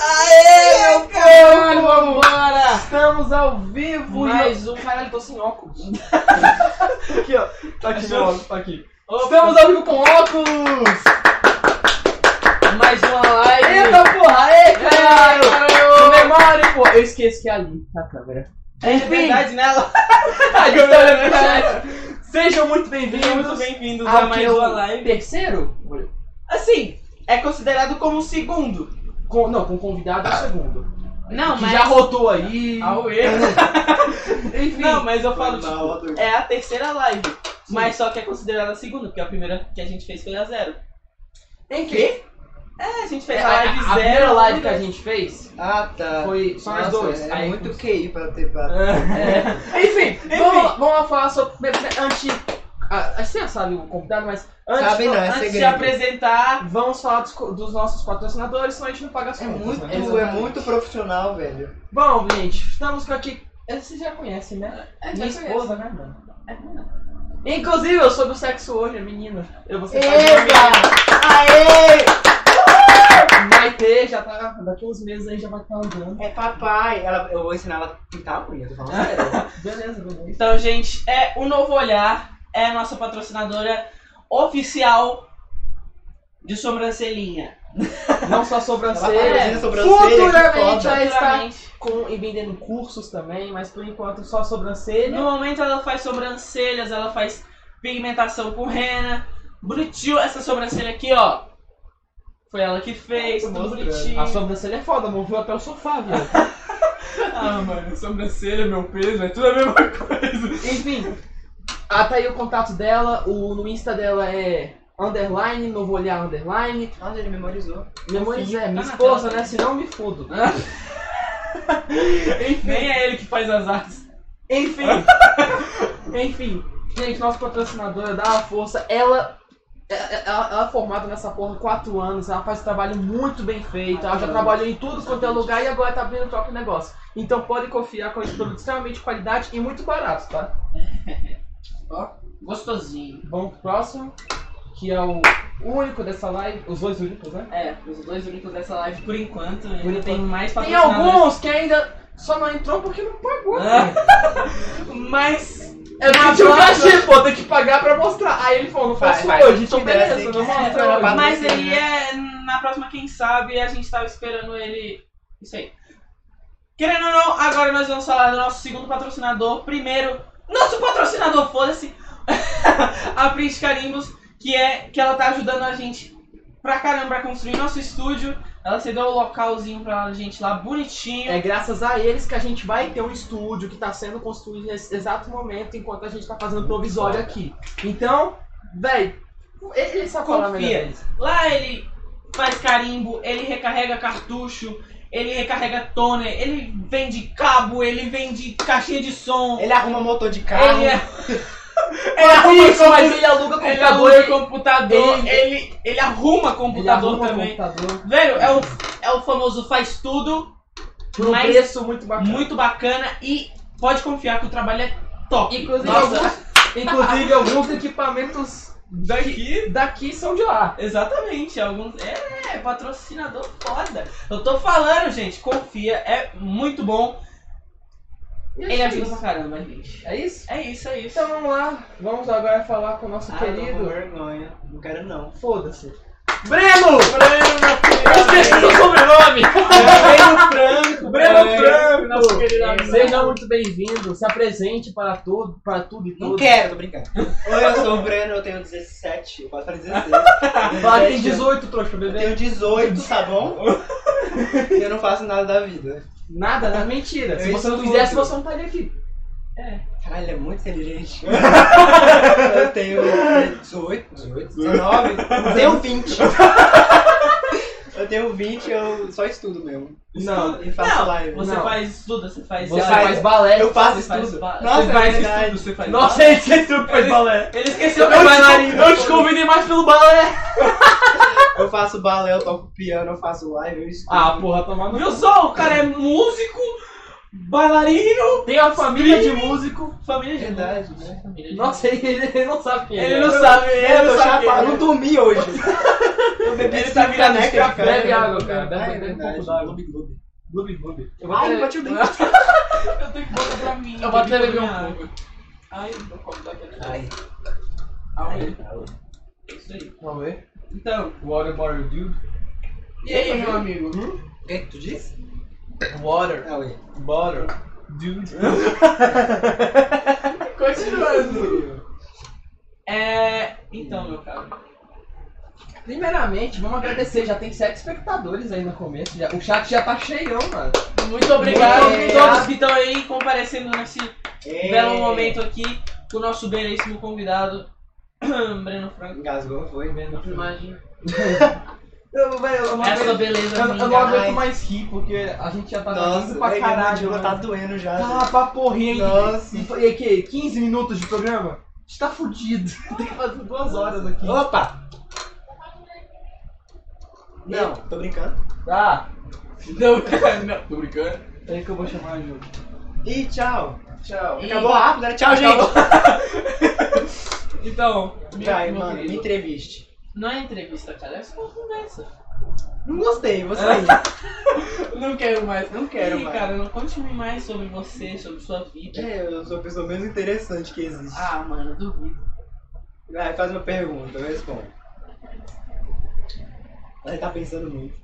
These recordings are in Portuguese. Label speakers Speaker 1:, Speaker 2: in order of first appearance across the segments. Speaker 1: Aê, meu
Speaker 2: Caralho, vambora!
Speaker 1: Estamos ao vivo e
Speaker 2: Mais um, caralho, tô sem óculos.
Speaker 1: aqui, ó. Tá aqui meu óculos, tá aqui.
Speaker 2: Estamos
Speaker 1: ao vivo com óculos!
Speaker 2: mais uma live.
Speaker 1: Eita porra, aê,
Speaker 2: É, Caralho!
Speaker 1: caralho!
Speaker 2: Memória, pô! Eu esqueço que é ali, tá a câmera.
Speaker 3: É
Speaker 1: Enfim.
Speaker 2: nela. tá
Speaker 1: A
Speaker 2: câmera
Speaker 1: câmera Sejam muito bem-vindos!
Speaker 3: Sejam muito bem-vindos
Speaker 2: Ah,
Speaker 3: a mais uma live.
Speaker 2: Terceiro?
Speaker 3: Assim, é considerado como o segundo.
Speaker 2: Com, não, com convidado é o segundo.
Speaker 4: Não,
Speaker 2: que
Speaker 4: mas.
Speaker 2: já rotou aí.
Speaker 3: Auê.
Speaker 2: Enfim.
Speaker 3: Não, mas eu falo, tipo, é a terceira live. Mas só que é considerada a segunda, porque a primeira que a gente fez foi a zero.
Speaker 2: em que?
Speaker 3: É, a gente
Speaker 2: A,
Speaker 3: fez a live
Speaker 2: a, a
Speaker 3: zero.
Speaker 2: primeira live que a gente fez
Speaker 1: Ah, tá.
Speaker 2: foi É. só nós dois.
Speaker 5: é né?
Speaker 2: É Aí-
Speaker 1: muito QI pra ter pra...
Speaker 2: É. Enfim, Vamos, lá, vamos lá falar sobre. Antes. ah, A, a gente já sabe o convidado, mas antes.
Speaker 1: Sabe
Speaker 5: né?
Speaker 1: não, é
Speaker 3: Antes de
Speaker 1: segredo.
Speaker 3: apresentar,
Speaker 2: Vamos falar dos, co- dos nossos patrocinadores, senão a gente não paga as
Speaker 5: É
Speaker 2: contas,
Speaker 5: muito,
Speaker 2: né?
Speaker 5: é muito profissional, velho.
Speaker 2: Bom, gente, estamos com aqui. eh, Vocês já conhecem, né?
Speaker 5: É,
Speaker 2: Minha esposa, né, mano? Inclusive, eu sou do sexo hoje, menina. Eu vou ser
Speaker 1: Eba! Aê!
Speaker 2: Vai ter, já tá. Daqui uns meses aí já vai estar andando.
Speaker 5: É papai. Ela, eu vou ensinar ela a pintar a unha, tô falando sério.
Speaker 2: Beleza, beleza.
Speaker 3: Então, gente, é o Novo Olhar, é a nossa patrocinadora oficial de sobrancelhinha.
Speaker 2: Não só
Speaker 5: Ela
Speaker 2: sobrancelha.
Speaker 5: patrocina sobrancelha,
Speaker 2: futuramente
Speaker 5: que foda.
Speaker 2: Ela está-
Speaker 3: Futuramente.
Speaker 2: Com, e vendendo cursos também, mas por enquanto só sobrancelha.
Speaker 3: No momento ela faz sobrancelhas, ela faz pigmentação com rena. Bonitinho essa sobrancelha aqui, ó. Foi ela que fez,
Speaker 5: Tô
Speaker 3: tudo
Speaker 5: mostrando.
Speaker 3: bonitinho.
Speaker 2: A sobrancelha é foda, moveu até o sofá, viu?
Speaker 3: Ah, mano, sobrancelha, meu peso, é tudo a mesma coisa.
Speaker 2: Enfim, ah, tá aí o contato dela, o, no Insta dela é underline, novo olhar underline.
Speaker 5: Nossa, ele memorizou.
Speaker 2: Memoriza, é minha
Speaker 3: tá na
Speaker 2: esposa,
Speaker 3: tela.
Speaker 2: né? Se não me fudo.
Speaker 3: Nem é ele que faz as artes.
Speaker 2: Enfim. Enfim. Gente, nossa patrocinadora dá uma força. Ela, é- é- ela, ela é formada nessa porra há 4 anos. Ela faz um trabalho muito bem feito. Ela já trabalhou em tudo quanto é lugar e agora tá abrindo o próprio negócio. Então pode confiar com esse produto extremamente de qualidade e muito barato, tá?
Speaker 3: Gostosinho.
Speaker 2: Vamos pro próximo, que é o único dessa live. Os dois únicos, né?
Speaker 3: É, os dois únicos dessa live por enquanto. Ainda
Speaker 2: Bonito.
Speaker 3: tem mais
Speaker 2: Tem
Speaker 3: patrocinadores.
Speaker 2: alguns que ainda só não entrou porque não pagou.
Speaker 3: Ah. Mas.
Speaker 2: É porque tinha um cachê, pô, tem que pagar pra mostrar. Aí ele falou, não faço
Speaker 5: Vai, vai,
Speaker 2: hoje, então
Speaker 5: te der,
Speaker 2: beleza,
Speaker 5: tem
Speaker 2: não
Speaker 5: que-
Speaker 2: mostra
Speaker 5: trabalhar
Speaker 2: hoje.
Speaker 3: Mas
Speaker 5: você,
Speaker 3: aí é. Na próxima, quem sabe, a gente tava esperando ele. Isso aí. Querendo ou não, agora nós vamos falar do nosso segundo patrocinador. Primeiro, nosso patrocinador, foda-se! a Print Carimbos, que é que ela tá ajudando a gente pra caramba a construir nosso estúdio. Ela cedeu o localzinho pra gente lá bonitinho.
Speaker 2: É graças a eles que a gente vai ter um estúdio que tá sendo construído nesse exato momento enquanto a gente tá fazendo provisório aqui. Então, véi, ele ele sabe falar
Speaker 3: Confia.
Speaker 2: melhor deles.
Speaker 3: Lá ele faz carimbo, ele recarrega cartucho, ele recarrega toner, ele vende cabo, ele vende caixinha de som.
Speaker 5: Ele arruma motor de carro. Ah,
Speaker 3: Ele, ele arruma
Speaker 2: Isso, mas ele aluga
Speaker 3: ele
Speaker 2: computador.
Speaker 3: arruma computador,
Speaker 2: é ele-
Speaker 3: ele, ele, arruma computador
Speaker 2: arruma
Speaker 3: também.
Speaker 2: computador.
Speaker 3: Velho, é o, é o famoso faz tudo,
Speaker 2: Por um
Speaker 3: Mas-
Speaker 2: preço muito bacana.
Speaker 3: muito bacana e pode confiar que o trabalho é top.
Speaker 2: Inclusive,
Speaker 3: Nossa.
Speaker 2: alguns, inclusive alguns equipamentos
Speaker 3: Daqui,
Speaker 2: daqui são de lá.
Speaker 3: exatamente, alguns. É, patrocinador foda. Eu tô falando, gente, confia, é muito bom.
Speaker 2: E
Speaker 3: Ele
Speaker 2: é
Speaker 3: ajuda pra
Speaker 2: isso.
Speaker 3: caramba, gente.
Speaker 2: É isso?
Speaker 3: É isso, é isso.
Speaker 2: Então vamos lá, vamos agora falar com o nosso
Speaker 5: Ah, não, com
Speaker 2: querido.
Speaker 5: vergonha. Não quero não.
Speaker 2: Foda-se. Breno!
Speaker 5: Breno
Speaker 2: do sobrenome!
Speaker 5: Franco.
Speaker 2: Breno
Speaker 5: Franco. É, Nosso querido
Speaker 2: Franco!
Speaker 5: amigo.
Speaker 2: Seja muito bem-vindo, se apresente para tudo, para tudo e
Speaker 5: Não
Speaker 2: todos.
Speaker 5: quero, tô brincando. Oi, eu sou o Breno, eu tenho 17. Eu posso falar 16.
Speaker 2: Fala que tem
Speaker 5: 17.
Speaker 2: 18 trouxa,
Speaker 5: Eu
Speaker 2: bebê.
Speaker 5: tenho 18, tá bom? E eu não faço nada da vida.
Speaker 2: Nada, não é mentira. Se
Speaker 5: Eu
Speaker 2: você não
Speaker 5: estudo.
Speaker 2: fizesse, você não estaria aqui.
Speaker 5: Caralho, ele é muito inteligente. Eu tenho 18, 18, 19, eu tenho 20. Eu tenho 20, eu só estudo mesmo.
Speaker 2: Não.
Speaker 5: E faço
Speaker 3: Não,
Speaker 5: live.
Speaker 3: Você
Speaker 2: Não.
Speaker 3: faz estudo, você faz.
Speaker 2: Você
Speaker 5: Você
Speaker 2: faz,
Speaker 5: faz-
Speaker 2: balé.
Speaker 5: Eu faço
Speaker 3: Você faz
Speaker 5: estudo.
Speaker 3: ba-
Speaker 5: Nossa,
Speaker 3: você
Speaker 5: é
Speaker 3: faz
Speaker 5: verdade.
Speaker 3: estudo, você faz
Speaker 2: Nossa, ele esqueceu que faz balé.
Speaker 3: Ele esqueceu
Speaker 2: Eu,
Speaker 3: que faz
Speaker 2: te, eu te convidei mais pelo balé.
Speaker 5: Eu faço balé, eu toco piano, eu faço live, eu estudo.
Speaker 2: Ah, porra, tomar no
Speaker 3: Viu só? O cara é músico, bailarino,
Speaker 2: Tem uma família de músico.
Speaker 3: família
Speaker 5: é
Speaker 3: de
Speaker 5: verdade, né?
Speaker 3: família de
Speaker 2: Nossa, ele, ele não sabe quem
Speaker 3: Ele
Speaker 2: é.
Speaker 3: não sabe, ele
Speaker 5: Eu
Speaker 3: não
Speaker 5: tô
Speaker 3: sabe.
Speaker 5: chapado, não
Speaker 3: quem
Speaker 5: dormi hoje. Eu
Speaker 3: Ele
Speaker 5: cinco
Speaker 3: tá virando
Speaker 5: canecas de
Speaker 3: café,
Speaker 5: café.
Speaker 2: bebe água, cara, bebe-
Speaker 5: Ah,
Speaker 2: bebe um
Speaker 5: é
Speaker 2: pouco
Speaker 5: verdade.
Speaker 2: d'água.
Speaker 5: Gloob, gloob.
Speaker 2: Gloob, gloob. Eu vou
Speaker 5: Ai,
Speaker 2: até-
Speaker 5: bati o dente.
Speaker 3: é. Eu tenho que botar pra mim.
Speaker 2: Eu vou até
Speaker 3: tenho que
Speaker 2: beber um
Speaker 3: botar pra
Speaker 2: pouco.
Speaker 3: mim. Ai, eu vou cortar aquele.
Speaker 5: Ai,
Speaker 3: Ai, isso aí.
Speaker 2: Vamos ver.
Speaker 3: Então,
Speaker 2: Water Bottle Dude.
Speaker 3: e aí, meu amigo? É
Speaker 5: o que que tu disse?
Speaker 2: Water
Speaker 5: Ah, oi.
Speaker 2: Bottle Dude.
Speaker 3: Continuando. É. Então, meu caro.
Speaker 2: Primeiramente, vamos agradecer. Já tem sete espectadores aí no começo. já- o chat já tá cheião, mano.
Speaker 3: Muito obrigado
Speaker 2: Muito
Speaker 3: a todos que estão aí comparecendo nesse Um belo
Speaker 5: é Ei.
Speaker 3: momento aqui com o nosso belíssimo convidado, Breno Franco.
Speaker 5: Engasgou, foi.
Speaker 3: Imagina.
Speaker 2: Eu, velho, eu, não
Speaker 3: Essa
Speaker 2: aguento-
Speaker 3: beleza
Speaker 2: eu- eu não
Speaker 3: minha.
Speaker 2: aguento mais rir, porque a gente já tá rindo
Speaker 5: Nossa,
Speaker 2: pra
Speaker 5: velho, minha
Speaker 2: caralho.
Speaker 5: mandíbula
Speaker 2: mano.
Speaker 5: tá doendo já.
Speaker 2: Tá pra porrinha.
Speaker 5: Nossa.
Speaker 2: E, e, que, 15 minutos de programa? A gente tá fudido. tem que fazer duas horas aqui.
Speaker 5: Opa! Não, tô brincando.
Speaker 2: Tá.
Speaker 3: Não, não, tô brincando.
Speaker 2: É aí que eu vou chamar a Ju.
Speaker 5: Ih, tchau. Tchau.
Speaker 3: Ih.
Speaker 5: Acabou rápido, né? Tchau, gente.
Speaker 3: Então, meu-
Speaker 5: Vai,
Speaker 3: meu
Speaker 5: mano, me
Speaker 3: querido,
Speaker 5: entreviste.
Speaker 3: não é entrevista, cara, é só uma conversa.
Speaker 5: Não gostei,
Speaker 2: É.
Speaker 5: você.
Speaker 3: Não quero mais.
Speaker 5: Não quero
Speaker 3: Ih,
Speaker 5: mais.
Speaker 3: cara, não conte-me mais sobre você, sobre sua vida.
Speaker 5: É, eu sou a pessoa menos interessante que existe.
Speaker 3: Ah, mano, duvido.
Speaker 5: Vai, faz uma pergunta, eu respondo. Ela tá pensando muito.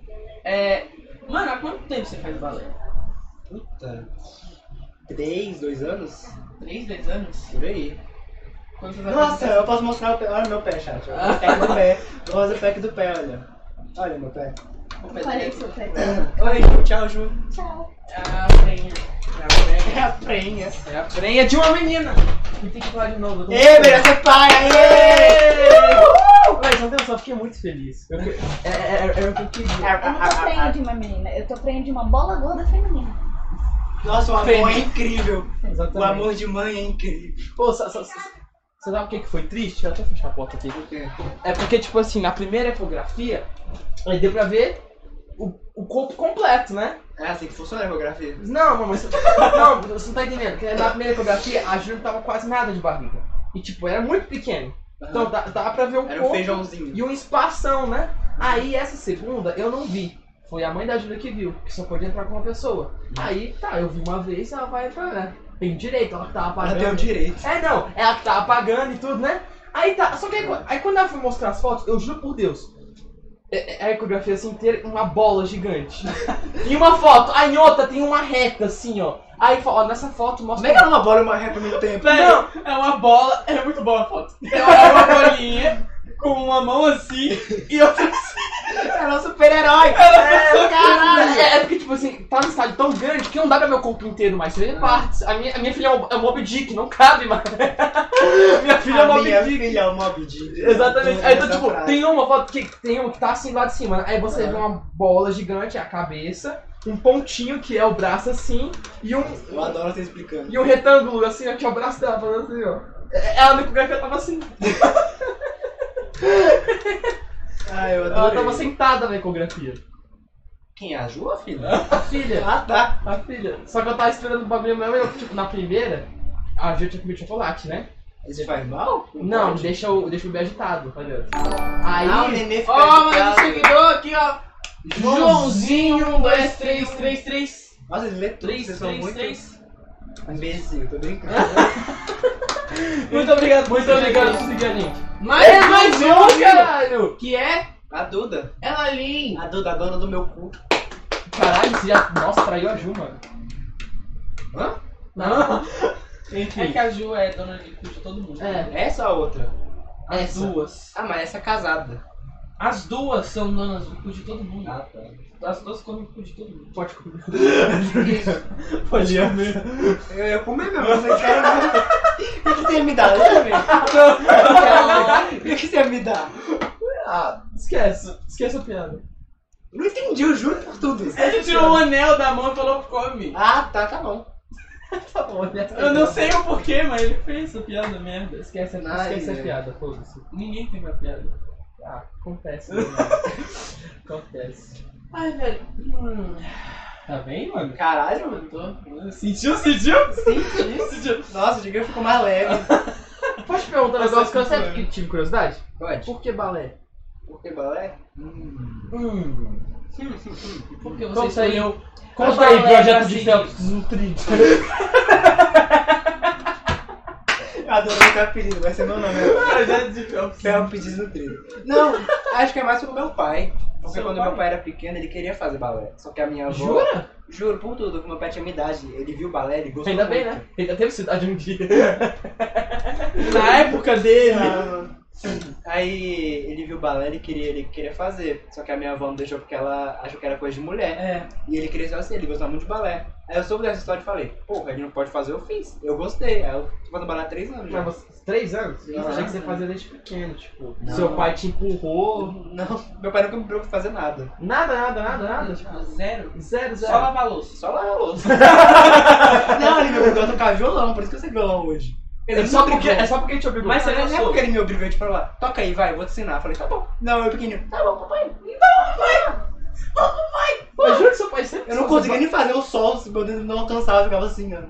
Speaker 3: É. Mano, há quanto tempo você faz balé?
Speaker 5: Puta. Três, dois anos?
Speaker 3: Três, dez anos?
Speaker 5: Por aí.
Speaker 3: Quantos anos
Speaker 5: Nossa,
Speaker 3: você
Speaker 5: eu posso mostrar o pé. Olha meu pé, chat. Olha o pack do pé. Vou fazer o pack do pé, olha. Olha meu pé.
Speaker 3: tem?
Speaker 4: Parei seu pé.
Speaker 5: Oi, Ju. Tchau, Ju.
Speaker 4: Tchau.
Speaker 3: Ah, prenha.
Speaker 5: É a prenha.
Speaker 2: É a prenha de uma menina. E tem que falar de novo. eu tô-
Speaker 5: Ei, merece ser pai! Aê!
Speaker 2: Mas ontem eu só fiquei muito feliz. Eu- é- é- é- Era o que eu queria.
Speaker 4: Eu não tô prenha de uma menina, eu tô prenha de uma bola gorda feminina.
Speaker 5: Nossa, o amor
Speaker 2: Prenha.
Speaker 5: é incrível. O
Speaker 2: Exatamente.
Speaker 5: amor de mãe é incrível.
Speaker 2: Pô, sa- sa- sa- você sabe o que, que foi triste? Deixa eu até fechar a porta aqui.
Speaker 5: Por quê?
Speaker 2: É porque, tipo assim, na primeira ecografia, aí deu pra ver o, o corpo completo, né?
Speaker 5: É assim que funciona a ecografia.
Speaker 2: Não, mamãe, você, não, você não tá entendendo. Porque na primeira ecografia, a Júlia não tava quase nada de barriga. E, tipo, era muito pequeno. Então, dá, dava pra ver o
Speaker 5: Era um
Speaker 2: corpo
Speaker 5: feijãozinho.
Speaker 2: e um espação, né? Aí, essa segunda, eu não vi.
Speaker 5: Hum.
Speaker 2: Foi a mãe da Júlia que viu, que só podia entrar com uma pessoa. Aí, tá, eu vi uma vez, ela vai entrar, né? Tem direito, ela que tava
Speaker 5: Ela
Speaker 2: pagando.
Speaker 5: tem um o direito.
Speaker 2: É, não, ela que tava pagando e tudo, né? Aí tá, só que aí, aí quando ela foi mostrar as fotos, eu juro por Deus. É, é a ecografia assim inteira, uma bola gigante. em uma foto, aí em outra tem uma reta assim, ó. Aí, fala, ó, nessa foto
Speaker 5: Como
Speaker 2: mostra.
Speaker 5: é que era uma bola e uma reta no tempo?
Speaker 3: Velho, é uma bola, é muito boa a foto. É uma- é uma bolinha com uma mão assim e outra
Speaker 5: Era um super-herói!
Speaker 2: É, Caralho! É, é porque, tipo assim, tá num estádio tão grande que não dá pra ver o corpo inteiro mais.
Speaker 5: É.
Speaker 2: Você vê partes. A minha, a minha filha é o, é o Mob Dick, não cabe mais. minha filha é o
Speaker 5: A
Speaker 2: Mob
Speaker 5: minha
Speaker 2: Dick.
Speaker 5: filha é o Mob Dick.
Speaker 2: Exatamente. Aí, então,
Speaker 5: Essa
Speaker 2: tipo,
Speaker 5: frase.
Speaker 2: tem uma foto que tem uma que tá assim lá de cima. né? Aí você
Speaker 5: É.
Speaker 2: vê uma bola gigante, a cabeça, um pontinho que é o braço assim, e um,
Speaker 5: Eu adoro você explicando.
Speaker 2: e um retângulo assim, ó, que é o braço dela, falando assim, ó. É- Ela no ecografia tava assim.
Speaker 5: Ah, eu
Speaker 2: Ela
Speaker 5: adoro.
Speaker 2: tava sentada na ecografia.
Speaker 5: Quem? é A Ju, filha?
Speaker 2: A filha.
Speaker 5: Ah, tá.
Speaker 2: A filha. Só que eu tava esperando o bagulho mesmo, eu, tipo, na primeira, a gente tinha comido chocolate, né?
Speaker 5: Isso faz mal?
Speaker 2: Não,
Speaker 5: pode.
Speaker 2: deixa o, deixa o bebê agitado, tá ligado? Aí.
Speaker 5: Ah, o nenê fica
Speaker 3: Ó, mas o
Speaker 5: agitado.
Speaker 3: seguidor aqui, ó. Joãozinho, um, dois, três, três, três.
Speaker 5: Nossa, ele lê tudo,
Speaker 3: Três,
Speaker 5: vocês são
Speaker 3: três,
Speaker 5: muito
Speaker 3: três.
Speaker 5: imbecil, tô brincando.
Speaker 2: muito obrigado, muito obrigado por seguir a gente.
Speaker 3: Mais,
Speaker 2: É,
Speaker 3: mais
Speaker 2: mais um,
Speaker 3: um, cara.
Speaker 2: caralho!
Speaker 3: Que é
Speaker 5: A Duda.
Speaker 3: ela ali.
Speaker 5: A Duda, a dona do meu cu.
Speaker 2: Caralho, você já. Nossa, traiu a Ju, mano.
Speaker 5: Hã?
Speaker 2: Não.
Speaker 3: É
Speaker 2: Enfim.
Speaker 3: que a Ju é dona de cu de todo mundo.
Speaker 2: É,
Speaker 5: Essa ou a outra?
Speaker 3: As
Speaker 2: essa.
Speaker 3: duas.
Speaker 5: Ah, mas essa é casada.
Speaker 3: As duas são donas do cu de todo mundo.
Speaker 5: Ah, tá.
Speaker 3: As duas comem o cu de todo mundo.
Speaker 2: Pode comer. Pode comer.
Speaker 5: Eu ia comer mesmo, vocês querem ver. O que você ia me dar? Deixa eu ver. O que você ia me dar?
Speaker 2: Ah, esquece. Esquece a piada.
Speaker 5: Não entendi, eu juro por tudo.
Speaker 3: Ele tirou o anel da mão e falou come.
Speaker 5: Ah, tá, tá bom.
Speaker 2: Tá bom, né?
Speaker 3: Eu não sei o porquê, mas ele fez essa piada merda.
Speaker 2: Esquece,
Speaker 5: Ai,
Speaker 2: esquece a
Speaker 5: velho.
Speaker 2: piada, foda-se.
Speaker 3: Ninguém tem uma piada.
Speaker 2: Ah, acontece. né, mano? acontece.
Speaker 3: Ai, velho. Hum. Tá bem, mano?
Speaker 5: Caralho, mano. Tô...
Speaker 3: Sentiu, sentiu?
Speaker 5: Senti.
Speaker 3: Sentiu.
Speaker 5: Nossa, o Digão ficou mais leve.
Speaker 2: Pode perguntar um
Speaker 3: Essa
Speaker 2: negócio que eu
Speaker 3: aqui
Speaker 2: sempre
Speaker 3: foi.
Speaker 2: que tive curiosidade?
Speaker 5: Pode.
Speaker 2: Por que balé?
Speaker 5: Por que balé? Hum.
Speaker 2: Hum.
Speaker 3: Por que você
Speaker 2: Conta
Speaker 3: escolheu?
Speaker 2: Conta aí,
Speaker 3: balé
Speaker 2: projeto de
Speaker 3: brasileiro.
Speaker 2: Phelps, nutrido.
Speaker 5: Eu adorei o apelido, vai ser meu nome. né?
Speaker 3: Projeto é de Phelps.
Speaker 5: Felps desnutrido. Não, acho que é mais pro meu pai. Porque
Speaker 3: Seu
Speaker 5: quando
Speaker 3: pai?
Speaker 5: meu pai era pequeno, ele queria fazer balé. Só que a minha avó.
Speaker 2: Jura?
Speaker 5: Juro por tudo, que meu pai tinha é minha idade. Ele viu balé, ele gostou.
Speaker 2: Ainda bem,
Speaker 5: muito.
Speaker 2: né? Ainda teve cidade um dia.
Speaker 3: Na época dele.
Speaker 5: Ah, Aí ele viu balé, ele queria, ele queria fazer. Só que a minha avó não deixou porque ela achou que era coisa de mulher. né?
Speaker 3: É.
Speaker 5: E ele cresceu assim, ele gostava muito de balé. Aí eu soube dessa história e falei, porra, ele não pode fazer, eu fiz. Eu gostei. Aí eu tô fazendo balé há três anos.
Speaker 2: Mas
Speaker 5: Já.
Speaker 2: você, três anos? Eu achei que você
Speaker 5: anos.
Speaker 2: fazia desde pequeno, tipo.
Speaker 5: Não.
Speaker 2: Seu pai te empurrou.
Speaker 5: Não, meu pai nunca me preocupou em fazer nada.
Speaker 2: Nada, nada, nada, nada. Tipo,
Speaker 3: Tipo, zero.
Speaker 2: zero,
Speaker 3: Só
Speaker 2: zero.
Speaker 3: lavar louça.
Speaker 5: Só lá na louça. não, ele me obrigou a tocar violão, por isso que eu sei violão hoje.
Speaker 2: É
Speaker 5: Quer dizer, ele
Speaker 2: só
Speaker 5: me
Speaker 2: porque,
Speaker 5: obrigou.
Speaker 2: é só porque te obrigou.
Speaker 3: Mas-
Speaker 5: Mas
Speaker 3: você
Speaker 5: não é
Speaker 3: dançou?
Speaker 5: porque ele me obrigou a falar, toca aí, vai, eu vou te ensinar. Eu falei, tá bom. Não, eu pequenininho, tá bom, papai.
Speaker 2: eu juro que seu pai sempre.
Speaker 5: Eu não conseguia nem fazer o sol, se meu dedo não alcançava, eu ficava assim, ó.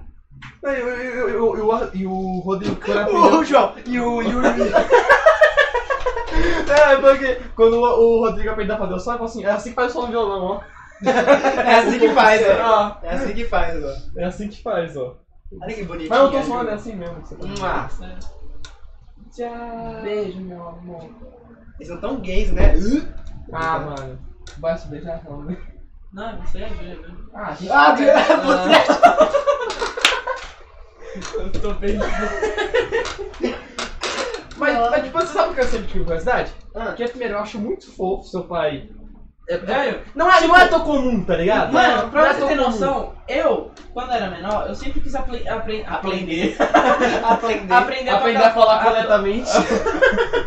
Speaker 2: Eu- eu- eu- eu- eu- E o Rodrigo, quando aprendeu.
Speaker 5: O João e o Yuri.
Speaker 2: É, porque quando o o Rodrigo aprendeu a fazer o som, ele falou assim: é assim que faz o som no violão, ó.
Speaker 5: É assim que faz, ó.
Speaker 2: Ah,
Speaker 5: É assim que faz, ó.
Speaker 2: É assim que faz, ó.
Speaker 5: Olha que bonitinho. né,
Speaker 2: Mas eu tô falando, é assim mesmo. que você tá falando.
Speaker 5: Mua.
Speaker 2: Tchau. Beijo, meu amor.
Speaker 5: Eles são tão gays, né?
Speaker 2: Ah, mano. Vai se beijar não, né?
Speaker 3: Não, você é ver, né?
Speaker 2: Ah, gente.
Speaker 5: Ah, Deus, você.
Speaker 3: Eu tô bem.
Speaker 2: Mas, mas tipo, você sabe o que eu sempre tive curiosidade?
Speaker 5: Ah.
Speaker 2: Porque primeiro, eu acho muito fofo seu pai. É,
Speaker 3: Velho,
Speaker 2: não, é, não é tão comum, tá ligado?
Speaker 3: mano,
Speaker 2: Não
Speaker 3: pra
Speaker 2: é
Speaker 3: você
Speaker 2: tão
Speaker 3: ter
Speaker 2: comum.
Speaker 3: noção, eu, quando era menor, eu sempre quis apre apre aprender.
Speaker 5: Aprender.
Speaker 3: Aprender a
Speaker 2: Aprender a
Speaker 3: tocar-
Speaker 2: falar corretamente.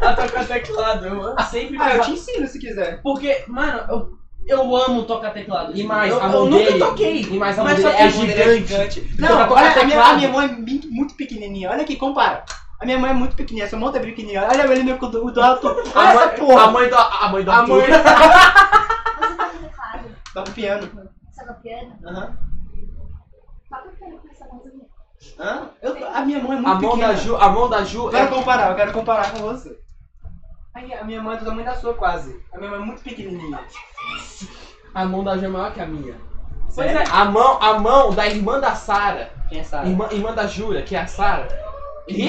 Speaker 3: a tocar teclado. Eu sempre
Speaker 5: Ah, eu
Speaker 3: pegava-
Speaker 5: te ensino se quiser.
Speaker 3: Porque, mano, eu, eu amo tocar teclado.
Speaker 2: E mais,
Speaker 3: eu,
Speaker 2: a
Speaker 3: eu
Speaker 2: mão
Speaker 3: nunca
Speaker 2: dele-
Speaker 3: toquei.
Speaker 2: E mais a
Speaker 3: Mas
Speaker 2: mulher
Speaker 3: só que
Speaker 2: é
Speaker 3: o
Speaker 5: Quando ele é
Speaker 2: gigante.
Speaker 5: gigante.
Speaker 2: Então, pra
Speaker 5: Não, olha,
Speaker 2: tocar
Speaker 5: a minha,
Speaker 2: teclado.
Speaker 5: a minha mão é mi- muito pequenininha. Olha aqui, compara. A minha mão é muito pequenininha, essa mão tá pequenininha. Olha ele meu cu do do alto. Olha
Speaker 2: A
Speaker 5: essa
Speaker 2: mãe,
Speaker 5: porra.
Speaker 2: a mãe do, a mãe do
Speaker 5: A
Speaker 2: Arthur.
Speaker 5: mãe-
Speaker 4: Você tá toca teclado?
Speaker 5: Toca o Tá piano.
Speaker 4: Toca piano?
Speaker 5: Aham.
Speaker 4: Toca piano tá com essa mãozinha.
Speaker 5: Hã? Eu- A minha mão é muito
Speaker 2: A mão
Speaker 5: pequena.
Speaker 2: da Ju, a mão da Ju
Speaker 5: Eu
Speaker 2: é
Speaker 5: quero comparar, eu quero comparar com você. Ai, a minha mãe é do tamanho da sua, quase. A minha mãe é muito pequenininha.
Speaker 2: A mão da Ju é maior que a minha.
Speaker 3: Pois é.
Speaker 2: A mão, a mão da irmã da Sara,
Speaker 5: Quem é Sara?
Speaker 2: irmã, irmã da Júlia, que é a Sara.
Speaker 3: Ih,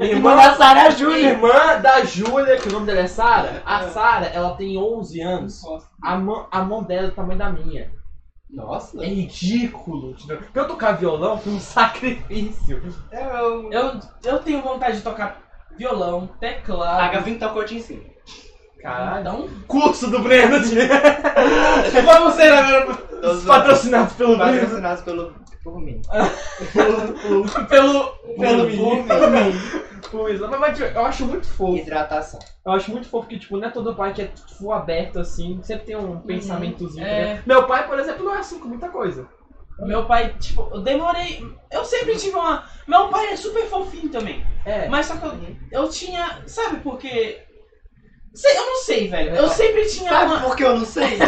Speaker 5: Irmã da Sara é a Júlia.
Speaker 2: Irmã da Júlia, que o nome dela é Sara. A Sara, ela tem 11 anos. A mão, a mão dela é do tamanho da minha.
Speaker 5: Nossa.
Speaker 2: É ridículo. entendeu? Pra eu tocar violão foi um sacrifício.
Speaker 5: Eu...
Speaker 3: Eu, eu tenho vontade de tocar violão, teclado.
Speaker 5: A Gavin tocou te ensino.
Speaker 2: Caralho.
Speaker 3: Dá um
Speaker 2: Curso do Breno de...
Speaker 5: Vamos ser agora
Speaker 2: patrocinado pelo Breno.
Speaker 5: patrocinados pelo... Por mim.
Speaker 3: pelo.
Speaker 5: Pelo Fumi.
Speaker 2: Pois, mas, mas tipo, eu acho muito fofo.
Speaker 5: Hidratação.
Speaker 2: Eu acho muito fofo que, tipo, não é todo pai que é full aberto assim, sempre tem um pensamentozinho.
Speaker 3: É.
Speaker 2: né? Meu pai, por exemplo, não é assim com muita coisa.
Speaker 3: Meu pai, tipo, eu demorei. Eu sempre tive uma. Meu pai é super fofinho também.
Speaker 2: É.
Speaker 3: Mas só que eu, eu tinha. Sabe por quê? Sei- eu não sei, velho.
Speaker 2: É.
Speaker 3: Eu sempre tinha
Speaker 5: Sabe
Speaker 3: uma.
Speaker 5: por que eu não sei?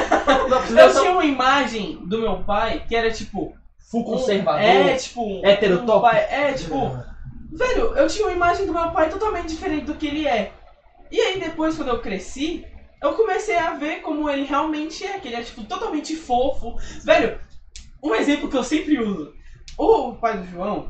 Speaker 3: Eu tinha uma imagem do meu pai que era tipo.
Speaker 2: full
Speaker 3: um-
Speaker 2: conservador.
Speaker 3: É, tipo. um
Speaker 2: Heterotópico.
Speaker 3: pai- É, tipo. Velho, eu tinha uma imagem do meu pai totalmente diferente do que ele é. E aí depois, quando eu cresci, eu comecei a ver como ele realmente é, que ele é, tipo, totalmente fofo. Velho, um exemplo que eu sempre uso. O pai do João,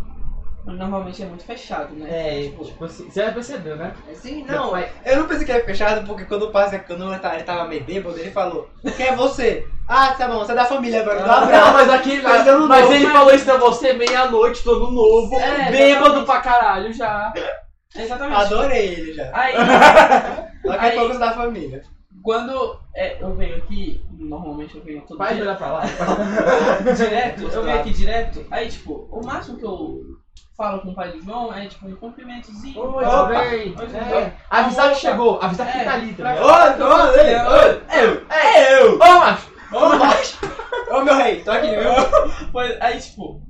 Speaker 3: ele normalmente é muito fechado, né?
Speaker 2: É, tipo, tipo assim, você já percebeu, né?
Speaker 5: É Sim,
Speaker 2: Meu
Speaker 5: não.
Speaker 2: pai-
Speaker 5: Eu não pensei que era fechado, porque quando o Paz Canoa ele tava meio bêbado, ele falou, quem é você? Ah, tá bom, você é da família agora, dá um
Speaker 2: Não,
Speaker 5: abraço.
Speaker 2: mas aqui.
Speaker 5: Mas
Speaker 2: Mas,
Speaker 5: eu não dou.
Speaker 2: ele falou isso pra você meia-noite, todo novo,
Speaker 3: É,
Speaker 2: bêbado
Speaker 3: exatamente.
Speaker 2: pra caralho já.
Speaker 3: Exatamente.
Speaker 5: Adorei ele já.
Speaker 3: Aí,
Speaker 5: Daqui a
Speaker 3: Aí-
Speaker 5: pouco você é da família.
Speaker 3: quando é, eu venho aqui, normalmente eu venho todo
Speaker 2: Vai
Speaker 3: dia,
Speaker 2: jogar pra lá.
Speaker 3: direto, eu venho aqui direto, aí tipo, o máximo que eu falo com o pai do João é tipo um cumprimentozinho.
Speaker 2: Oi,
Speaker 3: Opa!
Speaker 2: tudo bem?
Speaker 3: Oi, tudo
Speaker 2: É. Avisar que
Speaker 3: Opa.
Speaker 2: chegou, avisar que
Speaker 3: É,
Speaker 2: tá ali, tá
Speaker 3: pra-
Speaker 2: ligado?
Speaker 5: Ô, ô, ei, ô,
Speaker 2: Eu!
Speaker 5: é eu!
Speaker 2: Ô, macho!
Speaker 5: Ô, macho! Ô, meu rei, tô aqui, viu?
Speaker 3: Pois- aí, tipo,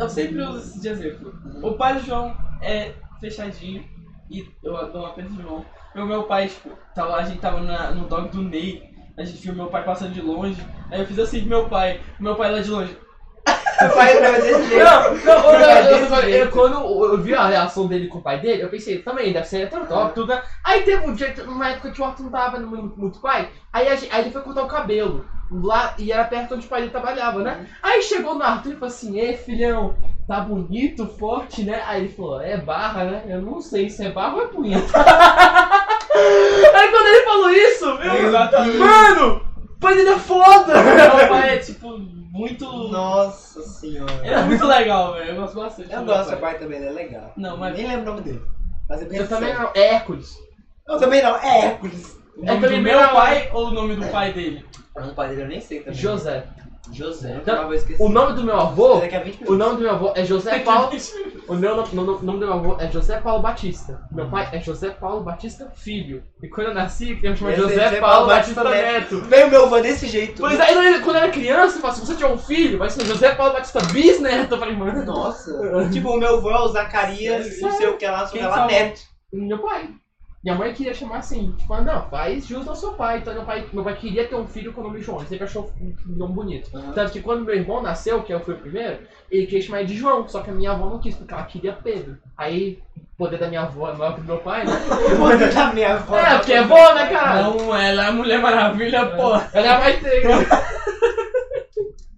Speaker 3: eu sempre uso esse de exemplo. O pai do João é fechadinho e eu dou uma perna de mão. E o meu pai, tipo, tava, a gente tava na- no dog do Ney, a gente viu meu pai passando de longe, aí eu fiz assim pro meu pai, meu pai lá de longe.
Speaker 5: Seu pai tava desse jeito.
Speaker 2: Não, não, eu,
Speaker 5: É
Speaker 2: eu-
Speaker 5: desse
Speaker 2: eu- eu-
Speaker 5: jeito.
Speaker 2: quando eu eu vi a reação dele com o pai dele, eu pensei, também, deve ser heterotópico, tudo, né? Aí teve um dia, uma época que o Arthur não tava no muito, muito pai, aí, a gente- aí ele foi cortar o cabelo, lá, e era perto onde o pai dele trabalhava, né? Aí chegou no Arthur e falou assim, ei, filhão, tá bonito, forte, né? Aí ele falou, é barra, né? Eu não sei se é barra ou é punheta. aí quando ele falou isso, meu,
Speaker 5: Exatamente.
Speaker 2: mano, o pai dele é foda!
Speaker 3: Meu pai é, tipo, muito.
Speaker 5: Nossa senhora.
Speaker 3: Ele é muito legal, velho. Eu gosto bastante.
Speaker 5: Eu
Speaker 3: do
Speaker 5: gosto,
Speaker 3: meu
Speaker 5: seu pai também, ele é legal.
Speaker 3: Não, mas-
Speaker 5: Nem lembro o nome dele. Mas é bem
Speaker 2: Eu também
Speaker 5: sério.
Speaker 2: não, é Hércules.
Speaker 5: Eu também não, é Hércules.
Speaker 3: O nome
Speaker 2: também
Speaker 3: do meu
Speaker 2: não.
Speaker 3: pai ou o nome do pai dele?
Speaker 5: O nome do pai dele eu nem sei também.
Speaker 2: José.
Speaker 5: José.
Speaker 2: Então,
Speaker 5: Nunca mais vou esquecer.
Speaker 2: O nome do meu avô,
Speaker 5: Daqui a
Speaker 2: o
Speaker 5: 20 minutos.
Speaker 2: nome do meu avô é José Paulo. O meu no- no- no- nome do meu avô é José Paulo Batista. Meu pai é José Paulo Batista Filho. E quando eu nasci, eu chamo
Speaker 5: Esse é
Speaker 2: José,
Speaker 5: José
Speaker 2: Paulo
Speaker 5: Paulo
Speaker 2: Batista,
Speaker 5: Batista
Speaker 2: Neto.
Speaker 5: Veio meu avô desse jeito.
Speaker 2: Pois aí, quando eu- quando eu era criança, eu falei, se você tiver um filho, vai ser José Paulo Batista Bisneto. Eu falei, mano,
Speaker 5: Nossa. tipo, o meu avô é o Zacarias, não sei o que lá, não sei o que
Speaker 3: Quem são?
Speaker 5: lá, Neto.
Speaker 2: meu pai. Minha mãe queria chamar assim, tipo, ah, não, faz justo ao seu pai. Então meu pai, meu pai queria ter um filho com o nome João, ele sempre achou um nome bonito. Tanto que quando meu irmão nasceu, que eu fui o primeiro, ele queria chamar ele de João, só que a minha avó não quis, porque ela queria Pedro. Aí, o poder da minha avó é maior que do meu pai, né?
Speaker 5: O poder da minha avó.
Speaker 2: É, porque é bom, né, cara?
Speaker 3: Não, ela é a Mulher Maravilha, pô.
Speaker 2: Ela é mais negra.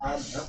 Speaker 5: Ah, não.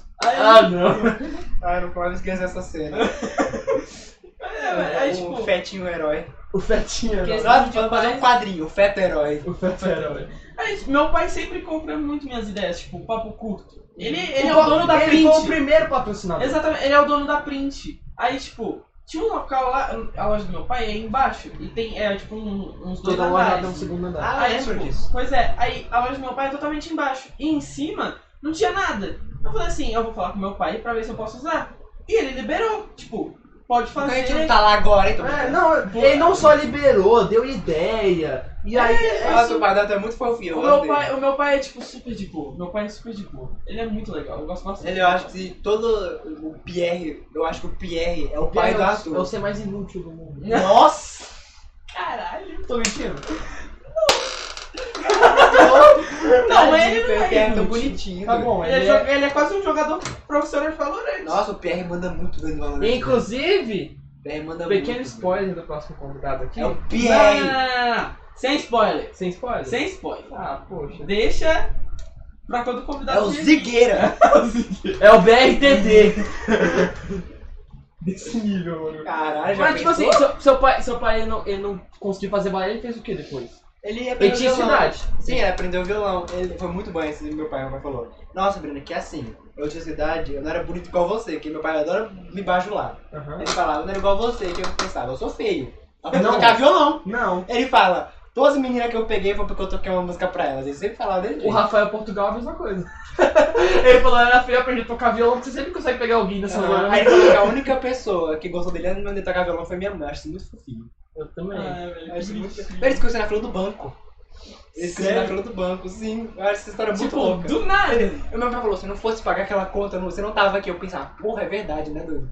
Speaker 2: Ah, não.
Speaker 5: Ah, eu não pode esquecer essa cena.
Speaker 3: É, velho, aí, tipo,
Speaker 5: o um fetinho herói.
Speaker 2: O fetinho,
Speaker 3: Que-
Speaker 2: né?
Speaker 5: Nós vamos fazer um quadrinho, o feto herói.
Speaker 2: O feto era, velho.
Speaker 3: Mas tipo, meu pai sempre compra muito minhas ideias, tipo, papo curto. Ele, ele é
Speaker 2: Pô,
Speaker 3: o dono da
Speaker 2: Ele foi o
Speaker 3: print.
Speaker 2: primeiro patrocinador.
Speaker 3: Exatamente, ele é o dono da print. Aí, tipo, tinha um local lá, a loja do meu pai é embaixo. E tem, é, tipo, um- uns dois
Speaker 2: Toda loja
Speaker 3: andares.
Speaker 2: tem um segundo andar.
Speaker 5: Ah,
Speaker 3: aí,
Speaker 5: lembro
Speaker 3: tipo,
Speaker 5: disso.
Speaker 3: Pois é, aí a loja do meu pai é totalmente embaixo. E em cima, não tinha nada. Eu falei assim, eu vou falar com meu pai pra ver se eu posso usar. E ele liberou, tipo, pode
Speaker 5: Porque a
Speaker 3: fazer. um-
Speaker 5: gente não tá lá agora, então.
Speaker 2: É, não, ele não só liberou, deu ideia. E aí,
Speaker 5: Ah, seu pai Neto é muito fofinho. eu
Speaker 3: O
Speaker 5: gosto
Speaker 3: meu,
Speaker 5: dele.
Speaker 3: pai, o meu pai é, tipo, super de boa. Meu pai é super de boa. Ele é muito legal, eu gosto bastante.
Speaker 5: Ele, eu acho que todo o Pierre, eu acho que o Pierre é o pai do
Speaker 2: é o
Speaker 5: Arthur.
Speaker 2: ser mais inútil do mundo.
Speaker 5: Nossa!
Speaker 3: Caralho.
Speaker 2: Tô mentindo?
Speaker 3: Não, ele
Speaker 5: Tadinho,
Speaker 3: não
Speaker 5: O
Speaker 3: é
Speaker 5: Pierre é tão
Speaker 3: inútil.
Speaker 5: bonitinho.
Speaker 2: Tá
Speaker 5: velho.
Speaker 2: bom,
Speaker 3: Ele é,
Speaker 2: ele é-
Speaker 3: jo- ele é quase um jogador profissional de Valorant. Ah,
Speaker 5: Nossa, o Pierre manda muito bem no Valorant.
Speaker 2: Inclusive,
Speaker 5: O Pierre manda
Speaker 2: pequeno
Speaker 5: muito.
Speaker 2: spoiler do próximo convidado aqui.
Speaker 5: É o
Speaker 3: Não, não,
Speaker 5: Pierre.
Speaker 3: não, não, não. Sem spoiler.
Speaker 2: Sem spoiler?
Speaker 3: Sem spoiler.
Speaker 2: Ah, poxa.
Speaker 3: Deixa Pra quando o convidado
Speaker 5: É o
Speaker 3: vier.
Speaker 5: Zigueira.
Speaker 2: É o BRTD.
Speaker 1: Desse nível, mano.
Speaker 5: Caralho, já
Speaker 2: Mas, tipo
Speaker 5: pensou?
Speaker 2: assim, seu, seu pai, seu pai ele não, ele não conseguiu fazer balé, ele fez o que depois?
Speaker 5: Ele
Speaker 2: Ele é
Speaker 5: aprendeu
Speaker 2: tinha
Speaker 5: violão.
Speaker 2: cidade.
Speaker 5: Sim, ele aprendeu violão. Ele foi muito bom esse meu pai, meu pai falou. Nossa, Bruna, que é assim. Eu tinha cidade, eu não era bonito igual você, que meu pai adora me bajular.
Speaker 1: Aham.
Speaker 5: Ele falava, eu não era igual você, que eu pensava, eu sou feio. Eu
Speaker 1: Não.
Speaker 5: vou tocar violão.
Speaker 1: Não.
Speaker 5: Ele fala, todas as meninas que eu peguei foi porque eu toquei uma música pra elas. Ele sempre falava dele.
Speaker 2: O Rafael Portugal é a mesma coisa. ele falou, era feio, eu aprendi a tocar violão, você sempre consegue pegar alguém nessa hora. né?
Speaker 5: Aí ele falou que a única pessoa que gostou dele antes de tocar violão foi minha mãe. Eu acho isso muito fofinho.
Speaker 2: Eu também.
Speaker 3: Ah, velho,
Speaker 5: Eu
Speaker 3: que
Speaker 5: acho isso é muito
Speaker 3: bonitinho.
Speaker 5: fofinho. Eles conheceram na fila do banco. Eles se conheceram na
Speaker 1: Sério?
Speaker 5: fila do banco, sim. Eu acho essa história é muito
Speaker 3: Tipo,
Speaker 5: louca.
Speaker 3: do nada.
Speaker 5: E meu pai falou, se não fosse pagar aquela conta, não- você não tava aqui. Eu pensava, porra, é verdade, né, doido?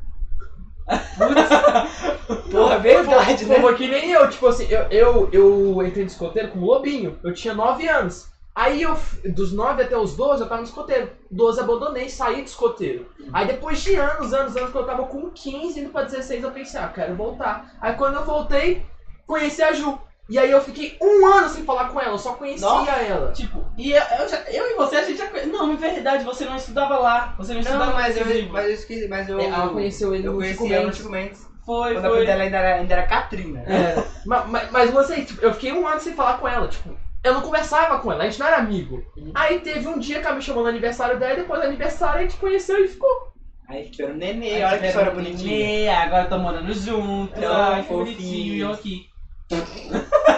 Speaker 5: Putz. porra, é verdade,
Speaker 2: Pô,
Speaker 5: né?
Speaker 2: foi que nem eu, tipo assim, eu, eu, eu entrei no escoteiro como lobinho, eu tinha 9 anos. Aí eu, f- dos 9 até os 12, eu tava no escoteiro. 12 abandonei, saí do escoteiro. Aí depois de anos, anos, anos, quando eu tava com 15, indo pra 16, eu pensei, ah, quero voltar. Aí quando eu voltei, conheci a Ju. E aí eu fiquei um ano sem falar com ela, eu só conhecia
Speaker 3: Nossa.
Speaker 2: ela.
Speaker 3: Tipo, e eu, eu, já- eu e você, a gente já conhe- Não, é verdade, você não estudava lá. Você não estudava
Speaker 5: Não, mas
Speaker 3: nesse
Speaker 5: eu,
Speaker 3: livro.
Speaker 5: mas eu esqueci, mas eu...
Speaker 2: Ela conheceu ele
Speaker 5: eu
Speaker 2: no
Speaker 5: conheci
Speaker 2: Chico
Speaker 5: ela no
Speaker 2: Mendes.
Speaker 5: Chico Mendes.
Speaker 3: Foi,
Speaker 5: Quando a
Speaker 3: foi.
Speaker 5: conta dela ainda era, ainda era Catrina.
Speaker 2: É, ma- ma- mas, você, tipo, eu fiquei um ano sem falar com ela, tipo, eu não conversava com ela, a gente não era amigo. Aí teve um dia que ela me chamou no aniversário dela, e depois do aniversário a gente conheceu e ficou.
Speaker 5: Aí que era o nenê, olha que história bonitinha.
Speaker 3: Nenê, agora tá morando junto.
Speaker 5: Não,
Speaker 3: ai, que
Speaker 5: fofinho.
Speaker 3: bonitinho. E eu aqui.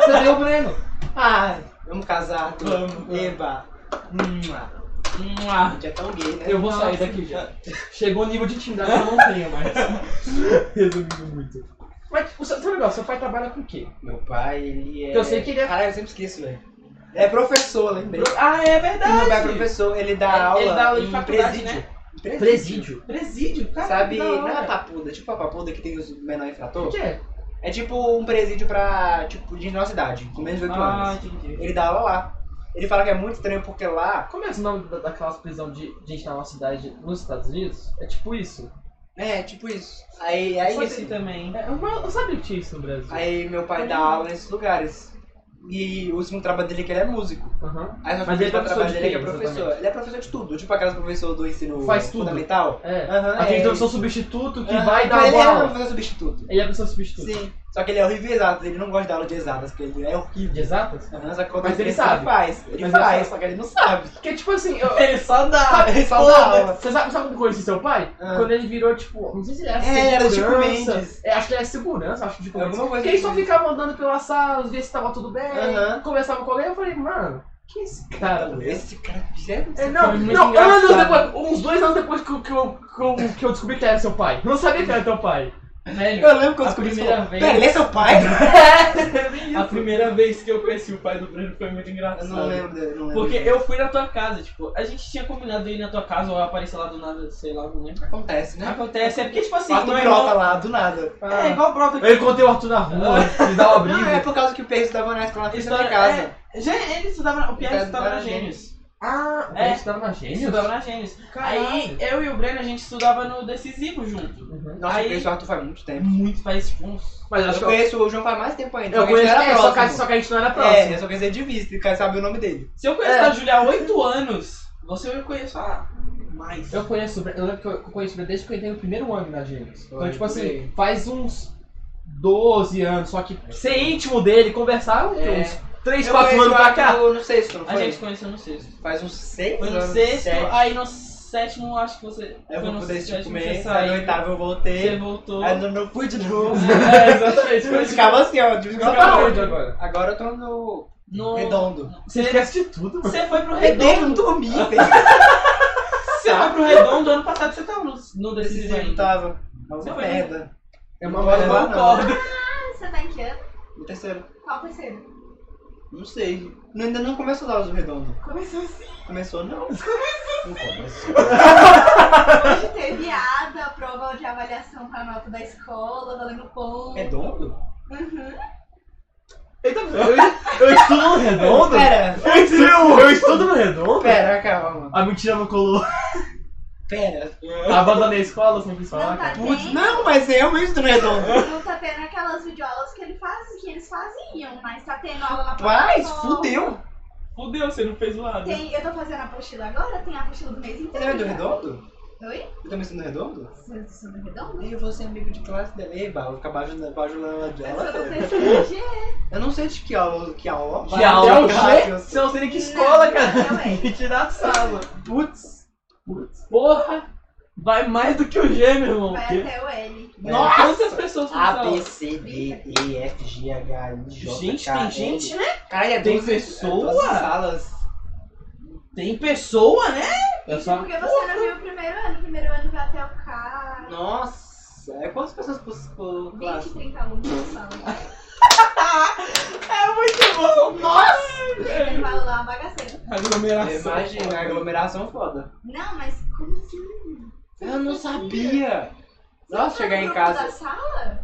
Speaker 2: Cadê o Breno?
Speaker 5: Ah, vamos casar, tu.
Speaker 3: Vamos, vamos.
Speaker 5: Eba. Mua. A
Speaker 3: Mua.
Speaker 5: gente é tão gay, né?
Speaker 2: Eu vou
Speaker 3: Nossa.
Speaker 2: sair daqui já. Chegou o nível de intimidade que eu não tenho mais.
Speaker 1: Resumindo muito.
Speaker 2: Mas o seu, seu negócio, seu pai trabalha com o quê?
Speaker 5: Meu pai, ele é...
Speaker 2: Eu sei que ele é-
Speaker 5: Caralho, eu sempre esqueço, velho. É professor, lembrei.
Speaker 3: Ah, é verdade.
Speaker 5: Meu pai é professor, ele dá
Speaker 3: Ele-
Speaker 5: aula
Speaker 3: ele dá aula em
Speaker 5: em
Speaker 3: faculdade, né?
Speaker 5: presídio. Presídio.
Speaker 2: Presídio. Tá
Speaker 3: Presídio, cara.
Speaker 5: Sabe,
Speaker 3: que da
Speaker 5: não
Speaker 3: hora.
Speaker 5: é a papuda, tipo a papuda que tem os menor
Speaker 2: O
Speaker 5: infrator.
Speaker 2: que é?
Speaker 5: É tipo um presídio pra, tipo, de menor idade, com menos de 8
Speaker 3: Ah,
Speaker 5: anos.
Speaker 3: entendi.
Speaker 5: Ele dá aula lá. Ele fala que é muito estranho porque lá,
Speaker 2: Como é o nome da, daquelas prisão de de gente na nossa cidade nos Estados Unidos? É tipo isso.
Speaker 5: né, é tipo isso. Aí, aí,
Speaker 3: Foi
Speaker 5: esse-
Speaker 3: assim também.
Speaker 2: É, mas eu não sabia que tinha isso no Brasil.
Speaker 5: aí meu pai dá aula nesses lugares. E o último trabalho dele é que ele é músico.
Speaker 2: Aham.
Speaker 5: Aí só que
Speaker 2: Mas ele
Speaker 5: o
Speaker 2: é
Speaker 5: último
Speaker 2: professor
Speaker 5: trabalho
Speaker 2: de
Speaker 5: dele é que
Speaker 2: quê,
Speaker 5: é professor.
Speaker 2: exatamente?
Speaker 5: Ele é professor de tudo, tipo aquelas professor do ensino
Speaker 2: Faz tudo.
Speaker 5: fundamental.
Speaker 2: É.
Speaker 5: Aham,
Speaker 2: Aquele
Speaker 5: é
Speaker 2: professor
Speaker 5: isso.
Speaker 2: substituto que
Speaker 5: Aham,
Speaker 2: vai
Speaker 5: mas
Speaker 2: dar
Speaker 5: Ele é um
Speaker 2: aula.
Speaker 5: professor substituto.
Speaker 2: Ele é professor substituto.
Speaker 5: Sim. Só que ele é horrível em exatas, ele não gosta de aula de exatas, porque ele é horrível.
Speaker 2: De exatas?
Speaker 5: Aham, só que quando
Speaker 2: Mas ele
Speaker 5: pensa,
Speaker 2: sabe.
Speaker 5: Ele faz,
Speaker 2: Mas
Speaker 5: ele
Speaker 2: ele
Speaker 5: faz,
Speaker 2: sabe.
Speaker 5: só que ele não sabe.
Speaker 2: Porque, tipo assim, eu.
Speaker 3: Ele só dá.
Speaker 5: Ele só
Speaker 2: Pô,
Speaker 5: dá aula.
Speaker 2: Você sabe, sabe como eu conheci seu pai?
Speaker 5: Ah.
Speaker 2: Quando ele virou, tipo, não sei se ele era
Speaker 5: É, era do Chico
Speaker 2: segurança.
Speaker 5: Mendes.
Speaker 2: É, acho que ele era segurança, acho que Chico Mendes.
Speaker 5: Alguma coisa
Speaker 2: Porque ele só
Speaker 5: assim.
Speaker 2: ficava andando pela sala, ver se tava tudo bem,
Speaker 5: Aham.
Speaker 2: conversava com alguém, eu falei, mano, que esse cara,
Speaker 5: Cara,
Speaker 2: velho?
Speaker 5: esse cara fizeram
Speaker 2: É, não,
Speaker 5: foi muito
Speaker 2: não anos
Speaker 5: engraçado.
Speaker 2: depois, uns dois anos depois que, eu- que, eu, que, eu, que eu descobri que era seu pai. Eu não sabia que era teu pai.
Speaker 3: Velho,
Speaker 5: Eu lembro quando
Speaker 3: A
Speaker 5: eu descobri isso.
Speaker 3: primeira
Speaker 5: falou,
Speaker 3: vez.
Speaker 5: Pera, ele é seu pai?
Speaker 3: a primeira vez que eu conheci o pai do Breno foi muito
Speaker 5: Eu
Speaker 3: engraçado.
Speaker 5: não lembro dele, não lembro.
Speaker 3: Porque eu fui na tua casa, tipo, a gente tinha combinado de ir na tua casa ou eu apareci lá do nada, sei lá, não lembro.
Speaker 5: Acontece, né?
Speaker 3: Acontece, é porque, tipo assim,
Speaker 5: Quatro
Speaker 3: meu
Speaker 5: brota
Speaker 3: irmão.
Speaker 5: lá, do nada.
Speaker 3: É igual brota
Speaker 2: Eu encontrei o Arthur na rua, ele dava
Speaker 5: Não, é
Speaker 2: briga.
Speaker 5: por causa que o Pedro estava na escola na frente da minha
Speaker 3: um História- é,
Speaker 5: casa.
Speaker 3: Já ele estudava na, o Pierre
Speaker 5: Ele
Speaker 3: estudava na
Speaker 5: estudava na
Speaker 3: Gênios.
Speaker 2: Ah,
Speaker 3: É.
Speaker 2: a gente tava na
Speaker 3: Ele
Speaker 2: gênia?
Speaker 3: estudava na Gênios. Aí eu e o Breno a gente estudava no Decisivo junto.
Speaker 5: Nossa,
Speaker 3: Aí-
Speaker 5: eu conheço o Arthur faz muito tempo.
Speaker 3: Muito faz tipo uns.
Speaker 2: Mas
Speaker 5: Eu
Speaker 2: acho que eu,
Speaker 5: conheço o João faz mais tempo ainda.
Speaker 2: eu
Speaker 5: só que a gente
Speaker 2: conheço,
Speaker 5: era
Speaker 2: é, só que,
Speaker 5: próximo.
Speaker 2: só que a gente não era próximo.
Speaker 5: É, eu só conheço ele de vista, e quero saber o nome dele.
Speaker 3: Se eu conheço
Speaker 2: É.
Speaker 3: a Júlia há 8 anos, você eu conheço há mais.
Speaker 2: Eu conheço, o Bre- eu lembro que eu eu conheço o Bre- desde que eu entrei no primeiro ano na Gênesis. Então,
Speaker 5: Olha,
Speaker 2: tipo assim,
Speaker 5: por
Speaker 2: faz uns 12 anos, só que ser íntimo dele, conversar o quê?
Speaker 5: É.
Speaker 2: uns 3,
Speaker 5: Eu
Speaker 2: 4
Speaker 5: conheço
Speaker 2: anos
Speaker 5: o
Speaker 2: pra cá.
Speaker 5: Arthur no sexto, não
Speaker 3: A
Speaker 5: foi?
Speaker 3: gente se conheceu no sexto.
Speaker 5: Faz uns seis
Speaker 3: Foi no
Speaker 5: anos,
Speaker 3: sexto,
Speaker 5: sete.
Speaker 3: aí no sétimo acho que você.
Speaker 5: Eu
Speaker 3: foi
Speaker 5: vou
Speaker 3: no
Speaker 5: poder tipo,
Speaker 3: sétimo você
Speaker 5: comer, aí
Speaker 3: saiu.
Speaker 5: no oitavo eu
Speaker 3: Você
Speaker 5: voltei,
Speaker 3: voltou.
Speaker 5: aí eu É, não fui de novo.
Speaker 3: É, exatamente.
Speaker 5: Eu
Speaker 3: Foi
Speaker 5: ficava assim, ó, de
Speaker 2: Você
Speaker 5: ficava
Speaker 2: tá
Speaker 5: longe.
Speaker 2: onde agora?
Speaker 5: Agora eu tô no
Speaker 3: no...
Speaker 5: redondo.
Speaker 2: Você esquece de tudo.
Speaker 3: tipo, Você foi pro redondo.
Speaker 5: Redondo, eu não dormi,
Speaker 3: Você foi pro redondo ano passado, você tava no, no decisivo
Speaker 5: velho.
Speaker 3: ainda.
Speaker 5: tava. É
Speaker 3: Você
Speaker 5: uma
Speaker 3: foi
Speaker 5: merda.
Speaker 2: É
Speaker 5: uma merda.
Speaker 3: Eu concordo.
Speaker 4: Ah, você tá em que ano?
Speaker 5: No terceiro.
Speaker 4: Qual terceiro?
Speaker 5: Não sei. Não, ainda não começou as aulas do redondo.
Speaker 4: Começou assim.
Speaker 5: Começou não. Não começou.
Speaker 4: Hoje teve ADA, prova de avaliação pra nota da escola, valendo ponto.
Speaker 5: É Redondo?
Speaker 4: Uhum.
Speaker 2: Eu, eu- eu estudo no redondo?
Speaker 5: Pera,
Speaker 2: Eu estudo, eu estudo no redondo?
Speaker 5: pera, calma.
Speaker 2: A mentira não colou.
Speaker 5: Pera.
Speaker 2: Abandonei a escola, sem falar,
Speaker 4: Não tá,
Speaker 2: cara.
Speaker 5: Putz,
Speaker 4: tendo,
Speaker 5: não, mas é realmente do redondo.
Speaker 4: não tá tendo aquelas videoaulas que, ele faz, que eles faziam, mas tá tendo aula na
Speaker 5: Mas,
Speaker 4: plataforma.
Speaker 5: fudeu.
Speaker 3: Fudeu, você não fez o lado.
Speaker 4: Tem, eu tô fazendo a apostila agora, tem a apostila do mês
Speaker 5: Você não é
Speaker 4: inteiro.
Speaker 5: do
Speaker 4: já.
Speaker 5: redondo?
Speaker 4: Oi?
Speaker 5: Eu também sou do redondo?
Speaker 4: Vocês são do redondo?
Speaker 5: Eu vou ser é amigo de classe dela. Eba, eu vou ficar bajulando bajulando ela dela.
Speaker 4: Eu sou do
Speaker 5: Eu,
Speaker 4: terceiro G.
Speaker 5: não sei de que aula. Que aula?
Speaker 2: Que aula?
Speaker 5: Até o
Speaker 2: G?
Speaker 5: rato, eu
Speaker 2: Você
Speaker 5: sou-
Speaker 2: não sei nem que escola,
Speaker 4: Não,
Speaker 2: cara.
Speaker 4: não é.
Speaker 2: Tem que tirar a sala.
Speaker 5: Putz.
Speaker 3: Porra! Vai mais do que o G, meu irmão.
Speaker 4: Vai até o L.
Speaker 5: É.
Speaker 3: Nossa! Quantas pessoas
Speaker 5: A,
Speaker 3: passaram?
Speaker 5: B, C, D, E, F, G, H, I, J,
Speaker 3: Gente,
Speaker 5: K,
Speaker 3: tem
Speaker 5: L.
Speaker 3: gente, né?
Speaker 5: Caralho, é
Speaker 3: Tem
Speaker 5: 12 é
Speaker 3: pessoa?
Speaker 5: 12 salas.
Speaker 3: Tem pessoa, né?
Speaker 5: É
Speaker 2: Eu É só...
Speaker 4: Porque você não viu o primeiro ano. O primeiro ano vai até o K.
Speaker 5: Nossa. É quantas pessoas por, por
Speaker 4: 20,
Speaker 5: classe?
Speaker 4: 30 alunos na sala.
Speaker 3: É muito bom! Nossa!
Speaker 4: Ele vai lá é uma bagaceira.
Speaker 2: É
Speaker 3: Aglomeração.
Speaker 5: Imagina, a aglomeração é foda.
Speaker 4: Não, mas como assim?
Speaker 5: Eu não sabia.
Speaker 4: Você
Speaker 5: Nossa,
Speaker 4: entrou no
Speaker 5: chegar em
Speaker 4: grupo Da
Speaker 5: casa.
Speaker 4: sala?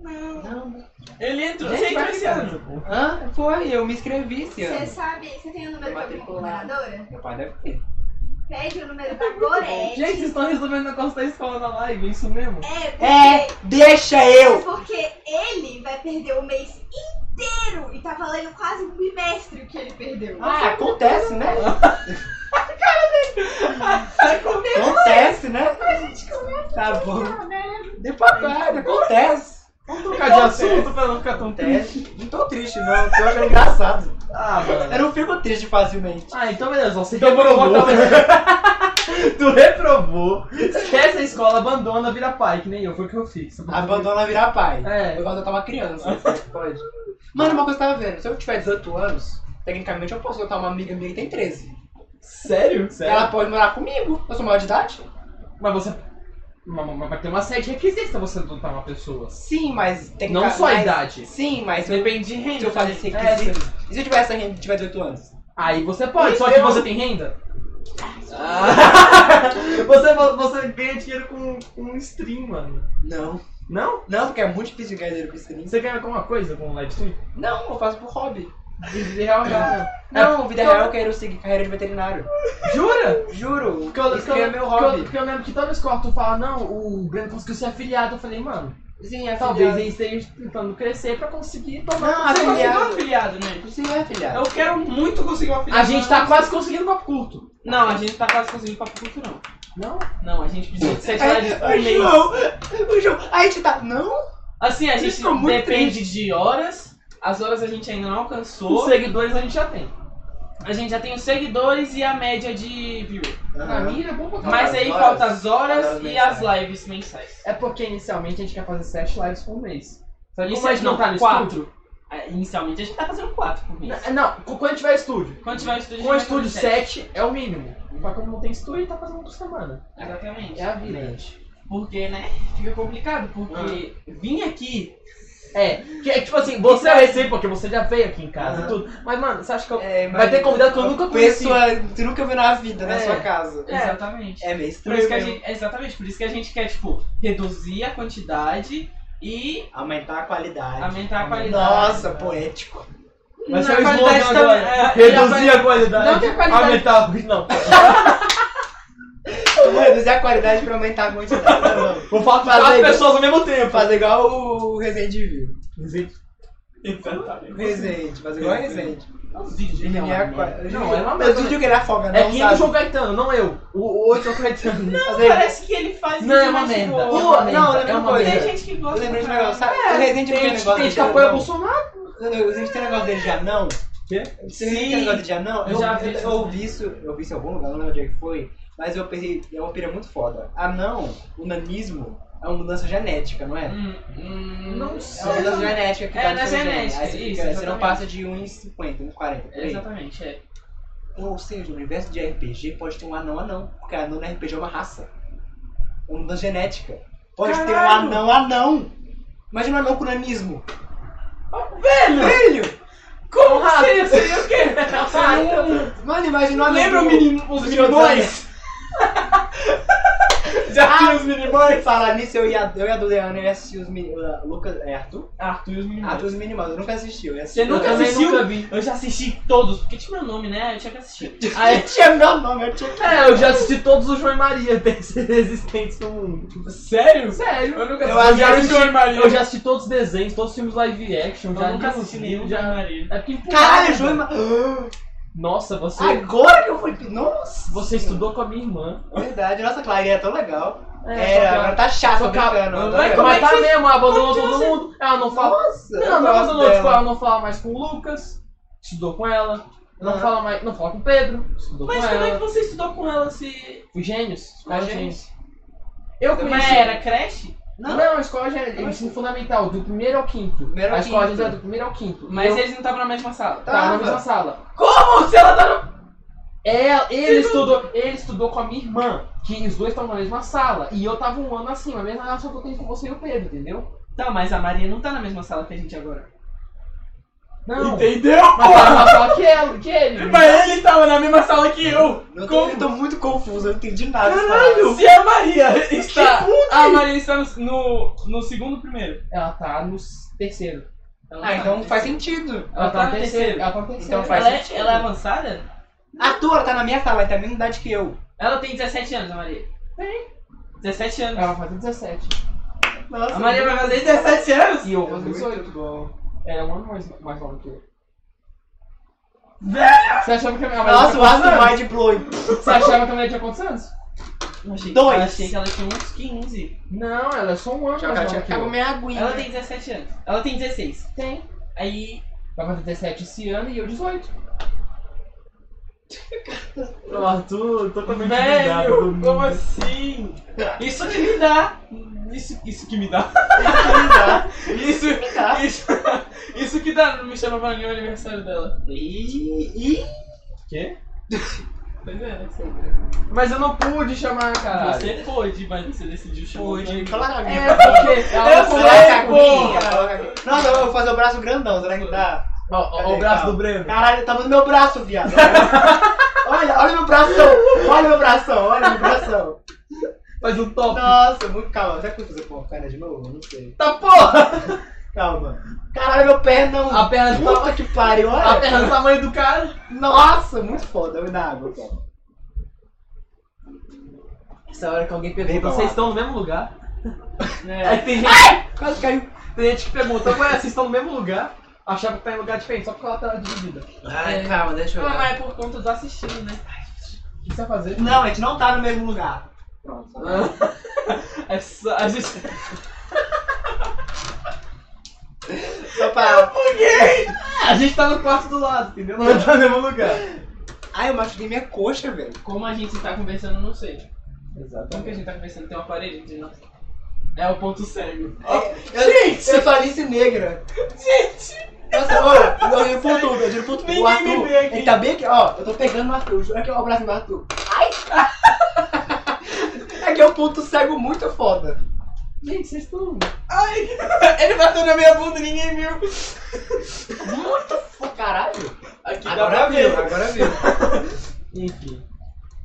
Speaker 5: Não.
Speaker 3: Ele entrou,
Speaker 5: Gente,
Speaker 3: você entrou
Speaker 5: vai
Speaker 2: é
Speaker 3: esse
Speaker 5: ficar.
Speaker 3: ano.
Speaker 5: Hã? Foi, eu me inscrevi esse
Speaker 4: Você
Speaker 5: ano.
Speaker 4: sabe, você tem o número da
Speaker 5: Matriculado.
Speaker 4: governadora?
Speaker 5: Meu pai deve ter.
Speaker 4: Pede o número da Gorete.
Speaker 6: Gente, vocês estão resolvendo o negócio da escola na live, é isso mesmo?
Speaker 4: É, porque,
Speaker 5: É, deixa eu!
Speaker 4: porque ele vai perder o mês inteiro e tá valendo quase um bimestre o que ele perdeu.
Speaker 5: Ah, acontece, né? Acontece, né? Tá bom. De papai, acontece.
Speaker 2: Vamos trocar de assunto pra não ficar tão triste.
Speaker 5: Acontece. Não tô triste, não. Tô achando é engraçado.
Speaker 2: Ah, mano.
Speaker 5: Eu não fico triste facilmente.
Speaker 2: Ah, então beleza. Você
Speaker 5: Então
Speaker 2: reprovou.
Speaker 5: provou.
Speaker 2: tu reprovou. Esquece a escola, abandona, vira pai. Que nem eu, foi o que eu fiz.
Speaker 5: Abandona virar pai.
Speaker 2: É.
Speaker 5: Eu quando eu tava criança, será que pode? Mano, uma coisa que eu tava vendo, se eu tiver 18 anos, tecnicamente eu posso adotar uma amiga minha que tem 13.
Speaker 2: Sério? Ah,
Speaker 5: Ela pode morar comigo, eu sou maior de idade.
Speaker 2: Mas você. Mas, mas vai ter uma série de requisitos pra você adotar uma pessoa.
Speaker 5: Sim, mas tem que
Speaker 2: Não
Speaker 5: ca-
Speaker 2: só a
Speaker 5: mas-
Speaker 2: idade.
Speaker 5: Sim, mas se eu,
Speaker 2: Depende de renda.
Speaker 5: se eu fazer esse
Speaker 2: É,
Speaker 5: requisito. E se eu tiver essa renda e tiver 18 anos?
Speaker 2: Aí você pode,
Speaker 5: Isso
Speaker 2: só que
Speaker 5: eu-
Speaker 2: você tem renda?
Speaker 3: Ah.
Speaker 2: Você, você ganha dinheiro com, com um stream, mano.
Speaker 5: Não.
Speaker 2: Não?
Speaker 5: Não, porque é muito difícil de ganhar dinheiro com streaming.
Speaker 2: Você ganha alguma coisa com um live stream?
Speaker 5: Não, eu faço por hobby.
Speaker 2: De de real, já.
Speaker 5: Não, vida
Speaker 2: então-
Speaker 5: real eu quero seguir carreira de veterinário.
Speaker 2: Jura?
Speaker 5: Juro,
Speaker 2: Porque eu,
Speaker 5: isso
Speaker 2: porque eu-
Speaker 5: é meu
Speaker 2: porque eu-
Speaker 5: hobby.
Speaker 2: porque eu lembro que toda escola tu fala, não, o Breno conseguiu ser é afiliado. Eu falei, mano,
Speaker 5: Sim, é
Speaker 2: talvez
Speaker 5: afiliado.
Speaker 2: ele esteja tentando crescer pra conseguir
Speaker 5: Não,
Speaker 2: tomar.
Speaker 3: Você conseguiu um
Speaker 5: afiliado.
Speaker 3: afiliado, né?
Speaker 5: Sim, é afiliado.
Speaker 3: Eu quero muito conseguir um afiliado.
Speaker 2: a gente tá quase conseguindo papo curto.
Speaker 3: Não, a gente tá quase conseguindo papo curto, não.
Speaker 2: Não?
Speaker 3: Não, a gente precisa de 7 horas por
Speaker 5: Ai,
Speaker 3: mês.
Speaker 5: João, o João, a gente tá... Não,
Speaker 3: Assim, a gente
Speaker 5: Isso é muito
Speaker 3: depende de horas. As horas a gente ainda não alcançou.
Speaker 2: Os seguidores a gente já tem.
Speaker 3: A gente já tem os seguidores e a média de view.
Speaker 2: Na minha é bom pra
Speaker 3: Mas
Speaker 5: as
Speaker 3: aí
Speaker 5: horas?
Speaker 3: falta as horas
Speaker 5: As horas
Speaker 3: e
Speaker 5: mensais.
Speaker 3: as lives mensais.
Speaker 2: É porque inicialmente a gente quer fazer 7 lives por mês. Só que
Speaker 3: Isso
Speaker 2: como a gente não tá no estúdio.
Speaker 3: quatro. Ah, Inicialmente a gente tá fazendo quatro por mês.
Speaker 2: N- Não, cu- quando tiver estúdio.
Speaker 3: Quando tiver um estúdio,
Speaker 2: Com
Speaker 3: a
Speaker 2: o
Speaker 3: gente vai
Speaker 2: estúdio
Speaker 3: fazer sete.
Speaker 2: 7 é o mínimo. Mas como não tem estúdio, tá fazendo por semana.
Speaker 3: Exatamente.
Speaker 2: É a vida, Ah. gente.
Speaker 3: Porque, né? Fica complicado, porque vim aqui.
Speaker 2: É, que é tipo assim, você vai receber porque você já veio aqui em casa e
Speaker 5: Aham.
Speaker 2: tudo. Mas, mano, você acha que eu.
Speaker 5: É,
Speaker 2: Vai ter convidado que eu nunca conheci.
Speaker 5: Pessoa que é, tu nunca viu na vida, na
Speaker 2: É.
Speaker 5: sua casa.
Speaker 3: Exatamente.
Speaker 5: É meio
Speaker 3: Por
Speaker 5: estranho.
Speaker 3: isso que a
Speaker 5: mesmo.
Speaker 3: gente, exatamente, por isso que a gente quer, tipo, reduzir a quantidade e
Speaker 5: Aumentar a qualidade.
Speaker 3: aumentar a qualidade.
Speaker 5: Nossa, poético.
Speaker 2: Vai
Speaker 3: Na
Speaker 2: ser o slogan
Speaker 3: qualidade
Speaker 2: agora.
Speaker 3: também, é,
Speaker 2: Reduzir
Speaker 3: e
Speaker 2: a qualidade.
Speaker 3: Não que a qualidade-
Speaker 2: Aumentar o. Não.
Speaker 5: Eu vou reduzir a qualidade pra aumentar a quantidade. Tá bom.
Speaker 2: Vou falar com
Speaker 5: Fazer
Speaker 2: quatro
Speaker 5: igual-
Speaker 2: pessoas ao mesmo tempo.
Speaker 5: Vou fazer igual o Resident Evil.
Speaker 3: Exatamente.
Speaker 5: O Resident, fazer igual o Resident.
Speaker 3: é um Nossa,
Speaker 5: Diminuir a qual-
Speaker 2: Não, é uma
Speaker 5: Mas
Speaker 2: merda.
Speaker 5: o vídeo que ele afoga, não
Speaker 2: É que nem o João
Speaker 5: sabe?
Speaker 2: Gaetano, não eu. O, o outro é o Caetano.
Speaker 5: Fazer...
Speaker 3: Parece que ele faz
Speaker 2: Não,
Speaker 3: vídeo
Speaker 2: é uma
Speaker 3: mais
Speaker 2: merda.
Speaker 3: boa.
Speaker 2: É
Speaker 5: Pô,
Speaker 2: uma
Speaker 5: não,
Speaker 2: merda.
Speaker 5: lembra
Speaker 2: É
Speaker 5: uma
Speaker 2: uma
Speaker 5: coisa.
Speaker 3: Tem
Speaker 2: merda.
Speaker 3: gente que
Speaker 5: Eu
Speaker 3: gosta.
Speaker 5: lembrei de um
Speaker 3: pra
Speaker 5: negócio, sabe? O
Speaker 2: É,
Speaker 5: Resident
Speaker 2: Tem
Speaker 5: tem
Speaker 2: gente
Speaker 5: um
Speaker 2: que
Speaker 5: negócio
Speaker 2: tem que
Speaker 5: de
Speaker 2: apoia o
Speaker 5: anão.
Speaker 2: Bolsonaro.
Speaker 5: O Resident tem um negócio dele de anão.
Speaker 2: Quê?
Speaker 5: Você viu aquele negócio de anão?
Speaker 3: Eu
Speaker 5: Eu,
Speaker 3: já
Speaker 5: já
Speaker 3: vi
Speaker 5: eu,
Speaker 3: isso
Speaker 5: eu
Speaker 3: também.
Speaker 5: ouvi isso, eu vi isso em algum lugar, não lembro onde é que foi, mas eu pensei, é uma pira muito foda. Anão, o nanismo, é uma mudança genética, não é?
Speaker 3: Hum, hum,
Speaker 2: Não
Speaker 5: É uma mudança genética que
Speaker 3: É,
Speaker 5: tá
Speaker 3: na
Speaker 5: no seu gene.
Speaker 3: genética,
Speaker 5: Aí você, fica-
Speaker 3: isso,
Speaker 5: você não
Speaker 3: exatamente.
Speaker 5: passa de 1,50, 1,40. por aí.
Speaker 3: Exatamente, é.
Speaker 5: Ou seja, no universo de RPG pode ter um anão anão, porque anão no RPG é uma raça. É uma mudança genética. Pode ter um
Speaker 3: Caralho!
Speaker 5: anão anão. Imagina um anão com nanismo.
Speaker 3: Velho!
Speaker 5: Velho!
Speaker 3: Como que seria? Seria o quê?
Speaker 5: Seria um- Mano, imagina um anão.
Speaker 3: Tá, então, Lembra o
Speaker 5: com-
Speaker 3: menino, os
Speaker 5: Os
Speaker 3: meninos?
Speaker 5: minimões! Já vi os minimões? Falar Ah, nisso, eu e a, eu e a do Leandro, eu ia assistir os minimões. Lucas, é Arthur? Ah,
Speaker 3: Arthur e os meninos.
Speaker 5: Arthur e os minimões, eu nunca assisti. Eu ia
Speaker 3: Você
Speaker 5: assistir.
Speaker 2: Eu
Speaker 3: nunca
Speaker 2: também
Speaker 3: assistiu?
Speaker 2: nunca vi.
Speaker 3: Eu já assisti todos, porque tinha meu nome, né? Eu tinha que assistir.
Speaker 5: Aí tinha meu nome, eu tinha que.
Speaker 2: É, eu já assisti todos os João e Maria desses existentes no mundo.
Speaker 3: Tipo, Sério?
Speaker 2: Sério?
Speaker 3: Eu nunca
Speaker 5: Eu
Speaker 3: assisti.
Speaker 2: já assisti-
Speaker 3: João e Maria.
Speaker 2: Eu já assisti todos os desenhos, todos os filmes live action,
Speaker 3: Eu
Speaker 2: já
Speaker 3: nunca
Speaker 2: li os
Speaker 3: assisti nenhum né?
Speaker 2: livros,
Speaker 3: João e
Speaker 2: já...
Speaker 3: Maria.
Speaker 2: É porque empurraram,
Speaker 5: Caralho, João e
Speaker 2: velho.
Speaker 5: Maria.
Speaker 2: Nossa, você,
Speaker 5: Agora que eu fui. Nossa!
Speaker 2: você estudou com a minha irmã.
Speaker 5: Verdade, nossa, Clarinha é tão legal.
Speaker 2: É,
Speaker 5: É,
Speaker 2: só que ela-
Speaker 5: agora tá chato,
Speaker 2: só que ela-
Speaker 5: brincando.
Speaker 3: Vai
Speaker 5: adoro
Speaker 3: como
Speaker 5: ela.
Speaker 2: Mas
Speaker 3: é que
Speaker 2: tá
Speaker 3: vocês-
Speaker 2: mesmo, ela abandonou
Speaker 3: como que
Speaker 2: todo
Speaker 3: você-
Speaker 2: mundo. Ela não fala.
Speaker 5: Nossa, eu
Speaker 2: Ela não
Speaker 5: gosto
Speaker 2: abandonou, tipo,
Speaker 5: dela.
Speaker 2: ela não fala mais com o Lucas, estudou com ela. Não
Speaker 5: Aham.
Speaker 2: fala mais. Não fala com o Pedro, estudou
Speaker 3: Mas
Speaker 2: com
Speaker 3: como é que
Speaker 2: ela.
Speaker 3: você estudou com ela se.
Speaker 2: Os gênios, escola
Speaker 5: Ah,
Speaker 2: gênios. Eu
Speaker 3: Mas
Speaker 2: conheci.
Speaker 3: era creche?
Speaker 2: Não,
Speaker 5: Não.
Speaker 2: não, escola gênios, ensino fundamental, do primeiro ao quinto.
Speaker 5: Primeiro
Speaker 2: a
Speaker 5: ao
Speaker 2: escola
Speaker 5: quinto.
Speaker 2: gênios é do primeiro ao quinto.
Speaker 3: Mas
Speaker 2: eu,
Speaker 3: eles não estavam na mesma sala.
Speaker 2: tá na
Speaker 5: Tava.
Speaker 2: mesma sala.
Speaker 3: Como? Se ela tá no.
Speaker 2: É, ele estudou, ele estudou com a minha irmã, que os dois estavam na mesma sala. E eu tava um ano assim, a mesma relação que eu tenho com você e o Pedro, entendeu?
Speaker 3: Tá, mas a Maria não tá na mesma sala que a gente agora.
Speaker 2: Não.
Speaker 3: Entendeu?
Speaker 2: Mas tava na sala que ele, que ele.
Speaker 3: Mas ele tava na mesma sala que eu.
Speaker 5: Eu tô,
Speaker 3: Como?
Speaker 5: eu tô muito confuso, eu não entendi nada. dessa frase.
Speaker 3: Se a Maria está. A Maria está no, no, no segundo primeiro.
Speaker 2: Ela tá no terceiro. Ela
Speaker 5: Ah,
Speaker 2: tá-
Speaker 5: então faz sentido.
Speaker 2: Ela tá no
Speaker 3: no
Speaker 2: terceiro.
Speaker 3: terceiro.
Speaker 2: Ela tá no terceiro.
Speaker 5: Então faz
Speaker 3: Ela é,
Speaker 5: sentido.
Speaker 3: ela é avançada?
Speaker 5: A tua tá na minha sala, ela tem a mesma idade que eu.
Speaker 3: Ela tem 17 anos, a Maria. Tem. 17 anos.
Speaker 2: Ela faz 17.
Speaker 5: Nossa,
Speaker 3: A Maria vai fazer 17 anos?
Speaker 2: E eu faço
Speaker 5: muito
Speaker 2: 18.
Speaker 5: bom.
Speaker 2: Ela é um ano mais, mais nova que eu.
Speaker 3: Velho!
Speaker 2: Você achava que a minha
Speaker 5: Nossa, o
Speaker 2: tinha quantos
Speaker 5: Astro
Speaker 2: anos?
Speaker 5: Mind Blowing.
Speaker 2: Você achava que a minha tinha quantos anos?
Speaker 3: Eu achei,
Speaker 5: Dois.
Speaker 3: eu achei que ela tinha uns 15.
Speaker 2: Não, ela é só um ano mais nova que eu.
Speaker 5: minha aguinha.
Speaker 3: Ela tem 17 anos. Ela tem 16.
Speaker 2: Tem.
Speaker 3: Aí.
Speaker 2: Vai fazer 17 esse ano e eu 18.
Speaker 1: Arthur,
Speaker 2: é
Speaker 1: totalmente ligado do
Speaker 3: Velho!
Speaker 1: mundo.
Speaker 3: Como assim? Isso que me dá. Isso, isso que me dá. Isso,
Speaker 5: Tá.
Speaker 3: isso, isso que dá. Não me chama pra nenhum aniversário dela.
Speaker 5: Ih, ih.
Speaker 1: Quê?
Speaker 3: Pois é, né?
Speaker 2: Mas eu não pude chamar, caralho.
Speaker 3: Você pôde, mas você decidiu chamar.
Speaker 5: Hoje,
Speaker 3: outra.
Speaker 5: fala
Speaker 2: É,
Speaker 5: aguinha.
Speaker 2: porque ela não
Speaker 3: Eu sei,
Speaker 5: Fala
Speaker 2: conversa
Speaker 5: a
Speaker 2: comigo.
Speaker 5: aguinha. fala a aguinha. Nossa, eu vou fazer o braço grandão, será que dá?
Speaker 2: Ó, ó,
Speaker 5: Cadê?
Speaker 2: o braço
Speaker 5: Calma.
Speaker 2: do Breno.
Speaker 5: Caralho, tá no meu braço, viado. Olha, olha meu bração. Olha meu bração, olha meu bração.
Speaker 2: Faz um top.
Speaker 5: Nossa, muito calma. Será que eu vou fazer porcaria de novo? Eu Não sei.
Speaker 2: Tá porra!
Speaker 5: Calma. Caralho, meu pé não.
Speaker 2: A perna do
Speaker 5: Puta que pariu, olha.
Speaker 3: Tá
Speaker 2: A perna do tamanho do cara.
Speaker 5: Nossa, muito foda, eu na água, cara.
Speaker 2: Essa hora que alguém
Speaker 5: Bem
Speaker 2: pergunta,
Speaker 5: bolado.
Speaker 2: vocês estão no mesmo lugar?
Speaker 3: É.
Speaker 2: Aí tem gente,
Speaker 5: Quase caiu.
Speaker 2: tem gente que pergunta, ué, vocês estão no mesmo lugar? Achava que tá em lugar diferente, só porque ela tá dividida. O
Speaker 5: Ai, calma, deixa
Speaker 3: Não, mas é por conta do assistido, né?
Speaker 2: que você vai fazer?
Speaker 5: Não, a gente não tá no mesmo lugar. Pronto.
Speaker 3: É só- a gente.
Speaker 5: Só pra...
Speaker 2: A gente tá no quarto do lado, entendeu?
Speaker 1: Não tá no mesmo lugar.
Speaker 5: Ai, eu machuquei minha coxa, velho.
Speaker 3: Como a gente tá conversando, não sei. Como que a gente tá conversando? Tem uma parede entre nós. É o ponto cego.
Speaker 5: Gente! Eu sou Alice Negra. Gente! Nossa, ó, eu giro por tudo, eu giro por tudo.
Speaker 3: Ninguém
Speaker 5: O Arthur,
Speaker 3: me vê aqui.
Speaker 5: ele tá bem aqui, ó, eu tô pegando o Arthur, juro que é o braço do Arthur. Ai! É que é um ponto cego muito foda.
Speaker 2: Gente, vocês estão.
Speaker 3: Ele bateu na minha bunda e ninguém viu.
Speaker 5: Pô, caralho.
Speaker 3: Aqui dá
Speaker 5: Agora
Speaker 3: pra ver.
Speaker 5: viu, agora viu.
Speaker 2: Enfim.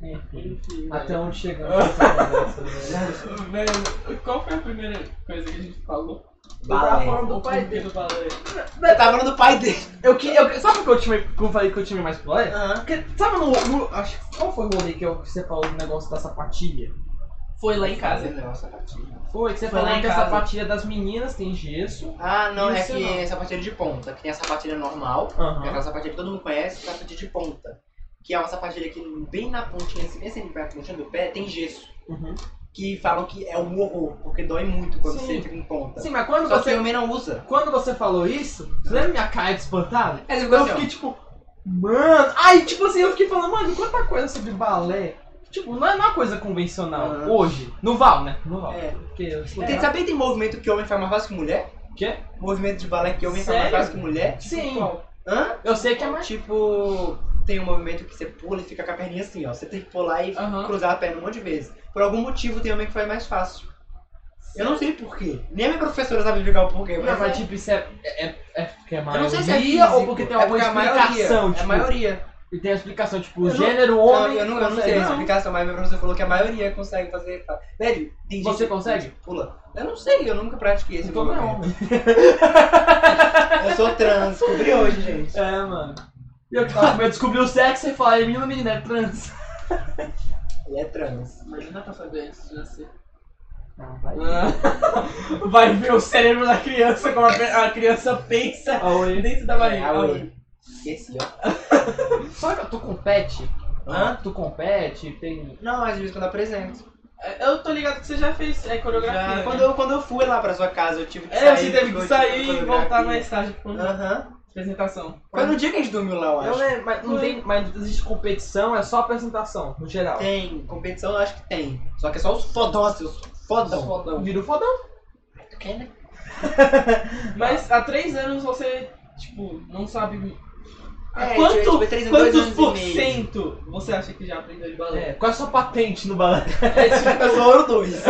Speaker 2: Enfim. né?
Speaker 3: Enfim,
Speaker 2: Até onde chegamos nessa conversa, velho?
Speaker 3: Velho, qual foi a primeira coisa que a gente falou?
Speaker 5: Balé.
Speaker 3: do pai dele. Do balé.
Speaker 5: Eu tava falando do pai dele.
Speaker 2: Eu, que- eu, sabe o que eu te como eu falei que eu tinha mais pro Lé?
Speaker 5: Aham.
Speaker 2: Porque, sabe no, no- acho, que- qual foi o rolê que, eu, que você falou do negócio da sapatilha?
Speaker 3: Foi lá em casa.
Speaker 5: Nossa, gatinho.
Speaker 2: Foi, que você
Speaker 3: Foi lá
Speaker 2: falou
Speaker 3: em
Speaker 2: que a
Speaker 3: casa.
Speaker 2: sapatilha das meninas tem gesso.
Speaker 5: Ah, não,
Speaker 2: Isso
Speaker 5: é que
Speaker 2: não.
Speaker 5: é sapatilha de ponta. Que tem a sapatilha normal, que é
Speaker 2: Aham.
Speaker 5: aquela sapatilha que todo mundo conhece, sapatilha de ponta. Que é uma sapatilha que bem na pontinha, assim, bem assim, na pontinha do pé, tem gesso.
Speaker 2: Uhum.
Speaker 5: Que falam que é um horror, porque dói muito quando
Speaker 2: Sim.
Speaker 5: você entra em ponta.
Speaker 2: Sim, mas quando
Speaker 5: Só que
Speaker 2: você,
Speaker 5: o homem não usa.
Speaker 2: quando você falou isso, você lembra minha cara de espantada?
Speaker 5: É, você
Speaker 2: Eu fiquei tipo, mano. Aí, tipo assim, eu fiquei falando, mano, quanta coisa sobre balé. Tipo, não é uma coisa convencional
Speaker 5: Aham.
Speaker 2: hoje. Não vale, né? Não vale.
Speaker 5: É.
Speaker 2: Porque eu sei
Speaker 5: Tem,
Speaker 2: lá.
Speaker 5: sabe que tem movimento que homem faz mais fácil que mulher?
Speaker 2: Quê?
Speaker 5: Movimento de balé que homem faz
Speaker 3: Sério?
Speaker 5: mais fácil que mulher?
Speaker 2: Sim,
Speaker 5: tipo,
Speaker 3: Qual?
Speaker 5: Hã?
Speaker 2: eu sei que é mais.
Speaker 5: Tipo, tem um movimento que você pula e fica com a perninha assim, ó. Você tem que pular e
Speaker 3: Aham.
Speaker 5: cruzar a perna um monte de vezes. Por algum motivo tem homem que faz mais fácil. Eu não sei porquê. Nem a minha professora sabe explicar o porquê.
Speaker 2: Não,
Speaker 5: mas
Speaker 2: mas tipo, isso é. É, é, é porque é
Speaker 5: Eu
Speaker 2: maioria
Speaker 5: não sei se é
Speaker 2: ou
Speaker 5: físico,
Speaker 2: porque tem
Speaker 5: é
Speaker 2: alguma
Speaker 5: a
Speaker 2: explicação.
Speaker 5: maioria,
Speaker 2: tipo,
Speaker 5: É a maioria.
Speaker 2: E tem a explicação, tipo,
Speaker 5: Eu não-
Speaker 2: gênero,
Speaker 5: Não,
Speaker 2: homem.
Speaker 5: eu não, eu não
Speaker 2: consegue.
Speaker 5: sei é a explicação, mas minha professora falou que a maioria consegue fazer. fa- Velho, tem gente
Speaker 2: Você consegue?
Speaker 5: que pula. Eu não sei, eu nunca pratiquei esse
Speaker 2: Então não é
Speaker 5: movimento.
Speaker 2: homem.
Speaker 5: Eu sou trans, descobri hoje, gente.
Speaker 2: É, mano. E eu que tava com medo de descobrir o sexo e falar, é menino, menina, é trans.
Speaker 5: Ele é trans.
Speaker 3: Mas não dá pra saber antes de nascer.
Speaker 2: Não, vai.
Speaker 3: Ah.
Speaker 5: Ah.
Speaker 3: Vai ver o cérebro da criança como a, a criança pensa
Speaker 2: Ah, oi.
Speaker 3: dentro da barriga.
Speaker 5: Ah, oi. esqueci, ó.
Speaker 2: Só que tu compete?
Speaker 5: Hã?
Speaker 2: Tu compete, tem.
Speaker 5: Não, mas às vezes quando eu apresento.
Speaker 3: É, Eu tô ligado que você já fez é, coreografia.
Speaker 5: Já,
Speaker 3: né?
Speaker 5: quando, eu, quando eu fui lá pra sua casa, eu tive que
Speaker 3: É,
Speaker 5: sair.
Speaker 3: você teve que
Speaker 5: eu
Speaker 3: sair
Speaker 5: tive
Speaker 3: e
Speaker 5: coreografia.
Speaker 3: voltar mais tarde pra
Speaker 5: Aham.
Speaker 3: apresentação.
Speaker 5: Foi no dia que a gente dormiu lá, eu
Speaker 2: Não,
Speaker 5: acho.
Speaker 2: né? Mas não
Speaker 3: Foi.
Speaker 2: tem. Mas existe competição, é só apresentação, no geral.
Speaker 5: Tem, competição eu acho que tem. Só que é só os fodós, os Então, fodão.
Speaker 3: Então,
Speaker 2: Fodão. Vira o fodão.
Speaker 5: Quer, né?
Speaker 3: Mas há três anos você, tipo, não sabe.
Speaker 5: É,
Speaker 3: Ah,
Speaker 5: tipo,
Speaker 3: quanto,
Speaker 5: tipo, é três em dois
Speaker 3: quantos
Speaker 5: anos e
Speaker 3: por
Speaker 5: meio.
Speaker 3: cento você acha que já aprendeu de balé?
Speaker 2: É, qual é a sua patente no balé? tipo,
Speaker 5: Eu sou ouro 2.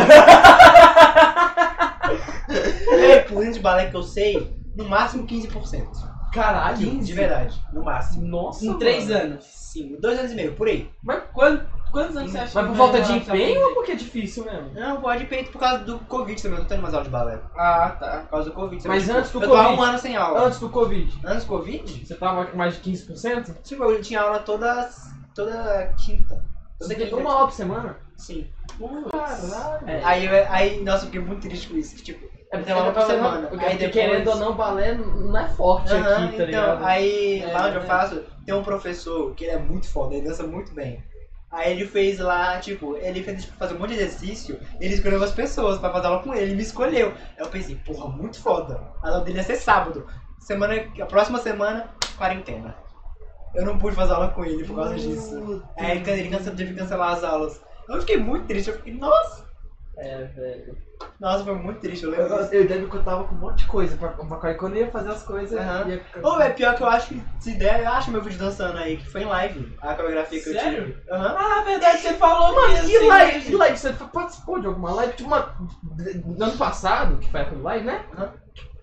Speaker 5: é, por dentro de balé que eu sei, no máximo 15%.
Speaker 2: Caralho.
Speaker 5: 15%, de verdade, no máximo.
Speaker 2: Nossa.
Speaker 3: Em
Speaker 2: mano.
Speaker 3: três anos.
Speaker 5: Sim, dois anos e meio, por aí.
Speaker 3: Quantos, quantos anos você acha
Speaker 2: Mas
Speaker 3: que
Speaker 2: por
Speaker 3: vai
Speaker 2: falta de
Speaker 3: demorar pra
Speaker 2: empenho ou
Speaker 3: aprender?
Speaker 2: porque é difícil mesmo?
Speaker 5: Não, pode peito por causa do Covid também, eu não tô tendo mais aula de balé.
Speaker 2: Ah, tá.
Speaker 5: Por causa do Covid.
Speaker 2: Mas
Speaker 5: sabe?
Speaker 2: antes do
Speaker 5: eu tô há
Speaker 2: Covid.
Speaker 5: um ano sem aula.
Speaker 2: Antes do Covid,
Speaker 5: Antes do Covid?
Speaker 2: você tava com mais de 15%?
Speaker 5: Tipo, eu tinha aula todas, toda quinta.
Speaker 2: Você
Speaker 5: Toda
Speaker 2: tem
Speaker 5: quinta.
Speaker 2: uma aula por semana?
Speaker 5: Sim.
Speaker 2: Caralho.
Speaker 3: É.
Speaker 5: Aí, eu- aí, nossa, eu fiquei muito triste com isso. que, Tipo,
Speaker 2: É porque
Speaker 5: Tem uma
Speaker 2: eu tava
Speaker 5: por semana.
Speaker 2: levando- Porque
Speaker 5: Aí
Speaker 2: porque
Speaker 5: depois-
Speaker 2: querendo ou não, balé não é forte
Speaker 5: Aham,
Speaker 2: aqui, tá
Speaker 5: então,
Speaker 2: ligado?
Speaker 5: aí
Speaker 2: É,
Speaker 5: lá onde eu
Speaker 2: é.
Speaker 5: faço, tem um professor que ele é muito foda, ele dança muito bem. Aí ele fez lá, tipo, ele fez tipo, fazer um monte de exercício, ele escolheu umas pessoas pra fazer aula com ele, ele me escolheu. Aí eu pensei, porra, muito foda. A aula dele ia ser sábado. Semana, a próxima semana, quarentena. Eu não pude fazer aula com ele por causa disso.
Speaker 2: Hum.
Speaker 5: Aí ele, ele cancelou, teve que cancelar as aulas. Eu fiquei muito triste, eu fiquei, nossa!
Speaker 2: É, velho.
Speaker 5: Nossa, foi muito triste, eu
Speaker 2: Eu,
Speaker 5: lembro disso.
Speaker 2: eu, eu lembro que eu tava com um monte de coisa pra, pra, pra quando eu ia fazer as coisas.
Speaker 5: Aham.
Speaker 2: ia-
Speaker 5: Ô, é pior que eu acho que se der, eu acho meu vídeo dançando aí, que foi em live, a coreografia que eu
Speaker 3: Sério?
Speaker 5: tive. Aham.
Speaker 3: Ah, verdade, você falou
Speaker 2: Mano,
Speaker 3: que
Speaker 2: e
Speaker 3: assim,
Speaker 2: live? E live? Você participou de alguma live? Tipo, uma. do ano passado, que foi aquele live, né?
Speaker 5: Aham.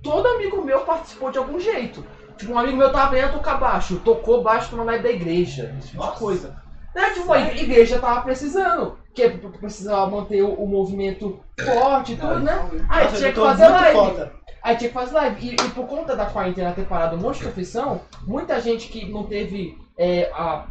Speaker 2: Todo amigo meu participou de algum jeito. Tipo, um amigo meu tava aprendendo a tocar baixo. Tocou baixo numa live da igreja. Esse tipo de
Speaker 5: Nossa.
Speaker 2: coisa. Né? Tipo, a igreja tava precisando. é Porque precisava manter o, o movimento forte e tudo, né? Ah,
Speaker 5: Nossa,
Speaker 2: tinha
Speaker 5: eu
Speaker 2: que
Speaker 5: tô
Speaker 2: fazer
Speaker 5: muito
Speaker 2: live.
Speaker 5: foda.
Speaker 2: Aí tinha que fazer live. E, e por conta da quarentena ter parado um monte de profissão, muita gente que não teve é, a,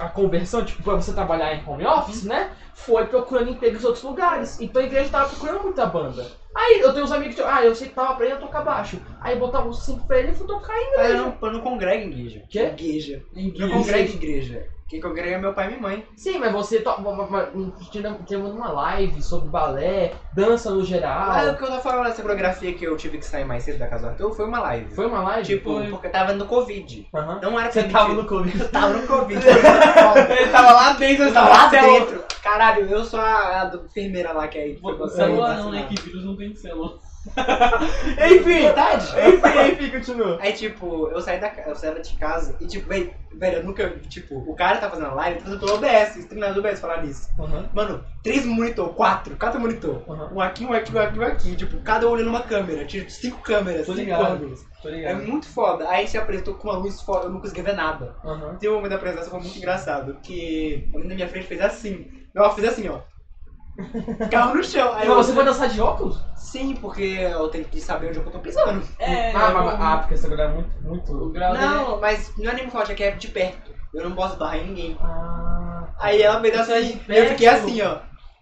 Speaker 2: a conversão, tipo, pra você trabalhar em home office, né? Foi procurando emprego em outros lugares. Então a igreja tava procurando muita banda. Aí eu tenho uns amigos que, ah, eu sei que tava aprendendo a tocar baixo. Aí botava um cinco pra ele e fui tocar em
Speaker 5: Mas eu não, eu não congrego em igreja.
Speaker 2: Quê?
Speaker 5: Igreja. Eu não
Speaker 3: Em
Speaker 5: congrego em igreja. Quem congrega é meu pai e minha mãe.
Speaker 2: Sim, mas você to... ma- ma- ma- tirando- teve uma live sobre balé, dança no
Speaker 5: Ah,
Speaker 2: geral.
Speaker 5: o que eu tava falando dessa coreografia que eu tive que sair mais cedo da casa do Arthur foi uma live.
Speaker 2: Foi uma live?
Speaker 5: Tipo, porque eu tava no Covid.
Speaker 2: Aham.
Speaker 5: Não era
Speaker 2: Você
Speaker 5: permitido.
Speaker 2: tava no começo.
Speaker 5: Eu tava no Covid. foi muito foda.
Speaker 3: Ele tava lá dentro,
Speaker 5: Eu tava lá dentro. Caralho, eu sou a, a do- enfermeira lá que é aí. foi
Speaker 3: Celular
Speaker 5: vacinar.
Speaker 3: não, né? Que vírus não tem celular.
Speaker 2: Enfim,
Speaker 5: Verdade?
Speaker 2: enfim, enfim, continua.
Speaker 5: Aí, tipo, eu saí, da, ca- eu saí de casa e, tipo, velho, velho, eu nunca, tipo, o cara tá fazendo live, tá fazendo pelo OBS, os treinadores do OBS falar nisso.
Speaker 2: Aham,
Speaker 5: Mano, três monitor, quatro, quatro monitor.
Speaker 2: aham.
Speaker 5: Um aqui, um aqui, um aqui, um aqui. Tipo, cada um olhando uma câmera. Tipo, cinco câmeras,
Speaker 2: Tô
Speaker 5: cinco
Speaker 2: ligado.
Speaker 5: ângulos.
Speaker 2: Tô
Speaker 5: É
Speaker 2: ligado.
Speaker 5: muito foda. Aí se apresentou com uma luz foda, eu não conseguia ver nada.
Speaker 2: Aham.
Speaker 5: Tem um momento da apresentação que foi muito engraçado, que alguém na minha frente fez assim. Não, ela fez assim, ó. Carro no chão.
Speaker 2: Mas
Speaker 5: Aí eu,
Speaker 2: você vai dançar de óculos?
Speaker 5: Sim, porque eu tenho que saber onde eu tô pisando.
Speaker 3: É,
Speaker 2: ah,
Speaker 3: o-
Speaker 2: mas, ah, porque essa galera é muito.
Speaker 3: o
Speaker 2: muito...
Speaker 3: grau dele
Speaker 5: Não, mas não é nem forte, é que é de perto. Eu não posso barrar em ninguém.
Speaker 2: Ah.
Speaker 5: Aí ela me deu essa
Speaker 3: De
Speaker 5: aí. Eu
Speaker 3: perto?
Speaker 5: fiquei assim, ó.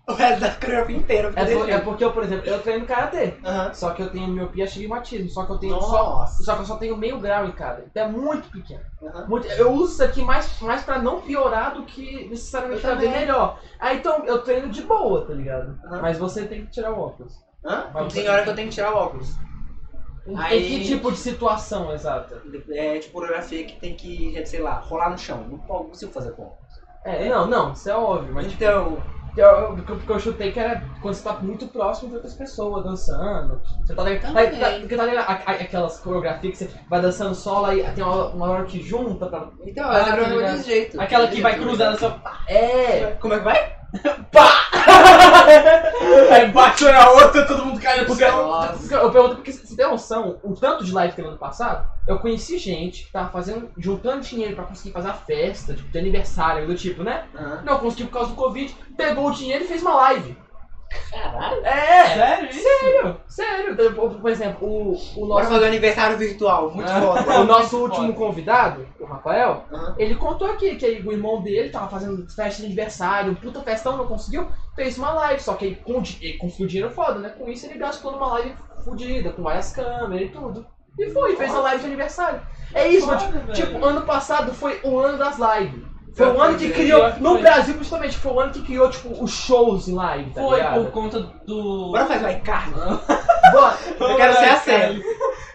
Speaker 5: O resto da coreografia inteira. eu
Speaker 2: É,
Speaker 5: fiquei
Speaker 2: por- é
Speaker 5: deixando.
Speaker 2: porque eu, por exemplo, eu treino karatê.
Speaker 5: Aham.
Speaker 2: Só que eu tenho miopia e astigmatismo. Só que eu tenho só.
Speaker 5: Nossa.
Speaker 2: Só que eu só tenho meio grau em cada. Então é muito pequeno.
Speaker 5: Aham.
Speaker 2: Muito- eu uso isso aqui mais, mais pra não piorar do que necessariamente
Speaker 5: Eu
Speaker 2: pra ver
Speaker 5: também.
Speaker 2: melhor. Aí então eu treino de boa, tá ligado?
Speaker 5: Aham.
Speaker 2: Mas você tem que tirar o óculos.
Speaker 5: Hã?
Speaker 2: Vamos
Speaker 5: Tem
Speaker 2: fazer.
Speaker 5: hora que eu tenho que tirar o óculos.
Speaker 2: E
Speaker 5: Aí-
Speaker 2: que tipo de situação exata?
Speaker 5: É tipo coreografia que tem que, sei lá, rolar no chão. Não po- não consigo fazer com.
Speaker 2: É, não, não, isso é óbvio, mas tipo,
Speaker 5: Então,
Speaker 2: Eu- eu- Porque eu, porque eu chutei que era quando você tá muito próximo de outras pessoas, dançando. Você tá ligado?
Speaker 5: Também.
Speaker 2: Tá- tá- Porque tá ligado a- a- aquelas coreografias que você vai dançando solo, aí tem uma, uma hora que junta pra.
Speaker 5: então
Speaker 2: Ah,
Speaker 5: eu lembro
Speaker 2: tá ligado.
Speaker 5: desse jeito.
Speaker 3: Aquela que vai cruzando essa.
Speaker 2: É!
Speaker 5: Como é que vai?
Speaker 3: Aí bateu na outra, todo mundo caiu no
Speaker 2: Porque
Speaker 3: céu.
Speaker 2: eu, eu pergunto porque você tem noção, o tanto de live que teve ano passado, eu conheci gente que tava fazendo, juntando dinheiro pra conseguir fazer a festa, tipo, de aniversário, do tipo, né?
Speaker 5: Aham.
Speaker 2: Não conseguiu por causa do Covid, pegou o dinheiro e fez uma live.
Speaker 5: Caralho.
Speaker 2: É!
Speaker 3: Sério isso?
Speaker 2: Sério, sério. Então, Por- Por exemplo, o, o
Speaker 5: Bora
Speaker 2: nosso
Speaker 5: fazer um aniversário virtual. Muito
Speaker 3: Ah.
Speaker 5: foda.
Speaker 2: O nosso
Speaker 3: Muito
Speaker 2: último
Speaker 3: foda.
Speaker 2: convidado, o Rafael,
Speaker 5: Aham.
Speaker 2: ele contou aqui que aí o irmão dele tava fazendo festa de aniversário, um puta festão, não conseguiu, fez uma live, só que ele, com, di- ele conseguiu dinheiro foda, né? Com isso ele gastou numa live fodida, com várias câmeras e tudo. E foi, fez a live de aniversário. É isso, mas, tipo,
Speaker 3: Foda,
Speaker 2: tipo,
Speaker 3: velho.
Speaker 2: ano passado foi o ano das lives. Foi
Speaker 5: Eu
Speaker 2: o ano que
Speaker 5: acredito,
Speaker 2: criou,
Speaker 3: eu
Speaker 2: no
Speaker 3: acredito.
Speaker 2: Brasil principalmente, foi o ano que criou, tipo, os shows em live, tá
Speaker 3: Foi
Speaker 2: ligado?
Speaker 3: por conta do.
Speaker 5: Bora fazer o iCarly.
Speaker 2: Bora.
Speaker 5: Eu quero ser a
Speaker 3: Carly.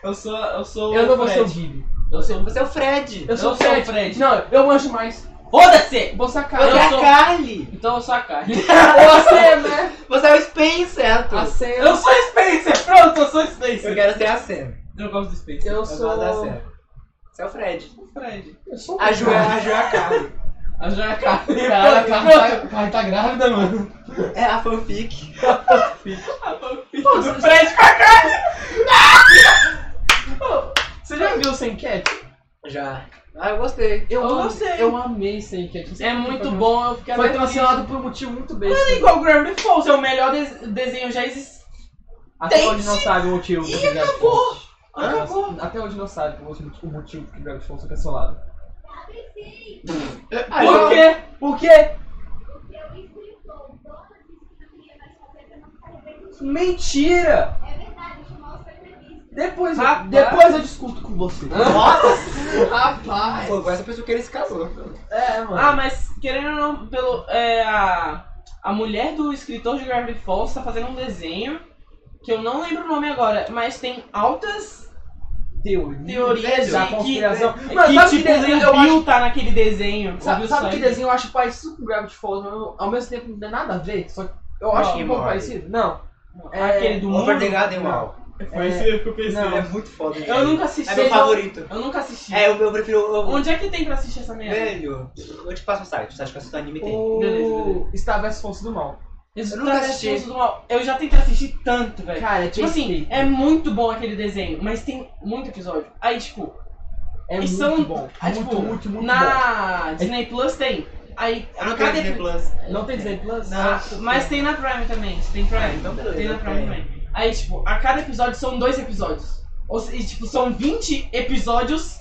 Speaker 3: Eu sou. Eu sou.
Speaker 2: Eu não
Speaker 3: o
Speaker 2: vou ser o
Speaker 3: Fred.
Speaker 2: Gibi.
Speaker 3: Eu sou.
Speaker 5: Você é o Fred.
Speaker 2: Eu sou o
Speaker 3: sou o
Speaker 2: Fred.
Speaker 3: Fred.
Speaker 2: Não, eu manjo mais.
Speaker 3: Foda-se!
Speaker 2: Vou sacar.
Speaker 5: Você é
Speaker 3: sou-
Speaker 5: a Carly.
Speaker 3: Então eu sou a Carly.
Speaker 2: Você, né?
Speaker 5: Você é o Spencer.
Speaker 2: A Sam.
Speaker 3: Eu sou Spencer! Pronto, eu sou Spencer!
Speaker 5: Eu quero ser a Sam.
Speaker 3: Eu não gosto do Spencer.
Speaker 2: Eu
Speaker 5: Eu
Speaker 2: sou.
Speaker 5: gosto da Sam. Você é o Fred.
Speaker 3: sou o Fred.
Speaker 2: Eu sou.
Speaker 5: A Ju é a, Ju é a Carly.
Speaker 3: A Joia Carly.
Speaker 2: Cara, a Carla
Speaker 3: Pronto.
Speaker 2: tá, a Carla tá grávida, mano.
Speaker 5: É a fanfic.
Speaker 3: Do Fred com a
Speaker 2: Você já viu sem cat?
Speaker 5: Já. Ah, eu gostei.
Speaker 2: Eu,
Speaker 3: Eu
Speaker 2: am-
Speaker 3: gostei.
Speaker 2: Eu amei sem cat. Não sei
Speaker 3: É
Speaker 2: como
Speaker 3: muito
Speaker 2: foi
Speaker 3: bom, eu fiquei
Speaker 2: Foi
Speaker 3: até
Speaker 2: cancelado por um motivo muito besta.
Speaker 3: triste. Igual Gravity Falls, é o melhor des- desenho já existente.
Speaker 2: Até hoje não sabe o motivo.
Speaker 3: E
Speaker 2: que Gravity
Speaker 3: acabou.
Speaker 2: Falls-
Speaker 3: Acabou.
Speaker 2: Ah, Até hoje não sabe o motivo o motivo que Gravity Falls foi cancelado.
Speaker 4: Tá
Speaker 5: Ah,
Speaker 3: Por
Speaker 5: eu-
Speaker 3: quê?
Speaker 2: Por quê?
Speaker 4: É, tá um
Speaker 2: Mentira! Depois, eu,
Speaker 3: Rapaz.
Speaker 2: depois eu discuto com você.
Speaker 5: Pô, com essa pessoa que ele se casou.
Speaker 2: É, mano.
Speaker 3: Ah, mas querendo ou não, pelo, é, a, a mulher do escritor de Gravity Falls tá fazendo um desenho que eu não lembro o nome agora, mas tem altas
Speaker 2: teoria.
Speaker 3: teorias
Speaker 2: Hum, da
Speaker 3: de
Speaker 2: conspiração.
Speaker 3: que,
Speaker 2: Mano,
Speaker 3: que
Speaker 2: sabe que
Speaker 3: tipo,
Speaker 2: desenho
Speaker 3: o
Speaker 2: eu
Speaker 3: Bill tá naquele desenho. o
Speaker 2: Sabe,
Speaker 3: Bill
Speaker 2: sabe que
Speaker 3: Sider.
Speaker 2: desenho eu acho parecido com Gravity Falls, mas eu- ao mesmo tempo não tem nada a ver? Só que eu
Speaker 3: Não,
Speaker 2: acho que é um pouco
Speaker 5: Mori.
Speaker 2: parecido. Não. É,
Speaker 3: Aquele do mundo.
Speaker 5: Overdengar deu mal.
Speaker 3: Foi isso que eu pensei.
Speaker 5: Ele é muito foda.
Speaker 3: Eu nunca assisti.
Speaker 5: É meu favorito.
Speaker 3: Eu nunca assisti.
Speaker 5: É, eu, eu prefiro. Eu,
Speaker 3: Onde é que tem pra assistir essa merda?
Speaker 5: Velho, eu te passo o site. O site que eu assisto anime tem.
Speaker 3: Beleza,
Speaker 2: O
Speaker 3: beleza.
Speaker 2: Star vs Força do Mal.
Speaker 3: Isso
Speaker 5: Eu nunca
Speaker 3: tá
Speaker 5: assisti.
Speaker 3: nervoso do mal. Eu já tentei assistir tanto, velho.
Speaker 2: Cara,
Speaker 3: Tipo assim, é muito bom aquele desenho, mas tem muito episódio. Aí, tipo,
Speaker 2: é
Speaker 3: e
Speaker 2: muito
Speaker 3: são-
Speaker 2: bom.
Speaker 3: ah,
Speaker 2: muito,
Speaker 3: tipo,
Speaker 2: muito, muito
Speaker 3: na Disney Plus tem. Aí,
Speaker 5: Eu
Speaker 3: a
Speaker 5: não
Speaker 3: cada
Speaker 5: quero Disney
Speaker 3: epi-
Speaker 5: Plus.
Speaker 2: bom. Não tem Disney Plus?
Speaker 5: Não.
Speaker 3: Ah, mas tem na Prime também. se Tem Prime.
Speaker 5: Ah, então beleza,
Speaker 3: tem na Prime
Speaker 5: tem.
Speaker 3: também. Aí, tipo, a cada episódio são dois episódios. Ou se- e, tipo, são 20 episódios.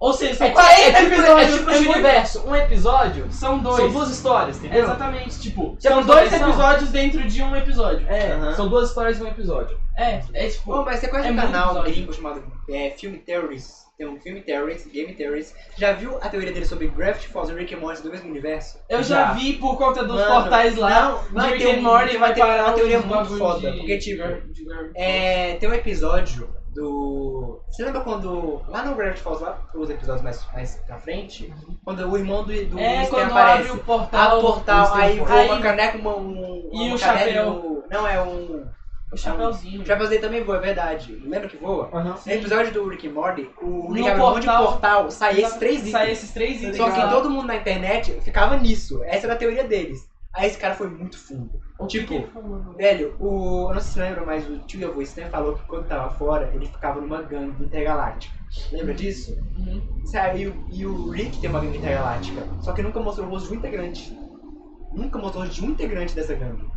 Speaker 3: Ou seja, são
Speaker 2: É,
Speaker 3: 40
Speaker 2: é tipo, é
Speaker 3: episódios.
Speaker 2: tipo
Speaker 3: é
Speaker 2: esse
Speaker 3: muito-
Speaker 2: universo. Um episódio
Speaker 3: São dois.
Speaker 2: são duas histórias, entendeu?
Speaker 3: Exatamente, tipo,
Speaker 2: Já
Speaker 3: são
Speaker 2: prestou
Speaker 3: dois
Speaker 2: atenção?
Speaker 3: episódios dentro de um episódio.
Speaker 2: É,
Speaker 5: Aham.
Speaker 2: são duas histórias de um episódio.
Speaker 3: É, é tipo.
Speaker 5: Pô, mas você conhece
Speaker 3: É
Speaker 5: um
Speaker 3: muito
Speaker 5: canal
Speaker 3: episódio.
Speaker 5: gringo chamado é, Film Theories? Tem um Film Theories, Game Theories. Já viu a teoria dele sobre Gravity Falls e Rick and Morty do mesmo universo?
Speaker 3: Eu já,
Speaker 2: Já.
Speaker 3: vi por conta dos
Speaker 5: Mano,
Speaker 3: portais lá.
Speaker 5: Não,
Speaker 3: de
Speaker 5: vai
Speaker 3: Rick
Speaker 5: ter
Speaker 3: and
Speaker 5: um-
Speaker 3: Morty vai
Speaker 5: vai ter
Speaker 3: parar
Speaker 5: uma teoria
Speaker 3: os
Speaker 5: muito
Speaker 3: bagulho
Speaker 5: foda,
Speaker 3: de-
Speaker 5: porque, tipo,
Speaker 3: de Gravity
Speaker 5: É, tem um episódio do... Você lembra quando... Lá no Gravity Falls, lá os episódios mais, mais pra frente, quando o irmão do, do
Speaker 3: Falls. É,
Speaker 5: Stan
Speaker 3: quando abre
Speaker 5: aparece.
Speaker 3: o
Speaker 5: Abre
Speaker 3: portal.
Speaker 5: o portal,
Speaker 2: Stan
Speaker 5: aí
Speaker 2: Ford.
Speaker 5: voa
Speaker 3: Aí-
Speaker 5: uma caneca, uma, um...
Speaker 3: E
Speaker 5: uma
Speaker 3: o
Speaker 5: caneca,
Speaker 3: chapéu.
Speaker 5: um- Não, é um...
Speaker 3: O chapeuzinho.
Speaker 5: O chapéuzinho também voa, é verdade. Lembra que voa?
Speaker 2: Aham.
Speaker 5: No episódio do Rick and Morty, o
Speaker 3: No
Speaker 5: Rick abre um monte de
Speaker 3: portal.
Speaker 5: portal, sai esses três itens. Tá
Speaker 3: Sai esses três itens.
Speaker 5: Só que
Speaker 3: lá.
Speaker 5: todo mundo na internet ficava nisso. Essa era a teoria deles. Aí esse cara foi muito fundo.
Speaker 3: O que
Speaker 5: Tipo,
Speaker 3: que ele falou, mano?
Speaker 5: velho, o. Eu não sei se lembra, mas o tio e a avô Stan falou que quando tava fora, ele ficava numa gangue intergaláctica. Lembra disso?
Speaker 3: Uhum.
Speaker 5: Sabe, e, o- e o Rick tem uma gangue intergaláctica. Só que nunca mostrou o rosto de um integrante. Nunca mostrou o rosto de um integrante dessa gangue.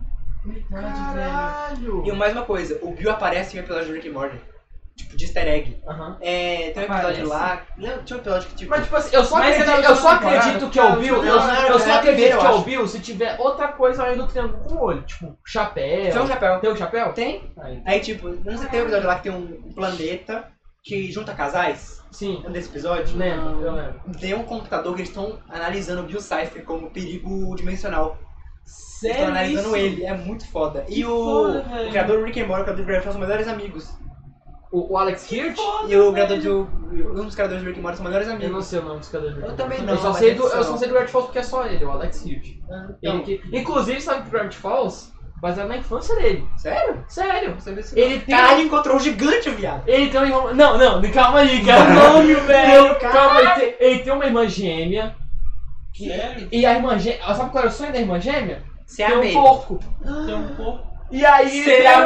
Speaker 2: Caralho!
Speaker 5: E mais uma coisa, o Bill aparece em um episódio do Rick and Morty. Tipo, de easter egg.
Speaker 2: Aham.
Speaker 5: É, tem um
Speaker 3: Aparece.
Speaker 5: episódio lá. Não, tinha um episódio que tipo.
Speaker 2: Mas tipo assim, eu só
Speaker 3: Mas
Speaker 2: acredito,
Speaker 3: você tá
Speaker 2: eu só
Speaker 3: usando
Speaker 2: acredito
Speaker 3: comparado?
Speaker 2: que é o
Speaker 3: Não,
Speaker 2: Bill,
Speaker 5: não,
Speaker 2: eu,
Speaker 5: não,
Speaker 2: eu só
Speaker 5: é a primeira,
Speaker 2: acredito que é
Speaker 5: eu
Speaker 2: o Bill se tiver outra coisa além do triângulo com o olho, tipo chapéu.
Speaker 5: Tinha um chapéu.
Speaker 2: Tem o chapéu?
Speaker 5: Tem?
Speaker 2: Aí.
Speaker 5: Aí, tipo, não sei se tem um episódio lá que tem um planeta que junta casais.
Speaker 2: Sim,
Speaker 5: Lembra desse episódio?
Speaker 2: lembro, eu lembro.
Speaker 5: Tem um computador que eles estão analisando o Bill Cipher como perigo dimensional. Eles estão
Speaker 3: Sério?
Speaker 5: analisando
Speaker 3: isso?
Speaker 5: ele, é muito foda.
Speaker 3: Que
Speaker 5: E o,
Speaker 3: foda,
Speaker 5: o
Speaker 3: velho.
Speaker 5: criador do Rick and Morty e o criador do Gravity Falls são melhores amigos.
Speaker 2: O, o Alex Hirsch?
Speaker 5: E o criador do. Um dos criadores do Rick and Morty são melhores
Speaker 2: Eu não
Speaker 5: amigos.
Speaker 2: sei o nome dos caras
Speaker 5: Eu também
Speaker 2: eu
Speaker 5: não,
Speaker 2: só
Speaker 5: mas
Speaker 2: sei
Speaker 5: eles
Speaker 2: do, Eu só
Speaker 5: são.
Speaker 2: sei do Gravity Falls porque é só ele, o Alex Hirsch.
Speaker 5: Ah,
Speaker 2: Ele
Speaker 5: então,
Speaker 2: que- Inclusive, sabe que o Gravity Falls baseado na infância dele.
Speaker 5: Sério?
Speaker 2: Sério.
Speaker 5: Você viu isso?
Speaker 2: Ele tem.
Speaker 5: Caralho, encontrou um gigante, viado.
Speaker 2: Ele tem uma irmã. Não, não, calma aí, cara.
Speaker 5: Nome,
Speaker 2: Não, calma aí. tem- Ele tem uma irmã gêmea.
Speaker 3: Sério?
Speaker 2: E a irmã gêmea. Sabe qual era o sonho da irmã gêmea?
Speaker 5: Você é
Speaker 2: Ter
Speaker 5: a
Speaker 2: um
Speaker 5: Mabel.
Speaker 2: porco.
Speaker 3: Tem um pouco.
Speaker 2: E aí. ele tem- um-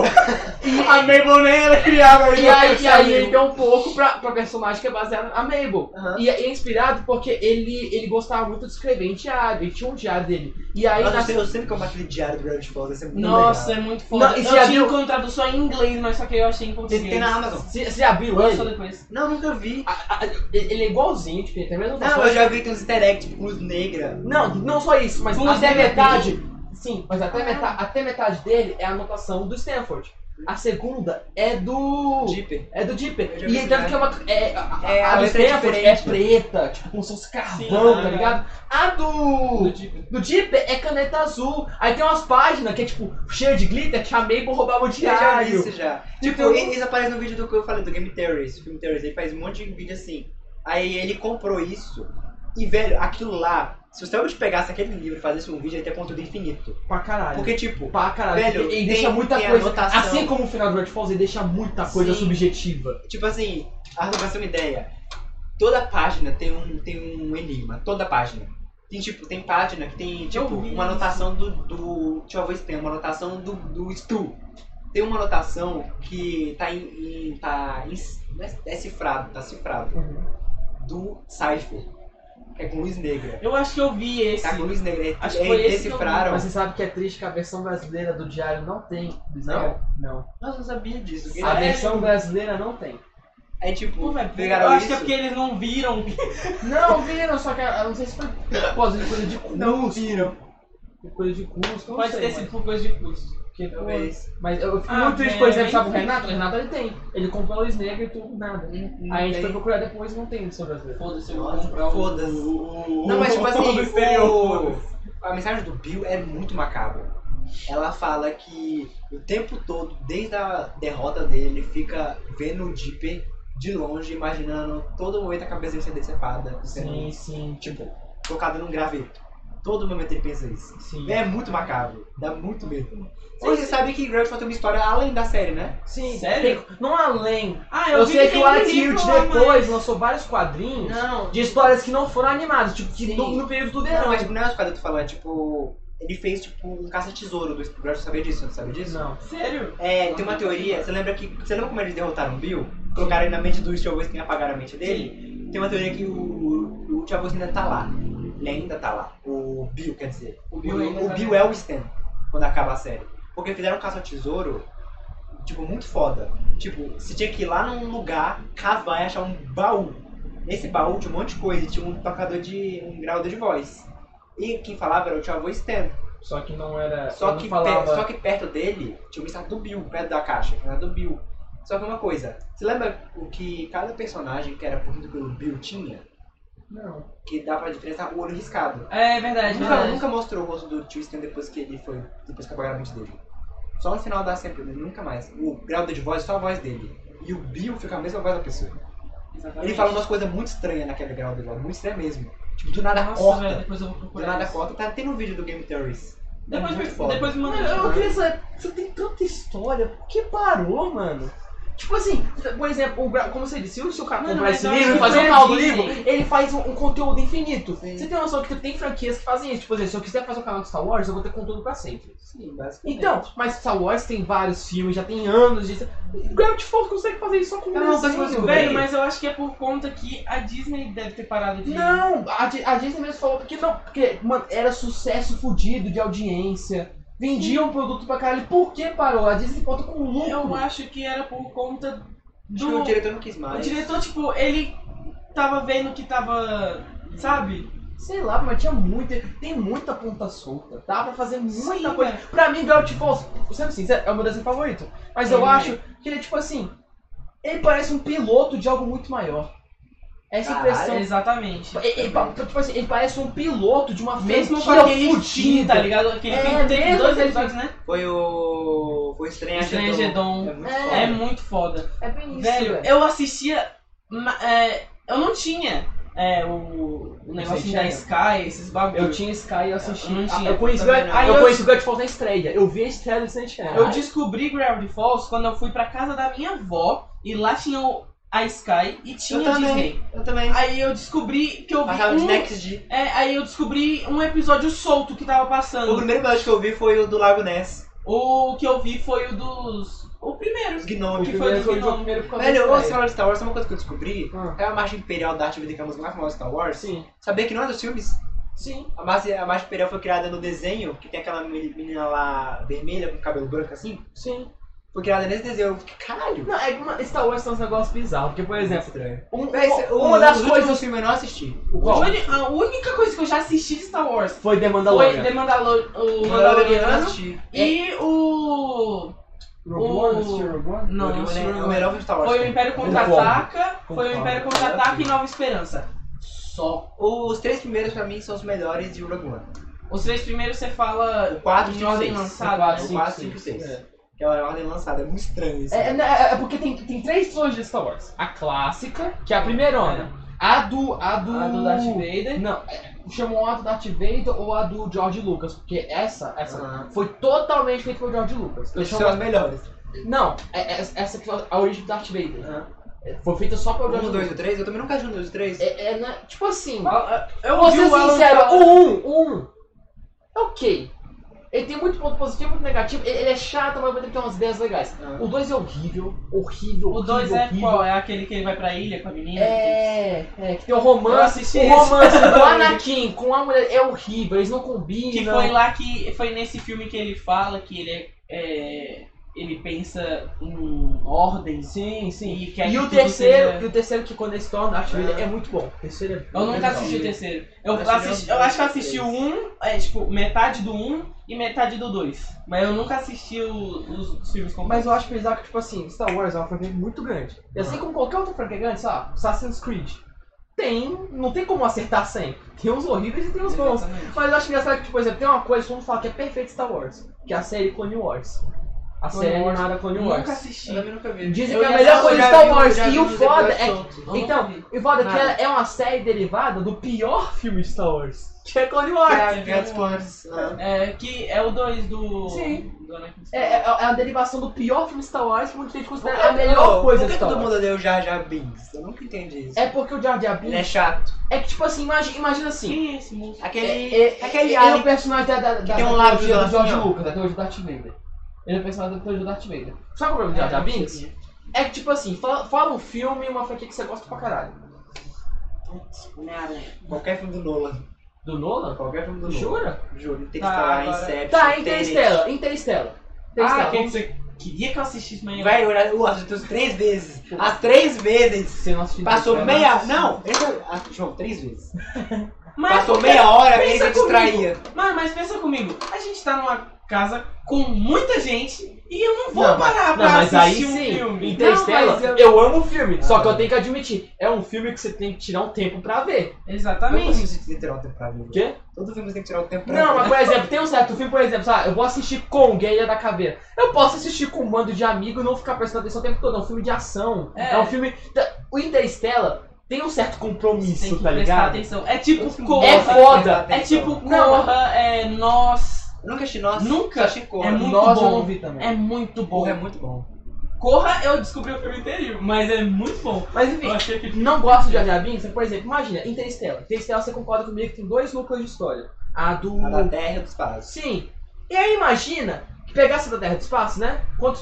Speaker 5: Mabel. a Mabel nem era criada.
Speaker 2: E aí, e aí ele deu um pouco pra, pra personagem que é baseado na Mabel.
Speaker 5: Aham.
Speaker 2: E é inspirado porque ele, ele gostava muito de escrever em diário, ele tinha um diário dele. E aí
Speaker 5: Nossa,
Speaker 2: nas-
Speaker 5: eu sempre como aquele diário do Gravity Falls, esse é muito
Speaker 3: Nossa,
Speaker 5: legal.
Speaker 3: é muito foda.
Speaker 2: Não, e
Speaker 3: eu
Speaker 2: você já
Speaker 3: tinha
Speaker 2: viu-
Speaker 3: com tradução em inglês, mas só que eu achei em
Speaker 5: Tem,
Speaker 3: português.
Speaker 5: tem na Amazon.
Speaker 2: Você você já viu
Speaker 3: Eu só
Speaker 2: ele?
Speaker 3: depois.
Speaker 5: Não, nunca vi.
Speaker 2: A- a- ele ele é igualzinho, tipo, ele tem a mesma
Speaker 5: Não,
Speaker 2: função.
Speaker 5: Ah, eu já vi que tem uns easter eggs, tipo, luz negra.
Speaker 2: Não, não só isso, mas
Speaker 3: Tudo
Speaker 2: até
Speaker 3: bem.
Speaker 2: metade. Sim, mas até, meta- até metade dele é a anotação do Stanford. A segunda é do.
Speaker 5: Jeeper.
Speaker 2: É do Dipper.
Speaker 5: Eu já vi
Speaker 2: E
Speaker 5: esse
Speaker 2: tanto que é uma. É, a a,
Speaker 5: É,
Speaker 2: a,
Speaker 5: a
Speaker 2: dos
Speaker 5: letra é
Speaker 2: tempos é,
Speaker 5: diferente,
Speaker 2: preta, tipo como se fosse carvão,
Speaker 3: Sim,
Speaker 2: tá
Speaker 3: é.
Speaker 2: ligado? A do. Do Dipper é caneta azul. Aí tem umas páginas que é tipo cheia de glitter que a Mabel roubava o
Speaker 5: Eu já vi
Speaker 2: diário.
Speaker 5: isso já. Tipo,
Speaker 2: Então-
Speaker 5: e- isso aparece no vídeo do que eu falei, do Game Theories, do filme Theories. Ele faz um monte de vídeo assim. Aí ele comprou isso. E, velho, aquilo lá, se você realmente pegasse aquele livro e fazesse um vídeo, ele teria conteúdo infinito.
Speaker 2: Pra caralho.
Speaker 5: Porque, tipo,
Speaker 2: Pra caralho.
Speaker 5: Velho,
Speaker 2: e
Speaker 5: tem-
Speaker 2: deixa muita
Speaker 5: tem
Speaker 2: coisa.
Speaker 5: anotação.
Speaker 2: Assim como o final do Red Falls, ele deixa muita coisa
Speaker 5: Sim.
Speaker 2: subjetiva.
Speaker 5: tipo assim, a pra você ter uma ideia, toda página tem um, tem um enigma. Toda página. Tem, tipo, tem página que tem, tipo,
Speaker 3: vi
Speaker 5: uma anotação do, do... Deixa eu ver se tem uma anotação do, do Stu. Tem uma anotação que tá em... em- tá em não é- é cifrado, tá cifrado. do Cypher, que é com luz negra.
Speaker 3: Eu acho que eu vi esse.
Speaker 5: Tá com luz negra.
Speaker 3: Acho
Speaker 5: é,
Speaker 3: que foi esse
Speaker 5: decifraram.
Speaker 2: Mas você sabe que é triste que a versão brasileira do diário não É tem.
Speaker 5: Não?
Speaker 2: Não.
Speaker 5: Nossa, eu não sabia disso.
Speaker 2: A
Speaker 5: Aí,
Speaker 3: Sério?
Speaker 2: versão brasileira não tem.
Speaker 5: aí tipo,
Speaker 3: É, Pô, velho,
Speaker 5: pegaram
Speaker 3: eu acho
Speaker 5: isso.
Speaker 3: que é porque eles não viram.
Speaker 2: Não, viram, só que eu não sei se foi coisa de coisa de curso.
Speaker 5: Não viram.
Speaker 2: Coisa de curso, não
Speaker 3: Pode
Speaker 2: sei.
Speaker 3: ter
Speaker 2: mas-
Speaker 3: sido por coisa de custo.
Speaker 2: porque, pô,
Speaker 5: Talvez.
Speaker 2: Mas eu fico
Speaker 3: Ah,
Speaker 2: muito triste, por
Speaker 3: é,
Speaker 2: exemplo,
Speaker 3: bem
Speaker 2: sabe o
Speaker 3: triste.
Speaker 2: Renato? O Renato ele tem. Ele comprou a Luz Negra e tudo, nada. Aí a gente foi procurar depois e não tem sobre as vezes.
Speaker 3: Foda-se, eu vou comprar um.
Speaker 5: Nossa,
Speaker 3: o-
Speaker 5: Foda-se.
Speaker 3: o-
Speaker 5: Não, mas tipo
Speaker 3: do
Speaker 5: assim,
Speaker 3: exterior,
Speaker 5: o-
Speaker 3: foda-se.
Speaker 5: a mensagem do Bill é muito macabra. Ela fala que o tempo todo, desde a derrota dele, ele fica vendo o Dipper de longe, imaginando todo momento a cabeça dele ser decepada, sendo,
Speaker 2: Sim, sim,
Speaker 5: tipo, colocada num graveto. Todo momento ele pensa isso.
Speaker 2: sim.
Speaker 5: É muito macabro, dá muito medo. Você sabe que Gravity Falls tem uma história além da série, né?
Speaker 2: Sim,
Speaker 3: Sério?
Speaker 2: tem- não além.
Speaker 3: Ah, eu,
Speaker 2: Eu
Speaker 3: vi
Speaker 2: sei que
Speaker 3: tem
Speaker 2: o Art
Speaker 3: livro
Speaker 2: Hilt
Speaker 3: lá, mas-
Speaker 2: depois lançou vários quadrinhos
Speaker 3: Não.
Speaker 2: de histórias que não foram animadas, tipo, que
Speaker 5: Sim.
Speaker 2: no, no período do
Speaker 5: Não,
Speaker 2: verão.
Speaker 5: mas tipo, não é uma história que tu falou, é tipo. Ele fez tipo um caça-tesouro do Gravity Falls, sabia disso? Não sabia disso?
Speaker 2: Não.
Speaker 3: Sério?
Speaker 5: É, tem uma teoria, você lembra que. Você lembra como eles derrotaram o Bill? Colocaram ele na mente do Tio Austin e apagaram a mente dele? Tem uma teoria que o, o Tio Austin ainda tá lá. Ele ainda tá lá. O Bill, quer dizer. O Bill,
Speaker 3: ainda
Speaker 5: o
Speaker 3: tá
Speaker 5: Bill
Speaker 3: lá.
Speaker 5: é o Stan quando acaba a série. Porque fizeram um caça-tesouro, tipo, muito foda. Tipo, você tinha que ir lá num lugar, cavar e achar um baú. Nesse baú tinha um monte de coisa, tinha um tocador de. um gravador de voz. E quem falava era o tio avô Stan.
Speaker 2: Só que não era.
Speaker 5: Só
Speaker 2: eu não
Speaker 5: que,
Speaker 2: falava.
Speaker 5: per- só que perto dele tinha uma estátua do Bill, perto da caixa, que era do Bill. Só que uma coisa, você lembra o que cada personagem que era corrido pelo Bill tinha?
Speaker 2: Não.
Speaker 5: Que dava diferença o olho riscado.
Speaker 3: É verdade,
Speaker 5: Nunca,
Speaker 3: verdade.
Speaker 5: nunca mostrou o rosto do Tio Stan depois que ele foi. depois que apagaram a mente dele. Só no final da série, nunca mais. O grau de voz é só a voz dele. E o Bill fica a mesma voz da pessoa. Ele fela umas coisas muito estranhas naquele grau de voz, muito estranha mesmo. Tipo, do nada
Speaker 3: Nossa, velho,
Speaker 5: corta.
Speaker 3: depois eu vou
Speaker 5: Do
Speaker 3: procurar.
Speaker 5: nada
Speaker 3: isso.
Speaker 5: corta. Tá, tem no vídeo do Game Theories. É
Speaker 3: Depois,
Speaker 5: muito
Speaker 3: me,
Speaker 5: foda.
Speaker 3: depois me manda.
Speaker 2: Mano, eu queria saber, você tem tanta história, por que parou, mano? Tipo assim, por exemplo, o Gra- como você disse, se o seu cara
Speaker 3: Mano,
Speaker 2: comprar
Speaker 3: mas
Speaker 2: esse
Speaker 3: eu acho
Speaker 2: livro,
Speaker 3: que
Speaker 2: fazer um
Speaker 3: foi
Speaker 2: canal do
Speaker 3: Disney.
Speaker 2: livro, ele faz um, um conteúdo infinito.
Speaker 5: Sim.
Speaker 2: Você tem noção que tem franquias que fazem isso. Tipo assim, se eu quiser fazer um canal de Star Wars, eu vou ter conteúdo pra sempre.
Speaker 5: Sim, basicamente.
Speaker 2: Então, mas Star Wars tem vários filmes, já tem anos disso. Gravity Falls consegue fazer isso só com um
Speaker 5: É uma
Speaker 3: tá
Speaker 5: coisa que eu
Speaker 2: desenho,
Speaker 5: descobri.
Speaker 2: velho.
Speaker 3: Velho, mas eu acho que é por conta que a Disney deve ter parado de.
Speaker 2: Não, a, Di- a Disney mesmo falou porque não, porque, mano, era sucesso fudido de audiência. Vendiam produto pra caralho. Por que parou? A Disney conta com lucro.
Speaker 3: Eu acho que era por conta
Speaker 5: Acho que
Speaker 3: do.
Speaker 5: o diretor não quis
Speaker 3: O
Speaker 5: mais.
Speaker 3: diretor, tipo, ele tava vendo que tava. Sabe?
Speaker 2: Sei lá, mas tinha muita. Tem muita ponta solta. Dá pra fazer muita
Speaker 3: Sim, né?
Speaker 2: coisa.
Speaker 3: velho.
Speaker 2: Pra mim, Gravity Falls, sendo sincero, é o meu desenho favorito. Mas eu
Speaker 3: né?
Speaker 5: Sim.
Speaker 2: acho que ele é tipo assim. Ele parece um piloto de algo muito maior. Essa
Speaker 5: Caralho.
Speaker 2: impressão.
Speaker 3: Exatamente.
Speaker 2: Ele, ele pa- tipo assim, ele parece um piloto de uma
Speaker 3: É Mesmo com
Speaker 2: franquia
Speaker 3: aquele Steam,
Speaker 2: fudida.
Speaker 3: tá ligado? Aquele
Speaker 2: É,
Speaker 3: tem três,
Speaker 2: mesmo
Speaker 3: dois
Speaker 2: aquele
Speaker 3: episódios, né?
Speaker 5: Foi o. Foi o Estranha
Speaker 3: Estrangedon.
Speaker 5: É
Speaker 2: É.
Speaker 5: muito foda.
Speaker 3: É muito foda.
Speaker 2: É bem isso,
Speaker 3: velho,
Speaker 2: velho.
Speaker 3: eu assistia. ma- é, eu não tinha é, o, o negocinho da
Speaker 2: tinha?
Speaker 3: Sky, esses bagulho.
Speaker 2: Eu tinha Sky e eu assisti.
Speaker 3: Eu não tinha,
Speaker 2: eu conheci,
Speaker 5: também não.
Speaker 2: aí
Speaker 3: Eu
Speaker 2: eu conheci o Godfall na estreia. Eu vi a estreia do Sentinel.
Speaker 3: Eu descobri Gravity Falls quando eu fui pra casa da minha avó e lá tinha o- a Sky e tinha
Speaker 5: Eu
Speaker 3: a
Speaker 5: também.
Speaker 3: Disney.
Speaker 5: Eu também.
Speaker 3: Aí eu descobri que eu vi
Speaker 5: Passava de
Speaker 3: um,
Speaker 5: Next G.
Speaker 3: é, aí eu descobri um episódio solto que tava
Speaker 5: O
Speaker 3: passando.
Speaker 5: primeiro episódio que eu vi foi o do Lago Ness.
Speaker 3: O que eu vi foi o dos o primeiro.
Speaker 5: Os gnomos.
Speaker 3: Que foi do Gnome.
Speaker 2: primeiro por
Speaker 5: Velho, é.
Speaker 2: da
Speaker 5: eu
Speaker 2: estreia.
Speaker 5: falar de Star Wars, uma coisa que eu descobri.
Speaker 2: Ah.
Speaker 5: É a marcha imperial da arte vida que é a música mais famosa de Star Wars.
Speaker 2: Sim,
Speaker 5: Sabia que não é dos filmes?
Speaker 2: sim.
Speaker 5: A marcha, a marcha imperial foi criada no desenho, que tem aquela meni- menina lá vermelha com cabelo branco assim.
Speaker 2: Sim.
Speaker 5: Foi criada nesse desenho. Eu fiquei, caralho.
Speaker 2: Não, é que uma- Star Wars tem uns negócios bizarros. Porque, por exemplo,
Speaker 5: Estranho.
Speaker 2: um-
Speaker 5: Véi, cê-
Speaker 2: uma das
Speaker 5: os últimos
Speaker 2: coisas.
Speaker 5: filmes eu não assisti.
Speaker 2: O
Speaker 3: O
Speaker 2: qual?
Speaker 3: uni- a única coisa que eu já assisti de Star Wars
Speaker 2: Foi The
Speaker 3: foi
Speaker 2: Mandalorian.
Speaker 3: The Mandalor o
Speaker 5: Mandalorian eu não
Speaker 3: Mandaloriano
Speaker 5: assisti.
Speaker 3: e o
Speaker 1: Rogue
Speaker 3: O-
Speaker 1: One, assistiu Rogue One?
Speaker 3: Não,
Speaker 5: Rogue One
Speaker 2: né?
Speaker 3: Rogue
Speaker 5: é- é o
Speaker 3: One.
Speaker 5: melhor filme de Star Wars.
Speaker 3: Foi o
Speaker 5: que tem.
Speaker 3: Império Contra-Ataca, foi o Império
Speaker 1: Concordo.
Speaker 3: Contra-Ataca e Nova Esperança. Só.
Speaker 5: Os três primeiros pra mim são os melhores e o Rogue One.
Speaker 3: Os três primeiros você fala
Speaker 5: O 4,
Speaker 3: em
Speaker 5: 5,
Speaker 3: ordem
Speaker 5: 6.
Speaker 3: lançada. né?
Speaker 1: Quatro,
Speaker 5: O
Speaker 1: cinco,
Speaker 5: 4,
Speaker 1: cinco.
Speaker 5: 5 e 6. Que é a ordem lançada, é muito estranho isso.
Speaker 2: É, é, é porque tem, tem três trilogias de Star Wars. A clássica, que é a primeirona. A do. A do.
Speaker 3: A do Darth Vader.
Speaker 2: Não, é, chamam a do Darth Vader ou a do George Lucas, porque essa, essa
Speaker 5: Ah.
Speaker 2: foi totalmente feita pelo George Lucas. Eu
Speaker 5: Esses
Speaker 2: chamo
Speaker 5: são os melhores.
Speaker 2: Não, é- é- essa que foi a origem do Darth Vader.
Speaker 5: Ah.
Speaker 2: É, Foi feita só pelo George
Speaker 5: Um, dois
Speaker 2: Lucas.
Speaker 5: e três? Eu também nunca vi um, dois e três.
Speaker 2: É, é, né, tipo assim,
Speaker 3: Eu
Speaker 2: vou
Speaker 3: ouvi
Speaker 2: ser
Speaker 3: Ah, o Alan
Speaker 2: sincero,
Speaker 3: falar-
Speaker 2: o 1, o 1 é ok. Ele tem muito ponto positivo, muito negativo. Ele, ele é chato, mas ele tem umas ideias legais.
Speaker 5: Ah.
Speaker 2: O 2 é horrível, horrível,
Speaker 3: O
Speaker 2: horrível,
Speaker 3: 2 é
Speaker 2: horrível.
Speaker 3: qual? É aquele que ele vai pra ilha com a menina?
Speaker 2: É, é, que tem o
Speaker 3: Eu
Speaker 2: romance.
Speaker 3: assisti
Speaker 2: O
Speaker 3: esse.
Speaker 2: romance do Anakin com a mulher é horrível, eles não combinam.
Speaker 3: Que foi um lá que. Foi nesse filme que ele fala que ele é. é, ele pensa em ordem.
Speaker 2: Sim, sim.
Speaker 3: E, quer
Speaker 2: E
Speaker 3: que
Speaker 2: o
Speaker 3: tudo
Speaker 2: terceiro,
Speaker 3: seja-
Speaker 2: e o terceiro que quando eles tornam Darth Vader
Speaker 5: Ah.
Speaker 2: é muito bom. O terceiro é
Speaker 3: Eu
Speaker 2: muito
Speaker 3: nunca
Speaker 2: legal.
Speaker 3: assisti o terceiro. Eu,
Speaker 2: Tá
Speaker 5: Acho que
Speaker 3: assisti,
Speaker 5: eu-
Speaker 3: eu acho que eu assisti o 1, é tipo, metade do 1 e metade do 2. Mas eu nunca assisti o- os filmes completos.
Speaker 2: Mas eu acho bizarro que, tipo assim, Star Wars é uma franquia muito grande. E assim
Speaker 3: Ah.
Speaker 2: como qualquer outra franquia grande, sei lá, Assassin's Creed. Tem, não tem como acertar 100. Tem uns horríveis e tem é uns bons.
Speaker 3: Exatamente.
Speaker 2: Mas eu acho engraçado que, tipo, por exemplo, tem uma coisa que todo mundo fala que é perfeito em Star Wars. Que é a série Clone Wars. A
Speaker 3: Clone
Speaker 2: série
Speaker 3: Wars.
Speaker 2: animada Clone Wars.
Speaker 3: Nunca assisti.
Speaker 5: Eu também nunca vi.
Speaker 2: Dizem
Speaker 3: Eu
Speaker 2: que é a
Speaker 3: já-
Speaker 2: melhor
Speaker 3: eu
Speaker 2: coisa de
Speaker 5: já
Speaker 2: Star
Speaker 5: vi-
Speaker 2: Wars.
Speaker 5: já vi
Speaker 2: E o
Speaker 5: uns
Speaker 2: foda
Speaker 5: episódios
Speaker 2: é.
Speaker 5: soltos.
Speaker 3: Eu
Speaker 2: Então,
Speaker 3: nunca vi.
Speaker 2: e o foda é que
Speaker 5: Nada.
Speaker 2: ela é uma série derivada do pior filme de Star Wars. Que é Clone
Speaker 5: É,
Speaker 2: Wars.
Speaker 5: é, Guerra dos Clones. Ah.
Speaker 3: É, que é o 2 do.
Speaker 2: Sim.
Speaker 3: Do Anakin
Speaker 2: É,
Speaker 3: Skywalker.
Speaker 2: é, é a derivação do pior filme Star Wars um que muita gente
Speaker 5: Por
Speaker 2: considera
Speaker 5: que
Speaker 2: É a melhor
Speaker 5: todo-
Speaker 2: coisa
Speaker 5: Por
Speaker 2: de
Speaker 5: que
Speaker 2: Star
Speaker 5: todo
Speaker 2: Wars.
Speaker 5: mundo odeia o Jar Jar Binks? Eu nunca entendi isso.
Speaker 2: É porque o Jar Jar
Speaker 5: Ele
Speaker 3: Né?
Speaker 5: é
Speaker 2: Binks...
Speaker 5: chato.
Speaker 2: É que, tipo assim, imagina, imagina assim...
Speaker 3: Quem é esse moço?
Speaker 5: Aquele...
Speaker 2: é- é-
Speaker 5: aquele
Speaker 2: ele é
Speaker 5: alien
Speaker 2: o personagem da, da, da
Speaker 5: tem um
Speaker 2: da
Speaker 5: lábio
Speaker 2: teoria do
Speaker 5: assim,
Speaker 2: George
Speaker 5: ó.
Speaker 2: Lucas, da teoria do Darth Vader. Ele é o personagem da teoria do Darth Vader. Sabe qual é o problema do Jar Jar Binks? É que, tipo assim, fala, fala um filme e uma franquia que você gosta pra caralho.
Speaker 3: Homem-Aranha.
Speaker 5: Qualquer filme do Nolan.
Speaker 2: Do Nolan?
Speaker 5: Qualquer filme do Nolan.
Speaker 2: Jura?
Speaker 5: Juro. Interstellar,
Speaker 3: Ah, agora-
Speaker 5: Inception,
Speaker 2: Tá,
Speaker 5: Tenet.
Speaker 2: Interstellar, Interstellar.
Speaker 3: Ah,
Speaker 2: Interstellar.
Speaker 3: aquele que você queria que eu assistisse, mas.
Speaker 5: Vai olhar o Astros três vezes. As três vezes.
Speaker 2: Você não assistiu
Speaker 5: Passou
Speaker 2: Interstellar?
Speaker 5: meia... Não. esse é- ah, João, três vezes.
Speaker 3: Mas
Speaker 5: Passou
Speaker 3: porque-
Speaker 5: meia hora, ele
Speaker 3: pensa
Speaker 5: se distraía.
Speaker 3: Mano, mas pensa comigo, a gente tá numa casa com muita gente e eu não vou
Speaker 2: Não, mas-
Speaker 3: parar
Speaker 2: Não,
Speaker 3: pra
Speaker 2: mas aí
Speaker 3: assistir um
Speaker 2: sim,
Speaker 3: filme.
Speaker 2: Interstellar,
Speaker 5: Não, mas eu-
Speaker 2: eu... Ah. amo o filme, só que eu tenho que admitir, é um filme que você tem que tirar um tempo pra ver.
Speaker 5: Eu não
Speaker 3: é- Exatamente.
Speaker 5: consigo tirar o tempo pra mim. né?
Speaker 2: Quê?
Speaker 5: Todo filme você tem que tirar o tempo pra
Speaker 2: Não,
Speaker 5: mim.
Speaker 2: mas por exemplo, tem um certo filme, por exemplo, sabe, eu vou assistir Kong, a Ilha da Caveira. Eu posso assistir com um bando de amigo e não ficar prestando atenção o tempo todo, é um filme de ação. É,
Speaker 3: É.
Speaker 2: um filme... O Interstellar tem um certo compromisso,
Speaker 3: Tem que
Speaker 2: tá
Speaker 3: prestar
Speaker 2: ligado?
Speaker 3: atenção. É tipo
Speaker 5: Porra,
Speaker 3: Corra.
Speaker 2: É foda.
Speaker 5: prestar
Speaker 3: É
Speaker 5: atenção.
Speaker 3: tipo
Speaker 2: Não.
Speaker 3: Corra, é Nós.
Speaker 5: Eu Nunca assisti Nossa.
Speaker 3: Nunca?
Speaker 5: Só assisti Corra.
Speaker 3: É muito
Speaker 2: Nós eu
Speaker 3: bom.
Speaker 2: não vi também.
Speaker 3: É muito bom.
Speaker 5: Corra é muito bom.
Speaker 3: Corra, eu descobri o filme inteiro, mas é muito bom.
Speaker 2: Mas enfim,
Speaker 3: Eu achei que.
Speaker 2: não gosto de Jar Jar Binks, por exemplo, imagina, Interstellar. Interstellar, você concorda comigo que tem dois núcleos de história. A do...
Speaker 5: A da Tá Terra e do Espaço.
Speaker 2: Sim. E aí imagina que pegasse da Terra do Espaço, né? Quantas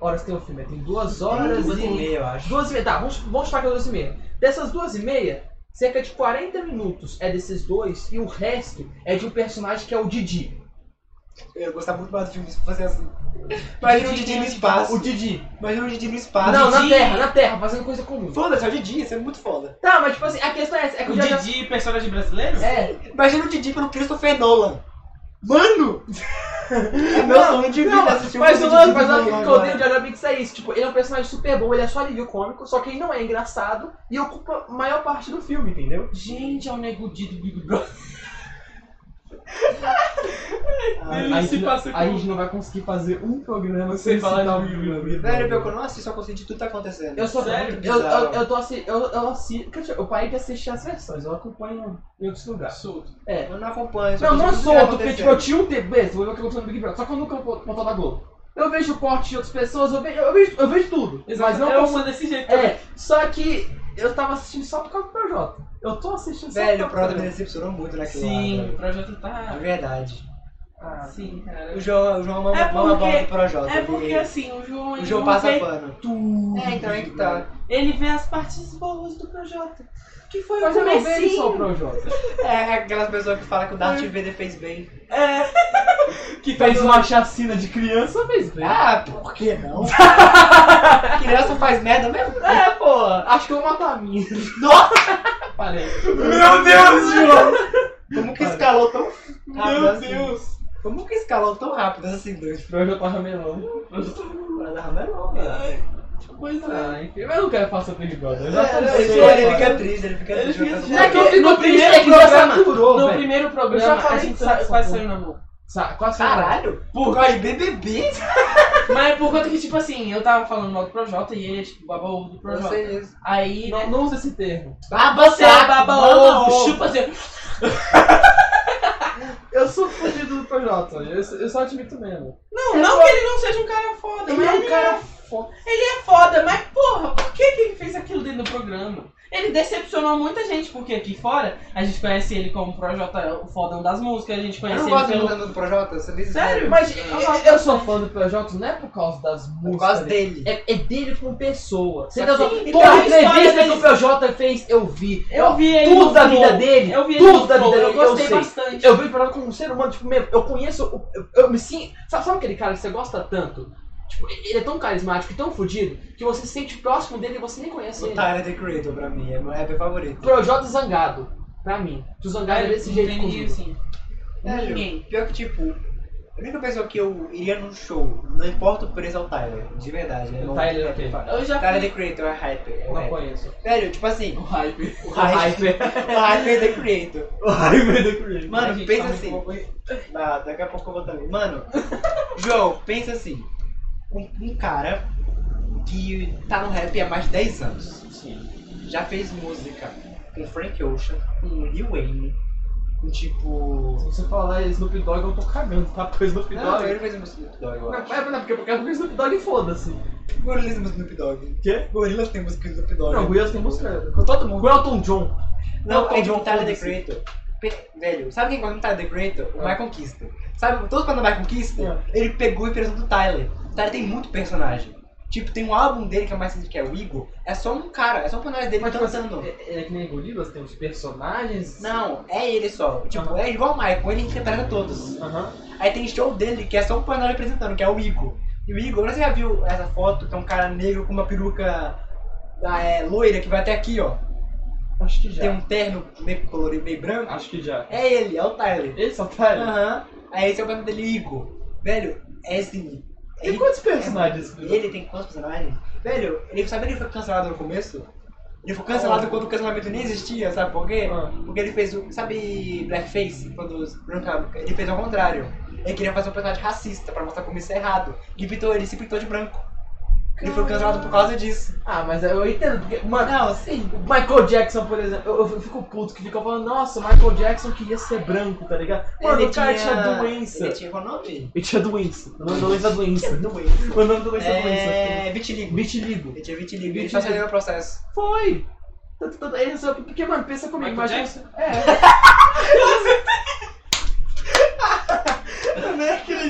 Speaker 2: horas tem o filme? Tem duas horas
Speaker 5: Duas e
Speaker 2: e...
Speaker 5: meia, eu acho.
Speaker 2: Duas e meia. Tá, vamos, vamos chutar que é duas e meia. Dessas duas e meia, cerca de 40 minutos é desses dois e o resto é de um personagem que é o Didi.
Speaker 5: Eu ia gostar muito mais do filme se fosse assim. Imagina o Didi no espaço.
Speaker 2: O Didi.
Speaker 5: Imagina o Ah, Didi no espaço.
Speaker 2: Não, na
Speaker 3: Didi.
Speaker 2: Terra, na Terra, fazendo coisa comum.
Speaker 5: Foda-se, é o Didi, isso é muito foda.
Speaker 2: Tá, mas tipo assim, a questão é essa. É que
Speaker 3: O
Speaker 2: o Didi...
Speaker 3: Didi, personagem brasileiro?
Speaker 2: É,
Speaker 5: Imagina o Didi pelo Christopher Nolan. Mano! é meu
Speaker 2: Não,
Speaker 5: sonho de vida
Speaker 2: não,
Speaker 5: assistir um
Speaker 2: mas o
Speaker 5: filme
Speaker 2: lance,
Speaker 5: do Didi né?
Speaker 2: mas o lance
Speaker 5: Nolan
Speaker 2: que eu odeio
Speaker 5: agora.
Speaker 2: de Jar Jar Binks é isso. Tipo, ele é um personagem super bom, ele é só alívio cômico, só que ele não é engraçado e ocupa a maior parte do filme, entendeu?
Speaker 3: Gente, é
Speaker 2: um
Speaker 3: o nego Di do Big Brother.
Speaker 2: A,
Speaker 5: Ah.
Speaker 3: Ele
Speaker 2: a
Speaker 3: se
Speaker 2: gente, não-
Speaker 3: passa
Speaker 2: a
Speaker 3: com-
Speaker 2: gente não vai conseguir fazer um programa
Speaker 3: Sem
Speaker 2: sem
Speaker 3: falar
Speaker 2: falar de
Speaker 3: de Big
Speaker 2: Big
Speaker 5: Velho, meu, que eu não assisto, eu consigo de tudo que tá acontecendo.
Speaker 2: Eu sou
Speaker 5: Sério?
Speaker 2: sério? Eu,
Speaker 5: bizarro.
Speaker 2: eu, eu tô assi- eu, eu assi- quer dizer, eu parei de assistir as versões, eu acompanho em outros lugares.
Speaker 3: Solto.
Speaker 2: É.
Speaker 5: Eu não acompanho. só
Speaker 2: Não,
Speaker 5: consigo
Speaker 2: não
Speaker 5: de tudo que tá
Speaker 2: solto, porque tipo, eu
Speaker 5: acontecendo.
Speaker 2: tinha um tempo, beleza, vou ver o que aconteceu no Big Brother, só que eu nunca vou botar na Globo. Eu vejo corte de outras pessoas, eu vejo, eu vejo, eu vejo tudo, mas
Speaker 3: Exato.
Speaker 2: não
Speaker 3: é
Speaker 2: consigo-
Speaker 3: uma desse jeito.
Speaker 2: É, só que eu tava assistindo só por causa do PJ. Eu tô assistindo só
Speaker 5: Velho, é o
Speaker 2: por causa
Speaker 5: Prota
Speaker 2: do
Speaker 5: me
Speaker 2: PJ.
Speaker 5: decepcionou muito naquilo lá,
Speaker 3: Sim,
Speaker 5: velho.
Speaker 3: o projeto tá.
Speaker 5: É verdade.
Speaker 2: Ah,
Speaker 3: Sim, cara.
Speaker 5: O João, o João mama,
Speaker 3: É
Speaker 5: mama
Speaker 3: porque-
Speaker 5: bola do Projota.
Speaker 3: É porque
Speaker 5: ele-
Speaker 3: assim, o João,
Speaker 5: o
Speaker 3: ele
Speaker 5: João
Speaker 3: não
Speaker 5: passa
Speaker 3: vê
Speaker 5: pano.
Speaker 3: tudo.
Speaker 5: É, então é que tá.
Speaker 3: Ele vê as partes boas do Projota. Que foi
Speaker 2: Mas
Speaker 3: o
Speaker 2: eu não vejo
Speaker 3: comecinho.
Speaker 2: só o PJ.
Speaker 5: É aquelas pessoas que falam que o Darth Vader fez bem.
Speaker 3: É.
Speaker 2: Que fez uma chacina de criança, fez né? bem.
Speaker 5: Ah, por que não? Criança faz merda mesmo?
Speaker 2: É, pô, acho que eu vou matar a minha.
Speaker 5: Nossa!
Speaker 2: Parei.
Speaker 5: Meu Deus, João! Como que escalou tão rápido assim? Como que escalou tão rápido assim, dois?
Speaker 2: Pra hoje eu tô ramelando.
Speaker 5: Pra dar melhor, mano.
Speaker 3: Ai, Pois é.
Speaker 2: Ah, enfim, mas eu não quero passar perigo. é, Eu já tô
Speaker 5: É, Ele
Speaker 2: triste,
Speaker 5: fica- ele
Speaker 2: agora.
Speaker 5: fica triste, ele fica
Speaker 3: Ele
Speaker 5: triste.
Speaker 3: fica
Speaker 5: jogando
Speaker 3: triste.
Speaker 5: bola.
Speaker 2: É que
Speaker 3: No
Speaker 2: no
Speaker 3: primeiro
Speaker 2: primeiro
Speaker 3: programa-
Speaker 2: programa saturou,
Speaker 3: No
Speaker 2: velho.
Speaker 3: primeiro
Speaker 2: Eu já
Speaker 3: programa, a
Speaker 2: falei
Speaker 3: gente
Speaker 2: tanto
Speaker 3: sa-
Speaker 2: essa
Speaker 3: quase
Speaker 2: porra.
Speaker 3: saiu na mão.
Speaker 2: Sa- Quase que
Speaker 5: Caralho! Por causa de BBB?
Speaker 3: Mas por conta que, tipo assim, eu tava falando mal do Projota e ele é tipo baba ovo do
Speaker 5: Não
Speaker 3: Projota.
Speaker 5: sei isso.
Speaker 3: Aí,
Speaker 2: não,
Speaker 3: né?
Speaker 2: não usa esse termo.
Speaker 5: Baba
Speaker 3: Você é baba ovo, chupa assim.
Speaker 2: Eu sou fodido do Projota, eu, eu só admito mesmo.
Speaker 3: Não, não que ele não seja um cara foda,
Speaker 2: é Ele
Speaker 3: mas
Speaker 2: é um
Speaker 3: ele
Speaker 2: cara
Speaker 3: é foda, mas porra, por que, que ele fez aquilo dentro do programa? Ele decepcionou muita gente, porque aqui fora a gente conhece ele como Projota, o fodão das músicas, a gente
Speaker 5: Eu
Speaker 3: conhece
Speaker 5: não
Speaker 3: ele
Speaker 5: gosto
Speaker 3: pelo.
Speaker 5: do do Projota, você diz
Speaker 3: então. Sério?
Speaker 2: Mas eu, eu sou fã do Projota não é por causa das
Speaker 5: Eu
Speaker 2: músicas.
Speaker 5: gosto dele.
Speaker 2: É, é dele como pessoa. Você
Speaker 5: Só
Speaker 2: tá
Speaker 5: que-
Speaker 2: zoando?
Speaker 3: então,
Speaker 2: Toda
Speaker 3: a história
Speaker 2: entrevista
Speaker 3: dele-
Speaker 2: que o Projota fez, eu vi.
Speaker 3: Eu vi ele.
Speaker 2: tudo
Speaker 3: no
Speaker 2: da vida
Speaker 3: Flow.
Speaker 2: dele.
Speaker 3: Eu vi ele
Speaker 2: tudo
Speaker 3: no
Speaker 2: da
Speaker 3: Flow,
Speaker 2: vida dele.
Speaker 3: Eu gostei
Speaker 2: sei.
Speaker 3: bastante.
Speaker 2: Eu vejo o Projota como um ser humano, tipo, mesmo, eu conheço. Eu, eu me sinto. Sabe, sabe aquele cara que você gosta tanto? Tipo, ele é tão carismático e tão fodido que você se sente próximo dele e você nem conhece
Speaker 5: O
Speaker 2: ele.
Speaker 5: Tyler The Creator pra mim é meu rapper favorito.
Speaker 2: Projota e zangado. Pra mim. Que o zangado é desse
Speaker 3: Não
Speaker 2: jeito
Speaker 3: tem
Speaker 2: comigo.
Speaker 3: ninguém assim.
Speaker 5: Sério,
Speaker 3: Ninguém.
Speaker 5: Pior que, tipo, a única pessoa que eu iria num show, não importa o preço, é o Tyler. De verdade, né?
Speaker 2: O
Speaker 5: Não-
Speaker 2: Tyler é quem?
Speaker 5: O
Speaker 3: Eu já
Speaker 5: Tyler
Speaker 3: fui.
Speaker 5: The Creator é rapper. É
Speaker 2: Não
Speaker 5: rapper.
Speaker 2: conheço.
Speaker 5: Velho, tipo assim,
Speaker 2: O hype. O
Speaker 5: hype.
Speaker 2: hype.
Speaker 5: o rapper The Creator.
Speaker 2: O hype do Creed.
Speaker 5: Mano,
Speaker 3: A gente
Speaker 5: pensa
Speaker 3: tá
Speaker 5: assim.
Speaker 3: muito bom.
Speaker 5: Ah, daqui a pouco eu vou também. Mano, João, pensa assim. Um, um cara que tá no rap há mais de 10 anos. Já fez música com Frank Ocean, com Lil Wayne, com tipo.
Speaker 2: Se você falar Snoop Dogg, eu tô cagando, tá? Porque o Snoop
Speaker 5: Não,
Speaker 2: Dogg.
Speaker 5: ele fez música com Snoop Dogg, eu
Speaker 2: Não,
Speaker 5: acho.
Speaker 2: mas não, porque porque o Snoop Dogg foda-se.
Speaker 5: Gorilas tem música do Snoop Dogg.
Speaker 2: Quê?
Speaker 5: Gorilas tem música do Snoop Dogg.
Speaker 2: Não, o Will tem música. com Todo mundo. Com Elton John.
Speaker 5: Não,
Speaker 2: Elton
Speaker 5: é de
Speaker 2: John,
Speaker 5: um Tyler, The
Speaker 2: foda-se.
Speaker 5: Creator. Pe- Velho, sabe quem gosta do Tyler, The Creator? O
Speaker 2: Ah.
Speaker 5: Michael Kister. Sabe, todo quando o Michael Kister, ele pegou e fez do Tyler. O Tyler tem muito personagem. Tipo, tem um álbum dele que é mais simples que é o Igor. É só um cara, é só um personagem dele
Speaker 2: Mas, tipo,
Speaker 5: dançando.
Speaker 2: É, é que nem Gorilas, tem os personagens.
Speaker 5: Não, é ele só. Tipo,
Speaker 2: Aham.
Speaker 5: é igual o Michael, ele interpreta todos.
Speaker 2: Aham.
Speaker 5: Aí tem show dele que é só um personagem apresentando, que é o Igor. E o Igor, você já viu essa foto que é um cara negro com uma peruca ah, é, loira que vai até aqui, ó.
Speaker 2: Acho que já.
Speaker 5: Tem um terno meio colorido, meio branco.
Speaker 2: Acho que já. tá
Speaker 5: É ele, é o Tyler.
Speaker 2: Esse Otário?
Speaker 5: Aham. Aí esse é o nome dele, Igor. Velho, é assim.
Speaker 2: Tem
Speaker 5: Ele,
Speaker 2: quantos personagens?
Speaker 5: ele tem quantos personagens? Velho, ele sabe que ele foi cancelado no começo? Ele foi cancelado
Speaker 2: Ah.
Speaker 5: quando o cancelamento nem existia, sabe por quê?
Speaker 2: Ah.
Speaker 5: Porque ele fez o. Sabe Blackface? Quando os branca- Ele fez ao contrário. Ele queria fazer um personagem racista pra mostrar como isso é errado. E pintou, ele se pintou de branco. Ele foi cancelado por causa disso.
Speaker 2: Ah, mas eu entendo, porque, mano,
Speaker 5: Não, sim.
Speaker 2: o Michael Jackson, por exemplo, eu, eu fico puto que fica falando, nossa, o Michael Jackson queria ser branco, tá ligado? Mano,
Speaker 5: Ele
Speaker 2: o cara tinha, doença.
Speaker 5: Ele tinha qual nome?
Speaker 2: Ele tinha doença. O nome da doença é doença.
Speaker 5: Doença.
Speaker 2: O nome da doença é doença.
Speaker 5: É. Vitiligo.
Speaker 2: Vitiligo.
Speaker 5: Ele tinha vitiligo. Ele
Speaker 2: Vitiligo.
Speaker 5: só saiu no processo.
Speaker 2: Foi! Tanto- tanto- ele só- Porque, mano, pensa comigo,
Speaker 3: Michael
Speaker 2: imagina.
Speaker 3: Jackson?
Speaker 2: É,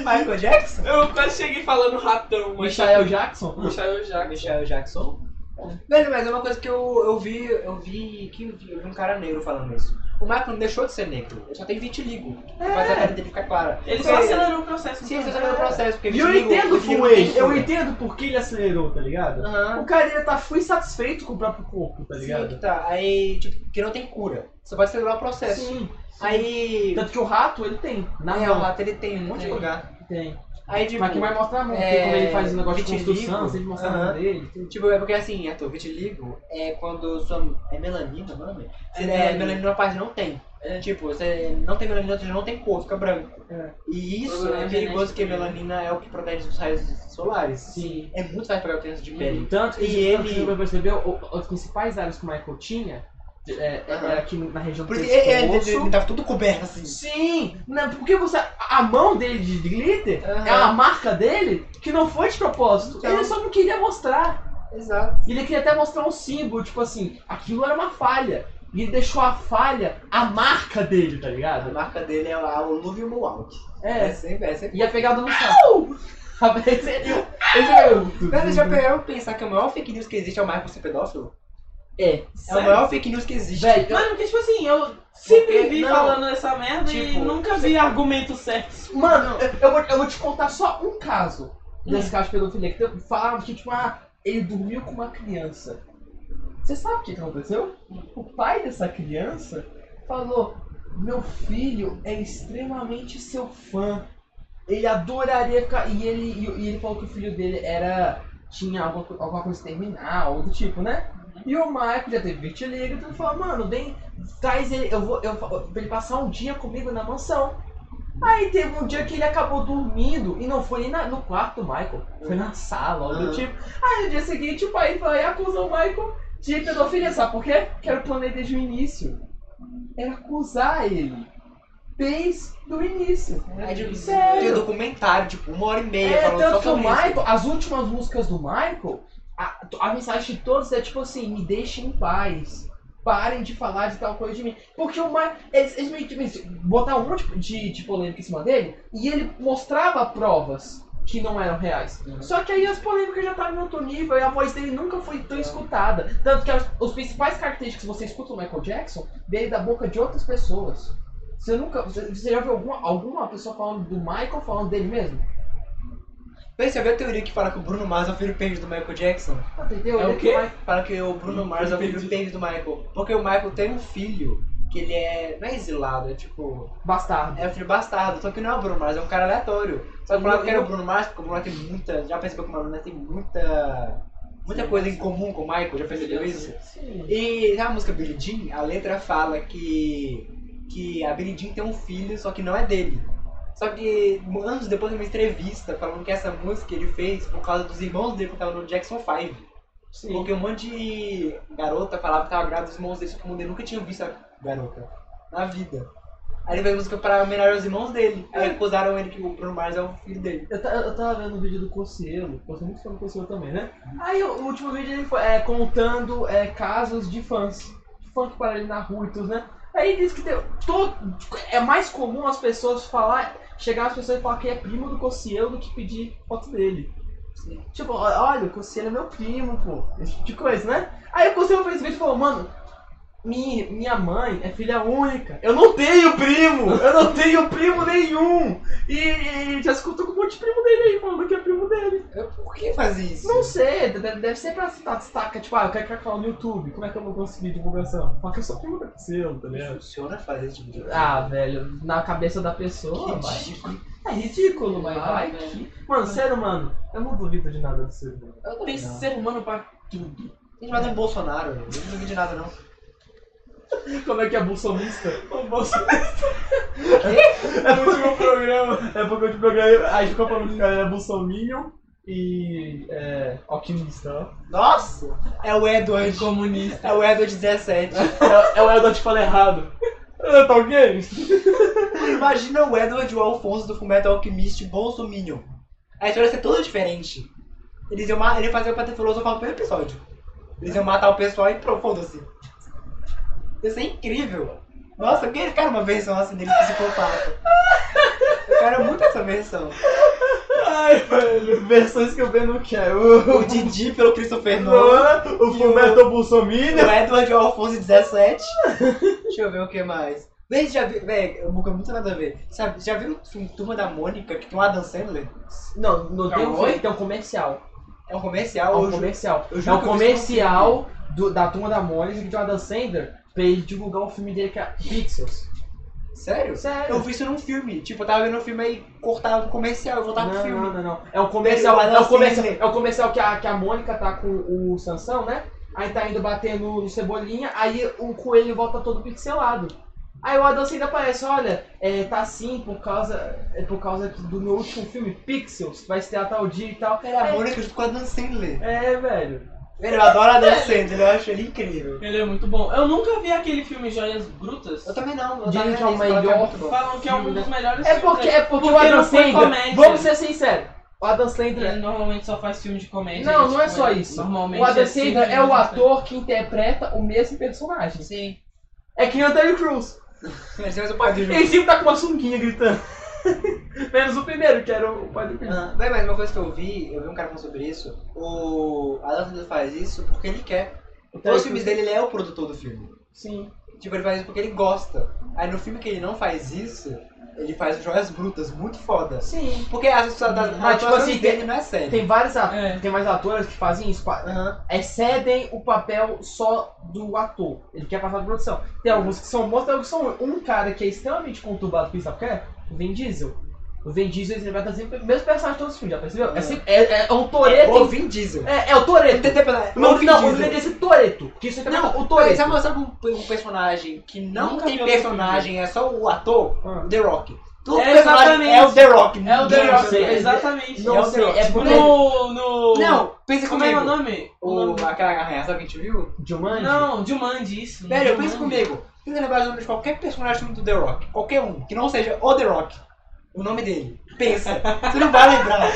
Speaker 5: Michael Jackson?
Speaker 3: Eu quase cheguei falando ratão,
Speaker 2: o
Speaker 5: é
Speaker 3: mas.
Speaker 2: Michael Jackson.
Speaker 3: Michael Jackson.
Speaker 5: Michael Jackson? Velho, mas é uma coisa que eu, eu vi, eu vi, que eu vi, eu vi um cara negro falando isso. O Michael não deixou de ser negro, ele só tem vitiligo. É. Faz a pele dele ficar clara.
Speaker 3: Ele
Speaker 5: Ele-
Speaker 3: só acelerou o processo.
Speaker 5: Sim,
Speaker 2: é
Speaker 5: você sabe o processo, porque
Speaker 2: E eu
Speaker 5: vitiligo-
Speaker 2: entendo
Speaker 5: vitiligo
Speaker 2: com
Speaker 5: tem
Speaker 2: ele, eu
Speaker 5: cura.
Speaker 2: entendo porque ele acelerou, tá ligado?
Speaker 5: Aham.
Speaker 2: O cara ia tá full insatisfeito com o próprio corpo, tá
Speaker 5: Sim,
Speaker 2: ligado?
Speaker 5: que tá. Aí, tipo, que não tem cura. Você pode acelerar o processo.
Speaker 2: Sim.
Speaker 5: Aí.
Speaker 2: Tanto que o rato, ele tem. Na
Speaker 5: é, o
Speaker 2: mão,
Speaker 5: rato ele tem um monte de
Speaker 2: Tem.
Speaker 5: lugar.
Speaker 2: tem.
Speaker 5: Aí, tipo.
Speaker 2: Mas quem vai mostrar a mão, porque
Speaker 5: é,
Speaker 2: como ele faz o negócio de
Speaker 5: vitiligo.
Speaker 2: construção, sempre mostrar a
Speaker 5: Aham.
Speaker 2: mão dele. tudo.
Speaker 5: Tipo, é porque assim, Arthur, vitiligo é quando sua. É melanina o nome?
Speaker 3: É
Speaker 5: É,
Speaker 3: melanina.
Speaker 5: melanina uma parte não tem. Tipo, você não tem melanina, você não tem cor, fica branco.
Speaker 2: É.
Speaker 5: E isso
Speaker 3: Problema
Speaker 5: é perigoso,
Speaker 3: genético
Speaker 5: porque
Speaker 3: também.
Speaker 5: melanina é o que protege dos raios solares.
Speaker 2: Sim.
Speaker 5: É muito fácil pegar câncer de pele.
Speaker 2: assim. Tanto que
Speaker 5: E
Speaker 2: tanto que
Speaker 5: ele-
Speaker 2: você vai perceber, o- as principais áreas que o Michael tinha é, é-
Speaker 5: Aham.
Speaker 2: era aqui na região do
Speaker 5: Porque é,
Speaker 2: pescoço.
Speaker 5: ele, ele, ele, ele tava tudo coberto assim.
Speaker 2: Sim! Não, porque você. A mão dele de glitter
Speaker 5: Aham.
Speaker 2: é uma marca dele que não foi de propósito.
Speaker 5: Então.
Speaker 2: Ele só não queria mostrar.
Speaker 5: É Exato.
Speaker 2: E ele queria até mostrar um símbolo, tipo assim, aquilo era uma falha. E ele deixou a falha a marca dele, tá
Speaker 5: A
Speaker 2: ligado?
Speaker 5: marca dele é lá, o Luve Moalt. É
Speaker 2: É.
Speaker 5: sempre, é sempre.
Speaker 2: E a pegada no saco. Esse esse é o-
Speaker 5: Velho, já pegaram pra pensar que a maior fake news que existe é o Michael ser pedófilo?
Speaker 2: É.
Speaker 5: É a
Speaker 3: Sério?
Speaker 5: maior fake news que existe.
Speaker 2: Velho, eu-
Speaker 3: Mano, porque tipo assim, eu sempre
Speaker 5: Porque-
Speaker 3: vi
Speaker 5: não.
Speaker 3: falando essa merda e
Speaker 5: Tipo,
Speaker 3: nunca
Speaker 2: tá
Speaker 3: vi argumentos certos.
Speaker 2: Mano, eu, eu vou, eu vou te contar só um caso desse caso de pedofilia. Que tem- falaram que, tipo, ah, ele dormiu com uma criança. Você sabe o que que aconteceu? O pai dessa criança falou: Meu filho é extremamente seu fã. Ele adoraria ficar. E ele, e, e ele falou que o filho dele era. tinha alguma, co- alguma coisa terminal, algo do tipo, né? E o Michael já teve vitiligo, então ele falou, mano, vem, traz ele, eu vou, eu, fa- pra ele passar um dia comigo na mansão. Aí teve um dia que ele acabou dormindo e não foi nem na- no quarto do Michael, foi na sala, algo do
Speaker 5: Uhum.
Speaker 2: tipo. Aí no dia seguinte o pai foi lá e acusou o Michael de pedofilia, sabe por quê? Que era o plano dele desde o início. Era acusar ele. Desde o início.
Speaker 5: Tem um
Speaker 2: Sério.
Speaker 5: documentário, tipo, uma hora e meia
Speaker 2: É,
Speaker 5: falando só
Speaker 2: tanto que o
Speaker 5: sobre isso.
Speaker 2: Michael, as últimas músicas do Michael, a, a mensagem de todos é tipo assim, me deixem em paz. Parem de falar de tal coisa de mim. Porque o Michael. Eles, eles meio que- eles botaram um monte de, de polêmica em cima dele e ele mostrava provas que não eram reais.
Speaker 5: Uhum.
Speaker 2: Só que aí as polêmicas já estavam em outro nível e a voz dele nunca foi tão escutada. Tanto que as, os principais características que você escuta do Michael Jackson veio da boca de outras pessoas. Você nunca. Você, você já viu alguma, alguma pessoa falando do Michael falando dele mesmo?
Speaker 5: Vê, você viu a teoria que fala que o Bruno Mars é o filho pende do Michael Jackson?
Speaker 2: Entendeu?
Speaker 3: É
Speaker 2: Ele
Speaker 3: o quê?
Speaker 2: vai-
Speaker 5: Fala que o Bruno Mars é o filho
Speaker 3: Entendi.
Speaker 5: pende do Michael. Porque o Michael tem um filho que ele é. Não é exilado, é tipo.
Speaker 2: Bastardo.
Speaker 5: É o filho bastardo. Só que não é o Bruno Mars, é um cara aleatório. Só que falava que era o Bruno Mars, porque o Bruno Mars tem muita. Já percebeu que o Bruno Mars tem muita. Muita coisa em comum com o Michael, já percebeu isso?
Speaker 2: Sim.
Speaker 5: E na música Billie Jean, a letra fala que, que a Billie Jean tem um filho, só que não é dele. Só que anos depois de uma entrevista falando que essa música ele fez por causa dos irmãos dele que estavam no Jackson 5. Porque um monte de garota falava que tava grávida dos irmãos dele, só que o mundo dele nunca tinha visto a garota na vida. Aí ele fez música pra homenagear os irmãos dele. Aí acusaram ele que o Bruno Mars é o filho dele.
Speaker 2: Eu, ta- eu tava vendo um vídeo do Cossielo, gosto é muito de falar do Cossielo também, né? Aí o, o último vídeo ele foi é, contando é, casos de fãs. De fã que para ele na rua e tudo, né? Aí ele disse que deu, todo, é mais comum as pessoas falar, chegar as pessoas e falar que é primo do Cossielo do que pedir foto dele. Tipo, ó- olha, o Cossielo é meu primo, pô. Esse tipo de coisa, né? Aí o Cossielo fez vídeo e falou, mano, minha, minha mãe é filha única. Eu não tenho primo! Eu não tenho primo nenhum! E, e já se contou com um monte de primo dele aí, falando que é primo dele.
Speaker 5: Eu, por que fazer isso?
Speaker 2: Não sei, de- de- deve ser pra citar destaca, tipo, ah, eu quero criar canal no YouTube, como é que eu vou conseguir divulgação? Fala que eu sou primo da pessoa, tá ligado?
Speaker 5: Funciona fazer esse tipo de coisa.
Speaker 2: Ah, velho, na cabeça da
Speaker 5: Ah,
Speaker 2: pessoa, vai.
Speaker 5: ridículo.
Speaker 2: É ridículo, mas
Speaker 3: Ah,
Speaker 2: vai.
Speaker 3: velho.
Speaker 2: que- Mano, sério, mano, eu não duvido de nada do ser humano.
Speaker 3: Tem
Speaker 5: Não.
Speaker 3: ser humano pra tudo.
Speaker 5: A gente vai dar um Bolsonaro, eu não duvido de nada não.
Speaker 2: Como é que é bolsonista?
Speaker 3: O Bolsonaro. no último programa.
Speaker 2: É porque eu te programei, a gente ficou falando que era bolsominion e é, alquimista, ó.
Speaker 5: Nossa! É o Edward.
Speaker 3: Comunista.
Speaker 5: É o Edward 17.
Speaker 2: É, é o Eldor te fala errado. É, Tá ok?
Speaker 5: Imagina o Edward e o Alfonso do Fumeto Alquimista e Bolsominion. A história ia ser toda diferente. Eles iam ma- ele ia fazer pra ter filosofar no primeiro episódio. Eles iam matar o pessoal e pronto, foda-se. Ia ser incrível. Nossa, eu quero- quero uma versão assim dele psicopata. Eu quero muito essa versão.
Speaker 2: Ai, velho, versões que eu vejo no
Speaker 5: O
Speaker 2: quero.
Speaker 5: Didi pelo Christopher Nolan.
Speaker 2: Nolan, o Fumeto
Speaker 5: O
Speaker 2: Bolsonaro.
Speaker 5: é Edward e o Alfonso 17. Deixa eu ver o que mais. Véi, já vi, véi, eu não tenho é muito nada a ver. Sabe, já viu o filme Turma da Mônica, que tem o Adam Sandler?
Speaker 2: Não, não tem um
Speaker 3: Calma aí.
Speaker 2: filme, tem um comercial.
Speaker 5: É um
Speaker 2: É
Speaker 5: comercial,
Speaker 2: um
Speaker 5: eu ju-
Speaker 2: comercial.
Speaker 5: eu
Speaker 2: É
Speaker 5: juro
Speaker 2: um
Speaker 5: que eu vi esse
Speaker 2: comercial do- da turma da Mônica de Adam Sandler pra ele divulgar o filme dele que é Pixels.
Speaker 5: filme. Sério? Eu
Speaker 2: Sério?
Speaker 5: vi isso num filme. Tipo, eu tava vendo um filme aí, cortava um comercial, eu voltava pro
Speaker 2: Não,
Speaker 5: filme.
Speaker 2: não, não, não. É um comercial,
Speaker 5: Tem o
Speaker 2: é
Speaker 5: Adam
Speaker 2: um comercial,
Speaker 5: Sandler.
Speaker 2: é um comercial que a, que a Mônica tá com o Sansão, né? Aí tá indo bater no, no Cebolinha, aí o coelho volta todo pixelado. Aí o Adam Sandler aparece, olha, é, tá assim por causa, é por causa do meu último filme, Pixels, que vai estrear tal dia e tal.
Speaker 5: Era É a
Speaker 2: Aí-
Speaker 5: Mônica junto com o Adam Sandler.
Speaker 2: É, velho.
Speaker 5: Velho, eu adoro Adam Sandler, eu acho ele incrível.
Speaker 3: Ele é muito bom. Eu nunca vi aquele filme Joias Brutas.
Speaker 5: Eu também não, eu
Speaker 2: Gente,
Speaker 5: tava vendo
Speaker 2: é o melhor
Speaker 5: isso, falaram que é muito bom.
Speaker 3: Falam que é um dos melhores
Speaker 2: É
Speaker 3: filmes.
Speaker 2: porque,
Speaker 3: dele.
Speaker 2: é porque,
Speaker 3: Porque
Speaker 2: o Adam
Speaker 3: não foi
Speaker 2: Sandler.
Speaker 3: comédia.
Speaker 2: Vamos ser sinceros. O Adam Sandler.
Speaker 3: Ele normalmente só faz filme de comédia.
Speaker 2: Não,
Speaker 3: né?
Speaker 2: não é
Speaker 3: Tipo,
Speaker 2: só
Speaker 3: ele-
Speaker 2: isso.
Speaker 3: Normalmente
Speaker 2: O Adam
Speaker 3: assim,
Speaker 2: Sandler é o
Speaker 3: mas-
Speaker 2: ator que interpreta o mesmo personagem.
Speaker 5: Sim.
Speaker 2: É que nem o Terry Crews.
Speaker 5: Mas eu pai do jogo.
Speaker 2: Ele sempre tá com uma sunguinha gritando. Menos o primeiro, que era o pai do Crews.
Speaker 5: Ah, Véi, mas uma coisa que eu vi, eu vi um cara falando sobre isso, o Adam Sandler faz isso porque ele quer. Todos os
Speaker 3: Então,
Speaker 5: filmes
Speaker 3: tipo,
Speaker 5: dele, ele é o produtor do filme.
Speaker 2: Sim.
Speaker 5: Tipo, ele faz isso porque ele gosta. Aí no filme que ele não faz isso, ele faz joias brutas, muito foda.
Speaker 2: Sim.
Speaker 5: Porque as pessoas das
Speaker 2: Mas,
Speaker 5: as
Speaker 2: tipo
Speaker 5: atuações
Speaker 2: assim,
Speaker 5: dele não é sério.
Speaker 2: Tem vários atores.
Speaker 3: É.
Speaker 2: Tem mais atores que fazem isso, pa-
Speaker 5: Aham.
Speaker 2: excedem o papel só do ator. Ele quer passar de produção. Tem alguns que são bons, tem alguns que são ruins. Um cara que é extremamente conturbado, sabe o que é? O Vin Diesel. O Vin Diesel ele vai trazer o mesmo personagem de todos os filmes, já percebeu? É, sempre- é- é um Toreto.
Speaker 5: Ô, Vin Diesel.
Speaker 2: É, é o Toreto.
Speaker 5: Tentei pela-
Speaker 2: Não,
Speaker 5: Ô, Vin
Speaker 2: não, o
Speaker 5: Diesel.
Speaker 2: Vin Diesel é Toreto. Que isso aqui é
Speaker 5: Não,
Speaker 2: o
Speaker 5: Pô,
Speaker 2: Toreto.
Speaker 5: Você vai mostrar pra um, um personagem que não
Speaker 3: Nunca vi
Speaker 5: tem
Speaker 3: outro
Speaker 5: personagem, é só o ator,
Speaker 2: Ah.
Speaker 5: o The Rock. Todo
Speaker 3: É,
Speaker 5: personagem é o The Rock.
Speaker 3: É o The
Speaker 5: ninguém
Speaker 3: Rock,
Speaker 5: usa ele.
Speaker 3: exatamente.
Speaker 5: Não sei, é
Speaker 2: porque-
Speaker 3: No, no...
Speaker 5: Não, pensa
Speaker 3: Como é
Speaker 5: comigo.
Speaker 3: o nome? O
Speaker 5: O,
Speaker 3: nome-
Speaker 5: aquela arranha-céu que a gente viu?
Speaker 2: Jumanji?
Speaker 3: Não, Jumanji, isso.
Speaker 5: Velho,
Speaker 3: Jumanji.
Speaker 5: pensa comigo. Tenta lembrar o nome de qualquer personagem do The Rock. Qualquer um. Que não seja o The Rock. O nome dele. Pensa. Você não vai lembrar.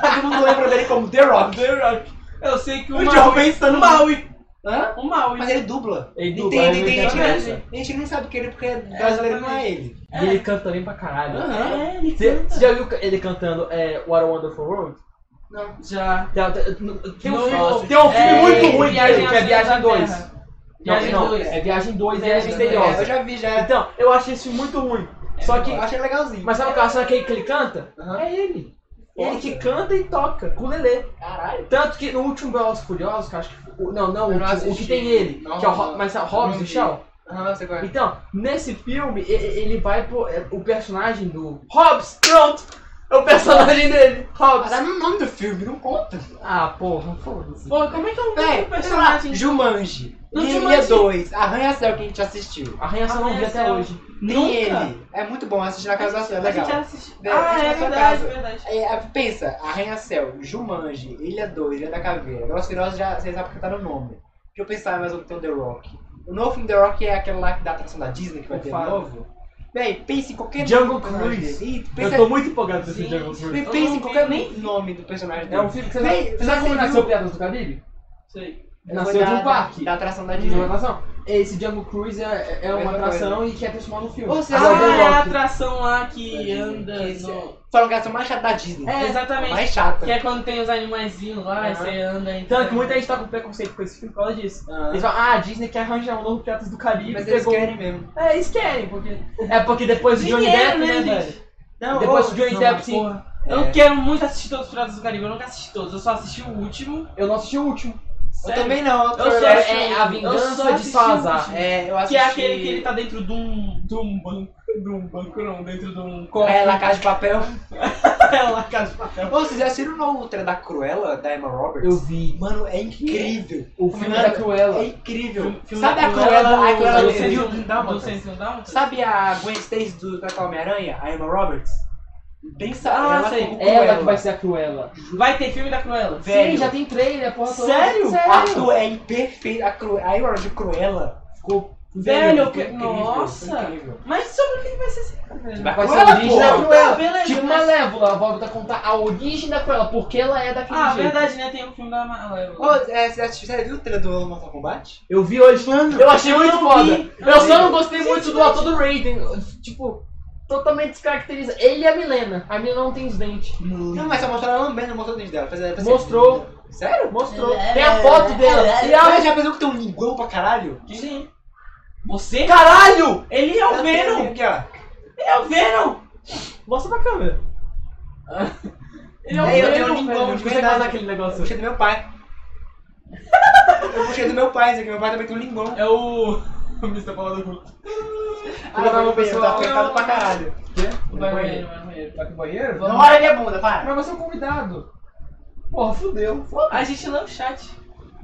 Speaker 5: Todo mundo lembra dele como The Rock.
Speaker 3: The Rock. Eu sei que o
Speaker 5: O
Speaker 3: Maui...
Speaker 5: John pensando
Speaker 3: O Maui.
Speaker 5: Hã?
Speaker 3: O Maui.
Speaker 5: Mas ele dubla.
Speaker 2: Ele
Speaker 5: E
Speaker 2: dubla,
Speaker 5: tem,
Speaker 2: ele
Speaker 5: tem, tem
Speaker 2: canta.
Speaker 5: gente,
Speaker 3: né?
Speaker 5: que- a gente nem sabe que é ele porque brasileiro não é ele.
Speaker 2: E ele canta bem pra caralho.
Speaker 5: Aham.
Speaker 3: É, ele
Speaker 2: Você
Speaker 3: canta.
Speaker 2: você já viu ele cantando é, What a Wonderful World?
Speaker 3: Já.
Speaker 2: Tem, tem- tem um
Speaker 3: Não,
Speaker 2: filme,
Speaker 3: nossa.
Speaker 2: tem um filme
Speaker 3: É,
Speaker 2: muito ruim
Speaker 3: Viagem
Speaker 2: dele, que é
Speaker 3: às
Speaker 2: Viagem
Speaker 3: Vezes da
Speaker 2: 2.
Speaker 3: Terra.
Speaker 2: Não,
Speaker 3: Viagem
Speaker 2: não,
Speaker 3: dois.
Speaker 2: é Viagem 2 é,
Speaker 3: Viagem
Speaker 5: É, eu
Speaker 2: misteriosa.
Speaker 5: já vi, já.
Speaker 2: Então, eu achei esse filme muito ruim. Só que,
Speaker 5: Eu achei legalzinho.
Speaker 2: mas sabe o que sabe quem que ele canta?
Speaker 5: Aham.
Speaker 2: É ele. Ele
Speaker 5: Nossa.
Speaker 2: que canta e toca, com o Lelê.
Speaker 5: Caralho.
Speaker 2: Tanto que no último Velozes e Furiosos, que acho que... o- Não, não, o,
Speaker 5: Eu
Speaker 2: último,
Speaker 5: não
Speaker 2: o que
Speaker 5: assisti.
Speaker 2: tem ele,
Speaker 5: Não,
Speaker 2: que é o, Ro-
Speaker 5: não.
Speaker 2: mas é o Hobbs
Speaker 5: Não
Speaker 2: e
Speaker 5: vi.
Speaker 2: Shell.
Speaker 5: Aham, você vai.
Speaker 2: Então, nesse filme, e- e- ele vai pro. é, O personagem do. Hobbs! Pronto! É o personagem dele!
Speaker 5: Mas
Speaker 2: Hobbs!
Speaker 5: dá no tá nome do filme, não conta.
Speaker 2: Ah, porra, foda-se.
Speaker 3: Pô, como é que é o nome
Speaker 5: Véi,
Speaker 3: do
Speaker 5: sei lá,
Speaker 3: personagem?
Speaker 5: Jumanji.
Speaker 3: Não,
Speaker 5: Lilia
Speaker 3: Jumanji.
Speaker 5: 2. Arranha-céu que a gente assistiu.
Speaker 2: Arranha só não vi até
Speaker 3: Arranha-céu.
Speaker 2: hoje.
Speaker 5: Nem
Speaker 3: Nunca.
Speaker 5: ele. É muito bom assistir na casa da sua, é
Speaker 3: A gente
Speaker 5: legal.
Speaker 3: assiste-
Speaker 5: Velho,
Speaker 3: Ah,
Speaker 5: assiste
Speaker 3: é
Speaker 5: na sua
Speaker 3: verdade,
Speaker 5: casa.
Speaker 3: verdade.
Speaker 5: É, a- pensa, Arranha-Céu, Jumanji, Ilha 2, Ilha da Caveira, Velozes e Furiosos já vocês sabem que tá no nome. Deixa eu pensar mais um que tem o The Rock. O novo filme The Rock é aquele lá que dá atração da Disney que vai
Speaker 2: O
Speaker 5: ter
Speaker 2: Fado.
Speaker 5: novo. Véi, pensa em qualquer
Speaker 2: Jungle
Speaker 5: personagem
Speaker 2: Cruise.
Speaker 5: dele. E
Speaker 2: Eu
Speaker 5: Pensa,
Speaker 2: tô muito empolgado com esse
Speaker 3: Sim.
Speaker 2: Jungle Cruise.
Speaker 5: e pensa
Speaker 3: Eu
Speaker 5: em
Speaker 3: não
Speaker 5: qualquer
Speaker 3: vi nem.
Speaker 5: nome do personagem dele.
Speaker 2: É um filme que é você
Speaker 5: Bem,
Speaker 2: Você
Speaker 5: você
Speaker 2: sabe como
Speaker 5: viu-
Speaker 2: nasceu Piadas do Caribe?
Speaker 3: Sei.
Speaker 2: Nasceu de um parque.
Speaker 5: Da atração da
Speaker 2: De uma
Speaker 5: Disney.
Speaker 2: atração. Esse Jungle Cruise é, é uma
Speaker 5: Mesma
Speaker 2: atração e quer transformar no filme.
Speaker 5: Ou seja,
Speaker 2: Agora
Speaker 5: The
Speaker 3: Ah, é
Speaker 2: é
Speaker 3: a
Speaker 2: outro.
Speaker 3: atração lá que
Speaker 5: Disney,
Speaker 3: anda
Speaker 5: que isso
Speaker 3: no...
Speaker 5: Falam que é a atração mais chata da Disney.
Speaker 3: É,
Speaker 5: A
Speaker 3: exatamente.
Speaker 5: mais chata.
Speaker 3: Que é quando tem os animaizinhos lá, e
Speaker 5: Aham. Então, é
Speaker 3: você anda e...
Speaker 2: Tanto que muita gente tá com preconceito com esse filme por causa disso.
Speaker 5: Ah,
Speaker 2: Eles falam, ah, a Disney quer arranjar um novo Piratas do Caribe.
Speaker 5: Mas eles
Speaker 2: pegou um-
Speaker 5: querem mesmo.
Speaker 2: É, eles querem, porque. É porque depois do Johnny
Speaker 3: Dinheiro,
Speaker 2: Depp, né,
Speaker 3: né,
Speaker 2: velho?
Speaker 3: gente?
Speaker 5: Não,
Speaker 2: Depois
Speaker 5: ô,
Speaker 2: do Johnny
Speaker 3: Não,
Speaker 2: Depp, sim.
Speaker 3: porra. Eu
Speaker 5: É.
Speaker 3: não quero muito assistir todos os Piratas do Caribe, eu nunca assisti todos, eu só assisti o último.
Speaker 2: Eu não assisti o último.
Speaker 5: Eu
Speaker 3: Sério.
Speaker 5: também não.
Speaker 3: Eu só
Speaker 5: é,
Speaker 3: assisti
Speaker 2: é
Speaker 3: o
Speaker 2: a
Speaker 3: último. Eu
Speaker 2: vingança
Speaker 3: só
Speaker 2: de
Speaker 3: assisti o
Speaker 2: Salazar.
Speaker 3: último.
Speaker 5: é, eu assisti...
Speaker 3: Que é aquele que ele tá dentro de um, de um banco, de um banco não, dentro de um cofre.
Speaker 5: É, La Casa de Papel.
Speaker 3: É lá, Casa de Papel.
Speaker 5: Ô, vocês já assistiram o Ultra da Cruella, da Emma Roberts?
Speaker 2: Eu vi
Speaker 5: Mano, é incrível.
Speaker 2: o filme
Speaker 5: Mano,
Speaker 2: da
Speaker 5: É
Speaker 2: Cruella.
Speaker 5: incrível.
Speaker 3: Filme
Speaker 5: Sabe
Speaker 3: da
Speaker 5: a Cruella, a
Speaker 3: do-
Speaker 5: Cruella
Speaker 3: do
Speaker 5: do
Speaker 3: Sentinel
Speaker 5: Sentinel
Speaker 3: do
Speaker 5: Dálmatas?
Speaker 3: Sentinel Dálmatas?
Speaker 5: Sabe a Gwen Stacy do da Homem-Aranha, a Emma Roberts? Pensa
Speaker 3: Ah,
Speaker 5: ela
Speaker 3: sei.
Speaker 5: como
Speaker 2: Ela
Speaker 5: Cruella.
Speaker 2: que vai ser a Cruella.
Speaker 3: Vai ter filme da Cruella.
Speaker 5: Velho.
Speaker 2: Sim, já tem trailer, porra. toda.
Speaker 3: Sério?
Speaker 5: Arthur é imperfeito. A, Cru... a Emma de Cruella ficou...
Speaker 3: Velho, eu
Speaker 5: ficou
Speaker 3: que-
Speaker 5: incrível,
Speaker 3: nossa.
Speaker 5: ficou Incrível.
Speaker 3: Mas sobre o que vai ser esse filme, velho?
Speaker 2: Vai ser
Speaker 5: Cruella,
Speaker 2: a origem
Speaker 5: Tipo, porra.
Speaker 2: da Cruella.
Speaker 3: Tá, beleza,
Speaker 2: Tipo
Speaker 3: mas-
Speaker 2: Malévola, a Valve tá contar a origem da Cruella, porque ela é daquele
Speaker 3: Ah,
Speaker 2: jeito.
Speaker 3: verdade, né? Tem o filme da Malévola.
Speaker 5: Ô, é, você assistiu- você viu o trailer do Mortal Kombat?
Speaker 2: Eu vi hoje. Eu achei
Speaker 3: eu
Speaker 2: muito
Speaker 3: não
Speaker 2: foda.
Speaker 3: vi.
Speaker 2: Eu só não gostei
Speaker 3: Gente,
Speaker 2: muito do
Speaker 3: mas-
Speaker 2: ator do Raiden. Tipo, totalmente descaracteriza. Ele e a Milena. A Milena não tem os dentes.
Speaker 5: Não, mas só mostrou ela lambendo, não mostrou o dente dela. Fez- fez-
Speaker 2: Mostrou.
Speaker 5: Sério?
Speaker 2: Mostrou. Tem a foto dela. E é
Speaker 5: Ah,
Speaker 2: a...
Speaker 5: já pensou que tem um linguão pra caralho?
Speaker 3: Sim. Você?
Speaker 2: Caralho!
Speaker 3: Ele é o Venom!
Speaker 5: Aqui, ó.
Speaker 3: É o Venom!
Speaker 2: Mostra pra câmera.
Speaker 3: Ele é o
Speaker 5: É, eu tenho
Speaker 3: Venom,
Speaker 5: um
Speaker 3: velho.
Speaker 5: linguão
Speaker 2: Não
Speaker 5: de
Speaker 2: consegue
Speaker 5: verdade.
Speaker 2: fazer aquele
Speaker 5: Eu
Speaker 2: negócio.
Speaker 5: puxei do meu pai. eu puxei do meu pai, isso aqui. Meu pai também tem um linguão.
Speaker 3: É o. O Mr. Paula do Hulk.
Speaker 5: Ah, não, meu pessoal tá
Speaker 2: pessoal.
Speaker 5: apertado pra caralho.
Speaker 3: Vai no banheiro, vai no banheiro.
Speaker 2: Vai pro banheiro?
Speaker 5: Não olha minha bunda, para.
Speaker 2: Mas você é um convidado. Porra, fudeu.
Speaker 3: A gente lê o chat.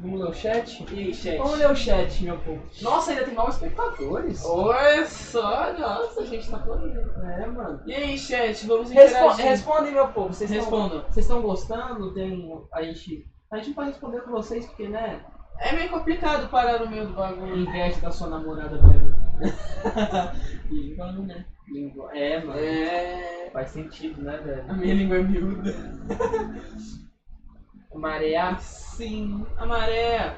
Speaker 2: Vamos ler o chat?
Speaker 3: E chat.
Speaker 2: Vamos ler o chat, meu povo. Nossa, ainda tem novos espectadores.
Speaker 3: Olha só, nossa, a gente tá falando.
Speaker 2: É, mano.
Speaker 3: E aí, chat, vamos
Speaker 2: Respo
Speaker 3: interagir.
Speaker 2: respondem, meu povo. Vocês estão
Speaker 3: Respondam.
Speaker 2: vocês estão gostando? Tem... A gente... A gente não pode responder com vocês, porque, né?
Speaker 3: É meio complicado parar no meio do bagulho.
Speaker 2: Inveja da sua namorada, velho.
Speaker 3: Língua, né?
Speaker 2: Língua. É, mano.
Speaker 3: É.
Speaker 2: Faz sentido, né, velho?
Speaker 3: A minha língua é miúda.
Speaker 2: Marear.
Speaker 3: Sim, a maré.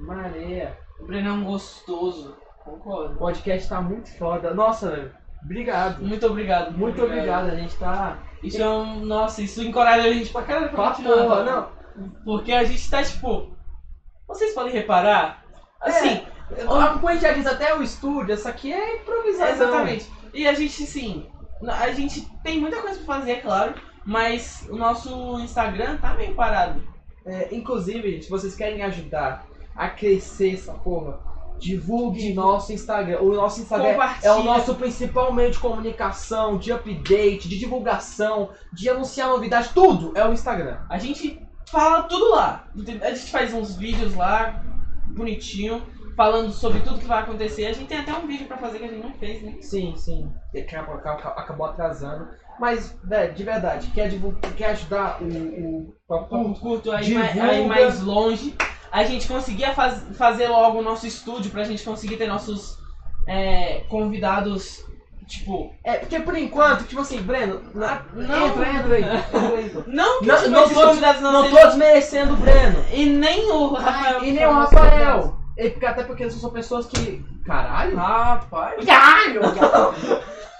Speaker 2: Mareia.
Speaker 3: Assim, O Breno é um gostoso. Concordo.
Speaker 2: O podcast tá muito foda. Nossa, velho. Obrigado.
Speaker 3: Muito obrigado.
Speaker 2: Muito obrigado, a gente tá.
Speaker 3: Isso é um. Nossa, isso encoraja a gente pra caralho pra
Speaker 2: Pra
Speaker 3: continuar.
Speaker 2: porra,
Speaker 3: tá?
Speaker 2: não.
Speaker 3: Porque a gente tá tipo. Vocês podem reparar? Assim,
Speaker 2: Como a gente já diz até o estúdio, essa aqui é improvisação.
Speaker 3: Exatamente. E a gente, sim, a gente tem muita coisa pra fazer, é claro, mas o nosso Instagram tá meio parado.
Speaker 2: É, inclusive, gente, se vocês querem ajudar a crescer essa porra, Divulgue nosso Instagram. O nosso Instagram é
Speaker 3: Compartilha.
Speaker 2: o nosso principal meio de comunicação, de update, de divulgação, de anunciar novidades. Tudo é o Instagram.
Speaker 3: A gente fala tudo lá. entendeu? A gente faz uns vídeos lá, bonitinho, falando sobre tudo que vai acontecer. A gente tem até um vídeo pra fazer que a gente não fez, né?
Speaker 2: Sim, sim. E É Acabou, acabou, acabou atrasando. Mas, velho, de verdade, quer, divul- quer ajudar o, o
Speaker 3: Cur- Curto aí,
Speaker 2: Hum, Divulga.
Speaker 3: mais, aí mais longe. A gente conseguia faz- fazer logo o nosso estúdio pra gente conseguir ter nossos é, convidados, tipo.
Speaker 2: É, porque por enquanto, tipo assim, Breno, na-
Speaker 3: Não.
Speaker 2: entra, entra aí. entra aí.
Speaker 3: Não que
Speaker 2: Não-
Speaker 3: tipo,
Speaker 2: não
Speaker 3: esses
Speaker 2: tô-
Speaker 3: convidados não,
Speaker 2: Não
Speaker 3: sejam-
Speaker 2: tô desmerecendo o Breno.
Speaker 3: E nem o Rafael.
Speaker 2: E nem o Rafael. E porque- até porque são pessoas que. Caralho?
Speaker 3: Rapaz.
Speaker 2: Caralho!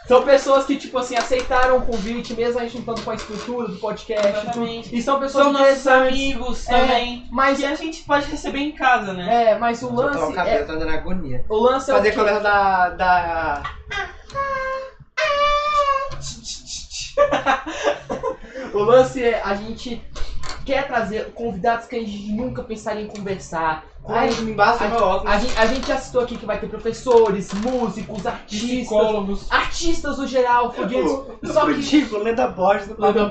Speaker 2: são pessoas que, tipo assim, aceitaram o convite, mesmo a gente não estando com a estrutura do podcast. tudo.
Speaker 3: Exatamente.
Speaker 2: E são pessoas
Speaker 3: São nossos
Speaker 2: interessantes.
Speaker 3: amigos
Speaker 2: É.
Speaker 3: também.
Speaker 2: Mas,
Speaker 3: Que a gente pode receber em casa, né?
Speaker 2: é, mas o
Speaker 5: Eu tô
Speaker 2: lance. É,
Speaker 5: cabelo, tô na agonia.
Speaker 2: o lance é o
Speaker 5: Fazer
Speaker 2: quê?
Speaker 5: conversa da. da.
Speaker 2: O lance é a gente quer trazer convidados que a gente nunca pensaria em conversar.
Speaker 5: Ai, me embaça
Speaker 2: Ai,
Speaker 5: meu óculos.
Speaker 2: A gente, a gente já citou aqui que vai ter professores, músicos, artistas,
Speaker 3: Psicólogos.
Speaker 2: artistas no geral, fudidos. Só
Speaker 5: Só
Speaker 2: que-
Speaker 5: que tipo, Leda Borges do Papo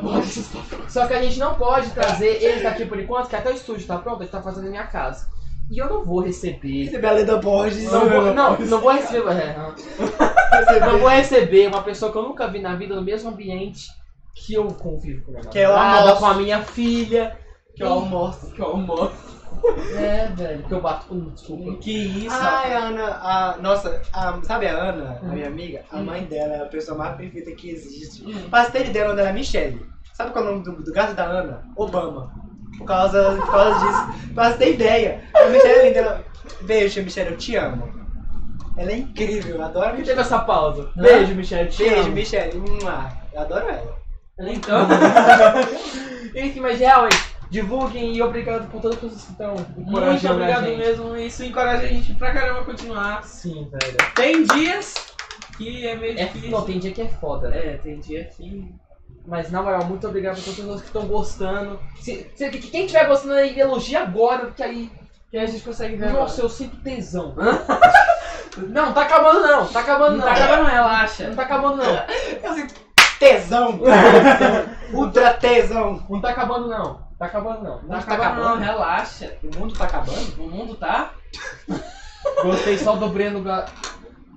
Speaker 2: Só que a gente não pode trazer eles aqui por enquanto, que até o estúdio tá pronto, a gente tá fazendo na minha casa. E eu não vou receber.
Speaker 5: Receber a Leda Borges.
Speaker 2: Não, vou, não, não vou receber. é, não. Não vou receber uma pessoa que eu nunca vi na vida no mesmo ambiente que eu convivo com a minha
Speaker 5: Que eu
Speaker 2: namorada,
Speaker 5: almoço.
Speaker 2: com a minha filha.
Speaker 5: Que eu almoço.
Speaker 3: Que amor.
Speaker 2: É, velho, que eu bato. Hum, desculpa.
Speaker 3: Que isso.
Speaker 5: Ai, Ana, a, nossa, a- sabe a Ana, a minha amiga? A mãe dela é a pessoa mais perfeita que existe. O pastel dela, o nome dela é Michelle. Sabe qual é o nome do, do gato da Ana? Obama. Por causa, por causa disso. Pra você ter ideia, a Michelle é linda. Ela... Beijo, tia Michelle, eu te amo. Ela é incrível, eu adoro a
Speaker 2: Por que
Speaker 5: Michelle.
Speaker 2: teve essa pausa? Beijo, Michelle. te
Speaker 5: Beijo,
Speaker 2: amo.
Speaker 5: Michelle. Mua. Eu adoro ela.
Speaker 2: Então. Enfim, mas realmente, divulguem e obrigado por todas as pessoas que estão
Speaker 3: Muito
Speaker 2: encorajando é a
Speaker 3: obrigado
Speaker 2: gente.
Speaker 3: mesmo. Isso encoraja a gente pra caramba a continuar.
Speaker 2: Sim, velho.
Speaker 3: Tem dias que é meio
Speaker 2: É,
Speaker 3: difícil.
Speaker 2: não, tem dia que é foda, né?
Speaker 3: É, tem dia que.
Speaker 2: Mas na moral, muito obrigado a todas as pessoas que estão gostando. Se, se- que- quem estiver gostando aí, elogia agora, porque aí.
Speaker 3: Que a gente consegue ver.
Speaker 2: Nossa, eu sinto tesão. não, tá acabando não, tá acabando
Speaker 3: Não
Speaker 2: não.
Speaker 3: tá acabando,
Speaker 2: Não
Speaker 3: relaxa.
Speaker 2: tá acabando não.
Speaker 5: Eu sinto tesão. Ultra tesão.
Speaker 2: Não tá acabando não. Tá acabando não.
Speaker 3: Não tá acabando, não, relaxa.
Speaker 5: O mundo tá acabando?
Speaker 3: O mundo tá.
Speaker 2: Gostei só do Breno Ga.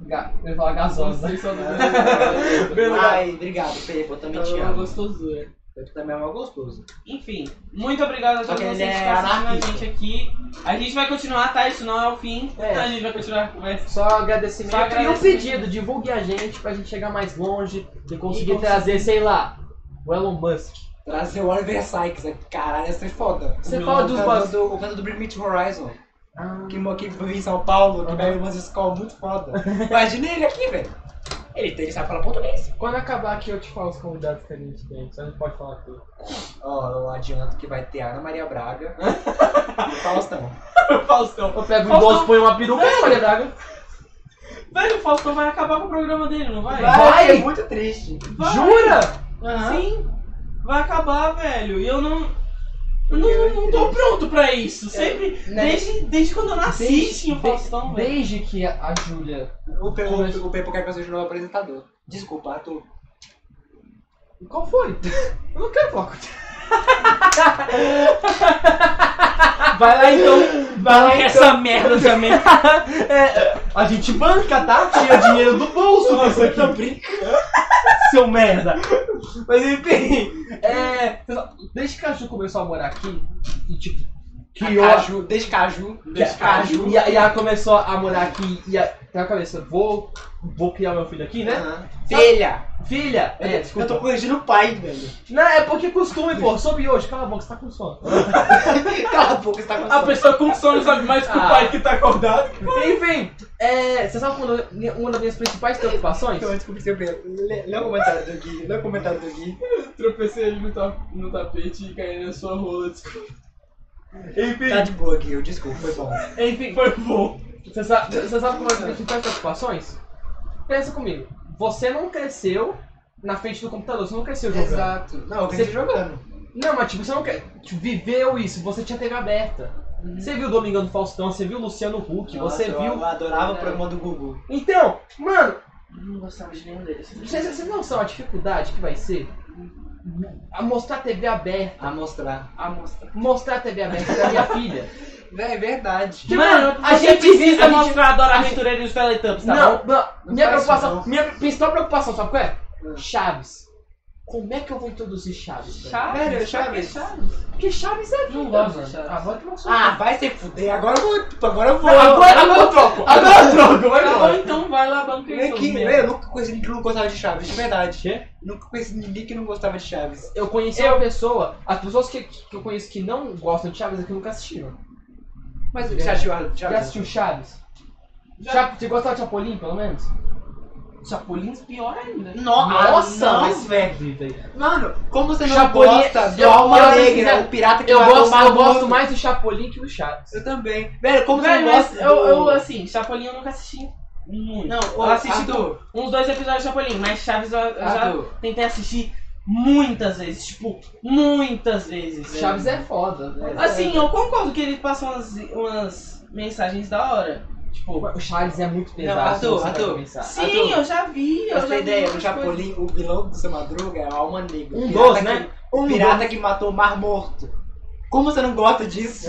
Speaker 2: Ga... Eu ia falar gasosa.
Speaker 3: Vocês só não-
Speaker 5: Ai, obrigado, Pepo. Eu também
Speaker 3: Então,
Speaker 5: te
Speaker 3: é uma
Speaker 5: amo.
Speaker 3: gostosura.
Speaker 5: Eu também é mal gostoso.
Speaker 3: Enfim, muito obrigado a
Speaker 5: Só
Speaker 3: todos
Speaker 5: que ele
Speaker 3: vocês que
Speaker 5: é
Speaker 3: estão assistindo a
Speaker 5: anarquista.
Speaker 3: gente aqui. A gente vai continuar, tá? Isso não é o fim.
Speaker 2: É.
Speaker 3: A gente vai continuar a conversa.
Speaker 2: Só agradecimento.
Speaker 3: Só
Speaker 2: E um
Speaker 3: agradecimento.
Speaker 2: pedido, divulgue a gente pra gente chegar mais longe e conseguir
Speaker 3: conseguir.
Speaker 2: trazer, sei lá, o Elon Musk.
Speaker 5: Trazer o Oliver Sykes, né? caralho, ia ser foda.
Speaker 2: Você
Speaker 3: Não,
Speaker 2: fala
Speaker 5: O
Speaker 2: dos
Speaker 5: cara
Speaker 2: bas...
Speaker 5: do, o cara do Bring Me to Horizon,
Speaker 2: Ah.
Speaker 5: que mo- que vive em São Paulo, que
Speaker 2: Aham.
Speaker 5: bebe umas escolas muito foda. Imagina ele aqui, velho. Ele, tem- ele sabe falar português.
Speaker 2: Quando acabar aqui, eu te falo os convidados que a gente tem. Você não pode falar tudo.
Speaker 5: Ó, eu adianto que vai ter Ana Maria Braga e o Faustão.
Speaker 3: Faustão.
Speaker 2: Eu pego o
Speaker 3: Faustão.
Speaker 2: idoso, põe uma peruca e olha Braga.
Speaker 3: Velho, o Faustão vai acabar com o programa dele, não vai?
Speaker 2: Vai?
Speaker 5: é muito triste.
Speaker 3: Vai.
Speaker 2: Jura?
Speaker 3: Sim, vai acabar, velho. E eu não. eu não, não tô pronto pra isso. Sempre.
Speaker 5: né?
Speaker 3: Desde, desde quando eu nasci
Speaker 2: Desde-
Speaker 3: tinha o Faustão, velho.
Speaker 2: Desde que a, a Júlia.
Speaker 5: O Pepo, o Pepo quer que eu seja o novo apresentador. Desculpa, Arthur.
Speaker 2: Qual foi? Eu não quero falar contigo.
Speaker 3: Vai lá então. Vai lá essa merda também.
Speaker 2: É, A gente banca, tá? Tira dinheiro do bolso disso aqui. Seu merda.
Speaker 5: Mas enfim,
Speaker 2: É. pessoal, Desde que a Ju começou a morar aqui, e tipo, criou. a-
Speaker 5: caju, desde caju,
Speaker 2: que a- a Ju- E, a- e ela começou a morar aqui e a, tem a cabeça, vou, vou criar meu filho aqui, né?
Speaker 5: Aham. Filha,
Speaker 2: Filha! É,
Speaker 5: eu
Speaker 2: desculpa.
Speaker 5: tô corrigindo o pai, velho.
Speaker 2: Não, é porque costume, pô. Soube hoje. Cala a boca, você tá com sono.
Speaker 5: Cala a boca, você tá com
Speaker 3: A
Speaker 5: sono.
Speaker 3: pessoa com sono sabe mais que o
Speaker 2: Ah.
Speaker 3: pai que tá acordado.
Speaker 2: Enfim, é, você sabe uma, da- uma das minhas principais preocupações?
Speaker 5: Então, desculpa, seu Pedro. Lê lê o comentário do Gui. Lê o comentário do Gui.
Speaker 3: Tropecei ali no, ta- no tapete e caí na sua rola. desculpa.
Speaker 5: Tá de boa, Gui. Eu desculpa, foi bom.
Speaker 2: Enfim,
Speaker 3: Foi bom.
Speaker 2: você sabe, você sabe uma das minhas principais preocupações? Pensa comigo. Você não cresceu na frente do computador, você não cresceu jogando.
Speaker 5: Exato. Não, eu
Speaker 2: Você-
Speaker 5: cresci jogando.
Speaker 2: Não, mas tipo, você não quer. tipo, viveu isso, você tinha TV aberta. Você viu o Domingão do Faustão, você viu o Luciano Huck,
Speaker 5: Nossa,
Speaker 2: você
Speaker 5: eu-
Speaker 2: viu. é
Speaker 5: Eu adorava o programa do Gugu.
Speaker 2: Então, mano,
Speaker 3: Eu não gostava de nenhum deles.
Speaker 2: vocês vocês não são a dificuldade que vai ser a mostrar TV aberta.
Speaker 5: A mostrar.
Speaker 3: A mostra.
Speaker 2: Mostrar TV aberta pra minha filha.
Speaker 5: Véi, É verdade.
Speaker 2: Que,
Speaker 3: Mano,
Speaker 2: mano, a
Speaker 3: você
Speaker 2: gente
Speaker 3: precisa
Speaker 2: a gente-
Speaker 3: mostrar a Dora
Speaker 2: a gente-
Speaker 3: Aventureira e os Teletubbies, tá bom?
Speaker 2: não, não,
Speaker 5: Não
Speaker 2: minha
Speaker 5: faz isso,
Speaker 2: preocupação,
Speaker 5: não.
Speaker 2: minha principal preocupação, sabe qual é?
Speaker 5: Hum.
Speaker 2: Chaves. Como é que eu vou introduzir Chaves? velho?
Speaker 3: Chaves?
Speaker 5: Velho,
Speaker 3: Sabe,
Speaker 5: Chaves.
Speaker 3: Chaves?
Speaker 2: Porque Chaves é
Speaker 3: Não
Speaker 2: vida,
Speaker 3: gosto de
Speaker 2: mano.
Speaker 3: Chaves.
Speaker 2: A avó que não sou.
Speaker 5: Ah, vai se fuder. Agora eu vou. tipo, Agora eu vou.
Speaker 2: agora, agora eu troco. Agora eu troco, vai
Speaker 3: Ou
Speaker 2: embora.
Speaker 3: então vai lá, banca
Speaker 5: Vem
Speaker 3: e
Speaker 5: aqui,
Speaker 3: seus
Speaker 5: velho, eu nunca conheci ninguém que não gostava de Chaves, de verdade.
Speaker 2: Quê?
Speaker 5: Nunca conheci ninguém que não gostava de Chaves.
Speaker 2: Eu conheci uma pessoa, as pessoas que, que eu conheço que não gostam de Chaves é que nunca assistiram.
Speaker 5: Mas
Speaker 2: É.
Speaker 5: você assistiu a-
Speaker 2: Já
Speaker 5: Chaves?
Speaker 2: assistiu Chaves?
Speaker 3: Já.
Speaker 2: Chaves, você gostava de Chapolin, pelo menos?
Speaker 3: Chapolins pior ainda.
Speaker 5: No-
Speaker 2: Nossa,
Speaker 5: ah, não,
Speaker 2: mas-
Speaker 5: velho. Mano, como você não
Speaker 2: Chapolin-
Speaker 5: gosta do
Speaker 2: eu-
Speaker 5: Alma
Speaker 2: eu-
Speaker 5: Negra,
Speaker 2: eu-
Speaker 5: o pirata que
Speaker 2: Eu
Speaker 5: matou
Speaker 2: gosto,
Speaker 5: o
Speaker 2: eu
Speaker 5: Mamoto?
Speaker 2: gosto mais do Chapolin que do Chaves.
Speaker 5: Eu também. Velho, como você
Speaker 3: Velho,
Speaker 5: não
Speaker 3: mas
Speaker 5: gosta
Speaker 3: eu,
Speaker 5: do...
Speaker 3: eu, assim, Chapolin eu nunca assisti.
Speaker 5: Muito.
Speaker 3: Não, eu
Speaker 5: Ô,
Speaker 3: assisti
Speaker 5: Arthur,
Speaker 3: uns dois episódios de Chapolin, mas Chaves eu, eu
Speaker 2: Ah,
Speaker 3: já
Speaker 2: tá.
Speaker 5: Arthur,
Speaker 3: tentei assistir muitas vezes. Tipo, muitas vezes.
Speaker 2: Chaves é foda. né?
Speaker 3: Assim, eu concordo que ele passa umas, umas mensagens da hora. Tipo,
Speaker 2: o Chaves é muito pesado.
Speaker 5: Não, Arthur,
Speaker 2: se você
Speaker 5: Arthur.
Speaker 2: for pensar.
Speaker 3: sim, eu já vi. Eu
Speaker 5: pra você
Speaker 3: já
Speaker 5: ter
Speaker 3: vi
Speaker 5: ideia, o
Speaker 3: muitas coisas.
Speaker 5: Chapolin, o vilão do seu Madruga é a Alma Negra. o
Speaker 2: Um
Speaker 5: pirata
Speaker 2: doce,
Speaker 5: que-
Speaker 2: né?
Speaker 5: O pirata que matou o Mar Morto. Como você não gosta disso?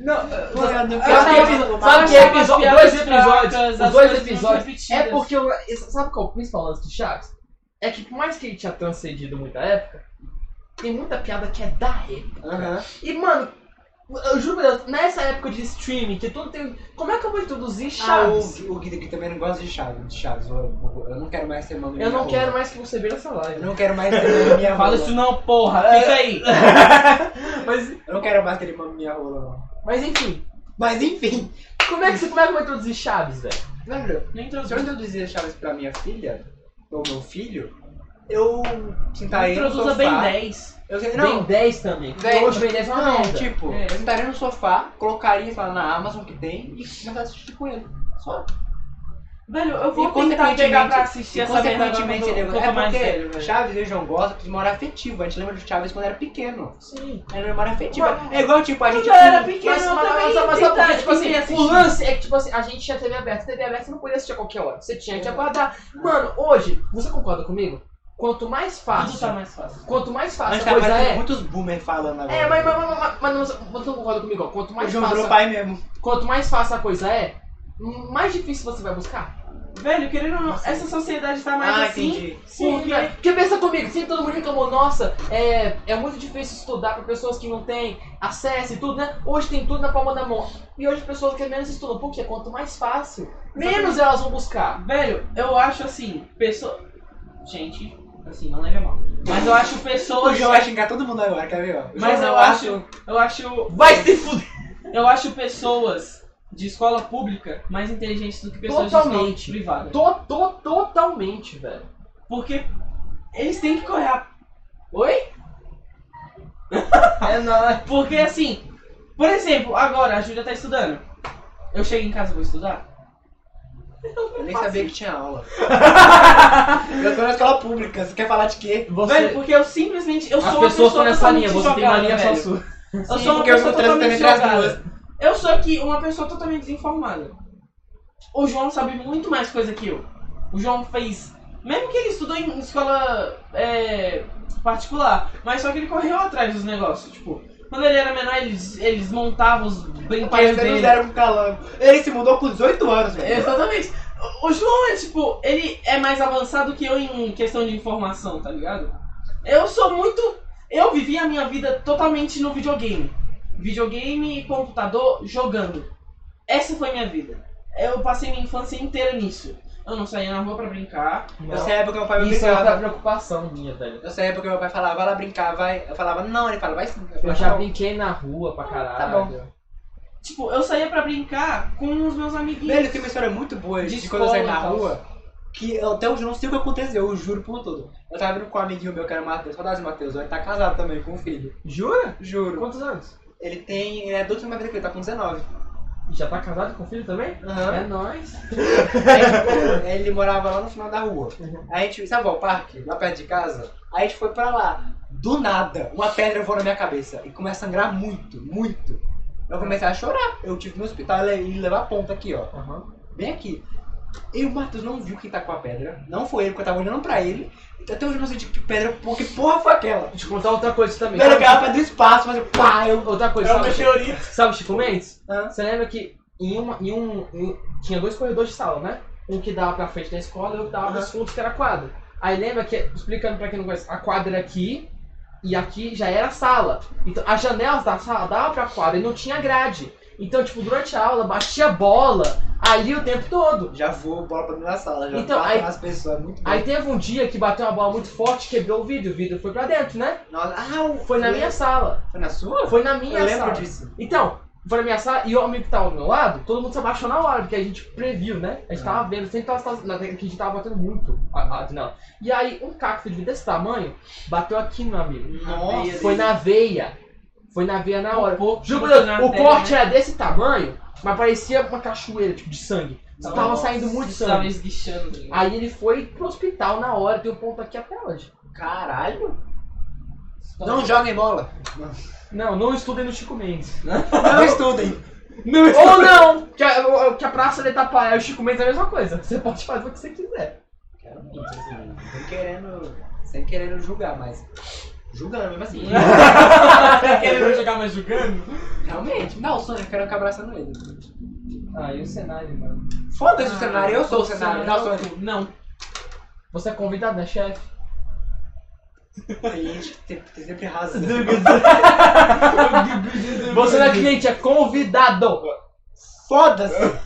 Speaker 2: Não,
Speaker 5: Sabe
Speaker 2: tava- sabe que
Speaker 3: Achava
Speaker 2: episódio-
Speaker 3: as piadas
Speaker 2: dois episódios,
Speaker 3: fracas,
Speaker 2: os
Speaker 3: as
Speaker 2: dois
Speaker 3: coisas não
Speaker 2: episódios,
Speaker 3: repetidas.
Speaker 2: É porque eu, sabe qual é o principal lance de Chaves? É que por mais que ele tinha transcendido muita época, tem muita piada que é da época.
Speaker 5: Ah,
Speaker 2: E mano, eu juro por Deus, nessa época de streaming, que tudo tem. Como é que eu vou
Speaker 5: Ah,
Speaker 2: introduzir Chaves?
Speaker 5: o, o Guido que também não gosta de Chaves. De Chaves. Eu, eu- eu não quero mais ser mano.
Speaker 2: eu não quero mais que você veja essa
Speaker 5: Eu
Speaker 2: live.
Speaker 5: não quero mais ter minha rola.
Speaker 3: Fala isso não, porra.
Speaker 2: É.
Speaker 3: Fica aí.
Speaker 2: Mas,
Speaker 5: Eu não quero mais ter mama minha rola, não.
Speaker 2: mas enfim,
Speaker 5: Mas enfim,
Speaker 2: como é que você como é que eu vou introduzir Chaves, velho?
Speaker 5: velho,
Speaker 3: Nem
Speaker 5: se eu
Speaker 3: introduzo.
Speaker 5: introduzir Chaves pra minha filha, ou meu filho, eu sentaria Tá no
Speaker 3: Introduza
Speaker 5: sofá.
Speaker 3: bem 10.
Speaker 5: Eu sei,
Speaker 2: Bem
Speaker 5: não,
Speaker 2: 10 também.
Speaker 5: Véi,
Speaker 2: Porque hoje Ben 10 é uma
Speaker 5: não,
Speaker 2: merda.
Speaker 5: tipo,
Speaker 3: É.
Speaker 5: eu sentaria no sofá, colocaria sei lá na Amazon que tem e começar a assistir com ele. Só.
Speaker 3: Velho, eu vou
Speaker 5: E,
Speaker 3: tentar
Speaker 5: consequentemente,
Speaker 3: pegar pra assistir
Speaker 5: e,
Speaker 3: essa merda agora
Speaker 5: consequentemente,
Speaker 3: quando eu-
Speaker 5: ele
Speaker 3: quando eu
Speaker 5: é
Speaker 3: tô mais velho,
Speaker 5: porque
Speaker 3: velho.
Speaker 5: Chaves e o João Gosta de memória afetiva. A gente lembra de Chaves quando era pequeno.
Speaker 2: Sim.
Speaker 5: Era memória afetiva. É igual, tipo, a
Speaker 3: Quando
Speaker 5: gente.
Speaker 3: eu era pequeno,
Speaker 2: Mas,
Speaker 3: eu
Speaker 2: mas,
Speaker 3: também
Speaker 2: mas, mas sabe por quê?
Speaker 3: tentava-
Speaker 2: tipo assim,
Speaker 3: tentei
Speaker 2: o
Speaker 3: assistir.
Speaker 2: lance é que, tipo assim, a gente tinha TV aberta, TV aberta você não podia assistir a qualquer hora. Você tinha que aguardar. Mano, hoje, você concorda comigo? Quanto mais
Speaker 3: Tudo tá
Speaker 2: fácil,
Speaker 3: mais fácil.
Speaker 2: quanto mais
Speaker 5: Mas
Speaker 2: fácil a
Speaker 5: tá
Speaker 2: coisa
Speaker 5: parecendo
Speaker 2: é.
Speaker 5: muitos boomer falando agora.
Speaker 2: É, mas, mas, mas, mas, mas não, você não concorda comigo, ó. Quanto
Speaker 5: O
Speaker 2: mais,
Speaker 5: João virou
Speaker 2: fácil,
Speaker 5: pai mesmo.
Speaker 2: quanto mais fácil a coisa é, mais difícil você vai buscar.
Speaker 3: Velho, querendo ou não, essa sociedade tá mais
Speaker 5: Ah,
Speaker 3: assim.
Speaker 5: entendi.
Speaker 3: Sim,
Speaker 2: Porque, né,
Speaker 3: velho.
Speaker 2: porque pensa comigo, sempre todo mundo reclamou, nossa, é, é muito difícil estudar pra pessoas que não têm acesso e tudo, né? Hoje tem tudo na palma da mão. E hoje as pessoas que menos estudam, porque quanto mais fácil, menos elas vão buscar.
Speaker 3: Velho, eu acho assim, pessoa. Gente, assim, não leve a mal. Mas eu acho
Speaker 5: O
Speaker 3: pessoas.
Speaker 5: João vai xingar todo mundo agora, quer ver? ó? O João
Speaker 3: Mas eu
Speaker 5: vai-
Speaker 3: acho- Eu acho.
Speaker 2: Vai se fuder!
Speaker 3: Eu acho pessoas de escola pública mais inteligentes do que pessoas
Speaker 2: Totalmente.
Speaker 3: de escola privada.
Speaker 2: Tô, tô, totalmente, velho.
Speaker 3: Porque eles têm que correr. a-
Speaker 2: Oi? é nóis.
Speaker 3: Porque assim, por exemplo, agora a Júlia tá estudando. Eu chego em casa e vou estudar?
Speaker 5: Eu nem sabia que tinha aula. eu tô na escola pública, você quer falar de quê?
Speaker 2: Você...
Speaker 3: Velho, porque eu simplesmente. Eu
Speaker 2: as
Speaker 3: sou uma
Speaker 2: pessoas estão
Speaker 3: pessoa
Speaker 2: nessa linha,
Speaker 3: totalmente
Speaker 2: você tem uma
Speaker 3: jogada,
Speaker 2: linha só
Speaker 3: velho.
Speaker 2: sua.
Speaker 3: Eu
Speaker 5: Sim,
Speaker 3: sou uma
Speaker 5: porque eu
Speaker 3: pessoa
Speaker 5: tô transitando
Speaker 3: totalmente
Speaker 5: entre as
Speaker 3: jogada. Eu sou aqui uma pessoa totalmente desinformada. O João sabe muito mais coisa que eu. O João fez. Mesmo que ele estudou em escola é, particular, mas só que ele correu atrás dos negócios. Tipo, quando ele era menor, eles, eles montavam os
Speaker 5: Porque
Speaker 3: brinquedos
Speaker 5: eles não
Speaker 3: dele.
Speaker 5: deram com calango. Ele se mudou com 18 anos, velho.
Speaker 3: Exatamente. O- O João é tipo, ele é mais avançado que eu em questão de informação, tá ligado? Eu sou muito. Eu vivi a minha vida totalmente no videogame. Videogame e computador jogando. Essa foi minha vida. Eu passei minha infância inteira nisso. Eu não saía na rua pra brincar.
Speaker 5: Eu sei a época que meu pai me
Speaker 2: Isso é outra
Speaker 5: brincava.
Speaker 2: preocupação minha, velho.
Speaker 5: Eu sei a época que meu pai falava, vai lá brincar, vai. Eu falava, não, ele fala, vai sim.
Speaker 2: Eu
Speaker 5: falava,
Speaker 2: já
Speaker 5: "Não."
Speaker 2: brinquei na rua pra caralho.
Speaker 3: Tipo, eu saía pra brincar com os meus amiguinhos.
Speaker 5: Velho, tem uma história muito boa de,
Speaker 3: De
Speaker 5: quando eu saí na
Speaker 3: escola, tal.
Speaker 5: rua. Que eu até hoje não sei o que aconteceu, eu juro por tudo. Eu tava vindo com um amiguinho meu que era o Matheus, saudades do Matheus, ele tá casado também com um filho.
Speaker 2: Jura?
Speaker 5: Juro.
Speaker 2: Quantos anos?
Speaker 5: Ele tem. Ele é adulto na minha vida que ele tá com 19.
Speaker 2: Já tá casado com filho também?
Speaker 5: Aham.
Speaker 2: É nóis.
Speaker 5: Aí Ele morava lá no final da rua.
Speaker 2: Uhum.
Speaker 5: Aí a gente, sabe qual é o parque? Lá perto de casa? Aí a gente foi pra lá. Do nada, uma pedra voou na minha cabeça e começa a sangrar muito, muito. Eu comecei a chorar. Eu tive no hospital e levar a ponta aqui, ó.
Speaker 2: Aham.
Speaker 5: Bem aqui. E o Matheus não viu quem tacou a pedra. Não foi ele, porque eu tava olhando pra ele. Até hoje eu não sei de que pedra, porque porra foi aquela.
Speaker 2: Deixa eu contar outra coisa também.
Speaker 5: Era aquela pedra do espaço, mas eu, pá, eu.
Speaker 2: Outra coisa,
Speaker 3: É um
Speaker 2: sabe?
Speaker 3: meteorito.
Speaker 2: Sabe o Chico Mendes?
Speaker 5: Ah.
Speaker 2: Você lembra que em, uma, em um. em- tinha dois corredores de sala, né? Um que dava pra frente da escola e outro que dava pros fundos, que era a quadra. Aí lembra que, explicando pra quem não conhece, a quadra era aqui e aqui já era a sala. Então as janelas da sala dava pra quadra e não tinha grade. Então, tipo, durante a aula batia bola ali o tempo todo.
Speaker 5: Já vou bola pra dentro da sala, já
Speaker 2: Então,
Speaker 5: bato
Speaker 2: aí-
Speaker 5: nas pessoas, é muito bom.
Speaker 2: Aí teve um dia que bateu uma bola muito forte, quebrou o vidro, o vidro foi pra dentro, né?
Speaker 5: Nossa, ah, o-
Speaker 2: Foi na minha sala.
Speaker 5: Foi na sua?
Speaker 2: Foi na minha
Speaker 5: eu lembro
Speaker 2: sala.
Speaker 5: disso.
Speaker 2: Então, foi na minha sala e o amigo que tava ao meu lado, todo mundo se abaixou na hora, porque a gente previu, né? A gente
Speaker 5: Ah.
Speaker 2: tava vendo, sempre tava, tava- na- que a gente tava batendo muito a, a nela. E aí, um cacto de vida desse tamanho bateu aqui no meu amigo.
Speaker 5: Nossa,
Speaker 2: Foi na veia. Foi na veia na hora.
Speaker 3: Um pouco
Speaker 2: Juro por
Speaker 3: botou
Speaker 2: Deus,
Speaker 3: na
Speaker 2: o
Speaker 3: terra,
Speaker 2: corte era desse tamanho, mas parecia uma cachoeira, tipo, de sangue. Só tava
Speaker 5: Nossa,
Speaker 2: saindo muito
Speaker 3: Tava
Speaker 2: sangue.
Speaker 3: esguichando. né?
Speaker 2: Aí ele foi pro hospital na hora, tem um ponto aqui até hoje.
Speaker 5: Caralho.
Speaker 3: Não,
Speaker 5: Não joguem bola.
Speaker 2: Não, não estudem no Chico Mendes.
Speaker 5: Não estudem.
Speaker 2: Ou não! é. Que a, que a praça de Itapaiá e o Chico Mendes é a mesma coisa. Você pode fazer o que você quiser.
Speaker 5: Quero muito, assim, sem querendo, sem querendo julgar, mas julgando mesmo assim.
Speaker 3: Tá querendo jogar mais jogando?
Speaker 5: Realmente, não, o Sonic, eu quero ficar abraçando ele.
Speaker 2: Ah, e o cenário, mano?
Speaker 5: Foda-se o cenário, eu sou o cenário, não,
Speaker 3: Não,
Speaker 5: Sonic.
Speaker 3: não.
Speaker 2: Você é convidado, né, chefe?
Speaker 5: A gente tem, tem sempre razão.
Speaker 2: Você não é cliente, é convidado!
Speaker 5: Foda-se!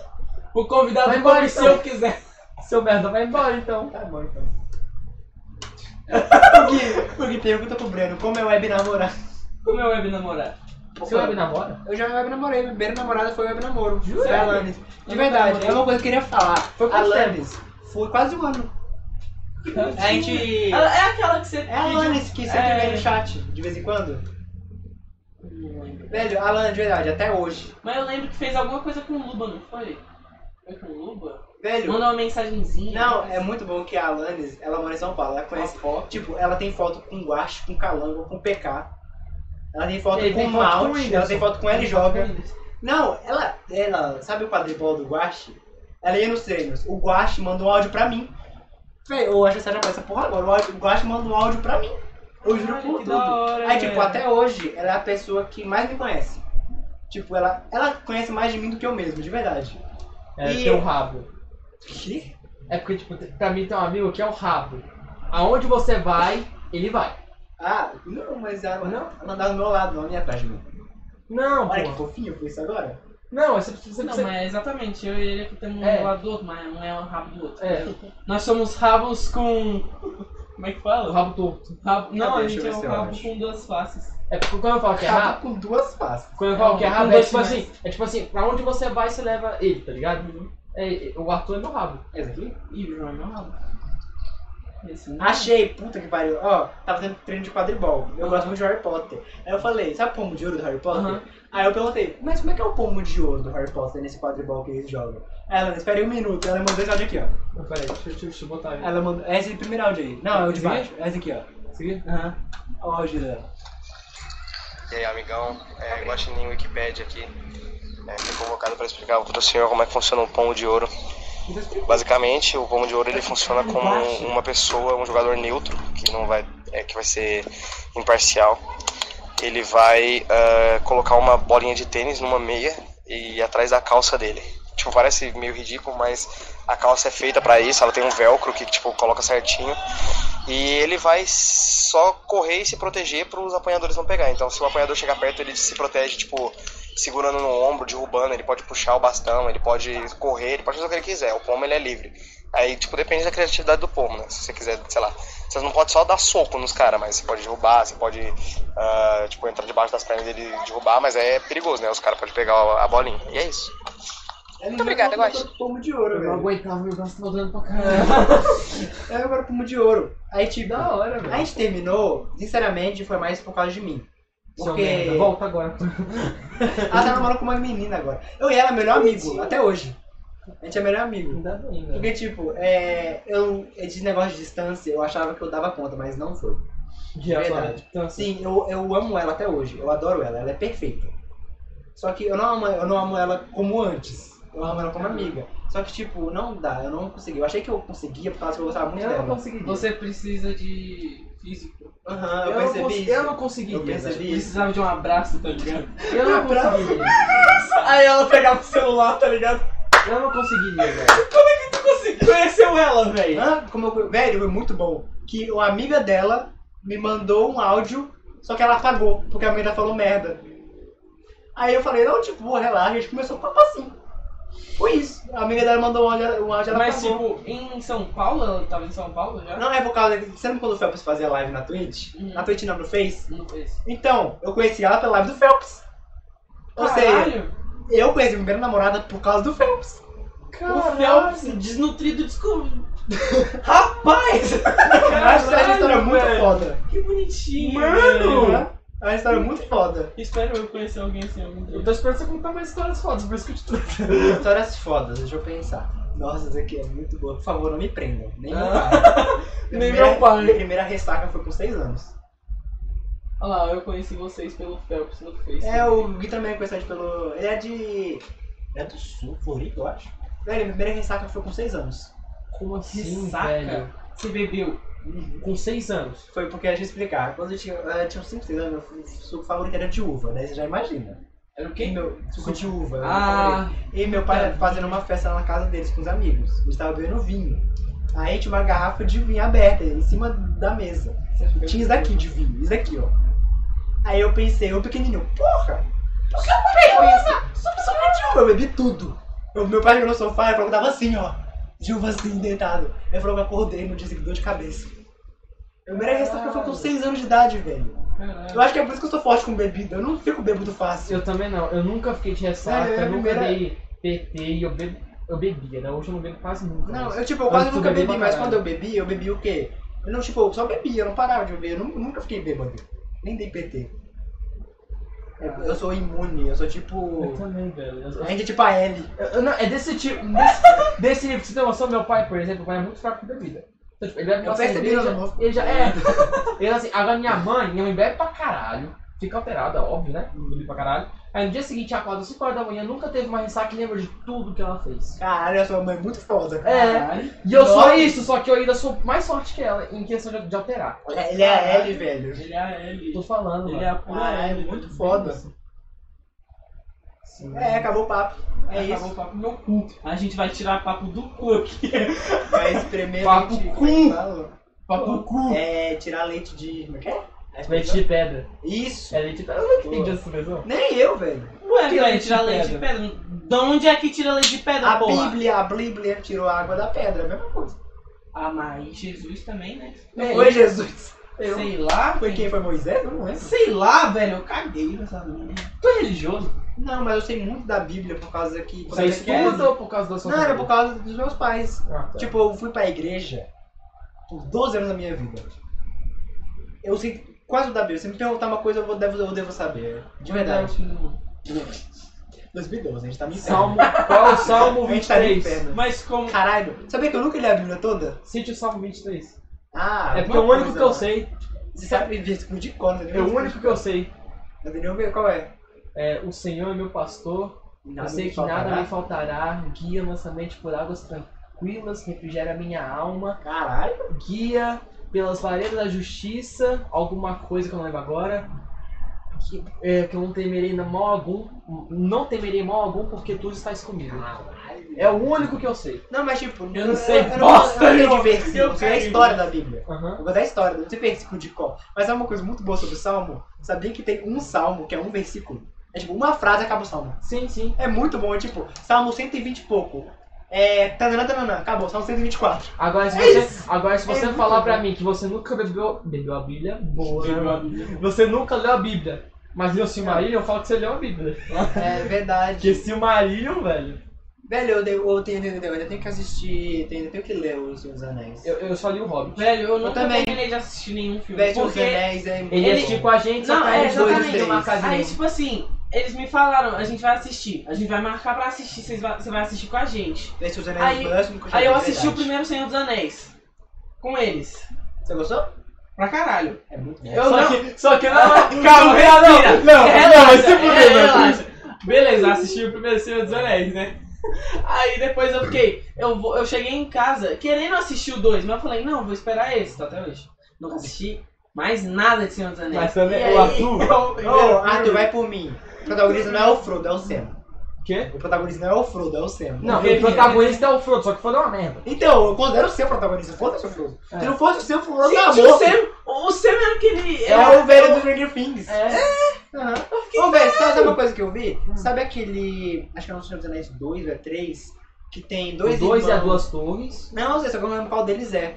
Speaker 3: O convidado
Speaker 2: Vai
Speaker 3: vai
Speaker 2: embora,
Speaker 3: come se
Speaker 5: então.
Speaker 3: eu quiser.
Speaker 2: Seu merda, vai embora então.
Speaker 5: Tá bom, então. O Gui- O Gui pergunta pro Breno, como é web namorar?
Speaker 3: Como é web namorar?
Speaker 2: Você vai me namora?
Speaker 5: Eu já web namorei, minha primeira namorada foi web namoro.
Speaker 2: Jura?
Speaker 5: Foi a Alanis. De
Speaker 3: Eu
Speaker 5: verdade,
Speaker 3: namorei.
Speaker 5: é uma coisa que eu queria falar.
Speaker 2: Foi quanto
Speaker 5: Alanis. Foi quase um ano. A gente...
Speaker 3: Ela- É aquela que você.
Speaker 5: É a Alanis que sempre
Speaker 3: É.
Speaker 5: vem no chat, de vez em quando. Velho, Alanis, de verdade, até hoje.
Speaker 3: Mas eu lembro que fez alguma coisa com o Luba, não foi? Foi com o Luba?
Speaker 5: Velho,
Speaker 3: Mandou uma mensagenzinha.
Speaker 5: não, é muito bom que a Alanis, ela mora em São Paulo, ela conhece
Speaker 3: foto.
Speaker 5: Tipo, ela tem foto com guache, com calango, com PK. Ela tem foto
Speaker 2: Ele
Speaker 5: com
Speaker 2: tem foto com o
Speaker 5: malte,
Speaker 2: Whindersson.
Speaker 5: ela tem foto com ele joga. Não, ela, ela, sabe o quadribol do guache? Ela ia nos treinos. O guache manda um áudio pra mim. Véi, eu acho que você já essa porra agora. O, áudio- o guache manda um áudio pra mim. Eu juro
Speaker 3: Olha,
Speaker 5: por
Speaker 3: que
Speaker 5: tudo.
Speaker 3: da hora,
Speaker 5: Aí, tipo,
Speaker 3: velho.
Speaker 5: até hoje, ela é a pessoa que mais me conhece. Tipo, ela, ela conhece mais de mim do que eu mesmo, de verdade.
Speaker 2: É,
Speaker 5: E-
Speaker 2: tem o rabo.
Speaker 5: Que?
Speaker 2: É porque, tipo, te- pra mim tem um amigo que é o rabo. Aonde você vai, ele vai.
Speaker 5: Ah, não, mas ela,
Speaker 2: Não?
Speaker 5: ela andava do meu lado, não ia atrás de mim.
Speaker 2: Não,
Speaker 5: Olha que
Speaker 2: pô.
Speaker 5: fofinho foi isso agora.
Speaker 2: Não, é você precisa.
Speaker 3: Não, mas é exatamente, eu e ele aqui temos
Speaker 2: É.
Speaker 3: um lado do outro, mas um é um rabo do outro.
Speaker 2: É,
Speaker 3: Nós somos rabos com. Como é que
Speaker 2: o
Speaker 3: fala?
Speaker 2: rabo torto.
Speaker 3: Rabo- Não,
Speaker 5: Cadê?
Speaker 3: a gente é
Speaker 5: Deixa eu ver
Speaker 3: um
Speaker 5: se eu
Speaker 3: rabo
Speaker 5: acho.
Speaker 3: com duas faces.
Speaker 2: É porque quando eu falo que é
Speaker 5: Rabo
Speaker 2: rabo.
Speaker 5: com duas faces.
Speaker 2: Quando eu falo que é
Speaker 3: É,
Speaker 2: rabo,
Speaker 3: com
Speaker 2: é
Speaker 3: dois
Speaker 2: tipo
Speaker 3: sinais.
Speaker 2: assim. É tipo assim, pra onde você vai, você leva ele, tá ligado? É, é, o Arthur é meu rabo.
Speaker 5: Esse aqui?
Speaker 3: Ih, o João é meu rabo. Esse não.
Speaker 5: Achei, puta que pariu. Ó, tava tendo treino de quadribol. Eu gosto muito de Harry Potter. Aí eu falei, sabe o pomo de ouro do Harry Potter?
Speaker 2: Aham.
Speaker 5: Aí eu perguntei, mas como é que é o pomo de ouro do Harry Potter nesse quadribol que eles jogam? Aí ela, esperei um minuto. Ela mandou esse áudio aqui, ó.
Speaker 2: Não, Ah, peraí, deixa, eu- deixa eu botar ele.
Speaker 5: Ela mandou, é esse primeiro áudio aí. Não, é o de
Speaker 2: Esse aqui?
Speaker 5: baixo. É esse aqui, ó.
Speaker 2: Esse aqui?
Speaker 5: Aham. Ó o áudio dela.
Speaker 7: E aí, amigão, é, Guaxinim Wikipedia aqui. É, fui convocado para explicar para o senhor como é que funciona o pomo de ouro. Basicamente, o pomo de ouro ele funciona como uma pessoa, um jogador neutro, que não vai, é, que vai ser imparcial. Ele vai ah, colocar uma bolinha de tênis numa meia e atrás da calça dele. Tipo, parece meio ridículo, mas a calça é feita para isso, ela tem um velcro que tipo coloca certinho. E ele vai só correr e se proteger para os apanhadores não pegar. Então, se o apanhador chegar perto, ele se protege, tipo, segurando no ombro, derrubando, ele pode puxar o bastão, ele pode correr, ele pode fazer o que ele quiser. O pomo ele é livre. Aí, tipo, depende da criatividade do pomo, né? Se você quiser, sei lá. Você não pode só dar soco nos caras, mas você pode derrubar, você pode, ah, tipo, entrar debaixo das pernas dele e derrubar, mas é perigoso, né? Os caras podem pegar a bolinha. E é isso.
Speaker 5: Muito
Speaker 7: obrigada, Guaxa.
Speaker 5: Pomo de ouro,
Speaker 2: Eu não
Speaker 5: velho.
Speaker 2: aguentava, meu braço tava dando pra caramba.
Speaker 5: Aí agora o pomo de ouro. Aí, tipo,
Speaker 2: Da hora,
Speaker 5: a
Speaker 2: velho.
Speaker 5: gente terminou, sinceramente, foi mais por causa de mim.
Speaker 2: Seu
Speaker 5: Porque-
Speaker 2: merda, Volta agora.
Speaker 5: Ela tá namorando com uma menina agora. Eu e ela é melhor amigo, até hoje. A gente é melhor amigo.
Speaker 2: Ainda bem, velho.
Speaker 5: Porque, tipo, é, eu, é de negócio de distância, eu achava que eu dava conta, mas não foi.
Speaker 2: De agora.
Speaker 5: Verdade.
Speaker 2: Então, assim,
Speaker 5: Sim, eu, eu amo ela até hoje. Eu adoro ela, ela é perfeita. Só que eu não amo, eu não amo ela como antes. Eu amo ela como amiga. Só que, tipo, não dá, eu não consegui. Eu achei que eu conseguia por causa que eu gostava muito
Speaker 2: Eu não
Speaker 5: dela.
Speaker 2: consegui.
Speaker 3: Você precisa de físico.
Speaker 5: Aham, eu,
Speaker 2: Eu não,
Speaker 5: percebi
Speaker 2: cons...
Speaker 5: isso.
Speaker 2: eu não consegui.
Speaker 5: Eu percebi isso.
Speaker 3: Precisava de um abraço, tá ligado?
Speaker 2: Eu não consegui.
Speaker 5: Aí ela pegava o celular, tá ligado?
Speaker 2: Eu não consegui, velho.
Speaker 3: Consegui, conheceu ela, velho.
Speaker 5: Ah, como eu, velho, foi muito bom. Que uma amiga dela me mandou um áudio, só que ela apagou, porque a menina falou merda. Aí eu falei, não, tipo, vou relaxa, a gente começou a papo assim. Foi isso. A amiga dela mandou um áudio, um áudio ela
Speaker 3: Mas,
Speaker 5: apagou.
Speaker 3: tipo, em São Paulo, ela tava em São Paulo já?
Speaker 5: Não é por causa. Você lembra quando o Felps fazia live na Twitch?
Speaker 3: Uhum.
Speaker 5: Na Twitch não, no Face?
Speaker 3: Não conheço.
Speaker 5: Então, eu conheci ela pela live do Phelps. Ou seja,
Speaker 3: Caralho!
Speaker 5: eu conheci minha primeira namorada por causa do Phelps.
Speaker 3: O Phelps desnutrido descobriu. Rapaz!
Speaker 5: Eu acho essa é história
Speaker 3: Caralho,
Speaker 5: muito
Speaker 3: velho.
Speaker 5: foda.
Speaker 3: Que bonitinho!
Speaker 2: Mano!
Speaker 3: velho.
Speaker 5: Né? É uma história muito foda.
Speaker 3: Espero eu conhecer alguém assim algum dia.
Speaker 2: Eu tô esperando você contar mais histórias fodas, por isso que eu te trouxe.
Speaker 5: Histórias fodas, deixa eu pensar. Nossa, isso aqui é muito boa. Por favor, não me prendam. Nem meu
Speaker 3: Ah.
Speaker 5: pai.
Speaker 3: Nem
Speaker 5: Minha
Speaker 3: meu pai.
Speaker 5: Minha primeira ressaca foi com 6 anos.
Speaker 3: Olha lá, eu conheci vocês pelo Phelps no Face.
Speaker 5: É, o Gui também é conhecido pelo. Ele é de. Ele é do Sul, Floripa, eu acho. Velho, minha primeira ressaca foi com 6 anos.
Speaker 2: Como assim,
Speaker 3: Ressaca?
Speaker 2: velho?
Speaker 3: Você bebeu.
Speaker 2: Com seis anos.
Speaker 5: Foi porque, deixa eu explicar, quando eu tinha, eu tinha uns 5, 6 anos, meu suco favorito era de uva, né? Você já imagina.
Speaker 3: Era o
Speaker 5: E
Speaker 3: quê?
Speaker 5: meu suco de uva. eu falei.
Speaker 3: Ah,
Speaker 5: E meu pai tava fazendo uma festa na casa deles com os amigos. Eles estavam bebendo vinho. Aí tinha uma garrafa de vinho aberta em cima da mesa. Tinha isso daqui de vinho, isso daqui, ó. Aí eu pensei, eu pequenininho, porra! Por que eu pego isso? Só só de uva, eu bebi tudo. Eu- meu pai chegou no sofá e falou que tava assim, ó. De uva assim, deitado. Ele falou que eu acordei no dia seguinte, dor de cabeça. Eu mereci essa porque eu fui com 6 anos de idade, velho.
Speaker 3: caralho.
Speaker 5: Eu acho que é por isso que eu sou forte com bebida. Eu não fico bêbado fácil.
Speaker 2: Eu também não. Eu nunca fiquei de ressaca,
Speaker 5: É, é,
Speaker 2: eu nunca
Speaker 5: primeira-
Speaker 2: dei PT e eu, bebo, eu bebia, né? Hoje eu não bebo quase nunca.
Speaker 5: Não,
Speaker 2: mas-
Speaker 5: eu tipo, eu quase
Speaker 2: Mas tu
Speaker 5: nunca
Speaker 2: bebia
Speaker 5: bebi,
Speaker 2: pra
Speaker 5: mas
Speaker 2: caralho.
Speaker 5: quando eu bebi, eu bebi o quê? Eu não, tipo, eu só bebi, eu não parava de beber, eu nu- nunca fiquei bêbado. Nem dei PT. Eu, eu sou imune, eu sou
Speaker 2: Eu
Speaker 5: tipo.
Speaker 2: também, velho. Eu-
Speaker 5: A gente é tipo a L.
Speaker 2: eu- eu- não, é desse tipo. Desse, desse tipo. Você tem noção, meu pai, por exemplo, meu pai é muito fraco com bebida. Então, tipo, ele bebe
Speaker 5: Eu
Speaker 2: uma
Speaker 5: percebi
Speaker 2: cerveja,
Speaker 5: no novo.
Speaker 2: Ele já é. Ele assim, agora minha mãe, minha mãe bebe pra caralho. Fica alterada, óbvio, né? Bebe pra caralho. Aí no dia seguinte, acorda 5 horas da manhã, nunca teve uma ressaca e lembra de tudo que ela fez.
Speaker 5: Caralho, a sua mãe é muito foda.
Speaker 2: É.
Speaker 3: Caralho.
Speaker 2: E eu sou
Speaker 5: Nossa.
Speaker 2: isso, só que eu ainda sou mais forte que ela em questão de, de alterar.
Speaker 5: Ele é a L, velho.
Speaker 3: Ele é a L.
Speaker 2: Tô falando,
Speaker 3: Ele é
Speaker 2: mano.
Speaker 3: a pura
Speaker 5: Caralho,
Speaker 3: L.
Speaker 5: muito foda.
Speaker 2: Sim.
Speaker 5: assim. É, acabou o papo. É
Speaker 3: Acabou
Speaker 5: isso.
Speaker 3: o papo no cu. A gente vai tirar papo do cu aqui.
Speaker 5: Mas primeiro.
Speaker 3: Papo
Speaker 5: gente,
Speaker 3: cu.
Speaker 5: como é que fala?
Speaker 3: Papo do cu.
Speaker 5: É tirar leite de. Como é que é?
Speaker 2: Leite de pedra.
Speaker 5: Isso.
Speaker 2: É leite de pedra. Eu nunca entendi essa expressão.
Speaker 5: Nem eu, velho.
Speaker 3: Ué,
Speaker 5: Que
Speaker 3: velho,
Speaker 5: leite
Speaker 3: tirar
Speaker 5: de
Speaker 3: leite de pedra. De onde é que tira leite de pedra,
Speaker 5: A
Speaker 3: porra?
Speaker 5: Bíblia, a Bíblia tirou a água da pedra, a mesma coisa.
Speaker 3: Ah, mas Jesus também, né?
Speaker 2: É.
Speaker 5: Foi Jesus. Eu.
Speaker 3: Sei lá.
Speaker 5: Foi
Speaker 3: velho.
Speaker 5: quem? Foi Moisés? Eu não lembro.
Speaker 3: Sei lá, velho. Eu caguei nessa merda. Tu é religioso?
Speaker 5: Não, mas eu sei muito da Bíblia por causa que.
Speaker 2: Você é estuda ou por causa da sua
Speaker 5: Não, era
Speaker 2: família?
Speaker 5: por causa dos meus pais.
Speaker 2: Ah, tá.
Speaker 5: Tipo, eu fui pra igreja por 12 anos da minha vida. Eu sei quase tudo da Bíblia. Se me perguntar uma coisa, eu, vou, devo, eu devo saber. De verdade. 2012, a gente tá no inferno.
Speaker 2: Salmo, qual é o Salmo
Speaker 5: a gente tá no
Speaker 2: 23?
Speaker 5: inferno.
Speaker 3: Mas como.
Speaker 5: Caralho, sabia que eu nunca li a Bíblia toda?
Speaker 2: Cite o Salmo 23.
Speaker 5: Ah,
Speaker 2: É porque é o
Speaker 5: uma
Speaker 2: único
Speaker 5: coisa,
Speaker 2: que eu
Speaker 5: né?
Speaker 2: sei.
Speaker 5: Você sabe versículo de cor, né? não
Speaker 2: É o único que eu sei.
Speaker 5: sei. Qual é?
Speaker 2: É, o Senhor é meu pastor, eu sei que nada me faltará, guia nossa mente por águas tranquilas, refrigera minha alma,
Speaker 5: Caralho.
Speaker 2: guia pelas varedas da justiça, alguma coisa que eu não lembro agora, que, é, que eu não temerei mal algum, não temerei mal algum porque tu estás comigo. É o único que eu sei.
Speaker 5: Não, mas tipo,
Speaker 3: Eu não sei bosta
Speaker 5: eu eu não sei de
Speaker 3: nenhuma.
Speaker 5: versículo,
Speaker 3: Eu
Speaker 5: eu sei a
Speaker 3: caí.
Speaker 5: história da Bíblia.
Speaker 2: Aham.
Speaker 5: Eu vou dar a história, não sei versículo de qual. Mas é uma coisa muito boa sobre o Salmo. Sabia que tem um Salmo, que é um versículo. É tipo, uma frase acaba o Salmo.
Speaker 2: Sim, sim.
Speaker 5: É muito bom, é tipo, Salmo 120 e pouco. É. Tananã, tananã, acabou, Salmo 124.
Speaker 2: Agora se você, agora, se
Speaker 5: É
Speaker 2: você
Speaker 5: muito
Speaker 2: falar pra
Speaker 5: bom.
Speaker 2: mim que você nunca bebeu, bebeu a Bíblia, boa, né, mano? Você nunca leu a Bíblia. Mas leu Silmarillion, eu falo que você leu a Bíblia.
Speaker 5: É verdade.
Speaker 2: Porque Silmarillion, velho.
Speaker 5: Velho, eu, eu, tenho, eu, ainda tenho que assistir, eu ainda tenho que ler Os Senhor dos Anéis.
Speaker 2: Eu, eu só li o Hobbit.
Speaker 3: Velho, eu nunca
Speaker 5: também.
Speaker 3: terminei de assistir nenhum filme.
Speaker 5: Velho, Os
Speaker 3: porque
Speaker 5: Anéis é muito
Speaker 2: Ele
Speaker 3: Ele-
Speaker 2: assistiu com a gente, só
Speaker 3: Não,
Speaker 2: tá
Speaker 3: é,
Speaker 2: eles dois
Speaker 5: exatamente.
Speaker 2: de uma casa
Speaker 3: Aí, tipo assim, eles me falaram, a gente vai assistir. A gente vai marcar pra assistir, vocês vai- você vai assistir com a gente.
Speaker 5: Velho, Os Anéis
Speaker 3: Aí-
Speaker 5: é o próximo que já
Speaker 3: Aí
Speaker 5: vi,
Speaker 3: eu
Speaker 5: de
Speaker 3: assisti o
Speaker 5: verdade.
Speaker 3: primeiro Senhor dos Anéis. Com eles.
Speaker 5: Você gostou?
Speaker 3: Pra caralho.
Speaker 5: É muito bom.
Speaker 3: Eu não.
Speaker 2: que, só que
Speaker 3: Calma,
Speaker 2: calma,
Speaker 3: respira.
Speaker 2: não, não,
Speaker 3: Relaxa,
Speaker 2: vai se fuder,
Speaker 3: é,
Speaker 2: velho.
Speaker 3: relaxa. Beleza, assisti o primeiro Senhor dos Anéis, né? Aí depois eu fiquei, eu, vou, eu cheguei em casa querendo assistir o 2, mas eu falei, não, vou esperar esse, tá até hoje. Nunca assisti mais nada de Senhor dos Anéis.
Speaker 1: Mas também
Speaker 4: E
Speaker 2: é
Speaker 1: o
Speaker 4: aí?
Speaker 3: é
Speaker 1: Arthur.
Speaker 5: Ô, Arthur, vai por mim. O protagonista não é o Frodo, é o Sam.
Speaker 1: Quê?
Speaker 5: O protagonista não é o Frodo, é o Sam.
Speaker 2: Não,
Speaker 3: Porque
Speaker 2: o protagonista é o Frodo, só que o Frodo é uma merda.
Speaker 5: Então, eu considero o seu protagonista. Foda-se o Frodo.
Speaker 2: É.
Speaker 5: Se não fosse o seu, Frodo tá
Speaker 3: Gente, o
Speaker 5: morto.
Speaker 3: Sam, o Sam era aquele...
Speaker 5: É o velho do Stranger Things.
Speaker 3: É,
Speaker 5: Aham. Ô, velho, sabe sabe uma coisa que eu vi? Sabe aquele. Acho que é um Senhor dos Anéis 2 ou é 3? Que tem dois.
Speaker 2: Dois, dois e a
Speaker 5: irmãos.
Speaker 2: Duas Torres.
Speaker 5: Não, não sei, só que eu não lembro qual deles é.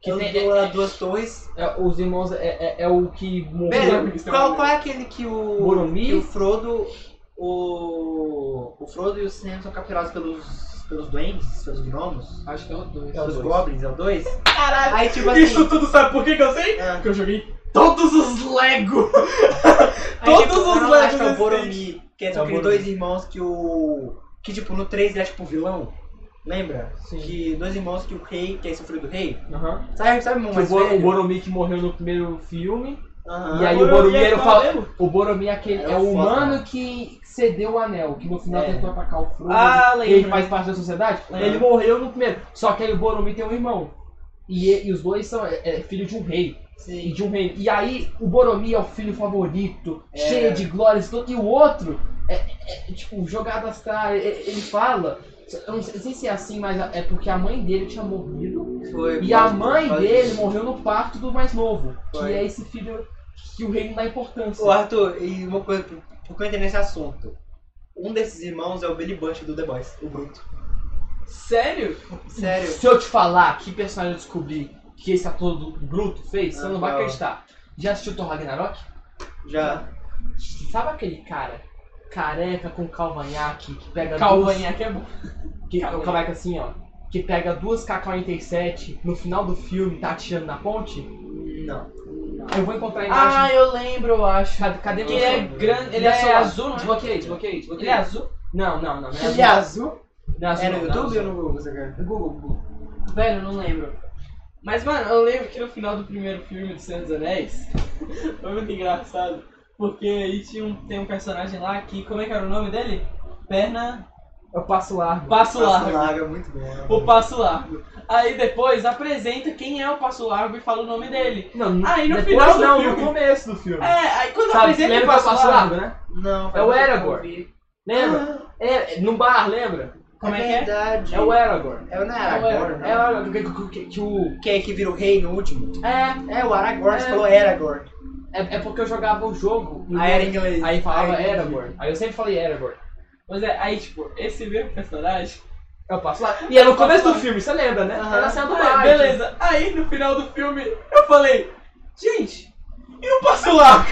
Speaker 5: Que
Speaker 2: Que
Speaker 5: é o
Speaker 2: tem-
Speaker 5: do-
Speaker 2: é-
Speaker 5: a duas torres.
Speaker 2: É, os irmãos é, é, é o que morreu.
Speaker 5: Velho, qual, qual é aquele que o.
Speaker 2: Boromir?
Speaker 5: que o Frodo. O. O Frodo e o Sam são capturados pelos. pelos duendes, seus gnomos?
Speaker 2: Acho que é o 2.
Speaker 5: pelos goblins, é o 2?
Speaker 3: caralho.
Speaker 5: Aí tipo assim.
Speaker 3: Isso tudo sabe por que que eu sei?
Speaker 5: ah,
Speaker 3: Porque eu joguei todos os Lego.
Speaker 5: aí, tipo,
Speaker 3: todos os
Speaker 5: eu não acho que é o
Speaker 3: Legos
Speaker 5: Boromir, que é,
Speaker 1: É
Speaker 5: são
Speaker 1: o
Speaker 5: aqueles dois irmãos que o. Que tipo, no 3 ele é tipo vilão. Lembra?
Speaker 2: Sim.
Speaker 5: Que dois irmãos que o rei, que é esse filho do rei.
Speaker 2: Aham.
Speaker 5: Sabe, sabe, irmão
Speaker 2: Que O,
Speaker 5: mais
Speaker 2: Bor o
Speaker 5: velho? Ah,
Speaker 2: Boromir que morreu no primeiro filme.
Speaker 5: Aham.
Speaker 2: E aí o Boromir era o
Speaker 3: qual
Speaker 2: fal- O Boromir é aquele.
Speaker 5: É
Speaker 2: É,
Speaker 5: o
Speaker 2: o
Speaker 5: foda.
Speaker 2: humano que cedeu o anel, que no final
Speaker 5: É.
Speaker 2: tentou atacar o Frodo.
Speaker 3: Ah,
Speaker 2: que ele
Speaker 3: lembro.
Speaker 2: faz parte da sociedade.
Speaker 5: Lembro.
Speaker 2: Ele morreu no primeiro. Só que aí o Boromir tem um irmão. E, e os dois são é, é, filho de um rei. e
Speaker 5: Sim.
Speaker 2: de um reino. E aí o Boromir é o filho favorito,
Speaker 5: É.
Speaker 2: cheio de glórias e tudo. E o outro é, é- é, tipo jogado às caras. é- Ele fala. Eu não sei, não sei se é assim, mas é porque a mãe dele tinha morrido.
Speaker 5: Foi, um
Speaker 2: E a
Speaker 5: quase-
Speaker 2: mãe
Speaker 5: quase
Speaker 2: dele
Speaker 5: isso.
Speaker 2: morreu no parto do mais novo.
Speaker 5: Foi.
Speaker 2: Que é esse filho que o reino dá importância.
Speaker 5: Ô, Arthur, e uma coisa, por- porque eu entrei nesse assunto. Um desses irmãos é o Billy Bush do The Boys, o Bruto.
Speaker 3: Sério?
Speaker 5: Sério.
Speaker 2: Se eu te falar que personagem eu descobri que esse ator do Bruto fez, você não vai
Speaker 5: Aham.
Speaker 2: acreditar. Já assistiu Thor Ragnarok?
Speaker 5: Já.
Speaker 2: Sabe aquele cara careca com calvanhaque que pega duas-
Speaker 3: Calvanhaque é bom.
Speaker 2: Que
Speaker 3: Calma.
Speaker 2: o careca assim, ó. Que pega duas K-47 no final do filme, tá atirando na ponte.
Speaker 5: Não.
Speaker 2: Eu vou encontrar a
Speaker 3: Ah,
Speaker 2: imagem.
Speaker 3: eu lembro, eu acho.
Speaker 2: Cadê, cadê
Speaker 3: Que
Speaker 2: meu
Speaker 3: é
Speaker 2: som?
Speaker 3: grande, ele é
Speaker 2: Não,
Speaker 3: azul, não é?
Speaker 2: Desbloqueei, desbloqueei, desbloqueei.
Speaker 3: Ele é azul?
Speaker 2: Não, não, não. Não é
Speaker 5: Ele
Speaker 2: azul.
Speaker 5: é azul?
Speaker 2: Não é azul,
Speaker 5: É no
Speaker 2: não, não é
Speaker 5: YouTube ou
Speaker 2: azul.
Speaker 5: no Google, você quer?
Speaker 2: No Google, Google.
Speaker 3: Velho, não lembro. Mas, mano, eu lembro que no final do primeiro filme do Senhor dos Anéis foi muito engraçado. Porque aí tinha um, tem um personagem lá que. Como é que era o nome dele? Perna.
Speaker 2: Eu passo largo.
Speaker 3: Passo
Speaker 5: Passo
Speaker 3: Largo.
Speaker 5: largo é muito bom. né?
Speaker 3: O Passo Largo. Aí depois apresenta quem é o Passo Largo e fala o nome dele.
Speaker 2: Não,
Speaker 3: Aí no
Speaker 2: depois
Speaker 3: final do
Speaker 2: não,
Speaker 3: filme.
Speaker 2: no começo do filme.
Speaker 3: É, aí quando
Speaker 2: Sabe,
Speaker 3: apresenta
Speaker 2: lembra
Speaker 3: o
Speaker 2: que eu
Speaker 3: Passo
Speaker 2: passo
Speaker 3: Largo.
Speaker 2: largo, né?
Speaker 5: Não,
Speaker 2: É
Speaker 5: faz
Speaker 2: o
Speaker 5: um muito tempo que eu
Speaker 2: Aragorn.
Speaker 5: vi.
Speaker 2: Lembra? É, num bar, lembra?
Speaker 3: Como é que é?
Speaker 5: verdade.
Speaker 2: É o Aragorn.
Speaker 5: É o não é
Speaker 2: É o
Speaker 5: Aragorn.
Speaker 2: Aragorn.
Speaker 5: né?
Speaker 2: É o Aragorn. que- que- que- que o...
Speaker 5: Quem é que vira o rei no último?
Speaker 2: É,
Speaker 5: É o Aragorn,
Speaker 2: É.
Speaker 5: você falou Aragorn.
Speaker 2: é, é porque eu jogava o jogo.
Speaker 5: Aí era inglês.
Speaker 2: Aí falava
Speaker 5: Aí-
Speaker 2: Aragorn. Aí eu sempre falei Aragorn.
Speaker 3: Mas é, aí, tipo, esse mesmo personagem.
Speaker 2: Eu passo lá. E é no começo do filme, você lembra, né?
Speaker 5: Aham.
Speaker 2: Ela saiu do
Speaker 3: Ah,
Speaker 2: mar.
Speaker 3: beleza. Aí no final do filme eu falei, gente, e o Passo Largo?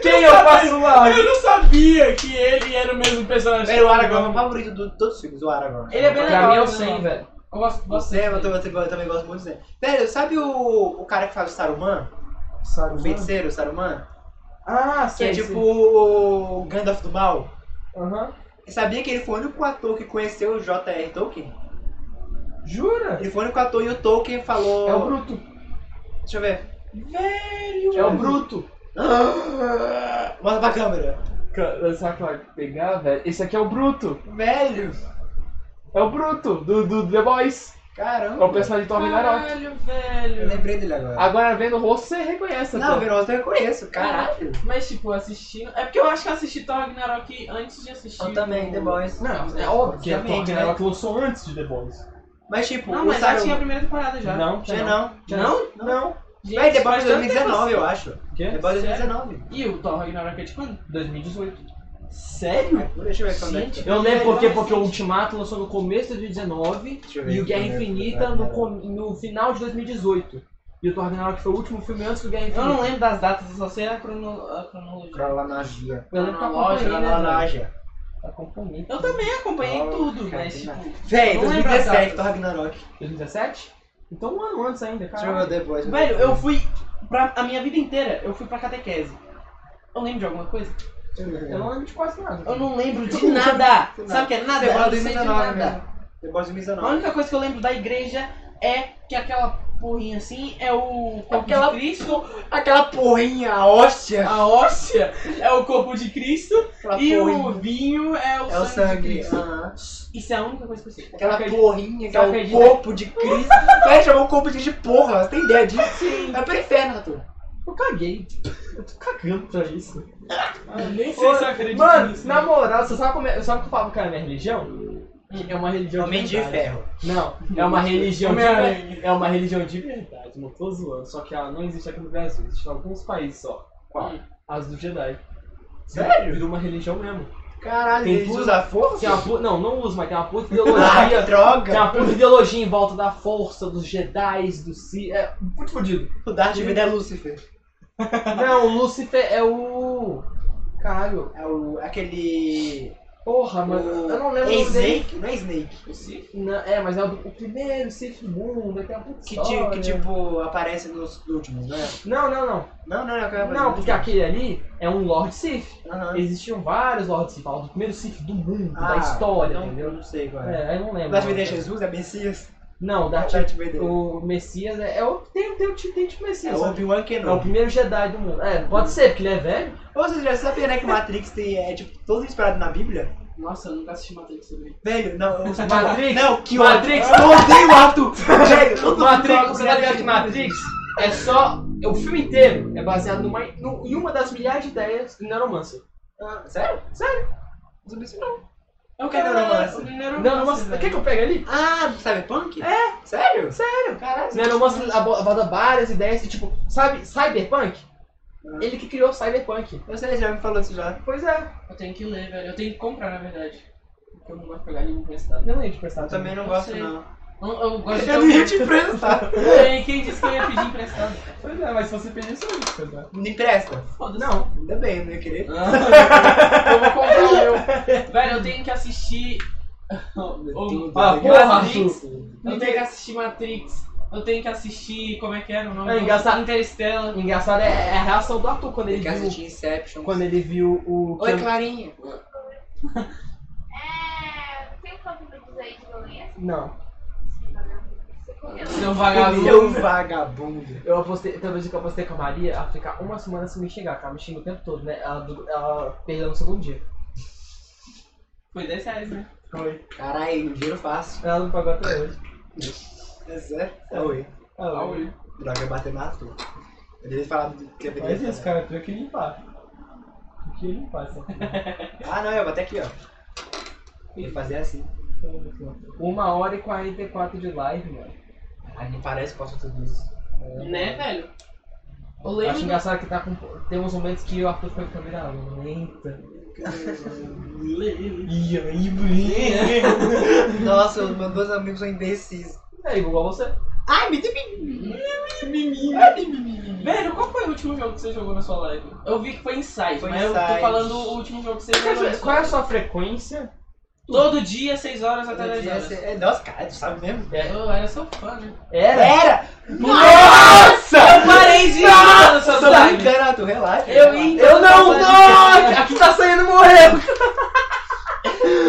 Speaker 2: Quem eu passo lá?
Speaker 3: Eu não sabia que ele era o mesmo personagem.
Speaker 5: Era o Aragorn, é o favorito de todos os filmes, o Aragorn.
Speaker 3: Ele é bem
Speaker 2: Pra mim é
Speaker 3: legal,
Speaker 2: o 100,
Speaker 3: né?
Speaker 2: velho.
Speaker 3: Eu gosto
Speaker 5: Você, eu,
Speaker 3: bastante.
Speaker 5: também- eu também- eu também gosto muito dele. Velho, sabe o, o cara que faz o Saruman? O feiticeiro, o Saruman?
Speaker 2: Ah,
Speaker 5: Que
Speaker 2: sei,
Speaker 5: é
Speaker 2: sei.
Speaker 5: tipo o Gandalf do Mal.
Speaker 2: Aham.
Speaker 5: Você sabia que ele foi o único ator que conheceu o J.R. Tolkien?
Speaker 2: Jura?
Speaker 5: Ele foi o único ator e o Tolkien falou...
Speaker 2: É o Bruto.
Speaker 5: Deixa eu ver.
Speaker 2: É o Bruto.
Speaker 5: Ah, Mostra pra câmera.
Speaker 2: Cara, Será que vai pegar, velho? Esse aqui é o Bruto.
Speaker 5: Velho,
Speaker 2: É o Bruto, do, do The Boys. É
Speaker 5: caramba.
Speaker 2: o personagem de Thor Ragnarok.
Speaker 3: Caralho,
Speaker 5: Eu
Speaker 3: velho.
Speaker 5: lembrei dele agora.
Speaker 2: Agora vendo o rosto, você reconhece.
Speaker 5: Ah. Não, o
Speaker 2: até.
Speaker 5: Verosa eu reconheço, caralho.
Speaker 3: Mas, tipo, assistindo... É porque eu acho que eu assisti Thor Ragnarok antes de assistir.
Speaker 5: Eu também, The Boys.
Speaker 2: Não, é óbvio que é Thor
Speaker 5: Obviamente, né?
Speaker 2: Ragnarok lançou antes de The Boys.
Speaker 5: Mas tipo,
Speaker 3: Não,
Speaker 5: o
Speaker 3: mas já
Speaker 5: Saruman...
Speaker 3: tinha a primeira temporada já.
Speaker 2: Não,
Speaker 5: Já
Speaker 2: não.
Speaker 5: não. Já
Speaker 3: Não?
Speaker 5: Não.
Speaker 2: Não.
Speaker 3: Gente,
Speaker 5: Véi, The Boys
Speaker 3: faz
Speaker 5: é
Speaker 3: tanto tempo
Speaker 5: 2019,
Speaker 3: assim.
Speaker 5: eu acho.
Speaker 2: O quê?
Speaker 5: The Boys é 2019.
Speaker 3: E o Thor Ragnarok é de quando?
Speaker 2: 2018.
Speaker 3: Sério?
Speaker 5: Deixa eu ver quando é que
Speaker 3: Gente,
Speaker 2: Eu lembro porque,
Speaker 3: Legal,
Speaker 2: porque o
Speaker 3: gente.
Speaker 2: Ultimato lançou no começo de 2019
Speaker 5: Deixa assim, eu ver
Speaker 2: e o
Speaker 5: aqui,
Speaker 2: Guerra
Speaker 5: né?
Speaker 2: Infinita no, com- no final de 2018. E o Thor Ragnarok foi o último filme antes do Guerra
Speaker 3: Eu
Speaker 2: Infinita.
Speaker 3: não lembro das datas, eu só sei a, crono... a cronologia.
Speaker 5: Cronologia.
Speaker 2: Eu lembro que tá
Speaker 3: Cronologia,
Speaker 2: acompanhando, né, velho?
Speaker 5: Cronologia.
Speaker 2: Tá acompanhando.
Speaker 3: Eu também acompanhei
Speaker 5: Nossa,
Speaker 3: tudo,
Speaker 5: cara,
Speaker 3: mas,
Speaker 5: que
Speaker 3: tipo...
Speaker 5: Véi,
Speaker 3: Eu não lembro as
Speaker 5: 2017,
Speaker 3: datas.
Speaker 5: do Ragnarok.
Speaker 2: 2017? Então um ano antes ainda,
Speaker 5: Deixa eu ver
Speaker 2: cara.
Speaker 5: o The Boys.
Speaker 3: Velho, eu fui pra a minha vida inteira, eu fui pra catequese. Eu lembro de alguma coisa?
Speaker 2: Eu não lembro de quase nada.
Speaker 3: Eu não lembro de nada.
Speaker 5: Sei
Speaker 3: Sabe o que é nada?
Speaker 5: Ah, The
Speaker 3: Eu
Speaker 5: Boys
Speaker 3: não sei de
Speaker 5: 2019
Speaker 3: nada.
Speaker 5: mesmo. né? The Boys
Speaker 3: A
Speaker 5: 2019.
Speaker 3: única coisa que eu lembro da igreja é que aquela porrinha assim é o corpo
Speaker 5: Aquela-
Speaker 3: de Cristo,
Speaker 5: Aquela porrinha, a hóstia.
Speaker 3: a óssea é o corpo de Cristo
Speaker 5: Aquela
Speaker 3: e o
Speaker 5: porrinha.
Speaker 3: vinho é o
Speaker 5: É
Speaker 3: sangue,
Speaker 5: o
Speaker 3: de
Speaker 5: sangue.
Speaker 3: Cristo.
Speaker 5: aham.
Speaker 3: Isso é a única coisa que eu sei.
Speaker 5: Aquela
Speaker 3: Acredito.
Speaker 5: porrinha, que é o
Speaker 3: acredita?
Speaker 5: corpo de Cristo. Tu vai chamar o corpo de Cristo de porra, você tem ideia disso?
Speaker 2: Sim.
Speaker 5: Vai pro inferno, Arthur.
Speaker 2: Eu caguei. Eu tô cagando pra isso.
Speaker 3: Ah, nem sei se eu acredito
Speaker 2: Mano,
Speaker 3: nisso. né?
Speaker 2: na moral, você sabe como é, sabe o que eu falo que é a minha religião? É uma religião
Speaker 5: Homem de
Speaker 2: verdade.
Speaker 5: ferro.
Speaker 2: Não, é uma religião de
Speaker 3: Homem-Aranha.
Speaker 2: ver- É uma religião de verdade, não tô zoando. Só que ela não existe aqui no Brasil, existe em alguns países só. Qual?
Speaker 3: Hum.
Speaker 2: As do Jedi. Sério? Virou uma religião mesmo.
Speaker 5: Caralho,
Speaker 2: Tem
Speaker 5: ele
Speaker 2: tudo.
Speaker 5: usa a força?
Speaker 2: Tem
Speaker 3: assim?
Speaker 2: uma pu- Não, não uso, mas tem uma puta
Speaker 5: Ah, que
Speaker 2: ideologia. tem
Speaker 5: droga!
Speaker 2: uma puta ideologia em volta da força, dos Jedi, do Si. É muito fodido.
Speaker 5: O Darth Vader é Lúcifer.
Speaker 2: Não, o Lúcifer é o. Caralho.
Speaker 5: É o, aquele...
Speaker 2: Porra, mano.
Speaker 5: o-
Speaker 2: Eu não lembro
Speaker 5: é
Speaker 2: o nome dele.
Speaker 5: Snake? Não é Snake.
Speaker 2: Não, é, mas é o, do- o primeiro Sith Mundo, aquela puta
Speaker 5: Que,
Speaker 2: história.
Speaker 5: ti- que tipo, aparece nos últimos, né?
Speaker 2: Não, não, não.
Speaker 5: Não, não, não. acaba-
Speaker 2: Não, porque aquele ali é um Lord Sith.
Speaker 5: Aham.
Speaker 2: Existiam vários Lord Sith, fala do primeiro Sith do mundo, da
Speaker 5: Ah,
Speaker 2: história,
Speaker 5: Não, eu
Speaker 2: entendeu?
Speaker 5: não sei agora.
Speaker 2: É, aí não lembro.
Speaker 5: Darth Vader é Jesus? É Messias?
Speaker 2: Não, Darth
Speaker 5: Darth Vader.
Speaker 2: O Messias é, é o. Tem, tem, tem, tem tipo
Speaker 5: É
Speaker 2: Messias.
Speaker 5: o
Speaker 2: sabe?
Speaker 5: Obi-Wan
Speaker 2: É o
Speaker 5: Kenobi.
Speaker 2: primeiro Jedi do mundo. É, pode ser, porque ele é velho.
Speaker 5: Ou seja, você sabia, né, que Matrix tem, é, tipo, todo inspirado na Bíblia?
Speaker 3: Nossa, eu nunca assisti Matrix sobre
Speaker 5: Velho, não, eu...
Speaker 2: Matrix!
Speaker 5: Não, que
Speaker 2: Matrix!
Speaker 5: ódio. Eu odeio o Arthur! Gente, todo mundo
Speaker 2: Matrix,
Speaker 5: fala
Speaker 2: você
Speaker 5: pra
Speaker 2: tá
Speaker 5: ele.
Speaker 2: ligado que Matrix é só. é O filme inteiro é baseado numa, no- em uma das milhares de ideias do Neuromancer.
Speaker 5: Ah, sério? Sério? Não sabia isso não.
Speaker 3: Eu
Speaker 5: quero
Speaker 3: romance.
Speaker 5: romance.
Speaker 2: um Neuromancer. Quer que eu pegue ali?
Speaker 5: Ah, do Cyberpunk? É. Sério? Sério. Caralho.
Speaker 2: Né, Neuromancer abo- aborda várias ideias e tipo, sabe, Cyberpunk? Ele que criou Cyberpunk.
Speaker 5: Eu sei, já me falou isso já.
Speaker 2: Pois é,
Speaker 3: Eu tenho que ler, velho. Eu tenho que comprar, na verdade. Porque eu não gosto de pegar nenhum emprestado.
Speaker 2: não ia te prestar
Speaker 5: Eu também não
Speaker 3: Eu
Speaker 5: gosto
Speaker 3: sei.
Speaker 5: não.
Speaker 3: Eu, eu gosto de
Speaker 5: Eu não
Speaker 2: um
Speaker 5: ia te emprestar.
Speaker 3: Ei, Quem disse que eu ia pedir emprestado?
Speaker 2: Pois é, mas se você pedir, você não prestar.
Speaker 5: Não né? empresta?
Speaker 3: Foda-se.
Speaker 2: Não.
Speaker 5: Ainda bem, eu não ia querer.
Speaker 3: Eu vou comprar o meu. Velho, eu tenho que assistir.
Speaker 5: Tudo,
Speaker 3: Ah, porra,
Speaker 5: tá ligado?
Speaker 3: Matrix. Eu
Speaker 2: Inter-
Speaker 3: tenho que assistir Matrix. Eu tenho que assistir. Como é que era o nome?
Speaker 2: É, engraçado-
Speaker 3: Interstellar.
Speaker 2: Engraçado é, é a reação do Arthur quando
Speaker 5: Tem
Speaker 2: ele
Speaker 5: que
Speaker 2: viu.
Speaker 5: assistir Inception.
Speaker 2: Quando ele viu o.
Speaker 5: Oi, Clarinha.
Speaker 4: É. Tem um conteúdo aí de doença?
Speaker 2: Não.
Speaker 4: Você comeu?
Speaker 3: Seu
Speaker 5: É um
Speaker 3: vagabundo.
Speaker 5: vagabundo.
Speaker 2: Eu apostei, talvez que eu apostei com a Maria a ficar uma semana sem me xingar, que ela me xinga o tempo todo, né? Ela, du- ela perdeu no segundo dia.
Speaker 3: Foi 10 reais, né?
Speaker 2: Foi.
Speaker 5: Caralho, um dinheiro fácil.
Speaker 2: Ela não pagou até hoje.
Speaker 5: É sério? É oi.
Speaker 2: Ah, oi.
Speaker 5: Droga, eu bater na Arthur. Eu devia falar do que eu
Speaker 2: Mas
Speaker 5: deveria
Speaker 2: isso,
Speaker 5: falar.
Speaker 2: cara, eu que limpar. Eu que limpar essa porra.
Speaker 5: Ah, não, eu bati aqui, ó. Ele fazia assim.
Speaker 2: Uma hora e 44 de live, mano.
Speaker 5: Ai, não parece que posso tudo isso.
Speaker 3: Né, velho? Eu
Speaker 2: Eu acho
Speaker 3: lembro.
Speaker 2: engraçado que tá com. Tem uns momentos que o Arthur foi com a câmera lenta. Ih, aí, bonito.
Speaker 5: Nossa, os meus dois amigos são imbecis.
Speaker 2: É igual você.
Speaker 5: Ai, me tem
Speaker 3: Velho, qual foi o último jogo que você jogou na sua live? Eu vi que foi Inside,
Speaker 5: Foi
Speaker 3: mas eu
Speaker 5: Inside.
Speaker 3: tô falando o último jogo que você jogou. na sua
Speaker 2: Qual é a
Speaker 3: live.
Speaker 2: sua frequência?
Speaker 3: Todo dia, 6 horas até 10 horas.
Speaker 5: É, nossa, cara, tu sabe mesmo?
Speaker 3: Eu era seu fã, né?
Speaker 2: Era?
Speaker 5: Era! Nossa!
Speaker 3: Parei de ir na sua
Speaker 5: Eu tô
Speaker 3: live.
Speaker 5: brincando, Arthur, relaxa.
Speaker 3: Eu
Speaker 5: relaxa.
Speaker 3: ia-
Speaker 2: Eu não,
Speaker 3: Eu
Speaker 2: não! Aqui tá saindo morreu!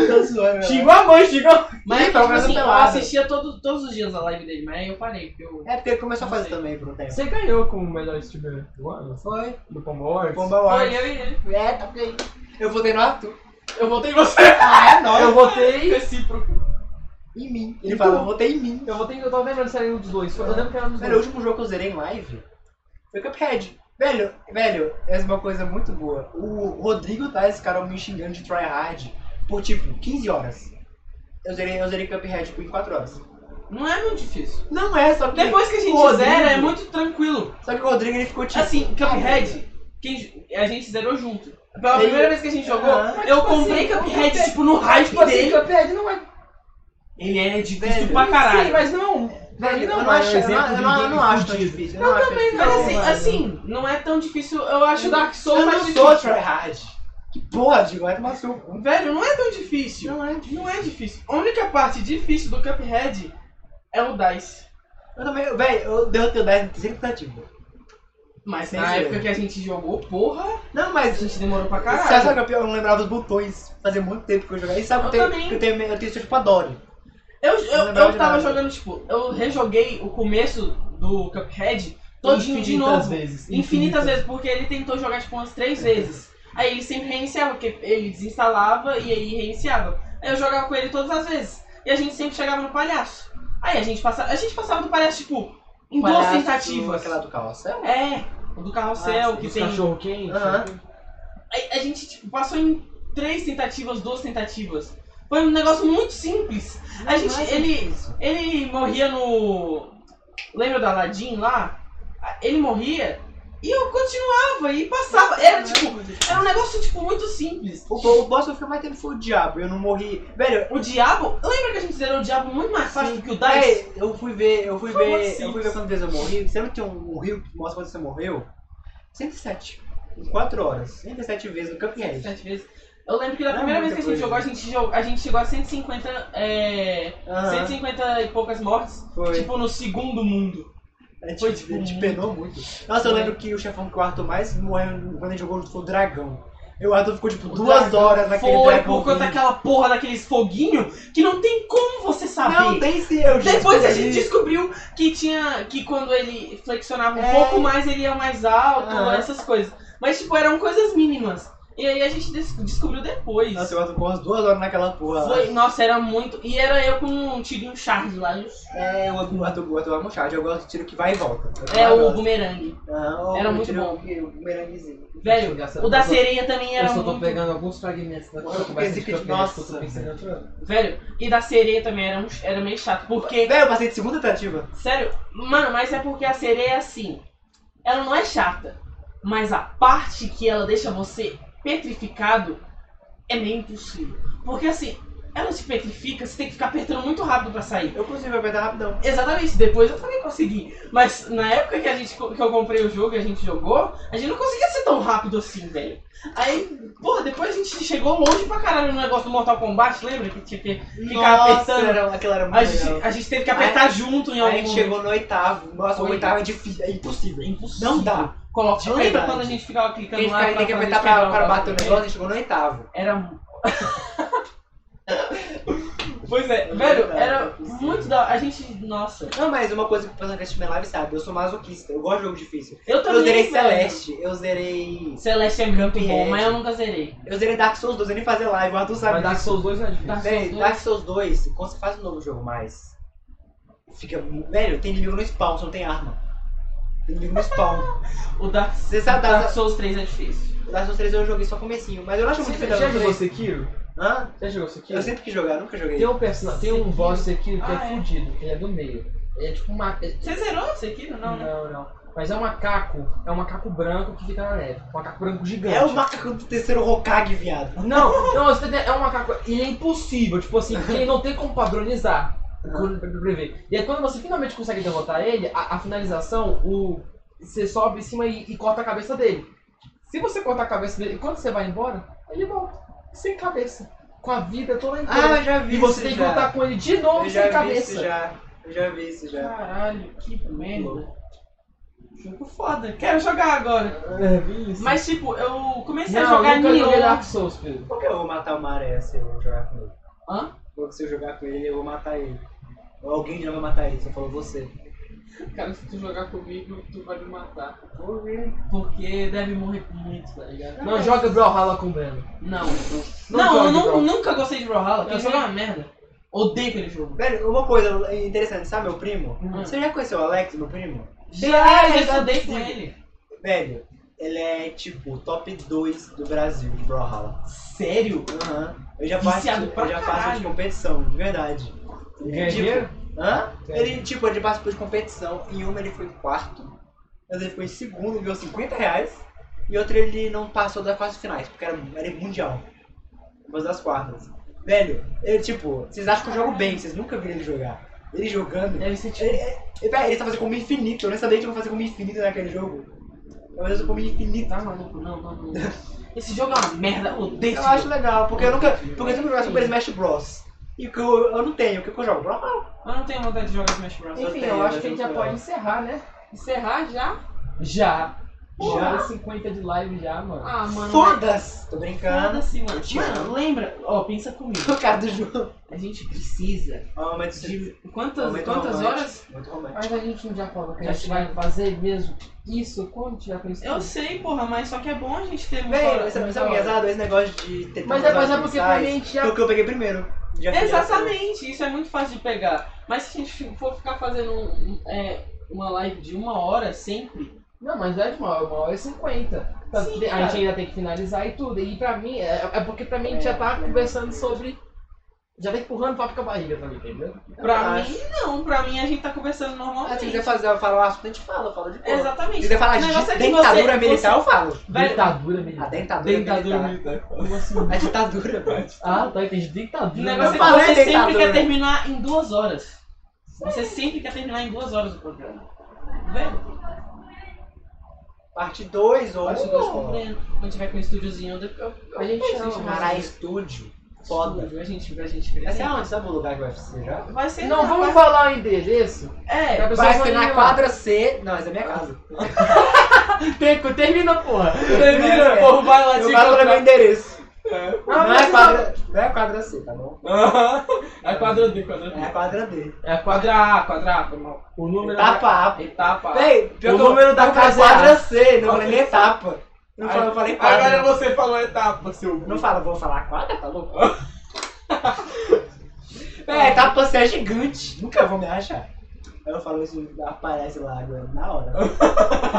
Speaker 5: tô zoando. né?
Speaker 2: Xingou a mãe, xingou!
Speaker 3: Mas
Speaker 5: Ih,
Speaker 3: tipo,
Speaker 5: tá jogando
Speaker 3: assim, eu
Speaker 5: pelada.
Speaker 3: assistia todo, todos os dias a live dele, mas aí eu parei, porque eu.
Speaker 5: É porque ele começou a
Speaker 3: Não
Speaker 5: fazer
Speaker 3: sei.
Speaker 5: também por um tempo.
Speaker 2: Você ganhou com o melhor streamer do ano?
Speaker 5: Foi.
Speaker 2: Do Pomor?
Speaker 5: Bomba
Speaker 3: Foi
Speaker 5: Wars.
Speaker 3: eu e ele.
Speaker 5: É, tá bem. Eu votei no Arthur.
Speaker 3: Eu voltei em você.
Speaker 5: Ah, é nóis.
Speaker 2: Eu votei.
Speaker 3: Recíproco.
Speaker 5: Em mim. Ele
Speaker 2: E
Speaker 5: falou,
Speaker 2: tu?
Speaker 5: eu votei em mim.
Speaker 2: Eu votei. Eu tava lembrando se era um dos dois. Eu lembro que era um dos
Speaker 5: Velho, o
Speaker 2: dois.
Speaker 5: último jogo que eu zerei em live foi Cuphead. Velho, velho, essa é uma coisa muito boa. O Rodrigo tá esse cara me xingando de tryhard por tipo 15 horas. Eu zerei, eu zerei Cuphead tipo, em 4 horas.
Speaker 3: Não é muito difícil.
Speaker 5: Não é, só que.
Speaker 3: Depois que a
Speaker 5: o
Speaker 3: gente
Speaker 5: Rodrigo-
Speaker 3: zera, é muito tranquilo.
Speaker 5: Só que o Rodrigo ele ficou tipo.
Speaker 3: Assim, Cuphead, quem, a gente zerou junto. Pela
Speaker 5: Ele-
Speaker 3: primeira vez que a gente jogou,
Speaker 5: Ah.
Speaker 3: eu comprei Cuphead, tipo, no hype
Speaker 2: Tipo assim,
Speaker 3: dele.
Speaker 2: Cuphead não é.
Speaker 3: Ele é difícil
Speaker 5: Velho.
Speaker 3: pra caralho.
Speaker 2: Sim, mas não.
Speaker 5: velho,
Speaker 2: Ele
Speaker 5: eu
Speaker 2: não
Speaker 5: não
Speaker 2: é um
Speaker 5: acho, eu
Speaker 2: exemplo
Speaker 5: não, eu
Speaker 2: de
Speaker 5: não, eu
Speaker 2: game
Speaker 5: não acho tão
Speaker 2: fudido.
Speaker 5: difícil. Eu, também
Speaker 3: Mas assim, assim, não é tão difícil. Eu acho Dark Souls
Speaker 5: eu
Speaker 3: mais
Speaker 5: não
Speaker 3: difícil.
Speaker 5: sou tryhard. Que porra, Digo, vai tomar seu cu.
Speaker 3: Velho, não é tão difícil. Não é. Não é difícil. A única parte difícil do Cuphead é o Dice.
Speaker 5: Eu também, velho, eu derrotei o 10 na terceira tentativa.
Speaker 3: Mas
Speaker 5: Sem
Speaker 3: na
Speaker 5: zoeira.
Speaker 3: época que a gente jogou, porra,
Speaker 5: Não,
Speaker 3: a
Speaker 5: mas
Speaker 3: gente demorou pra
Speaker 5: Você sabe
Speaker 3: caralho.
Speaker 5: que eu não lembrava dos botões. Fazia muito tempo que eu jogava. E sabe
Speaker 3: Eu
Speaker 5: que eu tenho,
Speaker 3: também.
Speaker 5: que eu tenho, eu tenho sorte pra Dory.
Speaker 3: Eu, eu,
Speaker 5: lembrava
Speaker 3: eu
Speaker 5: de
Speaker 3: tava
Speaker 5: nada.
Speaker 3: jogando, tipo, eu rejoguei o começo do Cuphead todinho
Speaker 2: Infinitas
Speaker 3: de novo.
Speaker 2: vezes.
Speaker 3: infinitas vezes, porque ele tentou jogar tipo umas três vezes. Aí ele sempre reiniciava, porque ele desinstalava e aí reiniciava. Aí eu jogava com ele todas as vezes. E a gente sempre chegava no palhaço. Aí a gente passava, a gente passava do palhaço, tipo, em duas
Speaker 5: Palhaço,
Speaker 3: tentativas.
Speaker 5: Aquela do carrossel?
Speaker 3: É, o do carrossel, que
Speaker 2: Dos
Speaker 3: tem.
Speaker 2: cachorro quente.
Speaker 5: Aham.
Speaker 3: A, a gente tipo, passou em três tentativas, duas tentativas. Foi um negócio muito simples. A gente, ele, ele morria no. Lembra do Aladdin lá? Ele morria e eu continuava e passava. Era tipo. Era um negócio tipo muito simples.
Speaker 5: O, o boss que eu fiquei mais tempo foi o diabo, eu não morri. Velho,
Speaker 3: O diabo. Lembra que a gente zerou o diabo muito mais fácil do que o Dice?
Speaker 5: Daí, eu fui ver, eu fui
Speaker 3: Como
Speaker 5: ver,
Speaker 3: assim?
Speaker 5: eu fui ver quantas vezes eu morri. Você não tem um, um rio que mostra quando você morreu? 107. Em 4 horas. 107 vezes no Cuphead.
Speaker 3: Sete vezes. Eu lembro que da
Speaker 5: Não é
Speaker 3: primeira vez
Speaker 5: muita
Speaker 3: que a gente
Speaker 5: coisa.
Speaker 3: jogou, a gente, jogou, a gente chegou a 150, é,
Speaker 5: Aham,
Speaker 3: 150 e poucas mortes,
Speaker 5: foi.
Speaker 3: tipo no segundo mundo.
Speaker 5: A gente,
Speaker 3: foi, É. tipo,
Speaker 5: a gente
Speaker 3: muito.
Speaker 5: penou muito. Nossa, eu
Speaker 3: Foi.
Speaker 5: lembro que o chefão que o Arthur mais morreu quando ele jogou junto foi o dragão. E o Arthur ficou tipo duas horas naquele
Speaker 3: Foi
Speaker 5: dragão.
Speaker 3: por conta
Speaker 5: vivo.
Speaker 3: daquela porra daqueles foguinhos que não tem como você saber.
Speaker 5: Não, tem sim, eu
Speaker 3: Depois a
Speaker 5: descobri.
Speaker 3: gente descobriu que tinha. que quando ele flexionava um
Speaker 5: É.
Speaker 3: pouco mais, ele ia mais alto,
Speaker 5: Aham.
Speaker 3: essas coisas. Mas, tipo, eram coisas mínimas. E aí a gente des- descobriu depois.
Speaker 5: Nossa, eu ficou umas duas horas naquela porra lá.
Speaker 3: Foi- nossa, era muito. E era eu com um tiro e um charge lá.
Speaker 5: É, o Arthur, o Arthur, o Arthur vai murchar. Eu gosto de tiro que vai e volta. Eu
Speaker 3: É o
Speaker 5: adoro.
Speaker 3: bumerangue.
Speaker 5: Não,
Speaker 3: Era
Speaker 5: eu
Speaker 3: muito
Speaker 5: tiro
Speaker 3: bom.
Speaker 5: O bumeranguezinho.
Speaker 3: Velho, o da sereia também
Speaker 2: Eu
Speaker 3: era
Speaker 2: só tô
Speaker 3: muito.
Speaker 2: pegando alguns fragmentos da
Speaker 5: Eu
Speaker 2: conversa
Speaker 5: pensei
Speaker 2: de
Speaker 5: que-
Speaker 2: Cuphead que tá eu
Speaker 5: nossa.
Speaker 2: tô pensando em outra.
Speaker 3: Velho, e da sereia também era, um- era meio chato. Porque
Speaker 5: Velho, eu passei de segunda tentativa.
Speaker 3: Sério, mano, mas é porque a sereia é assim. Ela não é chata, mas a parte que ela deixa você petrificado é meio impossível. Porque assim, ela te petrifica, você tem que ficar apertando muito rápido pra sair.
Speaker 5: Eu consegui apertar rapidão.
Speaker 3: Exatamente, depois eu também consegui. Mas na época que, a gente, co- que eu comprei o jogo e a gente jogou, a gente não conseguia ser tão rápido assim, velho. Aí, porra, depois a gente chegou longe pra caralho no negócio do Mortal Kombat, lembra? Que tinha que. Ficar apertando.
Speaker 5: Era, aquela era muito
Speaker 3: A gente,
Speaker 5: legal.
Speaker 3: a gente teve que apertar junto em
Speaker 5: Aí
Speaker 3: algum
Speaker 5: a gente
Speaker 3: momento.
Speaker 5: chegou no oitavo. Nossa,
Speaker 3: Foi.
Speaker 5: o oitavo é difícil. É impossível.
Speaker 3: É impossível.
Speaker 5: Não dá.
Speaker 3: Coloca.
Speaker 5: De
Speaker 3: lembra
Speaker 5: verdade.
Speaker 3: quando a gente ficava
Speaker 5: A
Speaker 3: clicando
Speaker 5: gente
Speaker 3: lá
Speaker 5: fica- tem que
Speaker 3: fazer
Speaker 5: apertar pra,
Speaker 3: pegar
Speaker 5: pra
Speaker 3: o
Speaker 5: bater o
Speaker 3: bagulho?
Speaker 5: negócio, a gente chegou no oitavo.
Speaker 3: Era. mu- pois é, velho, era muito da. A gente. Nossa.
Speaker 5: Não, mas uma coisa que o pessoal que assiste minha live sabe, eu sou masoquista, eu gosto de jogo difícil.
Speaker 3: Eu também.
Speaker 5: Eu zerei
Speaker 3: velho.
Speaker 5: Celeste, eu zerei.
Speaker 3: Celeste é muito bom,
Speaker 5: Cuphead.
Speaker 3: mas eu nunca zerei.
Speaker 5: Eu zerei Dark Souls 2, eu nem fazia live, o Arthur sabe
Speaker 2: Mas Dark
Speaker 5: disso.
Speaker 2: Souls 2 é difícil.
Speaker 3: Dark
Speaker 5: Véi,
Speaker 3: Souls
Speaker 5: Dark Souls 2, quando você faz um novo jogo mais. Fica. Velho, tem inimigo no spawn, você não tem arma. Tem inimigo no spawn.
Speaker 3: O Dark,
Speaker 5: Você sabe Dark,
Speaker 3: Dark Souls 3 é difícil.
Speaker 5: Dark Souls 3 eu joguei só comecinho, mas eu não acho muito
Speaker 2: Você
Speaker 5: feio Dark
Speaker 2: já jogou
Speaker 5: Souls 3.
Speaker 2: Sekiro?
Speaker 5: Hã?
Speaker 2: Já jogou
Speaker 5: Eu
Speaker 2: Sekiro?
Speaker 5: sempre quis jogar, nunca joguei.
Speaker 2: Tem um, persona... Tem um boss Sekiro que
Speaker 3: Ah,
Speaker 2: é
Speaker 3: é.
Speaker 2: fudido, ele é do meio. Ele é tipo um ma- é-
Speaker 3: Você zerou isso aqui? Não, né?
Speaker 2: Não, não. Mas é um macaco, é um macaco branco que fica na neve. Um macaco branco gigante.
Speaker 5: É o macaco do terceiro Hokage, viado.
Speaker 2: Não, não, você tá entendendo? é um macaco. Ele é impossível, tipo assim, porque ele não tem como padronizar. Como pre- prever. E aí quando você finalmente consegue derrotar ele, a, a finalização, o. Você sobe em cima e, e corta a cabeça dele. Se você cortar a cabeça dele, quando você vai embora, ele volta. Sem cabeça. Com a vida toda inteira.
Speaker 5: Ah, já vi
Speaker 2: e você tem que lutar com ele de novo
Speaker 5: Eu já
Speaker 2: sem
Speaker 5: vi
Speaker 2: cabeça.
Speaker 5: isso já. Eu já vi isso já.
Speaker 3: Caralho, que merda. Jogo foda. Quero jogar agora.
Speaker 2: É, vi isso.
Speaker 3: Mas tipo, eu comecei
Speaker 2: não,
Speaker 3: a jogar
Speaker 2: nunca
Speaker 3: Nioh.
Speaker 2: joguei Dark Souls, Pedro.
Speaker 5: Por que eu vou matar o Maré se eu jogar com ele?
Speaker 3: Hã?
Speaker 5: Porque se eu jogar com ele, eu vou matar ele. Ou alguém já vai matar ele, só falou você.
Speaker 3: Cara, se tu jogar comigo, tu vai me matar.
Speaker 5: Vou ver.
Speaker 3: Porque deve morrer muito, tá ligado?
Speaker 2: Não, joga Brawlhalla com o Breno.
Speaker 3: Não.
Speaker 2: Não
Speaker 3: Não,
Speaker 2: joga,
Speaker 3: eu nu-
Speaker 2: Brawlhalla.
Speaker 3: nunca gostei de Brawlhalla. Aquele
Speaker 2: Eu
Speaker 5: Uhum.
Speaker 3: jogo é uma merda. Odeio aquele jogo.
Speaker 5: Velho, uma coisa interessante, sabe meu primo?
Speaker 3: Hum.
Speaker 5: Você já conheceu o Alex, meu primo?
Speaker 3: Já, eu
Speaker 5: já
Speaker 3: estudei
Speaker 5: vi.
Speaker 3: com ele.
Speaker 5: Velho, ele é tipo top 2 do Brasil de Brawlhalla.
Speaker 3: Sério?
Speaker 5: Aham. Eu já faço,
Speaker 3: Viciado pra
Speaker 5: eu já faço
Speaker 3: caralho.
Speaker 5: de competição, de verdade.
Speaker 2: Ganha
Speaker 5: Tipo,
Speaker 2: dinheiro?
Speaker 5: Hã?
Speaker 2: Sério?
Speaker 5: Ele, tipo, ele participou de competição. Em uma ele foi quarto, mas ele foi em segundo, ganhou 50 reais. E outra ele não passou das quartas finais, porque era, era mundial. Depois das quartas. Velho, ele, tipo, vocês acham que eu jogo bem, vocês nunca viram ele jogar. Ele jogando.
Speaker 3: Deve ser tipo.
Speaker 5: Ele, ele, ele, ele tá fazendo comida infinita, eu nem sabia que eu vou fazer comida infinita naquele jogo. Eu fazer comida infinita.
Speaker 3: Tá maluco? Não, não, não. Esse jogo é uma merda. Eu odeio
Speaker 5: Eu
Speaker 3: esse jogo.
Speaker 5: acho legal, porque eu nunca. Porque eu sempre jogo Super Smash Bros. E o que eu, eu não tenho, o que eu jogo? Brawlhalla.
Speaker 3: Eu não tenho vontade de jogar Smash Bros.
Speaker 5: Eu
Speaker 2: Enfim,
Speaker 5: tenho,
Speaker 2: eu acho
Speaker 5: mas
Speaker 2: que a gente já
Speaker 5: eu não
Speaker 2: pode
Speaker 5: quero.
Speaker 2: encerrar, né?
Speaker 3: Encerrar já?
Speaker 2: Já. Já era 50 de live já, mano.
Speaker 3: Ah, mano.
Speaker 5: Foda-se! Tô brincando.
Speaker 3: Foda-se, mano.
Speaker 5: te
Speaker 3: Mano, lembra? Ó, pensa comigo.
Speaker 5: O cara do jogo.
Speaker 3: A gente precisa
Speaker 5: Ó, momento
Speaker 3: de
Speaker 5: um
Speaker 3: quantas,
Speaker 5: momento
Speaker 3: quantas
Speaker 5: romântico.
Speaker 3: horas?
Speaker 5: Muito romântico.
Speaker 2: Mas a gente não já falou que a gente vai fazer mesmo isso quando tiver conhecido.
Speaker 3: Eu sei, porra, mas só que é bom a gente ter uma
Speaker 5: Véi,
Speaker 3: hora-
Speaker 5: você sabe é engraçado? Esse negócio de ter
Speaker 2: Mas é,
Speaker 5: tantas
Speaker 2: mas é
Speaker 5: horas
Speaker 2: porque pra
Speaker 5: mensais,
Speaker 2: mim a gente já.
Speaker 5: Foi o que eu peguei primeiro. Já- já-
Speaker 3: Exatamente, isso é muito fácil de pegar. Mas se a gente for ficar fazendo um- um, é, uma live de uma hora sempre,
Speaker 2: Não, mas não é de uma hora, uma hora é 50. Tá-
Speaker 3: Sim,
Speaker 2: a
Speaker 3: cara.
Speaker 2: gente ainda tem que finalizar e tudo. E pra mim, é, é porque pra mim a gente já tá conversando sobre. Já tá empurrando papo com a barriga também, entendeu?
Speaker 3: pra
Speaker 5: acho.
Speaker 3: mim não, pra mim a gente tá conversando
Speaker 5: Ah, se
Speaker 3: normalmente.
Speaker 5: quiser fazer, falar um assunto, a gente fala, fala de boa. Se
Speaker 3: Exatamente.
Speaker 5: quiser falar
Speaker 3: O
Speaker 5: de
Speaker 3: negócio é que
Speaker 5: dentadura
Speaker 3: você-
Speaker 5: militar, eu falo.
Speaker 3: Velho,
Speaker 2: ditadura
Speaker 5: A
Speaker 2: militar.
Speaker 5: dentadura,
Speaker 3: Dentadura
Speaker 5: militar. assim?
Speaker 3: militar.
Speaker 5: A ditadura, velho.
Speaker 2: Ah, tá, entendi.
Speaker 3: O
Speaker 2: Ditadura.
Speaker 3: negócio é que
Speaker 5: Eu falei
Speaker 3: você sempre
Speaker 5: dentadura.
Speaker 3: quer terminar em duas horas. Você sempre quer terminar em duas horas o programa. Velho,
Speaker 5: Parte 2 ou...
Speaker 3: acho que eu compreendo. Quando tiver com um estúdiozinho, eu, eu, eu
Speaker 2: A gente
Speaker 3: penso em
Speaker 2: chama.
Speaker 3: chamar
Speaker 5: Caralho, estúdio.
Speaker 3: um
Speaker 5: Foda.
Speaker 3: estúdio, A gente, a gente
Speaker 5: Essa é
Speaker 3: cresce.
Speaker 5: onde? Sabe o lugar que vai ser já?
Speaker 3: Vai ser
Speaker 2: Não,
Speaker 3: na
Speaker 2: vamos
Speaker 3: parte-
Speaker 2: falar o endereço.
Speaker 3: É,
Speaker 2: Pra pessoa
Speaker 5: Vai ser
Speaker 2: ir
Speaker 5: na
Speaker 2: lá.
Speaker 5: quadra C. Não, essa é minha casa.
Speaker 2: Tem- Termina, porra.
Speaker 3: Termina,
Speaker 5: É.
Speaker 3: o povo vai lá
Speaker 5: Eu
Speaker 3: te
Speaker 5: falo pra meu
Speaker 3: encontrar.
Speaker 5: endereço.
Speaker 2: Ah,
Speaker 5: Não
Speaker 2: mas
Speaker 5: é quadra... Não é quadra C, tá bom?
Speaker 3: Aham. É quadra D, quadra D.
Speaker 5: É a quadra D.
Speaker 2: É a quadra. Tá
Speaker 3: Quadra A, quadra A, foi mal.
Speaker 2: O número é da
Speaker 5: Etapa A.
Speaker 3: Etapa A.
Speaker 5: Véi, pior
Speaker 2: O
Speaker 5: que eu-
Speaker 2: número da
Speaker 5: eu
Speaker 2: casa
Speaker 5: falei
Speaker 2: é A.
Speaker 5: quadra C, não falei nem etapa. Não falo, eu falei quadra.
Speaker 3: Agora você falou etapa, seu.
Speaker 5: Não fala, vou falar quadra, tá louco? é,
Speaker 3: tá?
Speaker 5: etapa C é gigante, nunca vou me achar. Aí Eu falo isso, aparece lá agora, na hora.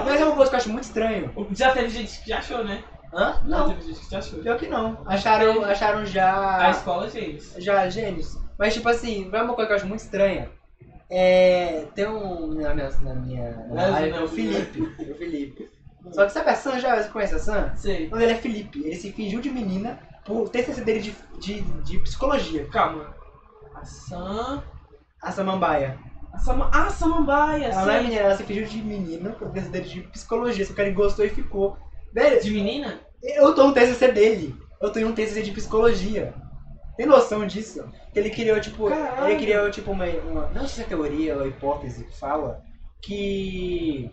Speaker 5: Mas é uma coisa que eu acho muito estranho.
Speaker 3: Já teve gente que já achou, né?
Speaker 5: Hã?
Speaker 3: Já
Speaker 5: Não,
Speaker 3: teve gente que já achou.
Speaker 5: pior que não. Acharam, acharam
Speaker 3: A
Speaker 5: já.
Speaker 3: escola James.
Speaker 5: Já gênios. Mas tipo assim, vai uma coisa que eu acho muito estranha. É. Tem um. Na minha. Na minha. Na
Speaker 3: Mas
Speaker 5: live,
Speaker 3: não.
Speaker 5: o Felipe. O Felipe. Só que sabe a Sam já? Você conhece a Sam?
Speaker 3: Sei.
Speaker 5: O nome dele é Felipe. Ele se fingiu de menina por TCC dele de, de, de psicologia.
Speaker 3: Calma. A Sam.
Speaker 5: A Samambaia.
Speaker 3: A Sam... Ah, Samambaia,
Speaker 5: Ela não é
Speaker 3: sei.
Speaker 5: menina, ela se fingiu de menina por TCC dele de psicologia. Só que ele gostou e ficou. Velho,
Speaker 3: De menina?
Speaker 5: eu tô no TCC dele. Eu tô em um TCC de psicologia. Tem noção disso? Ele criou, tipo.
Speaker 3: Caralho.
Speaker 5: Ele criou, tipo, uma, uma- Não sei se é teoria ou hipótese que fala que.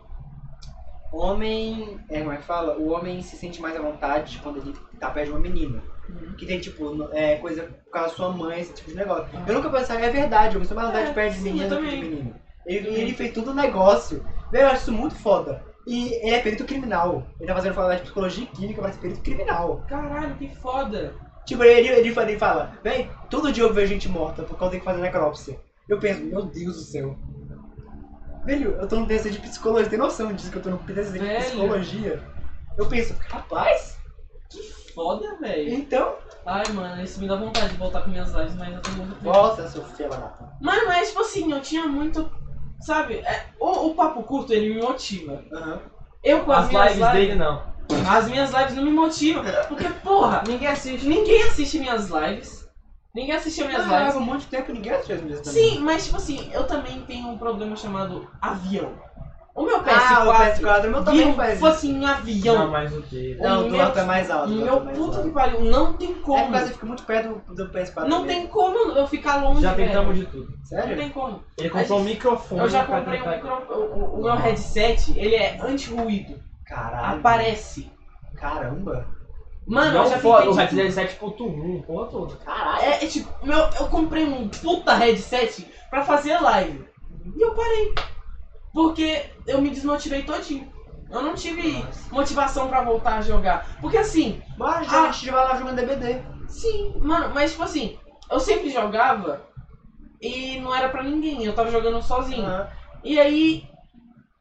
Speaker 5: Homem. É, como é que fala? O homem se sente mais à vontade quando ele tá perto de uma menina.
Speaker 3: Hum.
Speaker 5: Que tem, tipo, no- é, coisa por causa da sua mãe, esse tipo de negócio. Eu nunca pensava, é verdade, eu me sou mais vontade
Speaker 3: É,
Speaker 5: de perto de
Speaker 3: sim,
Speaker 5: menino
Speaker 3: eu
Speaker 5: do que de
Speaker 3: também.
Speaker 5: menino. Ele, ele fez todo o negócio. Velho, eu acho isso muito foda. E ele é perito criminal. Ele tá fazendo faculdade de psicologia e química pra ser perito criminal.
Speaker 3: Caralho, que foda.
Speaker 5: Tipo, ele, ele, fala- ele fala, véi, todo dia eu vejo gente morta por causa de que fazer necrópsia. Eu penso, meu Deus do céu. Velho, eu tô no TCC de psicologia, tem noção disso que eu tô no TCC de
Speaker 3: Velho.
Speaker 5: psicologia? Eu penso, rapaz,
Speaker 3: Foda, velho.
Speaker 5: então...
Speaker 3: Ai, mano, isso me dá vontade de voltar com minhas lives, mas eu tô muito triste.
Speaker 5: Volta, seu filho da puta.
Speaker 3: Mano, mas tipo assim, eu tinha muito. Sabe, é, o, o papo curto ele me motiva.
Speaker 5: Aham.
Speaker 3: Eu com as,
Speaker 2: As
Speaker 3: minhas
Speaker 2: lives dele não.
Speaker 3: As minhas lives não me motivam. Porque, porra,
Speaker 2: Ninguém assiste.
Speaker 3: ninguém assiste Ah, minhas lives. Ninguém assiste minhas
Speaker 5: Mas leva
Speaker 3: lives.
Speaker 5: muito tempo e ninguém assistiu as minhas também.
Speaker 3: Sim, mas tipo assim, eu também tenho um problema chamado avião. O meu
Speaker 5: Ah, o
Speaker 3: PS4
Speaker 5: PS4 meu também
Speaker 3: vira
Speaker 5: faz
Speaker 3: se
Speaker 5: isso.
Speaker 3: fosse em
Speaker 2: Não,
Speaker 3: avião.
Speaker 2: mas o que?
Speaker 5: Não,
Speaker 3: o
Speaker 5: o
Speaker 3: meu-
Speaker 5: meu é mais alto. o
Speaker 3: meu
Speaker 5: outro é mais
Speaker 3: puto
Speaker 5: alto.
Speaker 3: que pariu, não tem
Speaker 5: É
Speaker 3: como.
Speaker 5: por causa que fica muito perto do, do PS4
Speaker 3: não
Speaker 5: também.
Speaker 3: tem como eu ficar longe,
Speaker 2: Já
Speaker 3: velho.
Speaker 2: tentamos de tudo.
Speaker 3: Não
Speaker 5: Sério?
Speaker 3: tem como.
Speaker 2: Ele comprou um microfone.
Speaker 3: Eu já
Speaker 2: pra
Speaker 3: comprei um
Speaker 2: tentar-
Speaker 3: micro... o, o- o meu headset, ele é anti-ruído.
Speaker 5: Caralho.
Speaker 3: Aparece.
Speaker 5: Caramba.
Speaker 3: Mano, eu
Speaker 2: Não
Speaker 3: já
Speaker 2: foda,
Speaker 3: tentei
Speaker 2: o
Speaker 3: de
Speaker 2: Red 17.1, porra toda.
Speaker 5: Caralho.
Speaker 3: É, é tipo, meu, eu comprei um puta headset pra fazer live. E eu parei. Porque eu me desmotivei todinho. Eu não tive motivação pra voltar a jogar. Porque assim,
Speaker 5: Mas
Speaker 3: Ah.
Speaker 5: a gente vai lá jogando DBD.
Speaker 3: sim, mano, mas tipo assim, eu sempre jogava e não era pra ninguém, eu tava jogando sozinho.
Speaker 5: Aham.
Speaker 3: E aí,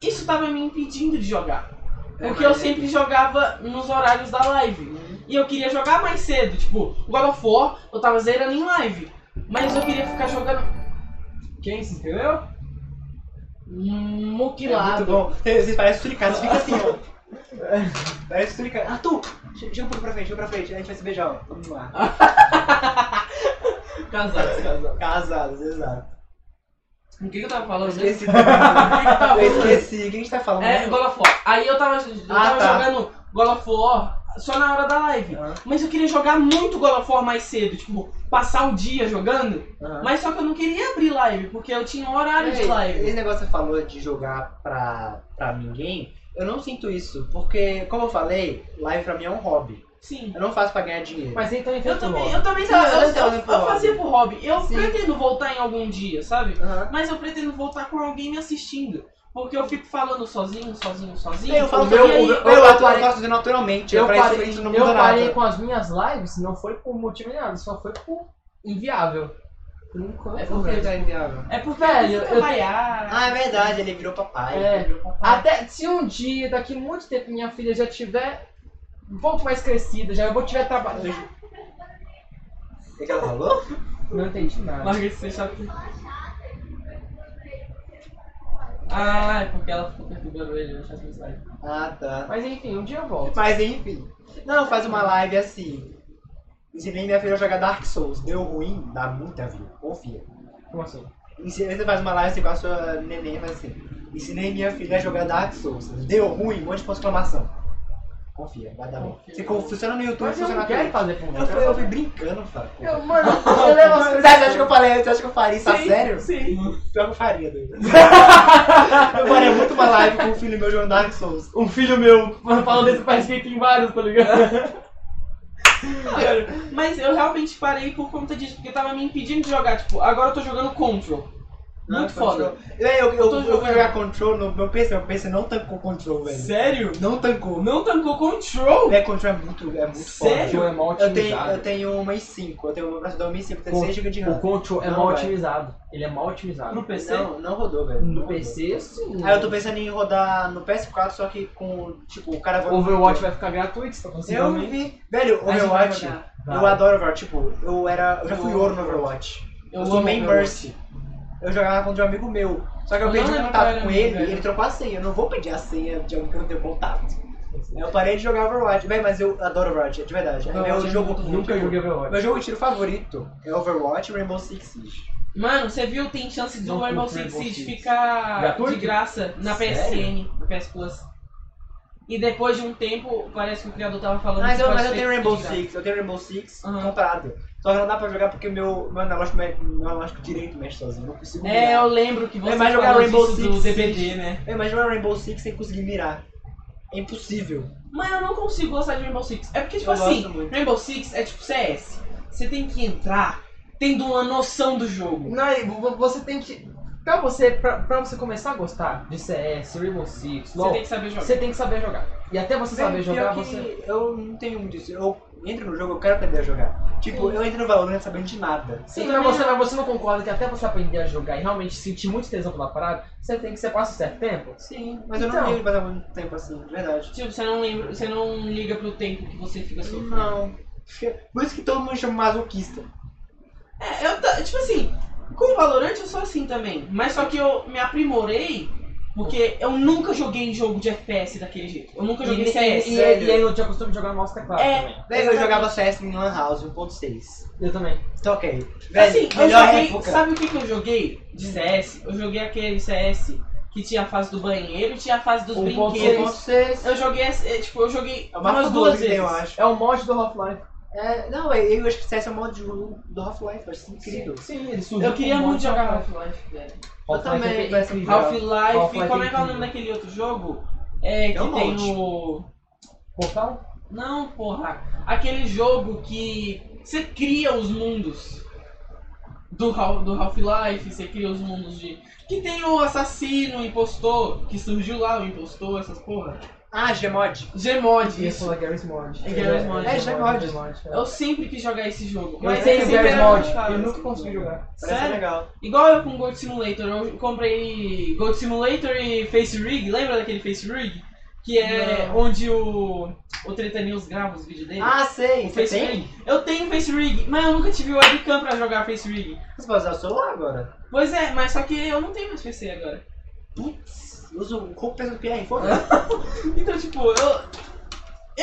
Speaker 3: isso tava me impedindo de jogar.
Speaker 5: É,
Speaker 3: Porque eu
Speaker 5: mas-
Speaker 3: sempre jogava nos horários da live. E eu queria jogar mais cedo. Tipo, God of War, eu tava zerando em live. Mas eu queria ficar jogando
Speaker 2: Quem se inscreveu?
Speaker 3: hum,
Speaker 5: É
Speaker 3: moquilado.
Speaker 5: muito bom. Vocês parecem suricatos, fica assim, ó. Parece suricato. Ah, tu! Che- Chega um pouco pra frente, chega pra frente. A gente vai se beijar, ó. Vamos lá.
Speaker 3: Casado, casado.
Speaker 5: Casados, exato.
Speaker 3: O que que eu tava falando? mesmo?
Speaker 5: Esqueci.
Speaker 3: O que que eu tava falando?
Speaker 5: Eu esqueci. O que a gente tá falando?
Speaker 3: É, God of War. Aí eu tava, eu
Speaker 5: Ah,
Speaker 3: tava
Speaker 5: tá. Ah.
Speaker 3: jogando God of War só na hora da live.
Speaker 5: Aham.
Speaker 3: Mas eu queria jogar muito God of War mais cedo. Tipo, passar o dia jogando.
Speaker 5: Aham.
Speaker 3: Mas só que eu não queria abrir live, porque eu tinha um horário de
Speaker 5: Ah. Ei,
Speaker 3: live.
Speaker 5: Esse negócio que você falou de jogar pra, pra ninguém eu não sinto isso, porque, como eu falei, live pra mim é um hobby.
Speaker 3: Sim.
Speaker 5: Eu não faço pra ganhar dinheiro.
Speaker 2: Mas então
Speaker 3: Eu
Speaker 2: enfrenta o
Speaker 3: também,
Speaker 2: Loki.
Speaker 3: eu também,
Speaker 5: Sim,
Speaker 3: sabe,
Speaker 5: eu
Speaker 3: eu,
Speaker 5: entendo,
Speaker 3: eu- eu
Speaker 5: pro hobby.
Speaker 3: fazia pro hobby. Eu
Speaker 5: Sim.
Speaker 3: pretendo voltar em algum dia, sabe?
Speaker 5: Aham.
Speaker 3: Mas eu pretendo voltar com alguém me assistindo. Porque eu fico falando sozinho, sozinho, sozinho.
Speaker 5: Bem, eu falo
Speaker 3: e
Speaker 5: que eu,
Speaker 3: aí-
Speaker 5: eu, eu,
Speaker 2: eu
Speaker 5: atuo- eu
Speaker 2: parei-
Speaker 5: faço isso naturalmente. é
Speaker 2: Eu
Speaker 5: pra isso-
Speaker 2: parei,
Speaker 5: isso não
Speaker 2: eu
Speaker 5: muda
Speaker 2: parei
Speaker 5: nada.
Speaker 2: com as minhas lives, não foi por motivo nenhum, só foi por inviável. Nunca.
Speaker 5: É porque ele tá inviável.
Speaker 3: É porque
Speaker 2: um né? Velho,
Speaker 3: eu
Speaker 2: eu-
Speaker 3: preciso trabalhar.
Speaker 5: Ah, é verdade, ele virou papai.
Speaker 2: É.
Speaker 5: ele virou papai.
Speaker 2: Até se um dia, daqui muito tempo, minha filha já tiver um pouco mais crescida, já eu vou tiver trabalho.
Speaker 5: O que que ela falou?
Speaker 2: Não entendi nada.
Speaker 3: Larga esse chato. Ah, é porque ela ficou perturbando ele, eu achava mensagem.
Speaker 5: Ah, tá.
Speaker 2: Mas enfim, um dia eu volto.
Speaker 5: Mas enfim. Não, faz uma live assim. Ensinei minha filha a jogar Dark Souls. Deu ruim, dá muita view. Confia.
Speaker 2: Como assim?
Speaker 5: Ensinei, você faz uma live assim com a sua neném e faz assim. Ensinei minha filha a jogar Dark Souls. Deu ruim, um monte de ponto de exclamação. Confia, vai dar bom. Se con- funciona no YouTube,
Speaker 2: Mas eu
Speaker 5: funciona
Speaker 2: não
Speaker 5: na
Speaker 2: quero
Speaker 5: Twitch.
Speaker 2: fazer por
Speaker 5: Eu, fui- eu fui brincando, Fábio.
Speaker 2: Eu, mano, eu assim, levo as
Speaker 5: Você acha que
Speaker 2: coisas.
Speaker 5: eu falei? Você acha que eu faria isso a
Speaker 3: Sim,
Speaker 5: Tá sério?
Speaker 3: Sim.
Speaker 5: Pior que eu faria, doido. eu faria muito uma live com o filho meu jogando Dark Souls.
Speaker 2: Um filho meu, mano, falando desse parece que tem vários, tá ligado?
Speaker 3: Mas eu realmente parei por conta disso, porque tava me impedindo de jogar. Tipo, agora eu tô jogando Control. Muito foda.
Speaker 5: Eu, eu, eu,
Speaker 3: tô
Speaker 5: eu fui
Speaker 3: jogando.
Speaker 5: jogar Control no meu PC, meu PC não tancou Control, velho.
Speaker 3: Sério?
Speaker 5: Não tancou.
Speaker 3: Não tancou Control?
Speaker 5: É, Control é muito, é muito
Speaker 3: Sério?
Speaker 5: foda.
Speaker 2: é mal
Speaker 5: Eu tenho, eu tenho uma e 5, eu tenho uma processador 1 e 5, 16 GB de
Speaker 2: O
Speaker 5: RAM.
Speaker 2: control é
Speaker 5: Não,
Speaker 2: mal
Speaker 5: vai.
Speaker 2: otimizado. Ele é mal otimizado.
Speaker 3: No PC?
Speaker 5: Não, não rodou, velho. Não
Speaker 2: No
Speaker 5: rodou.
Speaker 2: PC, sim.
Speaker 5: Aí Ah, eu tô pensando em rodar no PS4, só que com, tipo, o cara vai...
Speaker 2: Overwatch vai ficar gratuito, tá
Speaker 5: Eu
Speaker 2: conseguindo?
Speaker 5: vi. Velho,
Speaker 3: A gente vai
Speaker 5: Overwatch,
Speaker 3: jogar.
Speaker 5: eu adoro Overwatch, tipo, eu era, eu já fui ouro no Overwatch. Eu sou
Speaker 3: amo
Speaker 5: main
Speaker 3: Overwatch.
Speaker 5: Mercy. Eu jogava contra um amigo meu. Só que eu
Speaker 3: Eu
Speaker 5: perdi
Speaker 3: não lembro qual
Speaker 5: contato
Speaker 3: era
Speaker 5: com
Speaker 3: o nome,
Speaker 5: ele
Speaker 3: velho.
Speaker 5: e ele trocou a senha. Eu não vou pedir a senha de alguém que eu não tenho contato. Aí eu parei de jogar Overwatch. Véi, mas eu adoro Overwatch, de verdade. É meu
Speaker 3: Overwatch é
Speaker 5: jogo.
Speaker 3: muito bom.
Speaker 2: Nunca joguei Overwatch.
Speaker 5: Meu jogo de tiro favorito é Overwatch e Rainbow Six Siege.
Speaker 3: Mano, você viu? Tem chance do
Speaker 2: Não
Speaker 3: Rainbow
Speaker 2: curto
Speaker 3: Six
Speaker 2: Rainbow
Speaker 3: Siege
Speaker 2: Six.
Speaker 3: ficar
Speaker 2: Gratuito?
Speaker 3: de graça na
Speaker 2: Sério?
Speaker 3: PSN, na PS Plus. E depois de um tempo, parece que o criador tava falando
Speaker 5: Mas
Speaker 3: que
Speaker 5: eu,
Speaker 3: pode
Speaker 5: mas eu
Speaker 3: ser
Speaker 5: tenho Rainbow
Speaker 3: de graça.
Speaker 5: Six, eu tenho Rainbow Six
Speaker 3: assim, Aham.
Speaker 5: comprado. Só que não dá pra jogar porque meu, meu analógico, me- meu analógico direito mexe sozinho, não consigo
Speaker 3: É,
Speaker 5: mirar.
Speaker 3: eu lembro que você
Speaker 5: Mas jogar
Speaker 3: falou
Speaker 5: Rainbow
Speaker 3: disso
Speaker 5: Six
Speaker 3: do DBD,
Speaker 5: Siege.
Speaker 3: né?
Speaker 5: Véi, mas jogar Rainbow Six sem conseguir mirar. É impossível.
Speaker 3: Mas eu não consigo gostar de Rainbow Six. É porque, tipo
Speaker 5: Eu gosto
Speaker 3: assim,
Speaker 5: muito.
Speaker 3: Rainbow Six é tipo CS. Você tem que entrar tendo uma noção do jogo.
Speaker 2: Não, e vo- você tem que. Pra você, pra, pra você começar a gostar de CS, Rainbow Six,
Speaker 3: Você
Speaker 2: LOL,
Speaker 3: tem que saber jogar.
Speaker 2: você tem que saber jogar. E até você
Speaker 5: Bem,
Speaker 2: saber
Speaker 5: pior
Speaker 2: jogar,
Speaker 5: que
Speaker 2: você.
Speaker 5: Eu não tenho muito disso. Eu entro no jogo, eu quero aprender a jogar. Tipo, eu entro no Valorant sabendo de nada.
Speaker 2: Sim,
Speaker 3: eu
Speaker 2: mas
Speaker 3: também
Speaker 2: você, mas você não concorda que até você aprender a jogar e realmente sentir muito tesão pela parada, você tem que você passa um certo tempo?
Speaker 5: Sim, mas eu
Speaker 2: Então.
Speaker 5: não ligo mais há muito tempo assim, de verdade.
Speaker 3: Tipo, você não, lembra, você não liga pro tempo que você fica sofrendo.
Speaker 5: Não. Por isso que todo mundo chama masoquista.
Speaker 3: É, eu ta- tipo assim, com o Valorant eu sou assim também. Mas só que eu me aprimorei porque eu nunca joguei jogo de FPS daquele jeito. Eu nunca joguei
Speaker 2: e,
Speaker 3: CS.
Speaker 2: e, e,
Speaker 5: sério.
Speaker 2: e aí eu tinha costume de jogar no mouse e teclado
Speaker 3: É.
Speaker 2: também.
Speaker 5: Velho, eu jogava CS em Lan House 1.6.
Speaker 2: Eu também.
Speaker 5: Então, ok. Velho,
Speaker 3: Assim, eu
Speaker 5: melhor
Speaker 3: joguei.
Speaker 5: época.
Speaker 3: Sabe o que, que eu joguei de CS? Eu joguei aquele CS que tinha a fase do banheiro e tinha a fase dos
Speaker 2: 1.6.
Speaker 3: brinquedos.
Speaker 5: 1.6
Speaker 3: Eu joguei, esse- é, tipo, eu joguei
Speaker 5: é o
Speaker 3: umas
Speaker 5: mais
Speaker 3: duas
Speaker 5: duas que
Speaker 3: vezes.
Speaker 5: tem, eu acho.
Speaker 2: É o mod do Half-Life.
Speaker 5: É, não, velho, eu acho que CS é o modo de jogo do Half-Life, eu acho isso incrível.
Speaker 2: Sim, ele surgiu.
Speaker 3: Eu queria
Speaker 2: com o mod
Speaker 3: muito
Speaker 2: do
Speaker 3: jogar
Speaker 2: Half-Life.
Speaker 3: Half-Life, velho.
Speaker 5: Eu também,
Speaker 2: Half-Life é
Speaker 5: parece
Speaker 2: incrível.
Speaker 5: Half-Life
Speaker 3: Half-Life,
Speaker 2: Half-Life
Speaker 3: como é que é o
Speaker 2: incrível.
Speaker 3: nome daquele outro jogo? É, que
Speaker 5: É um
Speaker 3: tem
Speaker 5: monte.
Speaker 3: o...
Speaker 2: Portal?
Speaker 3: Não, porra. Aquele jogo que você cria os mundos do, Hal- do Half-Life, você cria os mundos de... Que tem o assassino, o impostor, que surgiu lá, o impostor, essas porra.
Speaker 5: Ah, Gmod.
Speaker 3: Gmod,
Speaker 2: Isso,
Speaker 3: isso.
Speaker 2: é Garry's Mod.
Speaker 3: É Garry's Mod.
Speaker 5: É, já é mod.
Speaker 3: Eu sempre quis jogar esse jogo,
Speaker 2: Mas
Speaker 3: mas
Speaker 2: eu tenho
Speaker 3: ele
Speaker 2: o
Speaker 3: sempre
Speaker 2: Garry's
Speaker 3: era
Speaker 2: Mod,
Speaker 3: muito
Speaker 2: eu
Speaker 3: caro.
Speaker 2: nunca consegui jogar.
Speaker 5: Parece
Speaker 3: Sério?
Speaker 5: legal.
Speaker 3: Igual eu com Gold Simulator, eu comprei Gold Simulator e Face Rig, lembra daquele Face Rig? Que é onde o, o Treta News grava os vídeos dele.
Speaker 5: Ah, sei.
Speaker 3: o
Speaker 5: Você
Speaker 3: Face
Speaker 5: tem?
Speaker 3: Rig. Eu tenho Face Rig, mas eu nunca tive webcam pra jogar Face Rig.
Speaker 5: Você pode usar o celular agora.
Speaker 3: Pois é, mas só que eu não tenho mais PC agora.
Speaker 5: Putz, um usa o corpo peso do PR, foda-se.
Speaker 3: Então, tipo, eu.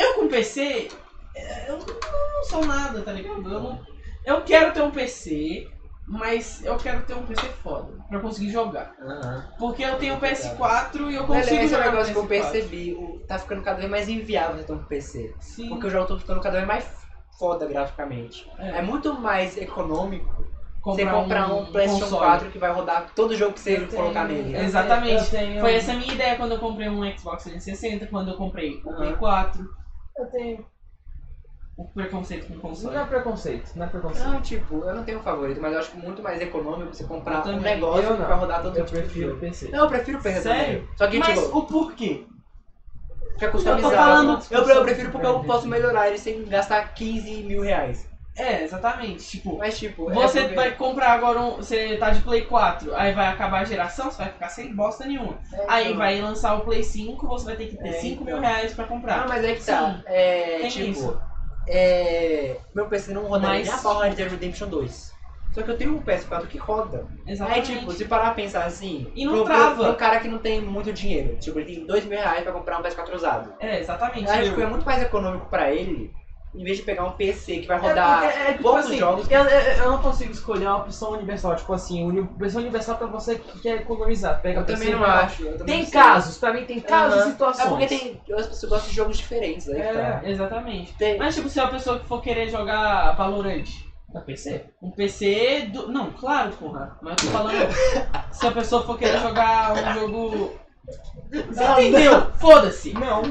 Speaker 3: Eu com PC. é, Eu não não sou nada, tá ligado? Eu, não- eu quero ter um PC, mas eu quero ter um PC foda pra conseguir jogar.
Speaker 5: Aham.
Speaker 3: Porque eu tenho PS4 e eu
Speaker 5: Velho,
Speaker 3: consigo
Speaker 5: esse é um
Speaker 3: jogar
Speaker 5: negócio que
Speaker 3: no PS4.
Speaker 5: eu percebi. o- Tá ficando cada vez mais inviável você ter um PC.
Speaker 3: Sim.
Speaker 5: Porque o jogo tá ficando cada vez mais foda graficamente.
Speaker 3: É.
Speaker 5: É muito mais econômico Você comprar um, PlayStation 4 que vai rodar todo jogo que você colocar nele.
Speaker 2: Eu
Speaker 3: Exatamente.
Speaker 2: tenho- eu
Speaker 3: Foi
Speaker 2: tenho-
Speaker 3: essa a minha ideia quando eu comprei um Xbox 360, quando eu comprei o Play
Speaker 2: Aham.
Speaker 3: 4,
Speaker 2: Eu tenho.
Speaker 3: o preconceito com
Speaker 2: Isso
Speaker 3: console.
Speaker 2: não é preconceito, não é preconceito.
Speaker 5: Não, tipo, eu não tenho um favorito, mas eu acho muito mais econômico você
Speaker 3: Eu
Speaker 5: comprar um
Speaker 3: também.
Speaker 5: negócio
Speaker 2: Eu
Speaker 5: que
Speaker 2: não.
Speaker 5: vai rodar todo
Speaker 2: Eu
Speaker 5: tipo de
Speaker 2: prefiro
Speaker 5: jogo.
Speaker 2: PC.
Speaker 5: Não, eu prefiro o PC
Speaker 3: Sério?
Speaker 5: também. Só que,
Speaker 3: Mas
Speaker 5: tipo,
Speaker 3: o porquê?
Speaker 5: fica
Speaker 3: eu
Speaker 5: customizado.
Speaker 3: tô falando-
Speaker 5: eu, eu prefiro porque eu posso melhorar ele sem gastar 15 mil reais.
Speaker 3: É, exatamente. Tipo,
Speaker 5: Mas, tipo, é
Speaker 3: você
Speaker 5: porque-
Speaker 3: vai comprar agora um. Você tá de Play 4, aí vai acabar a geração, você vai ficar sem bosta nenhuma.
Speaker 5: é,
Speaker 3: Aí
Speaker 5: então.
Speaker 3: vai lançar o Play 5, você vai ter que ter
Speaker 5: É,
Speaker 3: 5 mil
Speaker 5: então.
Speaker 3: reais pra
Speaker 5: Ah,
Speaker 3: comprar.
Speaker 5: mas é que tá.
Speaker 3: Sim.
Speaker 5: É,
Speaker 3: Tem
Speaker 5: tipo,
Speaker 3: isso.
Speaker 5: é... Meu PC não roda
Speaker 3: Mas-
Speaker 5: nem a Power Ranger Redemption 2. Só que eu tenho um PS4 que roda. Aí,
Speaker 3: Exatamente.
Speaker 5: tipo, se parar a pensar assim...
Speaker 3: E não
Speaker 5: pro- pro-
Speaker 3: trava.
Speaker 5: pro cara que não tem muito dinheiro. Tipo, ele tem dois mil reais pra comprar um PS4 usado.
Speaker 3: É, exatamente.
Speaker 5: Eu acho
Speaker 3: Eu-
Speaker 5: que é muito mais econômico pra ele, em vez de pegar um PC que vai
Speaker 2: É
Speaker 5: rodar
Speaker 2: porque- é que, tipo
Speaker 5: poucos
Speaker 2: assim,
Speaker 5: jogos.
Speaker 2: Eu, eu- eu não consigo escolher uma opção universal. Tipo assim, uni- opção universal pra você que quer economizar. Pega
Speaker 5: Eu
Speaker 2: PC
Speaker 5: também
Speaker 2: e
Speaker 5: não
Speaker 2: vai lá.
Speaker 5: acho. eu também
Speaker 2: Tem
Speaker 5: não sei.
Speaker 2: casos, pra mim tem casos
Speaker 5: Aham.
Speaker 2: e situações.
Speaker 5: É porque tem, as pessoas gostam de jogos diferentes. Aí,
Speaker 2: É.
Speaker 5: tá.
Speaker 3: Exatamente.
Speaker 5: Tem-
Speaker 3: Mas tipo, se é uma pessoa que for querer jogar Valorant,
Speaker 2: Pra PC?
Speaker 3: um PC do. Não, claro, porra. Mas eu tô falando. se a pessoa for querer jogar um jogo. Você
Speaker 5: Não,
Speaker 3: entendeu? Foda-se!
Speaker 2: Não.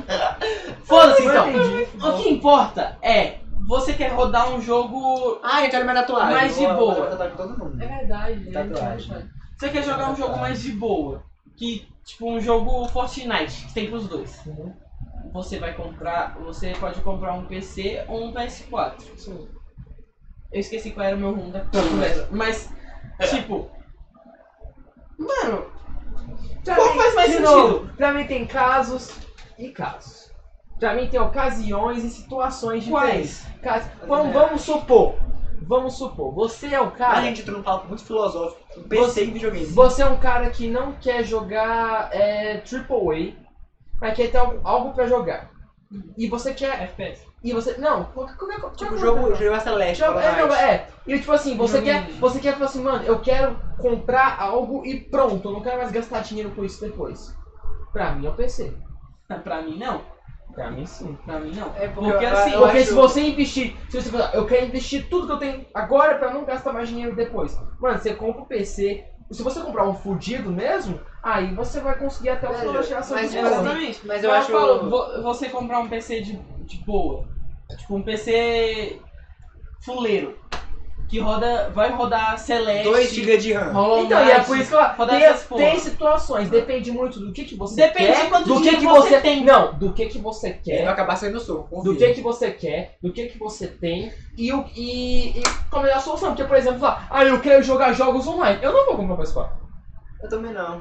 Speaker 3: Foda-se
Speaker 2: Não
Speaker 3: então!
Speaker 2: entendi.
Speaker 3: O que importa é, você quer rodar um jogo.
Speaker 5: Ah, eu quero minha tatuagem.
Speaker 3: Mas de
Speaker 5: Vou- vou
Speaker 3: boa.
Speaker 5: fazer tatuagem com todo mundo.
Speaker 4: É verdade.
Speaker 5: Tatuagem.
Speaker 4: gente.
Speaker 3: Você quer jogar um jogo mais de boa. Que, tipo, um jogo Fortnite, que tem pros dois.
Speaker 2: Uhum.
Speaker 3: Você vai comprar. Você pode comprar um PC ou um PS4.
Speaker 2: Sim.
Speaker 3: Eu esqueci qual era o meu rumo da conversa. Mas,
Speaker 5: É.
Speaker 3: tipo. Mano,
Speaker 2: Pra
Speaker 3: Qual
Speaker 2: mim-
Speaker 3: faz mais
Speaker 2: de
Speaker 3: sentido?
Speaker 2: novo, pra mim tem casos e casos. Pra mim tem ocasiões e situações diferentes.
Speaker 3: quais?
Speaker 2: Caso- Vamos, vamos supor. Vamos supor. Você é o
Speaker 5: A
Speaker 2: cara.
Speaker 5: gente entrou num papo muito filosófico. Um PC em videogame.
Speaker 2: Você é um cara que não quer jogar é, Triple A, mas quer ter algo, algo pra jogar. E você quer.
Speaker 3: FPS.
Speaker 2: E você. Não, é, qualquer, qualquer, qualquer
Speaker 5: Tipo,
Speaker 2: coisa.
Speaker 5: jogo, jogo Celeste.
Speaker 2: Jogo- é, jogo-
Speaker 5: Fortnite.
Speaker 2: é. E tipo assim, você
Speaker 3: Jogo
Speaker 2: quer.
Speaker 3: indie.
Speaker 2: Você quer tipo assim, mano, eu quero comprar algo e pronto, eu não quero mais gastar dinheiro com isso depois. Pra mim é o PC.
Speaker 3: Não, Pra mim não.
Speaker 2: Pra mim sim.
Speaker 3: Pra mim não.
Speaker 5: É porque,
Speaker 3: Porque
Speaker 5: eu-
Speaker 3: assim,
Speaker 5: eu
Speaker 2: Porque
Speaker 5: acho-
Speaker 2: se você investir, se você falar, eu quero investir tudo que eu tenho agora pra não gastar mais dinheiro depois. Mano, você compra o PC. Se você comprar um fudido mesmo, aí você vai conseguir até o final da
Speaker 5: Velho,
Speaker 2: geração
Speaker 5: mas,
Speaker 2: de
Speaker 5: tipo
Speaker 2: novo.
Speaker 5: assim,
Speaker 3: Exatamente.
Speaker 5: Mas eu
Speaker 3: Mas
Speaker 5: acho.
Speaker 3: falo, vo- você comprar um PC de, de boa. Tipo, um PC fuleiro. Que roda. Vai rodar Celeste.
Speaker 5: 2 GB de RAM.
Speaker 3: Hollow
Speaker 2: Então, e é
Speaker 3: Knight,
Speaker 2: por isso que eu
Speaker 3: rodar essas
Speaker 2: tem,
Speaker 3: porra.
Speaker 2: tem situações, depende muito do que, que você
Speaker 3: Depende
Speaker 2: quer.
Speaker 3: de quanto
Speaker 2: do que,
Speaker 3: dinheiro
Speaker 2: que
Speaker 3: você
Speaker 2: você
Speaker 3: tem.
Speaker 2: Não, do que, que você
Speaker 5: Vai
Speaker 2: quer.
Speaker 5: acabar saindo sul.
Speaker 2: Do que, que você quer, do que, que você tem e, o, e, e qual é a solução. Porque, por exemplo, lá, ah, eu quero jogar jogos online. Eu não vou comprar PS4.
Speaker 5: Eu também não.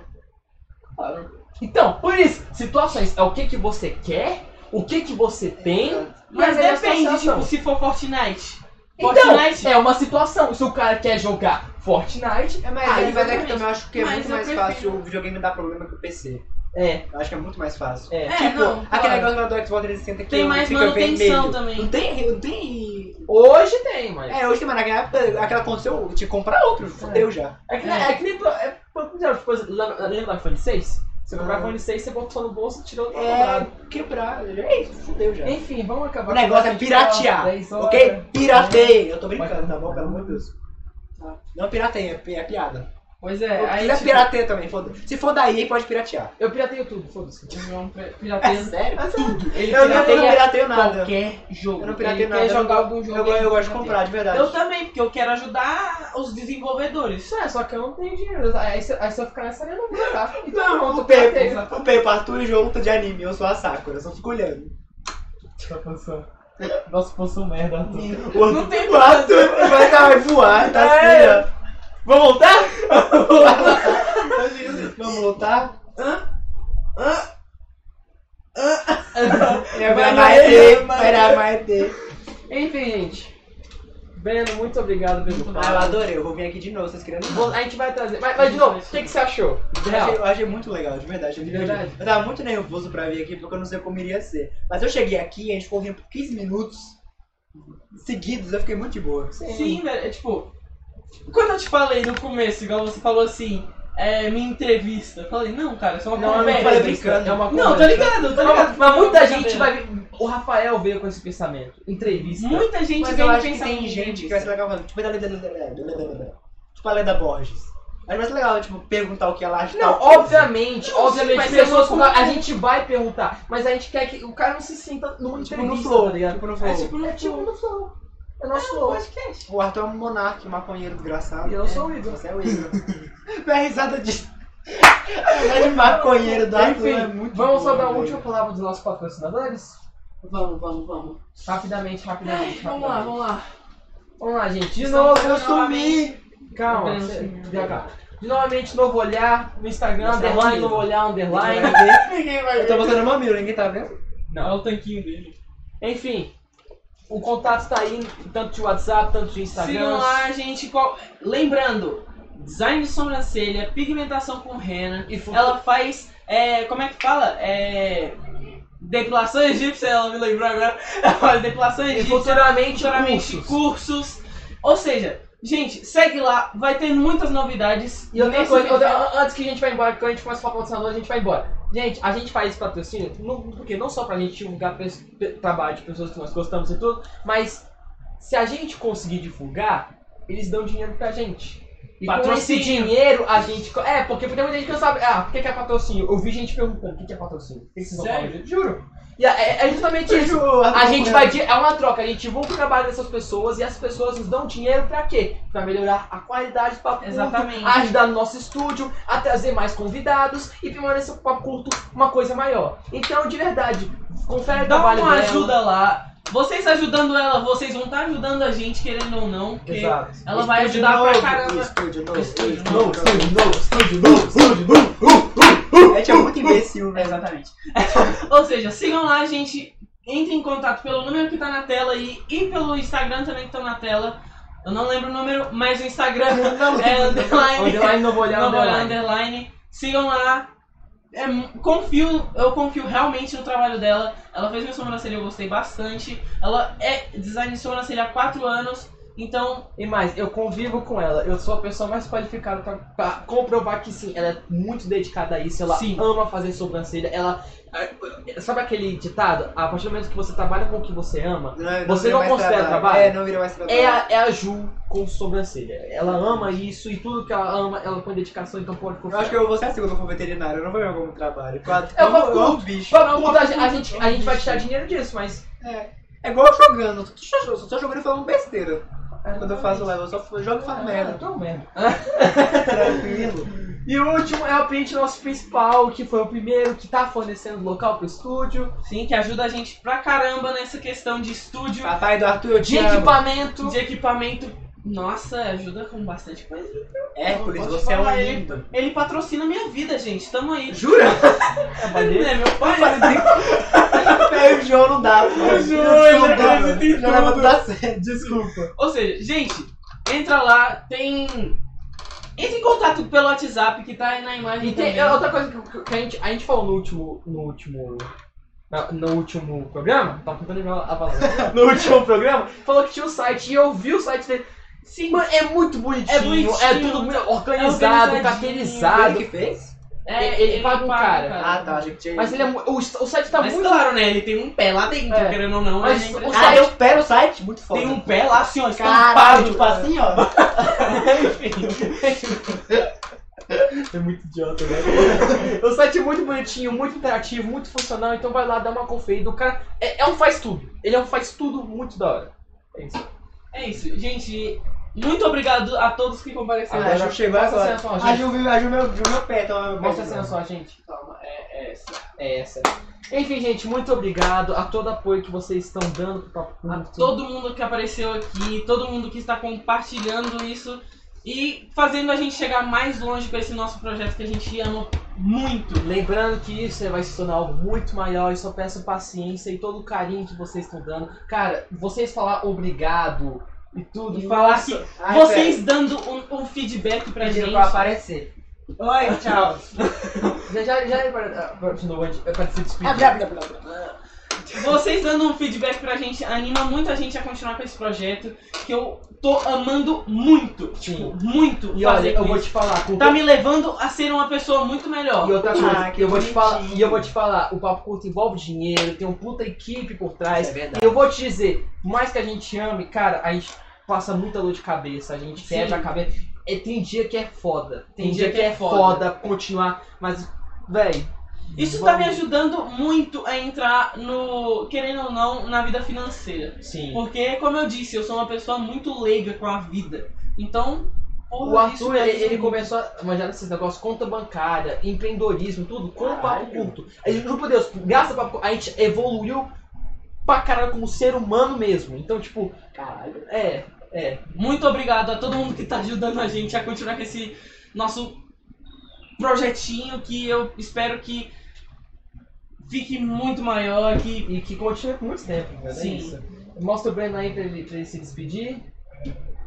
Speaker 2: Então, por isso, situações é o que, que você quer, o que, que você tem.
Speaker 3: Mas
Speaker 2: e aí a
Speaker 3: depende,
Speaker 2: situação.
Speaker 3: tipo, se for Fortnite.
Speaker 2: Então,
Speaker 3: Fortnite.
Speaker 2: é uma situação. Se o cara quer jogar Fortnite,
Speaker 5: É, mas,
Speaker 2: Aí,
Speaker 5: é, mas é
Speaker 2: exatamente.
Speaker 5: que também eu acho que é
Speaker 3: Mas
Speaker 5: muito
Speaker 3: eu
Speaker 5: mais
Speaker 3: prefiro.
Speaker 5: fácil o videogame dar problema que o PC.
Speaker 2: é.
Speaker 5: Eu acho que é muito mais fácil. Tipo,
Speaker 2: é.
Speaker 3: É, não,
Speaker 5: Aquele
Speaker 3: claro.
Speaker 5: negócio lá do Xbox 360 que
Speaker 3: Tem
Speaker 5: eu-
Speaker 3: mais
Speaker 5: fica
Speaker 3: manutenção
Speaker 5: vermelho.
Speaker 3: também.
Speaker 5: Não tem, não tem.
Speaker 2: Hoje tem, mas.
Speaker 5: É, hoje tem mano, naquela época, aquela aconteceu, te comprar outro, fodeu já.
Speaker 2: É que, nem- é que nem. pro- É, pro- tipo, coisa- lembra lembra do iPhone 6? Você comprar
Speaker 5: Ah.
Speaker 2: iPhone 6, você botou no bolso e tirou do
Speaker 5: É,
Speaker 2: lado.
Speaker 5: quebrar, já é isso, fodeu já.
Speaker 2: Enfim, vamos acabar
Speaker 5: O
Speaker 2: com
Speaker 5: negócio é
Speaker 2: essa
Speaker 5: piratear,
Speaker 2: história, 10 horas.
Speaker 5: ok? Piratei! Eu tô brincando, tá bom?
Speaker 2: Mas-
Speaker 5: Pelo amor de Deus.
Speaker 3: Tá.
Speaker 5: Não piratei, é, pi- é piada.
Speaker 3: Pois
Speaker 5: É,
Speaker 3: é, aí.
Speaker 5: aí é
Speaker 3: tipo,
Speaker 5: pirateia também, foda-se. Se for daí, pode piratear.
Speaker 2: Eu pirateio tudo, foda-se.
Speaker 3: João pirateia
Speaker 5: sério?
Speaker 3: Ele
Speaker 5: Eu não, eu não
Speaker 3: pirateia
Speaker 5: pirateio nada.
Speaker 3: qualquer jogo.
Speaker 5: Eu não pirateio
Speaker 3: Ele
Speaker 5: nada.
Speaker 3: quer
Speaker 5: eu não
Speaker 3: jogar
Speaker 5: go-
Speaker 3: algum jogo.
Speaker 5: eu, go-
Speaker 3: ele
Speaker 5: eu gosto de
Speaker 3: pirateia.
Speaker 5: comprar, de verdade.
Speaker 3: Eu também, porque eu quero ajudar os desenvolvedores.
Speaker 2: Isso é, só que eu não tenho dinheiro. Aí você aí você vai ficar nessa linha, eu não vou jogar. Então,
Speaker 5: Não,
Speaker 2: pronto,
Speaker 5: o Pepe,
Speaker 2: pirateio.
Speaker 5: o Pepe, Arthur e João luta de anime, eu sou a Sakura, eu só fico olhando.
Speaker 2: Nossa, posição merda, Arthur.
Speaker 5: O Arthur,
Speaker 3: Não tem
Speaker 5: o Arthur vai, tá, vai voar, tá
Speaker 2: É.
Speaker 5: assim,
Speaker 2: Vamos voltar?
Speaker 5: ó. Vamos lutar?
Speaker 2: Vai,
Speaker 5: Vai, vai,
Speaker 2: vai,
Speaker 5: ter, vai, dar, vai ter.
Speaker 2: Enfim, gente. Breno, muito obrigado pelo
Speaker 5: Ah, eu
Speaker 2: papo.
Speaker 5: adorei, eu vou vir aqui de novo, vocês querendo
Speaker 2: Vou- A gente vai trazer. Mas, mas de novo, o que, que você achou?
Speaker 5: Eu achei, eu achei muito legal, de verdade. Eu,
Speaker 2: De
Speaker 5: me diverti.
Speaker 2: verdade.
Speaker 5: eu tava muito nervoso pra vir aqui, porque eu não sei como iria ser. Mas eu cheguei aqui, a gente correu por 15 minutos seguidos, eu fiquei muito de boa.
Speaker 3: Sim, velho. É tipo. Quando eu te falei no começo, igual você falou assim, é minha entrevista. Eu falei, não, cara, é só uma
Speaker 2: Não, eu não
Speaker 3: conversa.
Speaker 2: falei
Speaker 5: brincando.
Speaker 2: brincando. É uma
Speaker 3: Não, tô
Speaker 2: conversa.
Speaker 3: ligado, tô
Speaker 2: Mas-
Speaker 3: ligado.
Speaker 2: Mas muita gente vai. O Rafael veio com esse pensamento. Entrevista.
Speaker 3: Muita gente
Speaker 5: Mas
Speaker 3: vem
Speaker 5: eu acho que
Speaker 3: pensar
Speaker 5: tem
Speaker 3: em
Speaker 5: gente que vai
Speaker 3: entrevista.
Speaker 5: ser legal falando. Tipo, blá, blá, blá, blá, blá, blá, blá, blá. tipo a Leda Borges. Acho mais legal, tipo, perguntar o que ela acha. de
Speaker 2: Não, assim-
Speaker 5: tal coisa.
Speaker 2: obviamente, obviamente,
Speaker 3: vai ser
Speaker 2: pessoas
Speaker 3: uma
Speaker 2: com- a gente vai perguntar, mas a gente quer que o cara não se sinta numa
Speaker 5: Tipo no
Speaker 2: entrevista,
Speaker 5: flow,
Speaker 2: tá ligado?
Speaker 5: tipo no
Speaker 3: É
Speaker 5: flow.
Speaker 3: tipo
Speaker 2: É
Speaker 3: no
Speaker 2: tipo
Speaker 3: tipo,
Speaker 2: no flow. É nosso flow.
Speaker 3: podcast.
Speaker 5: O Arthur é um monarca, um maconheiro desgraçado.
Speaker 2: E eu sou o Igor.
Speaker 5: Você é o Igor. Foi a risada de. A risada de maconheiro do Arthur
Speaker 2: Enfim,
Speaker 5: é muito
Speaker 2: Vamos só
Speaker 5: boa,
Speaker 2: dar um a
Speaker 5: velho.
Speaker 2: última palavra dos nossos patrocinadores?
Speaker 3: Vamos, vamos, vamos.
Speaker 2: Rapidamente, rapidamente, rapidamente.
Speaker 3: Vamos lá, vamos lá.
Speaker 2: Vamos lá, gente. De
Speaker 3: Estamos
Speaker 2: novo,
Speaker 5: Eu sumi!
Speaker 2: calma.
Speaker 3: Vamos,
Speaker 2: cê-
Speaker 3: vamos.
Speaker 2: DH. De novamente, novo olhar no Instagram,
Speaker 5: Nossa,
Speaker 2: underline,
Speaker 5: tá
Speaker 2: novo olhar, underline.
Speaker 5: Ninguém vai ver. Eu tô mostrando o mamilo, ninguém tá vendo?
Speaker 3: Olha É o tanquinho dele.
Speaker 2: Enfim, o contato tá aí, tanto de WhatsApp, tanto de
Speaker 3: Sigam
Speaker 2: Instagram.
Speaker 3: lá, gente. qual- Lembrando, design de sobrancelha, pigmentação com rena.
Speaker 2: E fu-
Speaker 3: Ela faz. é, como é que fala? É. Depilação egípcia, ela me lembrou agora. Ela faz depilação
Speaker 2: e
Speaker 3: egípcia.
Speaker 2: futuramente,
Speaker 3: futuramente
Speaker 2: cursos.
Speaker 3: cursos. Ou seja, gente, segue lá, vai ter muitas novidades. Então,
Speaker 2: E outra
Speaker 3: nesse
Speaker 2: coisa, outra-
Speaker 3: mercado.
Speaker 2: antes que a gente vá embora, porque a gente começa a falar patrocinador, a gente vai embora. Gente, a gente faz esse patrocínio, não, porque não só pra gente divulgar pres- pe- trabalho de pessoas que nós gostamos e tudo, mas se a gente conseguir divulgar, eles dão dinheiro pra gente. E com esse
Speaker 3: Patrocínio.
Speaker 2: dinheiro a gente. co- É, porque tem muita gente que não sabe. Ah, o que que é patrocínio? Eu vi gente perguntando o que que é patrocínio. O que vocês vão falar
Speaker 3: Sério?
Speaker 2: disso? Juro. E é, é justamente isso.
Speaker 5: Tipo,
Speaker 2: A gente vai. di- É uma troca, a gente divulga o trabalho dessas pessoas e as pessoas nos dão dinheiro pra quê? Pra melhorar a qualidade do papo curto,
Speaker 3: Exatamente.
Speaker 2: a ajudar no nosso estúdio, a trazer mais convidados e permanecer com o papo curto uma coisa maior. Então, de verdade, confere o
Speaker 3: Dá uma
Speaker 2: trabalho dela.
Speaker 3: ajuda lá. Vocês ajudando ela, vocês vão estar ajudando a gente, querendo ou não. Porque
Speaker 2: Exato.
Speaker 3: ela vai
Speaker 5: Estúdio
Speaker 3: ajudar pra
Speaker 5: novo,
Speaker 3: caramba.
Speaker 5: Estúdio novo.
Speaker 3: Estúdio
Speaker 2: Novo, estúdio novo, estúdio novo.
Speaker 5: A gente é muito imbecil, velho.
Speaker 3: Exatamente. ou seja, sigam lá, gente. Entrem em contato pelo número que tá na tela aí e pelo Instagram também que tá na tela. Eu não lembro o número, mas o Instagram é underline.
Speaker 2: Underline, novo olhar,
Speaker 3: Nova Olhada
Speaker 2: underline.
Speaker 3: Underline. Sigam lá. É, mu- confio, eu confio realmente no trabalho dela. Ela fez minha sobrancelha, eu gostei bastante. Ela é design de sobrancelha há 4 anos. Então,
Speaker 2: E mais, eu convivo com ela, eu sou a pessoa mais qualificada pra, pra comprovar que sim, ela é muito dedicada a isso, ela
Speaker 3: Sim.
Speaker 2: ama fazer sobrancelha, ela. eh, Sabe aquele ditado? A partir do momento que você trabalha com o que você ama,
Speaker 5: Não,
Speaker 2: Você
Speaker 5: vira
Speaker 2: não
Speaker 5: mais
Speaker 2: considera trabalho?
Speaker 5: É, não vira mais trabalho.
Speaker 2: é a, é a Ju com sobrancelha. Ela ama isso e tudo que ela ama, ela põe dedicação, então pode
Speaker 5: Eu acho
Speaker 2: confiar.
Speaker 5: que eu vou ser a segunda com veterinário, eu não vou jogar como trabalho. Quatro-
Speaker 2: É o papo
Speaker 5: igual o bicho.
Speaker 2: Vamos mudar, a gente, a gente vai tirar dinheiro disso, mas.
Speaker 5: É igual eu jogando, eu só, eu só jogando e falando besteira. É, Quando eu faço live, eu só jogo e falo merda.
Speaker 2: Então, merda.
Speaker 5: Tranquilo.
Speaker 2: E o último é o cliente nosso principal, que foi o primeiro que tá fornecendo local pro estúdio,
Speaker 3: sim, que ajuda a gente pra caramba nessa questão de estúdio,
Speaker 5: Papai do Arthur, eu te
Speaker 2: de
Speaker 5: amo.
Speaker 2: equipamento.
Speaker 3: de equipamento. Nossa, ajuda com bastante coisa.
Speaker 5: Hércules,
Speaker 3: Pode
Speaker 5: você é um
Speaker 3: falar ele.
Speaker 5: lindo.
Speaker 3: Ele patrocina a minha vida, gente. Tamo aí.
Speaker 5: Jura?
Speaker 3: É meu pai, né?
Speaker 5: É, o João não dá. O
Speaker 3: João, ele acredita em
Speaker 5: João não
Speaker 3: tudo.
Speaker 5: vai dar certo. Desculpa.
Speaker 3: Ou seja, gente, entra lá, tem. Entre em contato pelo WhatsApp que tá aí na imagem.
Speaker 2: E tem é
Speaker 3: também.
Speaker 2: outra coisa que, que a, gente, a gente falou no último. No último. na- no último programa, tava tentando lembrar a palavra. No último programa, falou que tinha o site e eu vi o site dele.
Speaker 3: Sim,
Speaker 2: Mano, é muito bonitinho, é,
Speaker 3: É bonitinho,
Speaker 2: tudo
Speaker 3: tá-
Speaker 2: muito organizado,
Speaker 3: é organizadinho.
Speaker 2: carteirizado.
Speaker 5: Ele que fez?
Speaker 3: é,
Speaker 2: ele- ele paga um cara.
Speaker 5: Ah, tá. Achei que tinha.
Speaker 2: Mas ele é, mu- o, o site tá
Speaker 3: Mas
Speaker 2: muito.
Speaker 3: claro, né? Ele tem um pé lá dentro,
Speaker 2: É.
Speaker 3: querendo ou não.
Speaker 2: Mas
Speaker 3: né?
Speaker 2: o
Speaker 3: Ele-
Speaker 5: Ah, deu pé no site? Muito foda.
Speaker 3: Tem um pé lá assim, ó, estampado.
Speaker 5: Caralho, tipo assim, ó.
Speaker 2: É muito idiota, né? o site é muito bonitinho, muito interativo, muito funcional, então vai lá dar uma conferida. O cara é, é um faz tudo. Ele é um faz tudo muito da hora. É isso.
Speaker 3: É isso, gente. Muito obrigado a todos que compareceram.
Speaker 5: A Ju chegou
Speaker 2: Mostra a
Speaker 5: agora.
Speaker 2: sensação,
Speaker 5: A
Speaker 2: gente.
Speaker 5: Ju viu a Ju meu, Ju meu pé, então eu
Speaker 2: Mostra a
Speaker 5: vou-
Speaker 2: sensação, gente.
Speaker 3: Calma, é, é essa.
Speaker 2: É essa. Enfim, gente, muito obrigado a todo apoio que vocês estão dando pro Papo
Speaker 3: A
Speaker 2: Curto.
Speaker 3: todo mundo que apareceu aqui, todo mundo que está compartilhando isso e fazendo a gente chegar mais longe com esse nosso projeto que a gente ama muito.
Speaker 2: Lembrando que isso vai se tornar algo muito maior, eu só peço paciência e todo o carinho que vocês estão dando. Cara, vocês falar obrigado e tudo,
Speaker 3: E
Speaker 2: falar
Speaker 3: falar que
Speaker 5: Ai,
Speaker 3: vocês dando um, um feedback pra
Speaker 5: pera, pediram
Speaker 3: gente.
Speaker 5: pra eu aparecer.
Speaker 3: Oi, tchau.
Speaker 2: Já, já, já é para, ah, de novo, antes- é para se despedir.
Speaker 5: Ah, blá, blá, blá, blá.
Speaker 3: Vocês dando um feedback pra gente anima muito a gente a continuar com esse projeto, que eu tô amando muito.
Speaker 2: Sim.
Speaker 3: tipo, Muito
Speaker 2: E olha,
Speaker 3: fazer
Speaker 2: eu
Speaker 3: com
Speaker 2: vou
Speaker 3: isso.
Speaker 2: te falar, com
Speaker 3: Tá me levando a ser uma pessoa muito melhor.
Speaker 2: E outra coisa,
Speaker 5: Ah, que
Speaker 2: eu vou te falar,
Speaker 5: bonitinho.
Speaker 2: e eu vou te falar, o papo curto envolve dinheiro, tem uma puta equipe por trás.
Speaker 5: É verdade.
Speaker 2: e eu vou te dizer, por mais que a gente ame, cara, a gente passa muita dor de cabeça, a gente
Speaker 3: Sim.
Speaker 2: quebra a cabeça. é, tem dia que é foda. Tem,
Speaker 3: Tem
Speaker 2: dia, que, é foda continuar, mas, véi.
Speaker 3: Isso
Speaker 2: vamos-
Speaker 3: tá me ajudando muito a entrar no, querendo ou não, na vida financeira.
Speaker 2: Sim.
Speaker 3: Porque, como eu disse, eu sou uma pessoa muito leiga com a vida. Então, porra,
Speaker 2: O
Speaker 3: isso
Speaker 2: Arthur,
Speaker 3: me
Speaker 2: ele,
Speaker 3: ajuda
Speaker 2: ele
Speaker 3: muito.
Speaker 2: começou a manjar nesses negócios, conta bancária, empreendedorismo, tudo, com o papo
Speaker 1: Caralho.
Speaker 2: curto. A gente, juro por Deus, graças a papo a gente evoluiu pra caralho como ser humano mesmo. Então, tipo,
Speaker 1: Caralho.
Speaker 2: é, é.
Speaker 3: Muito obrigado a todo mundo que tá ajudando a gente a continuar com esse nosso projetinho que eu espero que fique muito maior, que
Speaker 2: E que continua por muito tempo, né? É
Speaker 3: Sim.
Speaker 2: isso. Mostra o Breno aí pra ele, pra ele se despedir.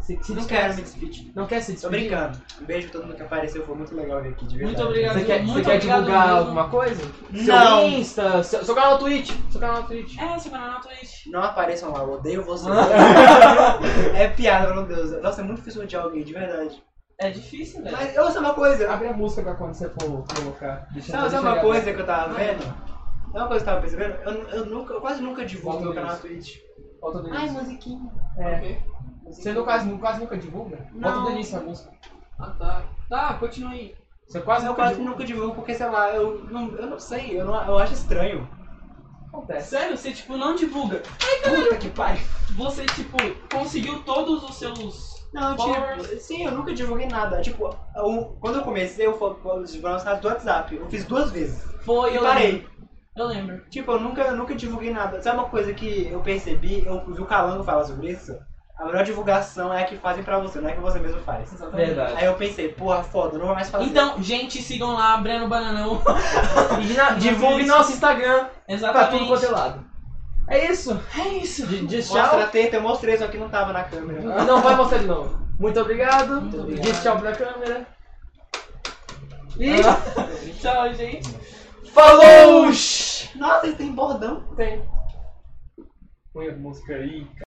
Speaker 2: Se, se
Speaker 5: Não
Speaker 2: despedir.
Speaker 5: quero me despedir.
Speaker 2: Não quer se
Speaker 5: Tô
Speaker 2: despedir?
Speaker 5: brincando. Um beijo pra todo mundo que apareceu, foi muito legal vir aqui, de verdade.
Speaker 3: Muito obrigado.
Speaker 2: Você quer,
Speaker 3: Muito
Speaker 2: você quer
Speaker 3: obrigado
Speaker 2: divulgar
Speaker 3: mesmo.
Speaker 2: alguma coisa?
Speaker 5: Não.
Speaker 2: Seu Insta, seu, seu canal no Twitch. Seu canal no Twitch.
Speaker 3: é semana na Twitch.
Speaker 5: Não apareçam lá, eu odeio vocês. é piada, pelo amor de Deus. Nossa, é muito difícil odiar alguém, de verdade.
Speaker 3: É difícil, velho.
Speaker 5: Mas eu sei uma coisa.
Speaker 2: Abre a música pra quando você for colocar. Deixa
Speaker 5: Sabe,
Speaker 2: deixa
Speaker 5: sabe é uma
Speaker 2: eu-
Speaker 5: coisa que eu tava vendo? Sabe uma coisa que eu tava percebendo? Eu, eu nunca, eu quase nunca divulgo
Speaker 2: Volta
Speaker 5: meu
Speaker 2: nisso.
Speaker 5: canal no Twitch.
Speaker 2: Volta do
Speaker 5: Ai,
Speaker 2: início.
Speaker 5: musiquinha.
Speaker 2: É.
Speaker 3: Ok.
Speaker 2: Você não quase, quase nunca divulga? Volta
Speaker 5: Não.
Speaker 2: do início a música.
Speaker 3: Ah, tá. Tá, continue aí.
Speaker 2: Você quase
Speaker 5: Eu
Speaker 2: nunca
Speaker 5: quase
Speaker 2: divulga.
Speaker 5: nunca divulgo porque, sei lá, eu não, eu não sei, eu, não, eu acho estranho.
Speaker 2: Acontece.
Speaker 3: Sério, você tipo não divulga.
Speaker 5: Puta que pariu.
Speaker 3: Você tipo conseguiu todos os seus
Speaker 5: Não, tipo, sim, eu nunca divulguei nada. Tipo, eu- quando eu comecei, eu fui fui divulgar os dados do WhatsApp. Eu fiz duas vezes.
Speaker 3: foi
Speaker 5: E
Speaker 3: eu
Speaker 5: parei.
Speaker 3: lembro. Eu lembro.
Speaker 5: Tipo, eu nunca, eu nunca divulguei nada. Sabe uma coisa que eu percebi, eu vi o Calango falar sobre isso? A melhor divulgação é a que fazem pra você, não é a que você mesmo faz.
Speaker 3: Exatamente.
Speaker 2: Verdade.
Speaker 5: Aí eu pensei, porra, foda, não vou
Speaker 2: Tá
Speaker 5: mais fazer.
Speaker 3: Então, gente, sigam lá Breno Bananão.
Speaker 2: E na- divulgue nosso Instagram pra tudo quanto é
Speaker 3: Exatamente.
Speaker 2: lado. É isso.
Speaker 3: É isso.
Speaker 2: De, diz
Speaker 5: Mostra
Speaker 2: tchau.
Speaker 5: a teta, eu mostrei, só que não tava na câmera.
Speaker 2: Não vai mostrar de novo. Muito obrigado.
Speaker 3: Muito obrigado.
Speaker 2: Diz tchau pra câmera. E
Speaker 3: Tchau, gente.
Speaker 2: falou!
Speaker 5: Nossa, eles têm bordão.
Speaker 2: Tem. Põe a música aí.